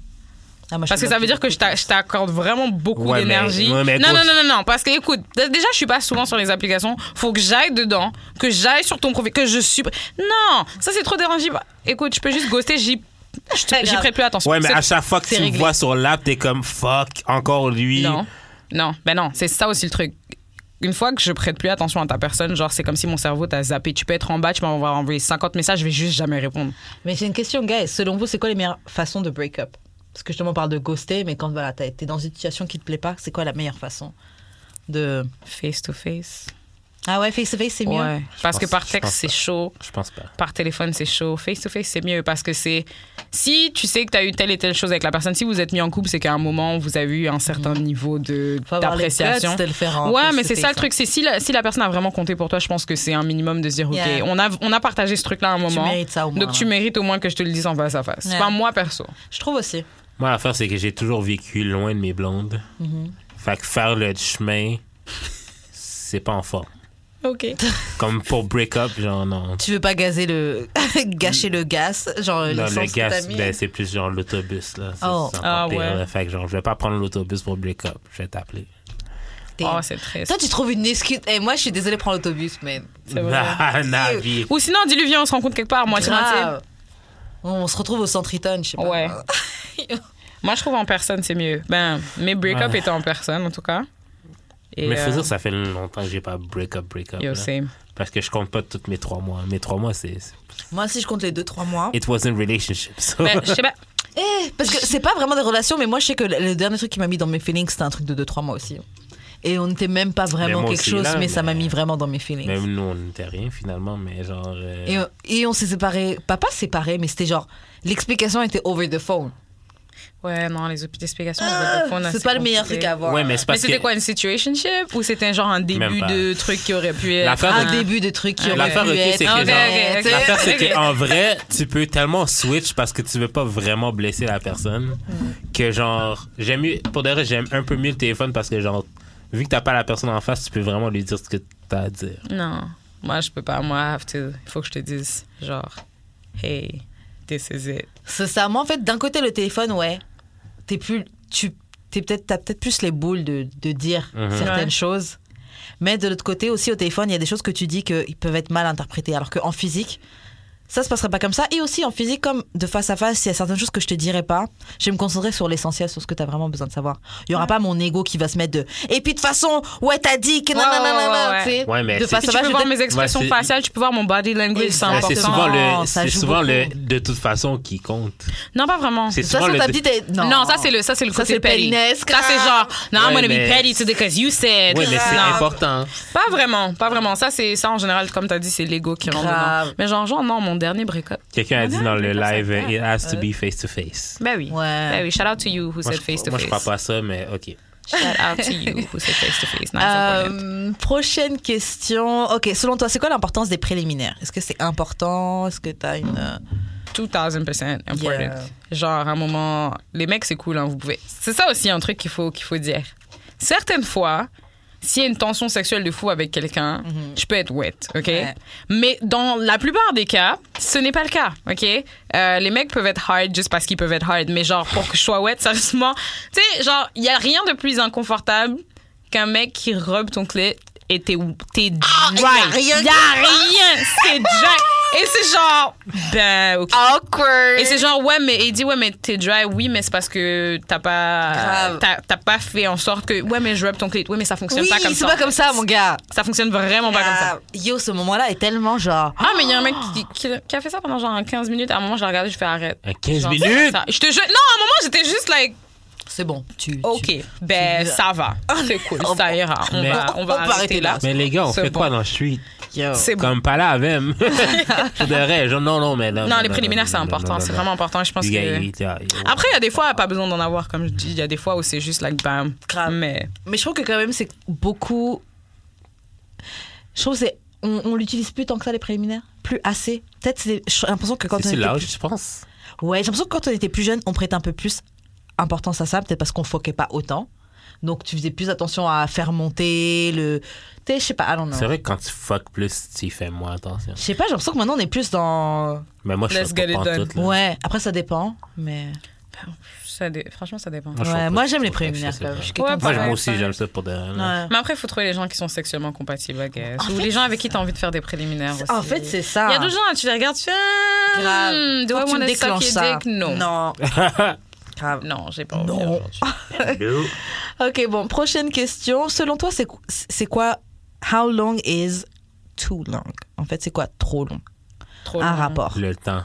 [SPEAKER 2] Ah, moi, je
[SPEAKER 4] Parce que
[SPEAKER 2] suis
[SPEAKER 4] ça veut dire que je t'a- je t'accorde vraiment beaucoup
[SPEAKER 3] Ouais, mais-
[SPEAKER 4] d'énergie.
[SPEAKER 3] ouais, mais
[SPEAKER 4] non,
[SPEAKER 3] gros-
[SPEAKER 4] non, non, non, non. Parce que écoute, d- déjà, je suis pas souvent sur les applications. Faut que j'aille dedans, que j'aille sur ton profil, que je suis. Non, ça c'est trop dérangeant. Bah, Écoute, je peux juste ghoster, j'y. je te- J'y prête plus attention.
[SPEAKER 3] Ouais, mais
[SPEAKER 4] C'est-
[SPEAKER 3] à chaque fois que
[SPEAKER 4] c'est
[SPEAKER 3] tu me
[SPEAKER 4] réglé.
[SPEAKER 3] vois sur l'app, t'es comme fuck, encore lui.
[SPEAKER 4] Non, non, ben non, c'est ça aussi le truc. Une fois que je prête plus attention à ta personne, genre c'est comme si mon cerveau t'a zappé. Tu peux être en bas, tu m'as envoyé 50 messages, je vais juste jamais répondre.
[SPEAKER 2] Mais j'ai une question, guys. Selon vous, c'est quoi les meilleures façons de break-up Parce que justement, on parle de ghoster, mais quand voilà, t'es t'es dans une situation qui te plaît pas, c'est quoi la meilleure façon de.
[SPEAKER 4] Face to face.
[SPEAKER 2] Ah ouais, face-to-face, c'est mieux.
[SPEAKER 4] Ouais, parce que
[SPEAKER 3] pense-
[SPEAKER 4] par
[SPEAKER 3] je
[SPEAKER 4] texte,
[SPEAKER 3] pense
[SPEAKER 4] c'est
[SPEAKER 3] pas.
[SPEAKER 4] chaud.
[SPEAKER 3] Je pense pas.
[SPEAKER 4] Par téléphone, c'est chaud. Face to face, c'est mieux parce que c'est. Si tu sais que tu as eu telle et telle chose avec la personne, si vous êtes mis en couple, c'est qu'à un moment, vous avez eu un certain niveau de
[SPEAKER 2] Mhm. Faut avoir les
[SPEAKER 4] d'appréciation.
[SPEAKER 2] guts de le faire en hein.
[SPEAKER 4] Ouais,
[SPEAKER 2] face
[SPEAKER 4] mais
[SPEAKER 2] to
[SPEAKER 4] c'est ça le
[SPEAKER 2] face,
[SPEAKER 4] truc. C'est si la, si la personne a vraiment compté pour toi, je pense que c'est un minimum de se dire, OK,
[SPEAKER 2] Yeah.
[SPEAKER 4] on, a, on a partagé ce truc-là à un
[SPEAKER 2] hein. Tu
[SPEAKER 4] moment.
[SPEAKER 2] mérites ça au moins.
[SPEAKER 4] donc tu
[SPEAKER 2] ouais.
[SPEAKER 4] mérites au moins que je te le dise en face à face.
[SPEAKER 2] Yeah.
[SPEAKER 4] Enfin, moi perso.
[SPEAKER 2] Je trouve aussi.
[SPEAKER 3] Moi, l'affaire, c'est que j'ai toujours vécu loin de mes blondes.
[SPEAKER 4] Mhm.
[SPEAKER 3] Fait que faire le chemin, c'est pas en forme.
[SPEAKER 4] OK.
[SPEAKER 3] Comme pour break up, genre, non.
[SPEAKER 2] Tu veux pas gazer le. gâcher le gaz, genre
[SPEAKER 3] Non,
[SPEAKER 2] l'essence
[SPEAKER 3] le
[SPEAKER 2] que t'as
[SPEAKER 3] gaz,
[SPEAKER 2] mis.
[SPEAKER 3] ben, c'est plus genre l'autobus, là. C'est
[SPEAKER 2] Oh.
[SPEAKER 3] c'est encore
[SPEAKER 4] Ah,
[SPEAKER 3] pire,
[SPEAKER 4] ouais.
[SPEAKER 3] là. Fait que genre, je vais pas prendre l'autobus pour break up. Je vais t'appeler.
[SPEAKER 2] T'es-
[SPEAKER 4] Oh, c'est triste.
[SPEAKER 2] Toi, tu trouves une excuse. Et moi, je suis désolée, prends l'autobus, mais.
[SPEAKER 4] C'est vrai.
[SPEAKER 3] Ah, Navi.
[SPEAKER 4] Ou sinon, dis-lui, viens, on se rencontre quelque part, moitié moitié.
[SPEAKER 2] Grave. On se retrouve au centre Eaton, je sais pas.
[SPEAKER 4] Ouais. Moi, je trouve en personne, c'est mieux. Ben, mes break-up
[SPEAKER 3] Ouais.
[SPEAKER 4] étaient en personne, en tout cas. Et,
[SPEAKER 3] Mais faut
[SPEAKER 4] euh,
[SPEAKER 3] dire, ça fait longtemps que j'ai pas break up, break up.
[SPEAKER 4] Yo,
[SPEAKER 3] là.
[SPEAKER 4] same.
[SPEAKER 3] Parce que je compte pas toutes mes trois mois. Mes trois mois, c'est. c'est-
[SPEAKER 2] Moi, si je compte les 2-3 mois.
[SPEAKER 3] It wasn't relationship. so.
[SPEAKER 4] Ben, je sais pas.
[SPEAKER 2] Eh, parce que c'est pas vraiment des relations, mais moi je sais que le le dernier truc qui m'a mis dans mes feelings, c'était un truc de 2-3 mois aussi. Et on n'était même pas
[SPEAKER 3] Mais
[SPEAKER 2] vraiment
[SPEAKER 3] moi
[SPEAKER 2] quelque
[SPEAKER 3] aussi,
[SPEAKER 2] chose,
[SPEAKER 3] là,
[SPEAKER 2] mais, ça
[SPEAKER 3] mais-
[SPEAKER 2] m'a mis vraiment dans mes feelings.
[SPEAKER 3] Même nous, on n'était rien finalement, mais genre. euh,
[SPEAKER 2] Et, on- et on s'est séparés, pas pas séparés, mais c'était genre, l'explication était over the phone.
[SPEAKER 4] Ouais, non, les autres explications, le Ah, phone,
[SPEAKER 2] Ah, C'est pas le meilleur truc
[SPEAKER 4] compliqué.
[SPEAKER 2] à avoir.
[SPEAKER 3] Ouais, mais c'est
[SPEAKER 4] Mais
[SPEAKER 3] parce
[SPEAKER 4] c'était
[SPEAKER 3] que.
[SPEAKER 4] quoi, une situationship ou c'était genre un début
[SPEAKER 3] Même pas.
[SPEAKER 4] de truc qui aurait pu être.
[SPEAKER 3] L'affaire,
[SPEAKER 2] Un début de truc qui aurait
[SPEAKER 3] L'affaire,
[SPEAKER 2] pu
[SPEAKER 3] ok,
[SPEAKER 2] être.
[SPEAKER 3] c'est que
[SPEAKER 2] Ouais,
[SPEAKER 4] genre-
[SPEAKER 2] tu sais.
[SPEAKER 3] L'affaire, c'est
[SPEAKER 4] Ok.
[SPEAKER 3] qu'en vrai, tu peux tellement switch parce que tu veux pas vraiment blesser la personne que, genre, j'aime mieux, pour de vrai, j'aime un peu mieux le téléphone parce que, genre, vu que t'as pas la personne en face, tu peux vraiment lui dire ce que t'as à dire.
[SPEAKER 4] Non, moi, je peux pas. Moi, I have to- il faut que je te dise, genre, hey, this is it.
[SPEAKER 2] C'est ça. Moi, en fait, d'un côté, le téléphone, ouais, t'es plus, tu, t'es peut-être, t'as peut-être plus les boules de, de dire
[SPEAKER 3] Mhm.
[SPEAKER 2] certaines
[SPEAKER 4] Ouais.
[SPEAKER 2] choses. Mais de l'autre côté, aussi au téléphone, il y a des choses que tu dis qui peuvent être mal interprétées, alors qu'en physique, ça se passerait pas comme ça. Et aussi en physique, comme de face à face, il y a certaines choses que je te dirais pas. Je vais me concentrer sur l'essentiel, sur ce que t'as vraiment besoin de savoir. Il y aura pas mon ego qui va se mettre de. Et puis de toute façon, ouais, t'as dit que
[SPEAKER 4] Ouais,
[SPEAKER 2] nanana,
[SPEAKER 4] ouais, ouais,
[SPEAKER 2] nanana,
[SPEAKER 4] ouais.
[SPEAKER 2] tu sais.
[SPEAKER 3] Ouais, mais
[SPEAKER 2] de
[SPEAKER 3] c'est-
[SPEAKER 2] face
[SPEAKER 4] Si
[SPEAKER 2] à face,
[SPEAKER 4] tu peux
[SPEAKER 2] je vais
[SPEAKER 4] voir
[SPEAKER 2] peut-être-
[SPEAKER 4] mes expressions
[SPEAKER 3] Ouais, c'est-
[SPEAKER 4] faciales, tu peux voir mon body language, c'est
[SPEAKER 2] Exact.
[SPEAKER 3] Mais
[SPEAKER 4] important.
[SPEAKER 3] C'est souvent, le,
[SPEAKER 2] ça
[SPEAKER 3] c'est
[SPEAKER 2] joue
[SPEAKER 3] souvent le
[SPEAKER 2] beaucoup.
[SPEAKER 3] de toute façon qui compte.
[SPEAKER 4] Non, pas vraiment.
[SPEAKER 3] C'est
[SPEAKER 2] de toute
[SPEAKER 3] souvent
[SPEAKER 2] façon,
[SPEAKER 3] le.
[SPEAKER 2] t'as
[SPEAKER 3] de-
[SPEAKER 2] dit t'es-
[SPEAKER 4] Non, ça c'est le ça c'est le
[SPEAKER 2] Ça,
[SPEAKER 4] côté
[SPEAKER 2] c'est
[SPEAKER 4] petty.
[SPEAKER 2] pettiness,
[SPEAKER 4] Ça c'est genre no, I'm
[SPEAKER 3] Ouais,
[SPEAKER 4] gonna
[SPEAKER 3] mais-
[SPEAKER 4] be petty today because you said.
[SPEAKER 3] Ouais, mais c'est
[SPEAKER 4] Non.
[SPEAKER 3] important.
[SPEAKER 4] Pas vraiment, pas vraiment. Ça, c'est ça en général, comme t'as dit, c'est l'ego qui rentre
[SPEAKER 2] Grave.
[SPEAKER 4] dedans. Mais genre, genre, non, mon dernier break-up.
[SPEAKER 3] Quelqu'un a dit dans le live,
[SPEAKER 4] Ouais.
[SPEAKER 3] it has to be face to face.
[SPEAKER 4] Ben oui.
[SPEAKER 2] Ouais.
[SPEAKER 4] Ben oui. Shout out to you who
[SPEAKER 3] Moi,
[SPEAKER 4] said face
[SPEAKER 3] je-
[SPEAKER 4] to
[SPEAKER 3] moi,
[SPEAKER 4] face.
[SPEAKER 3] je crois pas à ça, mais OK.
[SPEAKER 4] Shout out to you who said face to face. Nice important.
[SPEAKER 2] Euh, prochaine question. Ok, selon toi, c'est quoi l'importance des préliminaires Est-ce que c'est important Est-ce que t'as une. euh,
[SPEAKER 4] 2000% important.
[SPEAKER 2] Yeah.
[SPEAKER 4] Genre, à un moment, les mecs, c'est cool, hein, vous pouvez. C'est ça aussi un truc qu'il faut, qu'il faut dire. Certaines fois, s'il y a une tension sexuelle de fou avec quelqu'un, je peux être wet, OK?
[SPEAKER 2] Mm-hmm. Ouais.
[SPEAKER 4] Mais dans la plupart des cas, ce n'est pas le cas, OK? Euh, les mecs peuvent être hard juste parce qu'ils peuvent être hard, mais genre, pour que je sois wet, sérieusement, tu sais, genre, il n'y a rien de plus inconfortable qu'un mec qui robe ton clé et t'es t'es dry.
[SPEAKER 2] Ah, y a rien
[SPEAKER 4] Y a rien. C'est dry. Et c'est genre, ben, ok.
[SPEAKER 9] Awkward.
[SPEAKER 4] Et c'est genre, ouais, mais il dit, ouais, mais t'es dry, oui, mais c'est parce que t'as pas,
[SPEAKER 2] Grave.
[SPEAKER 4] t'as, t'as pas fait en sorte que, ouais, mais je rub ton clit, ouais, mais ça fonctionne
[SPEAKER 2] Oui,
[SPEAKER 4] pas comme
[SPEAKER 2] c'est
[SPEAKER 4] ça.
[SPEAKER 2] pas comme ça, mon gars.
[SPEAKER 4] Ça fonctionne vraiment pas comme
[SPEAKER 2] Ah,
[SPEAKER 4] ça.
[SPEAKER 2] Yo, ce moment-là est tellement genre.
[SPEAKER 4] Ah, mais il y a un mec qui, qui- qui a fait ça pendant genre 15 minutes. À un moment, je l'ai regardé, je fais arrête.
[SPEAKER 3] À 15
[SPEAKER 4] Genre,
[SPEAKER 3] minutes?
[SPEAKER 4] c'est ça. Je te jure. Non, à un moment, j'étais juste like,
[SPEAKER 2] C'est bon. Tu.
[SPEAKER 4] OK,
[SPEAKER 2] tu-
[SPEAKER 4] ben,
[SPEAKER 2] tu- Oh,
[SPEAKER 4] ça va. C'est cool, ça ira. On
[SPEAKER 3] Mais-
[SPEAKER 4] va, on va arrêter là.
[SPEAKER 3] Mais les gars, on
[SPEAKER 4] C'est
[SPEAKER 3] fait
[SPEAKER 4] bon.
[SPEAKER 3] quoi dans le street?
[SPEAKER 2] Yo.
[SPEAKER 4] C'est bon.
[SPEAKER 3] Comme pas là même. Je devrais. je- Non, non, mais là.
[SPEAKER 4] Non, les préliminaires, c'est important. C'est vraiment important. Je pense que. Après, il y a des fois, pas besoin d'en avoir, comme je dis. Il y a des fois où c'est juste like, bam.
[SPEAKER 2] Grave.
[SPEAKER 4] Mais
[SPEAKER 2] Mais je trouve que quand même, c'est beaucoup. Je trouve que c'est. On, on l'utilise plus tant que ça, les préliminaires. Plus assez. Peut-être c'est. J'ai l'impression que quand on
[SPEAKER 3] C'est
[SPEAKER 2] était
[SPEAKER 3] l'âge, je pense.
[SPEAKER 2] plus- Ouais, j'ai l'impression que quand on était plus jeune, on prêtait un peu plus importance à ça, peut-être parce qu'on foquait pas autant. Donc tu faisais plus attention à faire monter le. Tu sais, je sais pas, ah non, non.
[SPEAKER 3] C'est vrai que quand tu fuck plus, tu y fais moins attention.
[SPEAKER 2] Je sais pas, j'ai l'impression que maintenant on est plus dans.
[SPEAKER 3] Mais moi, je
[SPEAKER 4] Let's
[SPEAKER 3] suis
[SPEAKER 4] get it
[SPEAKER 3] pas
[SPEAKER 4] done.
[SPEAKER 3] pantoute, là.
[SPEAKER 2] Ouais, après ça dépend, mais.
[SPEAKER 4] ça dé- franchement, ça dépend.
[SPEAKER 3] je suis
[SPEAKER 2] Ouais,
[SPEAKER 3] pas-
[SPEAKER 2] moi,
[SPEAKER 3] je suis
[SPEAKER 2] j'aime les
[SPEAKER 3] pas avec
[SPEAKER 2] préliminaires,
[SPEAKER 3] ça,
[SPEAKER 2] quand même.
[SPEAKER 3] c'est
[SPEAKER 2] Je suis
[SPEAKER 3] vrai.
[SPEAKER 4] quelqu'un de
[SPEAKER 3] Moi,
[SPEAKER 4] pareil,
[SPEAKER 3] moi aussi,
[SPEAKER 4] pareil.
[SPEAKER 3] j'aime ça pour de. Ouais.
[SPEAKER 2] Ouais.
[SPEAKER 4] Mais après, il faut trouver les gens qui sont sexuellement compatibles, I guess.
[SPEAKER 2] En
[SPEAKER 4] Ou
[SPEAKER 2] fait,
[SPEAKER 4] les gens
[SPEAKER 2] c'est
[SPEAKER 4] avec qui t'as envie de faire des préliminaires aussi.
[SPEAKER 2] En fait, c'est ça.
[SPEAKER 4] Il y a d'autres gens, tu les regardes, tu fais. ah,
[SPEAKER 2] Grave.
[SPEAKER 4] hmm, Do
[SPEAKER 2] Faut que
[SPEAKER 4] I
[SPEAKER 2] tu
[SPEAKER 4] wanna
[SPEAKER 2] me
[SPEAKER 4] suck your
[SPEAKER 2] déclenches ça.
[SPEAKER 4] dick? Non.
[SPEAKER 2] Non. Grave.
[SPEAKER 4] Non, j'ai pas envie
[SPEAKER 2] Non.
[SPEAKER 4] aujourd'hui.
[SPEAKER 2] Ok, bon, prochaine question. Selon toi, c'est c'est quoi How long is too long En fait, c'est quoi trop long
[SPEAKER 4] Trop
[SPEAKER 2] Un
[SPEAKER 4] long.
[SPEAKER 2] rapport.
[SPEAKER 3] Le temps.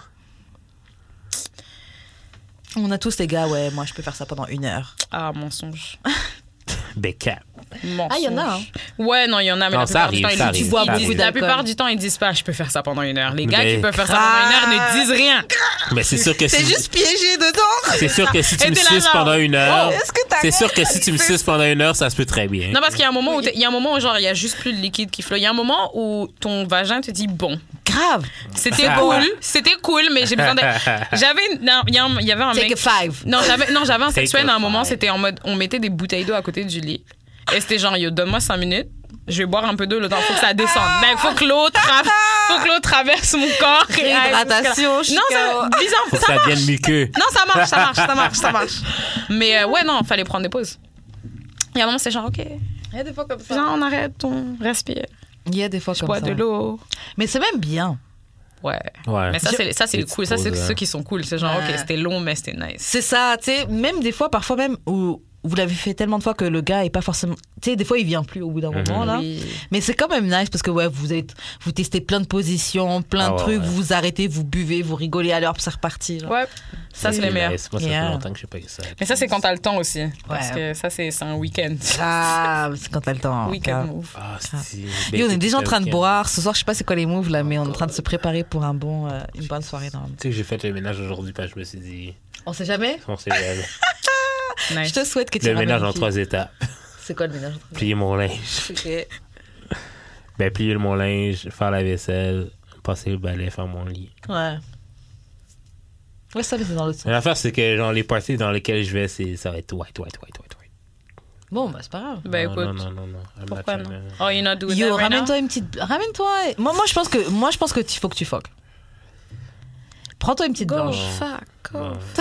[SPEAKER 2] On a tous les gars, ouais, moi je peux faire ça pendant une heure.
[SPEAKER 4] Ah, mensonge.
[SPEAKER 3] Bécap.
[SPEAKER 4] mensonge.
[SPEAKER 2] Ah, il y en a, hein.
[SPEAKER 4] Ouais, non, il y en a, mais
[SPEAKER 3] Non,
[SPEAKER 4] la
[SPEAKER 3] ça
[SPEAKER 4] plupart
[SPEAKER 3] arrive,
[SPEAKER 4] du temps,
[SPEAKER 3] ça
[SPEAKER 4] ils disent-
[SPEAKER 3] arrive,
[SPEAKER 4] ils
[SPEAKER 3] ça
[SPEAKER 4] disent-
[SPEAKER 3] arrive.
[SPEAKER 4] La plupart du temps, ils disent pas, je peux faire ça pendant une heure. Les gars
[SPEAKER 3] Mais
[SPEAKER 4] qui peuvent faire ça pendant une heure ne disent rien.
[SPEAKER 3] Mais c'est sûr que si.
[SPEAKER 2] piégé dedans
[SPEAKER 3] C'est sûr que si tu
[SPEAKER 4] Et
[SPEAKER 3] me
[SPEAKER 4] t'es là,
[SPEAKER 3] suces
[SPEAKER 4] genre, Oh,
[SPEAKER 3] pendant une heure.
[SPEAKER 2] est-ce que t'as
[SPEAKER 3] C'est sûr que si tu me suces pendant une heure, ça se peut très bien.
[SPEAKER 4] Non, parce qu'il y a un moment où, t'es- il y a un moment où, genre, il y a juste plus de liquide qui flotte. Il y a un moment où ton vagin te dit, bon,
[SPEAKER 2] Grave
[SPEAKER 4] c'était
[SPEAKER 3] Ah.
[SPEAKER 4] cool, c'était cool, mais j'ai besoin de. J'avais, une- non, il y, a un- il y avait un
[SPEAKER 2] Take
[SPEAKER 4] mec.
[SPEAKER 2] a five
[SPEAKER 4] Non, j'avais, non, j'avais un
[SPEAKER 3] Take
[SPEAKER 4] sexuel
[SPEAKER 3] a
[SPEAKER 4] à un moment,
[SPEAKER 3] five.
[SPEAKER 4] c'était en mode, on mettait des bouteilles d'eau à côté du lit. Et c'était genre, yo, donne-moi 5 minutes, je vais boire un peu d'eau, le temps, faut que ça descende. Mais faut que l'eau tra- faut que l'eau traverse mon corps. et aille
[SPEAKER 2] Réhydratation,
[SPEAKER 4] jusque-là. Non,
[SPEAKER 2] Chicago.
[SPEAKER 4] ça, bizarre,
[SPEAKER 3] Faut que
[SPEAKER 4] ça
[SPEAKER 3] ça
[SPEAKER 4] marche.
[SPEAKER 3] devienne muqueux.
[SPEAKER 4] Non, ça marche, ça marche, ça marche, ça marche. Mais euh, ouais, non, fallait prendre des pauses. Et à un moment, c'est genre, ok,
[SPEAKER 10] Il y a des fois comme
[SPEAKER 4] viens, on arrête, on respire,
[SPEAKER 2] Il y a des fois
[SPEAKER 4] je
[SPEAKER 2] comme
[SPEAKER 4] bois
[SPEAKER 2] ça.
[SPEAKER 4] de l'eau.
[SPEAKER 2] Mais c'est même bien.
[SPEAKER 4] Ouais.
[SPEAKER 3] Ouais.
[SPEAKER 4] Mais ça, c'est ça, c'est
[SPEAKER 3] Les
[SPEAKER 4] les cool. Ça,
[SPEAKER 3] petites
[SPEAKER 4] c'est
[SPEAKER 3] pauses,
[SPEAKER 4] ceux qui sont cool. C'est genre,
[SPEAKER 2] Ouais.
[SPEAKER 4] ok, c'était long, mais c'était nice.
[SPEAKER 2] C'est ça, tu sais, même des fois, parfois même où vous l'avez fait tellement de fois que le gars est pas forcément. Tu sais, des fois il vient plus au bout d'un
[SPEAKER 3] Mhm.
[SPEAKER 2] moment là.
[SPEAKER 4] Oui.
[SPEAKER 2] Mais c'est quand même nice parce que ouais, vous êtes, vous testez plein de positions, plein
[SPEAKER 3] Ah
[SPEAKER 2] de
[SPEAKER 3] ouais,
[SPEAKER 2] trucs,
[SPEAKER 3] ouais.
[SPEAKER 2] vous vous arrêtez, vous buvez, vous rigolez à l'heure, puis c'est reparti. genre.
[SPEAKER 4] Ouais, ça, c'est les meilleurs.
[SPEAKER 3] Moi, ça fait
[SPEAKER 2] Yeah.
[SPEAKER 3] longtemps que je sais pas que ça.
[SPEAKER 4] Mais ça, c'est quand t'as le temps aussi. Parce
[SPEAKER 2] Ouais.
[SPEAKER 4] que ça, c'est c'est un week-end.
[SPEAKER 2] Ah, c'est quand t'as le temps.
[SPEAKER 4] Week-end move.
[SPEAKER 3] Ah, c'est.
[SPEAKER 2] Et on est déjà en train de
[SPEAKER 3] Bécap.
[SPEAKER 2] boire. Ce soir, je sais pas c'est quoi les moves là, mais on est en train de se préparer pour un bon, euh, une bonne soirée. normalement.
[SPEAKER 3] Tu sais que j'ai fait le ménage aujourd'hui parce que je me suis dit,
[SPEAKER 2] On sait jamais.
[SPEAKER 3] on sait jamais.
[SPEAKER 2] Je
[SPEAKER 4] Nice.
[SPEAKER 2] te souhaite que tu
[SPEAKER 3] Le
[SPEAKER 2] ramènes
[SPEAKER 3] ménage
[SPEAKER 2] une
[SPEAKER 3] en
[SPEAKER 2] fille.
[SPEAKER 3] trois étapes.
[SPEAKER 2] C'est quoi le ménage en trois
[SPEAKER 3] Plier mon linge.
[SPEAKER 2] Ok.
[SPEAKER 3] Ben, plier mon linge, faire la vaisselle, passer le balai, faire mon lit.
[SPEAKER 2] Ouais. Ouais, ça, mais c'est dans l'autre sens.
[SPEAKER 3] Mais L'affaire, c'est que genre, les parties dans lesquelles je vais, c'est, ça va être white, white, white, white, white.
[SPEAKER 2] Bon, bah, c'est pas grave.
[SPEAKER 4] Ben
[SPEAKER 3] non,
[SPEAKER 4] écoute,
[SPEAKER 3] non, non, non, non. I'm
[SPEAKER 4] pourquoi
[SPEAKER 3] not
[SPEAKER 4] non
[SPEAKER 3] trying to-
[SPEAKER 4] Oh, you're not doing
[SPEAKER 2] Yo,
[SPEAKER 4] that right now?
[SPEAKER 2] ramène-toi une petite. Ramène-toi. Moi, moi, je pense que, moi, je pense que tu faut que tu foques. Prends-toi une petite
[SPEAKER 4] Go,
[SPEAKER 2] blanche.
[SPEAKER 4] fuck
[SPEAKER 3] Non.
[SPEAKER 4] off.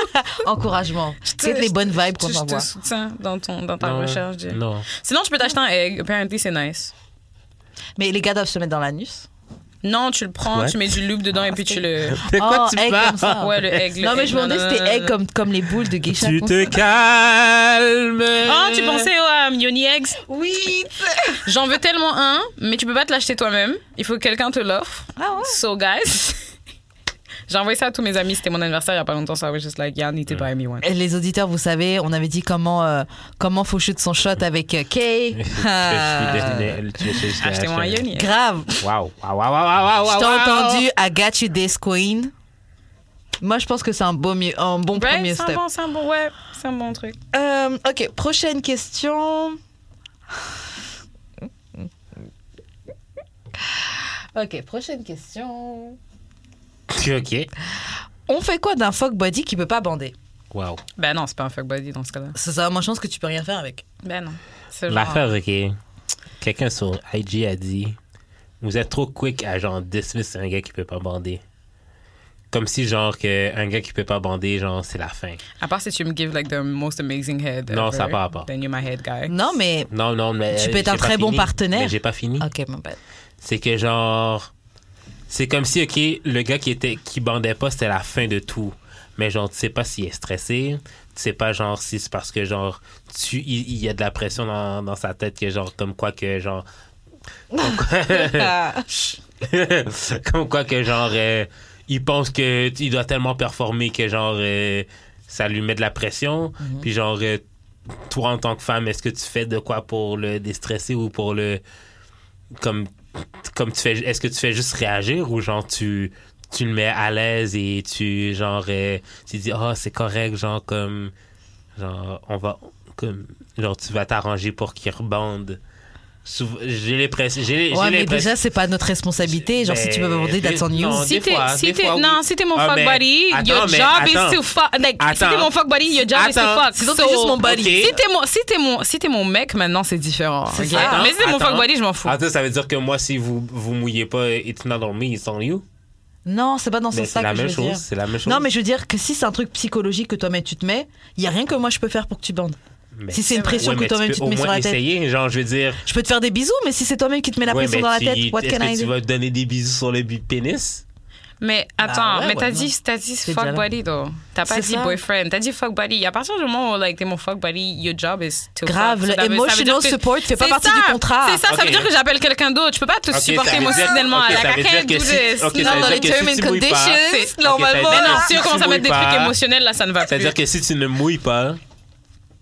[SPEAKER 2] Encouragement. C'est les bonnes vibes qu'on
[SPEAKER 4] Je te
[SPEAKER 2] t'envoie.
[SPEAKER 4] soutiens dans, ton, dans ta
[SPEAKER 3] Non,
[SPEAKER 4] recherche. Jay.
[SPEAKER 3] Non.
[SPEAKER 4] Sinon, tu peux t'acheter un egg. Apparently, c'est nice.
[SPEAKER 2] Mais les gars doivent se mettre dans l'anus.
[SPEAKER 4] Non, tu le prends,
[SPEAKER 3] What?
[SPEAKER 4] tu mets du loop dedans et puis tu le.
[SPEAKER 3] De quoi
[SPEAKER 2] Oh,
[SPEAKER 3] tu
[SPEAKER 2] egg
[SPEAKER 3] parles?
[SPEAKER 2] comme ça.
[SPEAKER 4] Ouais, le egg. le
[SPEAKER 2] non, mais
[SPEAKER 4] egg,
[SPEAKER 2] je me demandais si c'était
[SPEAKER 4] nanana.
[SPEAKER 2] egg comme, comme les boules de geisha.
[SPEAKER 3] Tu
[SPEAKER 2] qu'on
[SPEAKER 3] te
[SPEAKER 2] sait.
[SPEAKER 3] calmes.
[SPEAKER 4] Oh, tu pensais au um, Yoni Eggs
[SPEAKER 2] Oui.
[SPEAKER 4] J'en veux tellement un, mais tu peux pas te l'acheter toi-même. Il faut que quelqu'un te l'offre.
[SPEAKER 2] Ah ouais.
[SPEAKER 4] So, guys. J'ai envoyé ça à tous mes amis. C'était mon anniversaire il y a pas longtemps. So I was just like, yeah, I need to buy me one.
[SPEAKER 2] Les auditeurs, vous savez, on avait dit comment euh, comment faut shoot son shot avec euh, Kay.
[SPEAKER 3] Je suis
[SPEAKER 2] Ah.
[SPEAKER 3] devenu- je- je- je- je-
[SPEAKER 4] Achetez-moi un
[SPEAKER 3] je-
[SPEAKER 4] Yoni Egg.
[SPEAKER 2] Grave.
[SPEAKER 3] Waouh, waouh, waouh, waouh, waouh,
[SPEAKER 2] Je t'ai
[SPEAKER 3] waouh.
[SPEAKER 2] entendu. I got you this queen. Moi, je pense que c'est un bon, mi- un bon
[SPEAKER 4] Ouais,
[SPEAKER 2] premier
[SPEAKER 4] c'est
[SPEAKER 2] step.
[SPEAKER 4] un bon, c'est un bon, ouais, c'est un bon truc.
[SPEAKER 2] Euh, ok, prochaine question. Ok, prochaine question.
[SPEAKER 3] Ok.
[SPEAKER 2] On fait quoi d'un fuck body qui peut pas bander
[SPEAKER 3] Waouh.
[SPEAKER 4] Ben non, c'est pas un fuck body dans ce cas-là.
[SPEAKER 2] Ça, ça a moins de chance que tu peux rien faire avec.
[SPEAKER 4] Ben non. C'est genre.
[SPEAKER 3] L'affaire, ok. Quelqu'un sur IG a dit Vous êtes trop quick à genre dismiss un gars qui peut pas bander. Comme si, genre, que un gars qui peut pas bander, genre, c'est la fin.
[SPEAKER 4] À part si tu me give like the most amazing head.
[SPEAKER 3] Non,
[SPEAKER 4] ever,
[SPEAKER 3] ça part pas.
[SPEAKER 4] Then you're my head guy.
[SPEAKER 2] Non, mais.
[SPEAKER 3] Non, non, mais.
[SPEAKER 2] Tu
[SPEAKER 3] euh,
[SPEAKER 2] peux être un
[SPEAKER 3] j'ai pas
[SPEAKER 2] très bon
[SPEAKER 3] fini.
[SPEAKER 2] partenaire.
[SPEAKER 3] Mais j'ai pas fini.
[SPEAKER 2] Ok, mon bad.
[SPEAKER 3] C'est que, genre, C'est comme si, OK, le gars qui était qui bandait pas, c'était la fin de tout. Mais genre, tu sais pas s'il est stressé. Tu sais pas, genre, si c'est parce que, genre, tu, il, il y a de la pression dans, dans sa tête que, genre, comme quoi que, genre... Comme quoi, comme quoi que, genre, euh, il pense que il doit tellement performer que, genre, euh, ça lui met de la pression.
[SPEAKER 2] Mhm.
[SPEAKER 3] Puis, genre, euh, toi, en tant que femme, est-ce que tu fais de quoi pour le déstresser ou pour le... Comme comme tu fais est-ce que tu fais juste réagir ou genre tu tu le mets à l'aise et tu genre euh, tu dis ah c'est correct genre comme genre on va comme genre tu vas t'arranger pour qu'il rebonde Sou- j'ai l'impression j'ai j'ai
[SPEAKER 2] Ouais, mais
[SPEAKER 3] l'impression-
[SPEAKER 2] déjà, c'est pas notre responsabilité. Genre, si tu veux
[SPEAKER 3] Mais-
[SPEAKER 2] m'aborder, that's on you.
[SPEAKER 3] Non,
[SPEAKER 4] Si
[SPEAKER 3] des
[SPEAKER 4] t'es,
[SPEAKER 3] fois,
[SPEAKER 4] si
[SPEAKER 3] des
[SPEAKER 4] t'es,
[SPEAKER 3] fois, oui.
[SPEAKER 4] non, si t'es mon
[SPEAKER 3] Ah,
[SPEAKER 4] fuck
[SPEAKER 3] mais
[SPEAKER 4] buddy,
[SPEAKER 3] attends,
[SPEAKER 4] your
[SPEAKER 3] mais
[SPEAKER 4] job
[SPEAKER 3] attends.
[SPEAKER 4] is to fuck. Like, si
[SPEAKER 3] Attends.
[SPEAKER 4] t'es mon fuck buddy, your job is to
[SPEAKER 3] Attends.
[SPEAKER 4] fuck.
[SPEAKER 2] Sinon, t'es juste mon buddy.
[SPEAKER 3] Ok.
[SPEAKER 4] Si t'es mon, si t'es mon, si t'es mon mec, maintenant c'est différent. ok?
[SPEAKER 3] ça. Attends,
[SPEAKER 4] mais si t'es mon
[SPEAKER 3] attends.
[SPEAKER 4] fuck buddy, je m'en fous.
[SPEAKER 3] Attends, ça veut dire que moi si vous vous mouillez pas it's not on me it's on you
[SPEAKER 2] Non, c'est pas dans ce
[SPEAKER 3] Mais c'est
[SPEAKER 2] sens
[SPEAKER 3] la
[SPEAKER 2] que je
[SPEAKER 3] même
[SPEAKER 2] veux
[SPEAKER 3] chose
[SPEAKER 2] dire.
[SPEAKER 3] c'est la même chose
[SPEAKER 2] Non, mais je veux dire que si c'est un truc psychologique que toi-même tu te mets, il y a rien que moi je peux faire pour que tu bandes.
[SPEAKER 3] Mais-
[SPEAKER 2] si c'est une pression
[SPEAKER 3] Ouais,
[SPEAKER 2] que
[SPEAKER 3] mais
[SPEAKER 2] toi-même
[SPEAKER 3] peux
[SPEAKER 2] tu te
[SPEAKER 3] au
[SPEAKER 2] mets sur
[SPEAKER 3] moins
[SPEAKER 2] la tête,
[SPEAKER 3] essayer genre je veux dire
[SPEAKER 2] je peux te faire des bisous, mais si c'est toi-même qui te mets la
[SPEAKER 3] ouais,
[SPEAKER 2] pression
[SPEAKER 3] mais
[SPEAKER 2] dans la
[SPEAKER 3] tu-
[SPEAKER 2] tête, what
[SPEAKER 3] est-ce
[SPEAKER 2] can I
[SPEAKER 3] que tu
[SPEAKER 2] do?
[SPEAKER 3] vas donner des bisous sur le bi- pénis
[SPEAKER 4] Mais attends,
[SPEAKER 2] ouais,
[SPEAKER 4] mais t'as
[SPEAKER 2] ouais,
[SPEAKER 4] dit,
[SPEAKER 2] non.
[SPEAKER 4] t'as dit
[SPEAKER 2] C'est
[SPEAKER 4] fuck
[SPEAKER 2] déjà là.
[SPEAKER 4] buddy, though. T'as pas
[SPEAKER 2] C'est
[SPEAKER 4] dit
[SPEAKER 2] ça.
[SPEAKER 4] boyfriend. T'as dit fuck buddy. À partir du moment où, like, t'es mon fuck buddy, your job is to
[SPEAKER 2] Grave,
[SPEAKER 4] fuck.
[SPEAKER 2] le
[SPEAKER 4] Ça veut- ça veut
[SPEAKER 2] emotional
[SPEAKER 4] dire que-
[SPEAKER 2] support fait pas
[SPEAKER 4] C'est
[SPEAKER 2] partie
[SPEAKER 4] ça.
[SPEAKER 2] du contrat.
[SPEAKER 4] C'est ça, ça
[SPEAKER 3] Ok.
[SPEAKER 4] veut dire que j'appelle quelqu'un d'autre. Je peux pas te
[SPEAKER 3] Ok,
[SPEAKER 4] supporter
[SPEAKER 3] ça veut dire-
[SPEAKER 4] émotionnellement.
[SPEAKER 3] ok, ça
[SPEAKER 4] Like, I
[SPEAKER 3] veut
[SPEAKER 4] can't
[SPEAKER 3] dire que
[SPEAKER 4] do
[SPEAKER 3] si-
[SPEAKER 4] this.
[SPEAKER 3] ok, ça veut dire que si tu mouilles pas-
[SPEAKER 4] conditions,
[SPEAKER 3] Ok, ça veut
[SPEAKER 4] normalement.
[SPEAKER 3] dire
[SPEAKER 4] Mais non,
[SPEAKER 3] que
[SPEAKER 4] si
[SPEAKER 3] tu
[SPEAKER 4] on commence à mettre des
[SPEAKER 3] mouilles
[SPEAKER 4] trucs
[SPEAKER 3] pas-
[SPEAKER 4] émotionnels, là, ça ne va plus.
[SPEAKER 3] C'est-à-dire que si tu ne mouilles pas,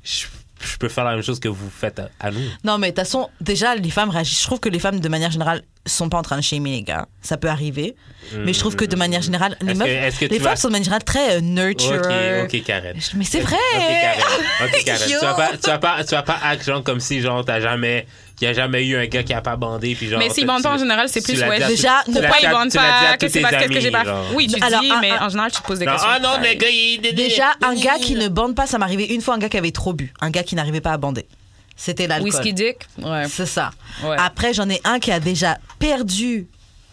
[SPEAKER 3] je, je peux faire la même chose que vous faites à, à nous.
[SPEAKER 2] Non, mais de toute façon, déjà, les femmes réagissent. Je trouve que les femmes, de manière générale, sont pas en train de shamer les gars. Ça peut arriver. Mais je trouve que de manière générale, les
[SPEAKER 3] Mm. Est-ce
[SPEAKER 2] meufs,
[SPEAKER 3] que- est-ce que tu
[SPEAKER 2] les
[SPEAKER 3] vas-
[SPEAKER 2] femmes sont de manière générale très euh, nurture.
[SPEAKER 3] Ok, ok, Karen.
[SPEAKER 2] Mais c'est vrai!
[SPEAKER 3] Ok, Karen. Ok, Karen. tu
[SPEAKER 2] Yo.
[SPEAKER 3] vas pas, tu vas pas, tu vas pas act genre comme si genre t'as jamais, qu'il y a jamais eu un gars qui a pas bandé puis genre.
[SPEAKER 4] Mais s'il
[SPEAKER 3] tu-
[SPEAKER 4] bande pas, en
[SPEAKER 3] tu-
[SPEAKER 4] général, c'est
[SPEAKER 3] tu
[SPEAKER 4] plus,
[SPEAKER 3] l'as
[SPEAKER 4] ouais,
[SPEAKER 3] dit à-
[SPEAKER 2] déjà,
[SPEAKER 3] tu
[SPEAKER 2] ne
[SPEAKER 3] l'as
[SPEAKER 4] Pourquoi
[SPEAKER 3] dit
[SPEAKER 4] ils
[SPEAKER 3] à-
[SPEAKER 4] vendent
[SPEAKER 3] tu l'as dit à
[SPEAKER 4] pas
[SPEAKER 3] tous
[SPEAKER 4] Que c'est
[SPEAKER 3] tes
[SPEAKER 4] parce que
[SPEAKER 3] amis,
[SPEAKER 4] j'ai pas.
[SPEAKER 3] genre.
[SPEAKER 4] Oui, tu
[SPEAKER 2] Alors,
[SPEAKER 4] dis,
[SPEAKER 2] un-
[SPEAKER 4] mais
[SPEAKER 2] un-
[SPEAKER 4] en général, tu te poses des
[SPEAKER 3] Non,
[SPEAKER 4] questions.
[SPEAKER 3] ah non, le gars, il est
[SPEAKER 2] Déjà, un gars qui ne bande pas, ça m'arrivait une fois un gars qui avait trop bu, un gars qui n'arrivait pas à bander. C'était l'alcool.
[SPEAKER 4] Whisky Dick. Ouais.
[SPEAKER 2] C'est ça.
[SPEAKER 4] Ouais.
[SPEAKER 2] Après, j'en ai un qui a déjà perdu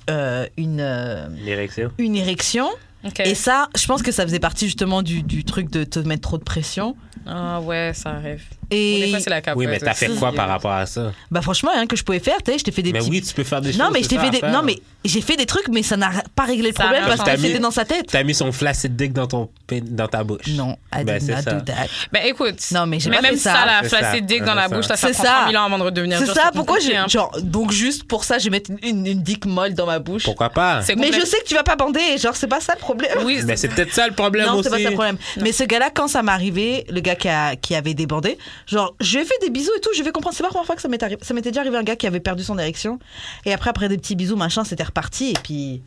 [SPEAKER 2] euh, une, euh,
[SPEAKER 3] L'érection.
[SPEAKER 2] une érection.
[SPEAKER 4] Ok.
[SPEAKER 2] Et ça, je pense que ça faisait partie justement du, du truc de te mettre trop de pression.
[SPEAKER 4] Ah ouais, ça arrive. Ou Des
[SPEAKER 2] Et
[SPEAKER 4] fois, c'est la capote.
[SPEAKER 3] Oui, mais t'as fait
[SPEAKER 4] aussi.
[SPEAKER 3] quoi par rapport à ça?
[SPEAKER 2] bah franchement, rien que je pouvais faire, tu sais, je t'ai fait des
[SPEAKER 3] Mais
[SPEAKER 2] petits.
[SPEAKER 3] oui, tu peux faire des choses.
[SPEAKER 2] non, mais je
[SPEAKER 3] c'est
[SPEAKER 2] t'ai
[SPEAKER 3] ça
[SPEAKER 2] fait
[SPEAKER 3] à
[SPEAKER 2] des...
[SPEAKER 3] faire.
[SPEAKER 2] non, mais j'ai fait des trucs, mais ça n'a pas réglé le
[SPEAKER 4] Ça
[SPEAKER 2] problème
[SPEAKER 4] a
[SPEAKER 2] parce que
[SPEAKER 3] changé.
[SPEAKER 2] c'était dans sa tête.
[SPEAKER 3] T'as mis son flaccid dick dans ton, pé- dans ta bouche.
[SPEAKER 2] Non, I
[SPEAKER 3] Ben,
[SPEAKER 2] did
[SPEAKER 3] c'est
[SPEAKER 2] not
[SPEAKER 3] ça.
[SPEAKER 2] do that.
[SPEAKER 4] Ben écoute.
[SPEAKER 2] Non, mais j'ai pas
[SPEAKER 4] même
[SPEAKER 2] fait
[SPEAKER 4] ça,
[SPEAKER 2] ça.
[SPEAKER 4] la
[SPEAKER 3] C'est
[SPEAKER 4] flacide
[SPEAKER 3] ça.
[SPEAKER 4] dick dans la
[SPEAKER 3] C'est
[SPEAKER 4] bouche, là,
[SPEAKER 2] ça.
[SPEAKER 4] ça
[SPEAKER 2] C'est
[SPEAKER 4] prend
[SPEAKER 2] ça.
[SPEAKER 4] 30 000 ans avant de redevenir
[SPEAKER 2] C'est
[SPEAKER 4] dur,
[SPEAKER 2] ça, pourquoi
[SPEAKER 4] compliqué, hein.
[SPEAKER 2] je. Genre, donc juste pour ça, je vais mettre une, une dick molle dans ma bouche.
[SPEAKER 3] Pourquoi pas?
[SPEAKER 4] C'est
[SPEAKER 2] Mais
[SPEAKER 4] complet-
[SPEAKER 2] je sais que tu vas pas bander, genre, c'est pas ça le problème.
[SPEAKER 4] Oui,
[SPEAKER 3] Mais c'est peut-être ça le problème
[SPEAKER 2] Non,
[SPEAKER 3] aussi.
[SPEAKER 2] c'est pas ça le problème. Mais ce gars-là, quand ça m'est arrivé, le gars qui, a- qui avait débandé, genre, je lui ai fait des bisous et tout, je vais comprendre. C'est pas la première fois que ça m'est arrivé. Ça m'était déjà arrivé un gars qui avait perdu son érection. Et après, après des petits bisous, machin, c'était reparti. Et puis,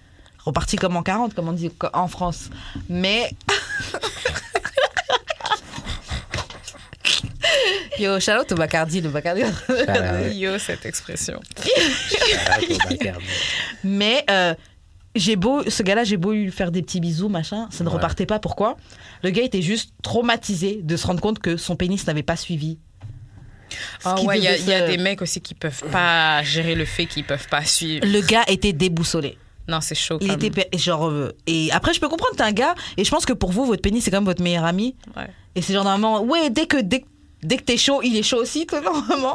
[SPEAKER 2] reparti comme en 40, comme on dit co- en France. Mais. Yo, Charlotte au Bacardi, le Bacardi.
[SPEAKER 3] Shout-out.
[SPEAKER 4] Yo, cette expression.
[SPEAKER 3] Shout-out au Bacardi.
[SPEAKER 2] Mais euh, j'ai beau, ce gars-là, j'ai beau lui faire des petits bisous, machin, ça ne
[SPEAKER 3] Ouais.
[SPEAKER 2] repartait pas. Pourquoi Le gars était juste traumatisé de se rendre compte que son pénis n'avait pas suivi. Ce
[SPEAKER 4] Ah
[SPEAKER 2] qui
[SPEAKER 4] ouais, il y, a-
[SPEAKER 2] devait
[SPEAKER 4] y a
[SPEAKER 2] se-
[SPEAKER 4] des mecs aussi qui peuvent pas gérer le fait qu'ils peuvent pas suivre.
[SPEAKER 2] Le gars était déboussolé.
[SPEAKER 4] Non, c'est chaud.
[SPEAKER 2] Il
[SPEAKER 4] comme-
[SPEAKER 2] était pe- genre euh, et après je peux comprendre t'es un gars et je pense que pour vous votre pénis c'est comme votre meilleur ami
[SPEAKER 4] Ouais.
[SPEAKER 2] et c'est genre normalement ouais dès que dès, que- dès que t'es chaud il est chaud aussi toi normalement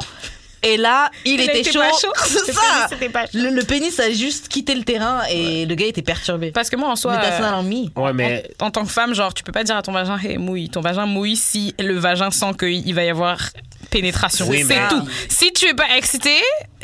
[SPEAKER 2] et là il,
[SPEAKER 4] Il
[SPEAKER 2] était,
[SPEAKER 4] était
[SPEAKER 2] chaud,
[SPEAKER 4] pas chaud.
[SPEAKER 2] c'est
[SPEAKER 4] Le
[SPEAKER 2] ça
[SPEAKER 4] pénis, c'était pas chaud.
[SPEAKER 2] le, le pénis a juste quitté le terrain et le gars était perturbé
[SPEAKER 4] Parce que moi, en soi.
[SPEAKER 2] mais t'as
[SPEAKER 4] euh,
[SPEAKER 2] ça dans le mi.
[SPEAKER 3] Ouais, mais
[SPEAKER 4] en, en tant que femme, genre, tu peux pas dire à ton vagin, hey, mouille. Ton vagin mouille si le vagin sent qu'il va y avoir pénétration.
[SPEAKER 3] Oui,
[SPEAKER 4] c'est
[SPEAKER 3] mais-
[SPEAKER 4] tout. Si tu es pas excité,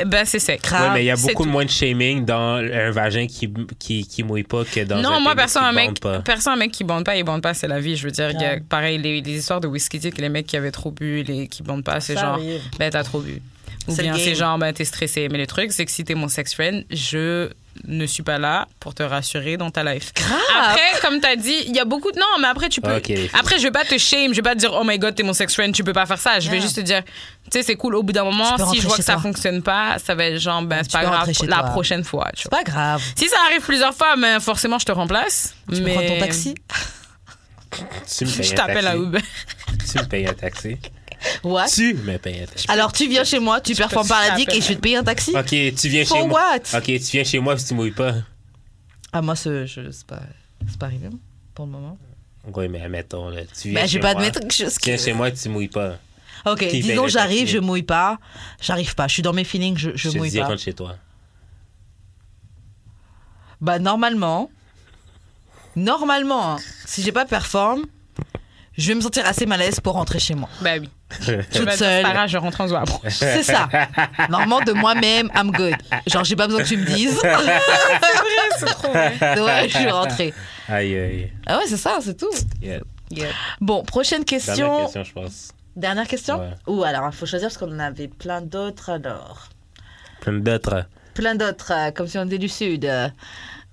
[SPEAKER 4] ben c'est sec.
[SPEAKER 2] Ah,
[SPEAKER 3] Ouais, mais il y a
[SPEAKER 4] C'est
[SPEAKER 3] beaucoup
[SPEAKER 4] tout.
[SPEAKER 3] moins de shaming dans un vagin qui, qui, qui mouille pas que dans un
[SPEAKER 4] Non, moi,
[SPEAKER 3] pénis
[SPEAKER 4] personne,
[SPEAKER 3] qui
[SPEAKER 4] un mec,
[SPEAKER 3] bande pas.
[SPEAKER 4] personne, un mec qui bande pas, il bande pas, c'est la vie. Je veux dire, il y a- pareil, les, les histoires de whisky dick, les mecs qui avaient trop bu, les qui bandent pas, c'est
[SPEAKER 2] Ça
[SPEAKER 4] genre,
[SPEAKER 2] arrive.
[SPEAKER 4] ben t'as trop bu. Ou
[SPEAKER 2] C'est le
[SPEAKER 4] bien c'est
[SPEAKER 2] game.
[SPEAKER 4] genre, ben t'es stressé. Mais le truc, c'est que si t'es mon sex friend, je ne suis pas là pour te rassurer dans ta life. Après, comme t'as dit, il y a beaucoup de. Non, mais après, tu peux.
[SPEAKER 3] Ok, les filles.
[SPEAKER 4] Après, je vais pas te shame, je vais pas te dire, oh my god, t'es mon sex friend, tu peux pas faire ça. Je vais
[SPEAKER 2] Yeah.
[SPEAKER 4] juste te dire, tu sais, c'est cool, au bout d'un moment,
[SPEAKER 2] peux
[SPEAKER 4] si
[SPEAKER 2] rentrer
[SPEAKER 4] je vois
[SPEAKER 2] chez
[SPEAKER 4] que ça
[SPEAKER 2] toi.
[SPEAKER 4] fonctionne pas, ça va être genre, ben c'est
[SPEAKER 2] Tu
[SPEAKER 4] pas
[SPEAKER 2] peux
[SPEAKER 4] grave,
[SPEAKER 2] rentrer chez
[SPEAKER 4] la
[SPEAKER 2] toi.
[SPEAKER 4] prochaine fois, tu vois.
[SPEAKER 2] c'est pas grave
[SPEAKER 4] Si ça arrive plusieurs fois, mais forcément, je te remplace.
[SPEAKER 2] tu
[SPEAKER 4] mais...
[SPEAKER 2] peux prendre ton taxi
[SPEAKER 3] Tu me payes
[SPEAKER 4] Je
[SPEAKER 3] un
[SPEAKER 4] t'appelle
[SPEAKER 3] Ben, taxi.
[SPEAKER 4] à Uber.
[SPEAKER 3] Tu me payes un taxi.
[SPEAKER 2] ouais
[SPEAKER 3] Tu me payes un taxi.
[SPEAKER 2] Ah. alors tu viens chez moi tu performes
[SPEAKER 4] pas
[SPEAKER 2] par la
[SPEAKER 4] si
[SPEAKER 2] dick
[SPEAKER 4] ça
[SPEAKER 2] et je vais te payer un taxi
[SPEAKER 3] Ok, tu viens
[SPEAKER 2] For
[SPEAKER 3] chez moi.
[SPEAKER 2] what?
[SPEAKER 3] Ok, tu viens chez moi si tu mouilles pas.
[SPEAKER 2] ah moi ce je c'est pas c'est pas arrivé hein, pour le moment
[SPEAKER 3] Oui, mais admettons, là, tu viens
[SPEAKER 2] mais je
[SPEAKER 3] chez
[SPEAKER 2] vais Ben, pas
[SPEAKER 3] moi.
[SPEAKER 2] admettre que je
[SPEAKER 3] Tu viens chez moi tu mouilles pas.
[SPEAKER 2] Ok,
[SPEAKER 3] Qui paye
[SPEAKER 2] disons
[SPEAKER 3] les
[SPEAKER 2] j'arrive,
[SPEAKER 3] taxis.
[SPEAKER 2] je mouille pas, j'arrive pas, je suis dans mes feelings, je, je
[SPEAKER 3] Je, te
[SPEAKER 2] mouille
[SPEAKER 3] dis,
[SPEAKER 2] pas.
[SPEAKER 3] rentre chez toi.
[SPEAKER 2] Bah normalement, normalement, hein, si j'ai pas perform, je vais me sentir assez mal à l'aise pour rentrer chez moi.
[SPEAKER 4] Bah oui. Tu
[SPEAKER 2] Toute
[SPEAKER 4] vas dire,
[SPEAKER 2] seule.
[SPEAKER 4] C'est pas grave, je rentre en soi après.
[SPEAKER 2] C'est ça. Normalement, de moi-même, I'm good. Genre, j'ai pas besoin que tu me dises.
[SPEAKER 4] C'est trop vrai.
[SPEAKER 2] ouais, je suis rentrée.
[SPEAKER 3] Aïe, aïe.
[SPEAKER 2] Ah ouais, c'est ça, c'est tout.
[SPEAKER 3] Yeah.
[SPEAKER 2] Bon, prochaine
[SPEAKER 3] Dernière
[SPEAKER 2] question.
[SPEAKER 3] question, je pense.
[SPEAKER 2] Dernière question
[SPEAKER 3] Ouais.
[SPEAKER 2] Ou alors, il faut choisir parce qu'on en avait plein d'autres alors.
[SPEAKER 3] Plein d'autres.
[SPEAKER 2] Plein d'autres, euh, comme si on était du Sud. euh.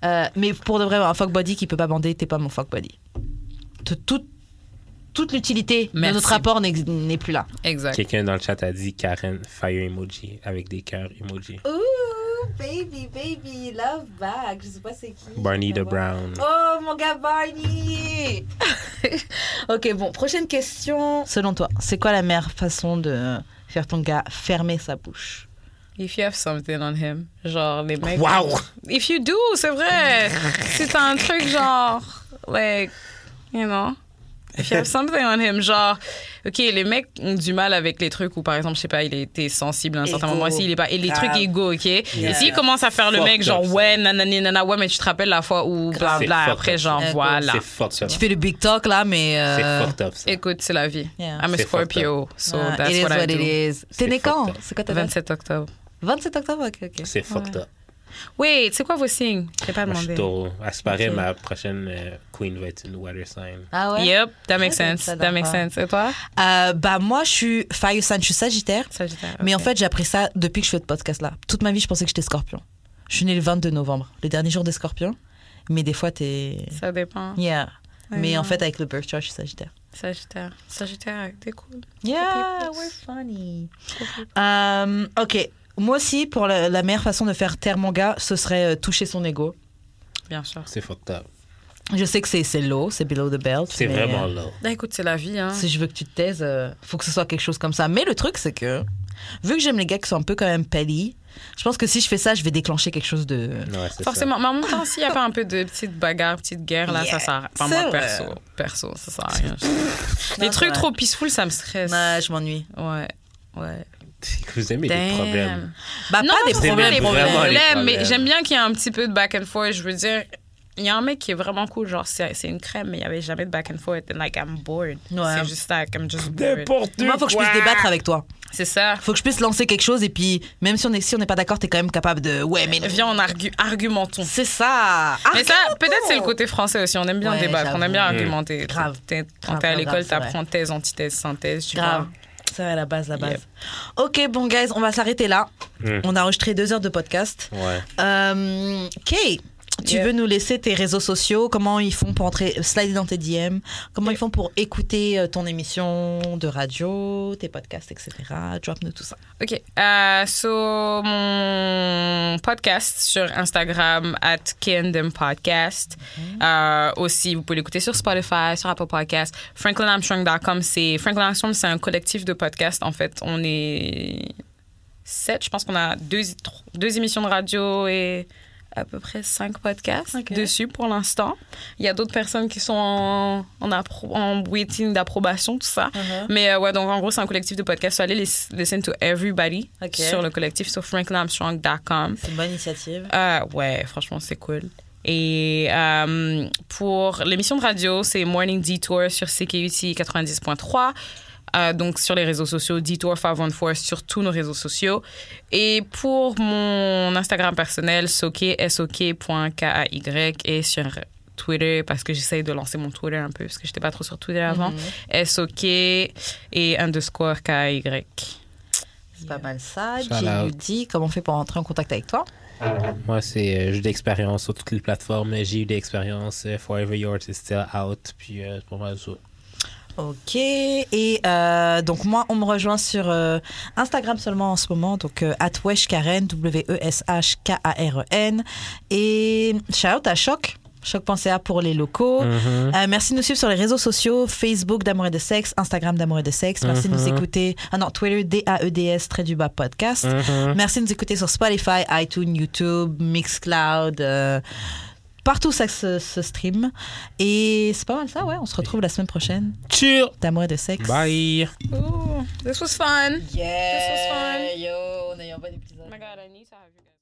[SPEAKER 2] Euh, mais pour de vrai, un fuck body qui peut pas bander, t'es pas mon fuck body. Tout- tout- toute l'utilité de
[SPEAKER 4] Merci.
[SPEAKER 2] notre rapport n'ex- n'est plus là.
[SPEAKER 4] Exact.
[SPEAKER 3] Quelqu'un dans le chat a dit Karen, fire emoji, avec des cœurs emoji.
[SPEAKER 11] Ooh, baby, baby, love back. Je sais pas c'est qui.
[SPEAKER 3] Barney the
[SPEAKER 11] Mais bon.
[SPEAKER 3] Brown.
[SPEAKER 11] Oh, mon gars Barney.
[SPEAKER 2] Ok, bon, prochaine question. Selon toi, c'est quoi la meilleure façon de faire ton gars fermer sa bouche
[SPEAKER 4] If you have something on him, genre les mecs.
[SPEAKER 3] Wow!
[SPEAKER 4] If you do, c'est vrai. C'est un truc genre, like, you know. If you have something on him, genre, OK, les mecs ont du mal avec les trucs où, par exemple, je sais pas, il était sensible à un certain
[SPEAKER 2] Égo.
[SPEAKER 4] moment, s'il est pas, et les
[SPEAKER 2] Grave.
[SPEAKER 4] trucs égaux, OK? Et s'il commence à faire le
[SPEAKER 3] Fucked
[SPEAKER 4] mec, genre,
[SPEAKER 3] up, ça.
[SPEAKER 4] ouais, nanani, nanana, ouais, mais tu te rappelles la fois où,
[SPEAKER 2] Grave.
[SPEAKER 4] blablabla,
[SPEAKER 3] C'est fucked
[SPEAKER 4] après,
[SPEAKER 3] up,
[SPEAKER 4] genre,
[SPEAKER 2] ça.
[SPEAKER 4] voilà.
[SPEAKER 3] C'est fort ça.
[SPEAKER 2] Tu fais le big talk là, mais.
[SPEAKER 3] C'est
[SPEAKER 2] euh,
[SPEAKER 3] fort up ça.
[SPEAKER 4] Écoute, c'est la vie.
[SPEAKER 2] Yeah.
[SPEAKER 4] I'm a
[SPEAKER 3] C'est fucked
[SPEAKER 4] Scorpio, so
[SPEAKER 2] ah,
[SPEAKER 4] that's
[SPEAKER 2] it is
[SPEAKER 4] what, I
[SPEAKER 2] what
[SPEAKER 4] do.
[SPEAKER 2] it is. T'es né
[SPEAKER 3] fucked
[SPEAKER 2] quand
[SPEAKER 3] up.
[SPEAKER 2] C'est quoi ta date
[SPEAKER 4] 27 octobre.
[SPEAKER 2] 27 octobre, ok, ok.
[SPEAKER 3] C'est fucked up.
[SPEAKER 4] Wait, c'est quoi vos signes? Je t'ai pas
[SPEAKER 3] Moi, je suis
[SPEAKER 4] demandé.
[SPEAKER 3] taureau. À ce paraît,
[SPEAKER 4] Ok.
[SPEAKER 3] ma prochaine euh, queen va être une water sign.
[SPEAKER 2] Ah ouais
[SPEAKER 4] Yep, that makes
[SPEAKER 2] Ok, ça
[SPEAKER 4] sense. That
[SPEAKER 2] donne
[SPEAKER 4] makes
[SPEAKER 2] pas.
[SPEAKER 4] sense. Et toi?
[SPEAKER 2] Euh, Bah, moi, je suis Fire Sign, je suis Sagittaire.
[SPEAKER 4] Sagittaire,
[SPEAKER 2] Mais en
[SPEAKER 4] ok.
[SPEAKER 2] fait, j'ai appris ça depuis que je fais de podcast là. Toute ma vie, je pensais que j'étais scorpion. Je suis née le 22 novembre, le dernier jour des scorpions. Mais des fois, t'es.
[SPEAKER 4] Ça dépend.
[SPEAKER 2] Yeah.
[SPEAKER 4] Ouais,
[SPEAKER 2] Mais en
[SPEAKER 4] non.
[SPEAKER 2] fait, avec le birth chart, je suis Sagittaire.
[SPEAKER 4] Sagittaire. Sagittaire, t'es cool.
[SPEAKER 2] Yeah,
[SPEAKER 4] people.
[SPEAKER 2] we're funny. Euh, ok. Moi aussi, pour la, la meilleure façon de faire taire mon gars, ce serait euh, toucher son ego.
[SPEAKER 4] Bien sûr.
[SPEAKER 3] C'est fucked up.
[SPEAKER 2] Je sais que c'est c'est low, c'est below the belt.
[SPEAKER 3] C'est
[SPEAKER 2] mais,
[SPEAKER 3] vraiment
[SPEAKER 2] euh,
[SPEAKER 3] low.
[SPEAKER 4] Bah écoute, c'est la vie, hein.
[SPEAKER 2] Si je veux que tu te taises, euh, faut que ce soit quelque chose comme ça. Mais le truc, c'est que, vu que j'aime les gars qui sont un peu quand même petty, je pense que si je fais ça, je vais déclencher quelque chose de.
[SPEAKER 3] Ouais, c'est
[SPEAKER 4] Forcément. Mais en même temps, s'il n'y a pas un peu de petite bagarre, petite guerre, là,
[SPEAKER 2] Yeah.
[SPEAKER 4] ça sert à Enfin,
[SPEAKER 2] C'est
[SPEAKER 4] moi,
[SPEAKER 2] vrai.
[SPEAKER 4] perso, perso, ça sert à rien.
[SPEAKER 2] Non,
[SPEAKER 4] Les
[SPEAKER 2] c'est
[SPEAKER 4] trucs
[SPEAKER 2] vrai.
[SPEAKER 4] trop peaceful, ça me stresse.
[SPEAKER 2] Ouais, je m'ennuie.
[SPEAKER 4] Ouais. Ouais.
[SPEAKER 3] ça. Vous aimez les
[SPEAKER 4] Damn.
[SPEAKER 3] problèmes.
[SPEAKER 2] Bah, pas
[SPEAKER 4] Non, non,
[SPEAKER 2] des
[SPEAKER 4] non,
[SPEAKER 3] c'est
[SPEAKER 2] problèmes.
[SPEAKER 4] les
[SPEAKER 3] Vraiment
[SPEAKER 4] problèmes,
[SPEAKER 3] les problèmes.
[SPEAKER 4] mais j'aime bien qu'il y ait un petit peu de back and forth. Je veux dire, il y a un mec qui est vraiment cool, genre c'est c'est une crème, mais il n'y avait jamais de back and forth. And like, I'm bored.
[SPEAKER 2] Ouais.
[SPEAKER 4] C'est juste ça, I'm just bored.
[SPEAKER 3] N'importe
[SPEAKER 2] Moi, faut que je puisse
[SPEAKER 3] quoi.
[SPEAKER 2] débattre avec toi.
[SPEAKER 4] C'est ça.
[SPEAKER 2] Faut que je puisse lancer quelque chose et puis, même si on est, si on n'est pas d'accord, t'es quand même capable de. Ouais, mais.
[SPEAKER 4] Viens, on argue, argumentons.
[SPEAKER 2] C'est ça.
[SPEAKER 4] Mais ça, peut-être c'est le côté français aussi. On aime bien
[SPEAKER 2] Ouais,
[SPEAKER 4] débattre, on aime bien
[SPEAKER 2] j'avoue.
[SPEAKER 4] argumenter.
[SPEAKER 2] Grave.
[SPEAKER 4] T'es- Quand
[SPEAKER 2] Grave,
[SPEAKER 4] t'es à
[SPEAKER 2] grave,
[SPEAKER 4] l'école,
[SPEAKER 2] grave,
[SPEAKER 4] t'apprends thèse, antithèse, synthèse. Tu
[SPEAKER 2] Grave.
[SPEAKER 4] vois.
[SPEAKER 2] C'est vrai, la base, la base.
[SPEAKER 4] Yep.
[SPEAKER 2] Ok, bon, guys, on va s'arrêter là.
[SPEAKER 3] Mm.
[SPEAKER 2] On a enregistré deux heures de podcast.
[SPEAKER 3] Ouais.
[SPEAKER 2] Euh, Kay, tu
[SPEAKER 4] Yep.
[SPEAKER 2] veux nous laisser tes réseaux sociaux Comment ils font pour entrer, slider dans tes DM Comment ils font pour écouter euh, ton émission de radio, tes podcasts, etc. Drop-nous tout ça.
[SPEAKER 4] Ok. Euh, so, mon podcast sur Instagram, at Kingdom Podcast. Euh, aussi, vous pouvez l'écouter sur Spotify, sur Apple Podcast. FranklinArmstrong.com, c'est. Franklin Armstrong, c'est un collectif de podcasts. En fait, on est sept. Je pense qu'on a deux, trois- deux émissions de radio et à peu près cinq podcasts dessus pour l'instant. Il y a d'autres personnes qui sont en, en, appro- en waiting d'approbation, tout ça. Mais euh, ouais, donc en gros, c'est un collectif de podcasts. So, allez lis- listen to everybody
[SPEAKER 2] Ok.
[SPEAKER 4] sur le collectif sur franklinarmstrong.com.
[SPEAKER 2] C'est une bonne initiative.
[SPEAKER 4] Euh, ouais, franchement, c'est cool. Et euh, pour l'émission de radio, c'est Morning Detour sur CKUT 90.3. Euh, donc sur les réseaux sociaux, Detour 514 sur tous nos réseaux sociaux. Et pour mon Instagram personnel, soke, sok.kay et sur Twitter, parce que j'essaye de lancer mon Twitter un peu, parce que j'étais pas trop sur Twitter avant, sok et underscore kay.
[SPEAKER 2] C'est pas mal ça.
[SPEAKER 3] Shout
[SPEAKER 2] J'ai
[SPEAKER 3] out.
[SPEAKER 2] nous dit comment on fait pour entrer en contact avec toi.
[SPEAKER 3] Moi, c'est euh, j'ai eu de l'expérience sur toutes les plateformes. J'ai eu de l'expérience. euh, Forever Yours is still out. Puis euh, c'est pour moi, ça.
[SPEAKER 2] Ok, et euh, donc moi, on me rejoint sur euh, Instagram seulement en ce moment, donc euh, @weshkaren, E W-E-S-H-K-A-R-E-N. E Et shout out à Choc, Choc.ca pour les locaux. Euh, merci de nous suivre sur les réseaux sociaux, Facebook d'Amour et de Sexe, Instagram d'Amour et de Sexe. Merci de nous écouter, ah non, Twitter, D-A-E-D-S, très du bas podcast. Merci de nous écouter sur Spotify, iTunes, YouTube, Mixcloud. euh, Partout ça se, se stream. Et c'est pas mal ça, ouais. On se retrouve la semaine prochaine
[SPEAKER 3] Cheers!
[SPEAKER 2] d'amour et de sexe.
[SPEAKER 3] Bye!
[SPEAKER 4] Ooh, this was fun.
[SPEAKER 2] Yeah.
[SPEAKER 4] This was fun.
[SPEAKER 2] Yo, on a eu un bon épisode.
[SPEAKER 4] Oh my God, I need to have you guys.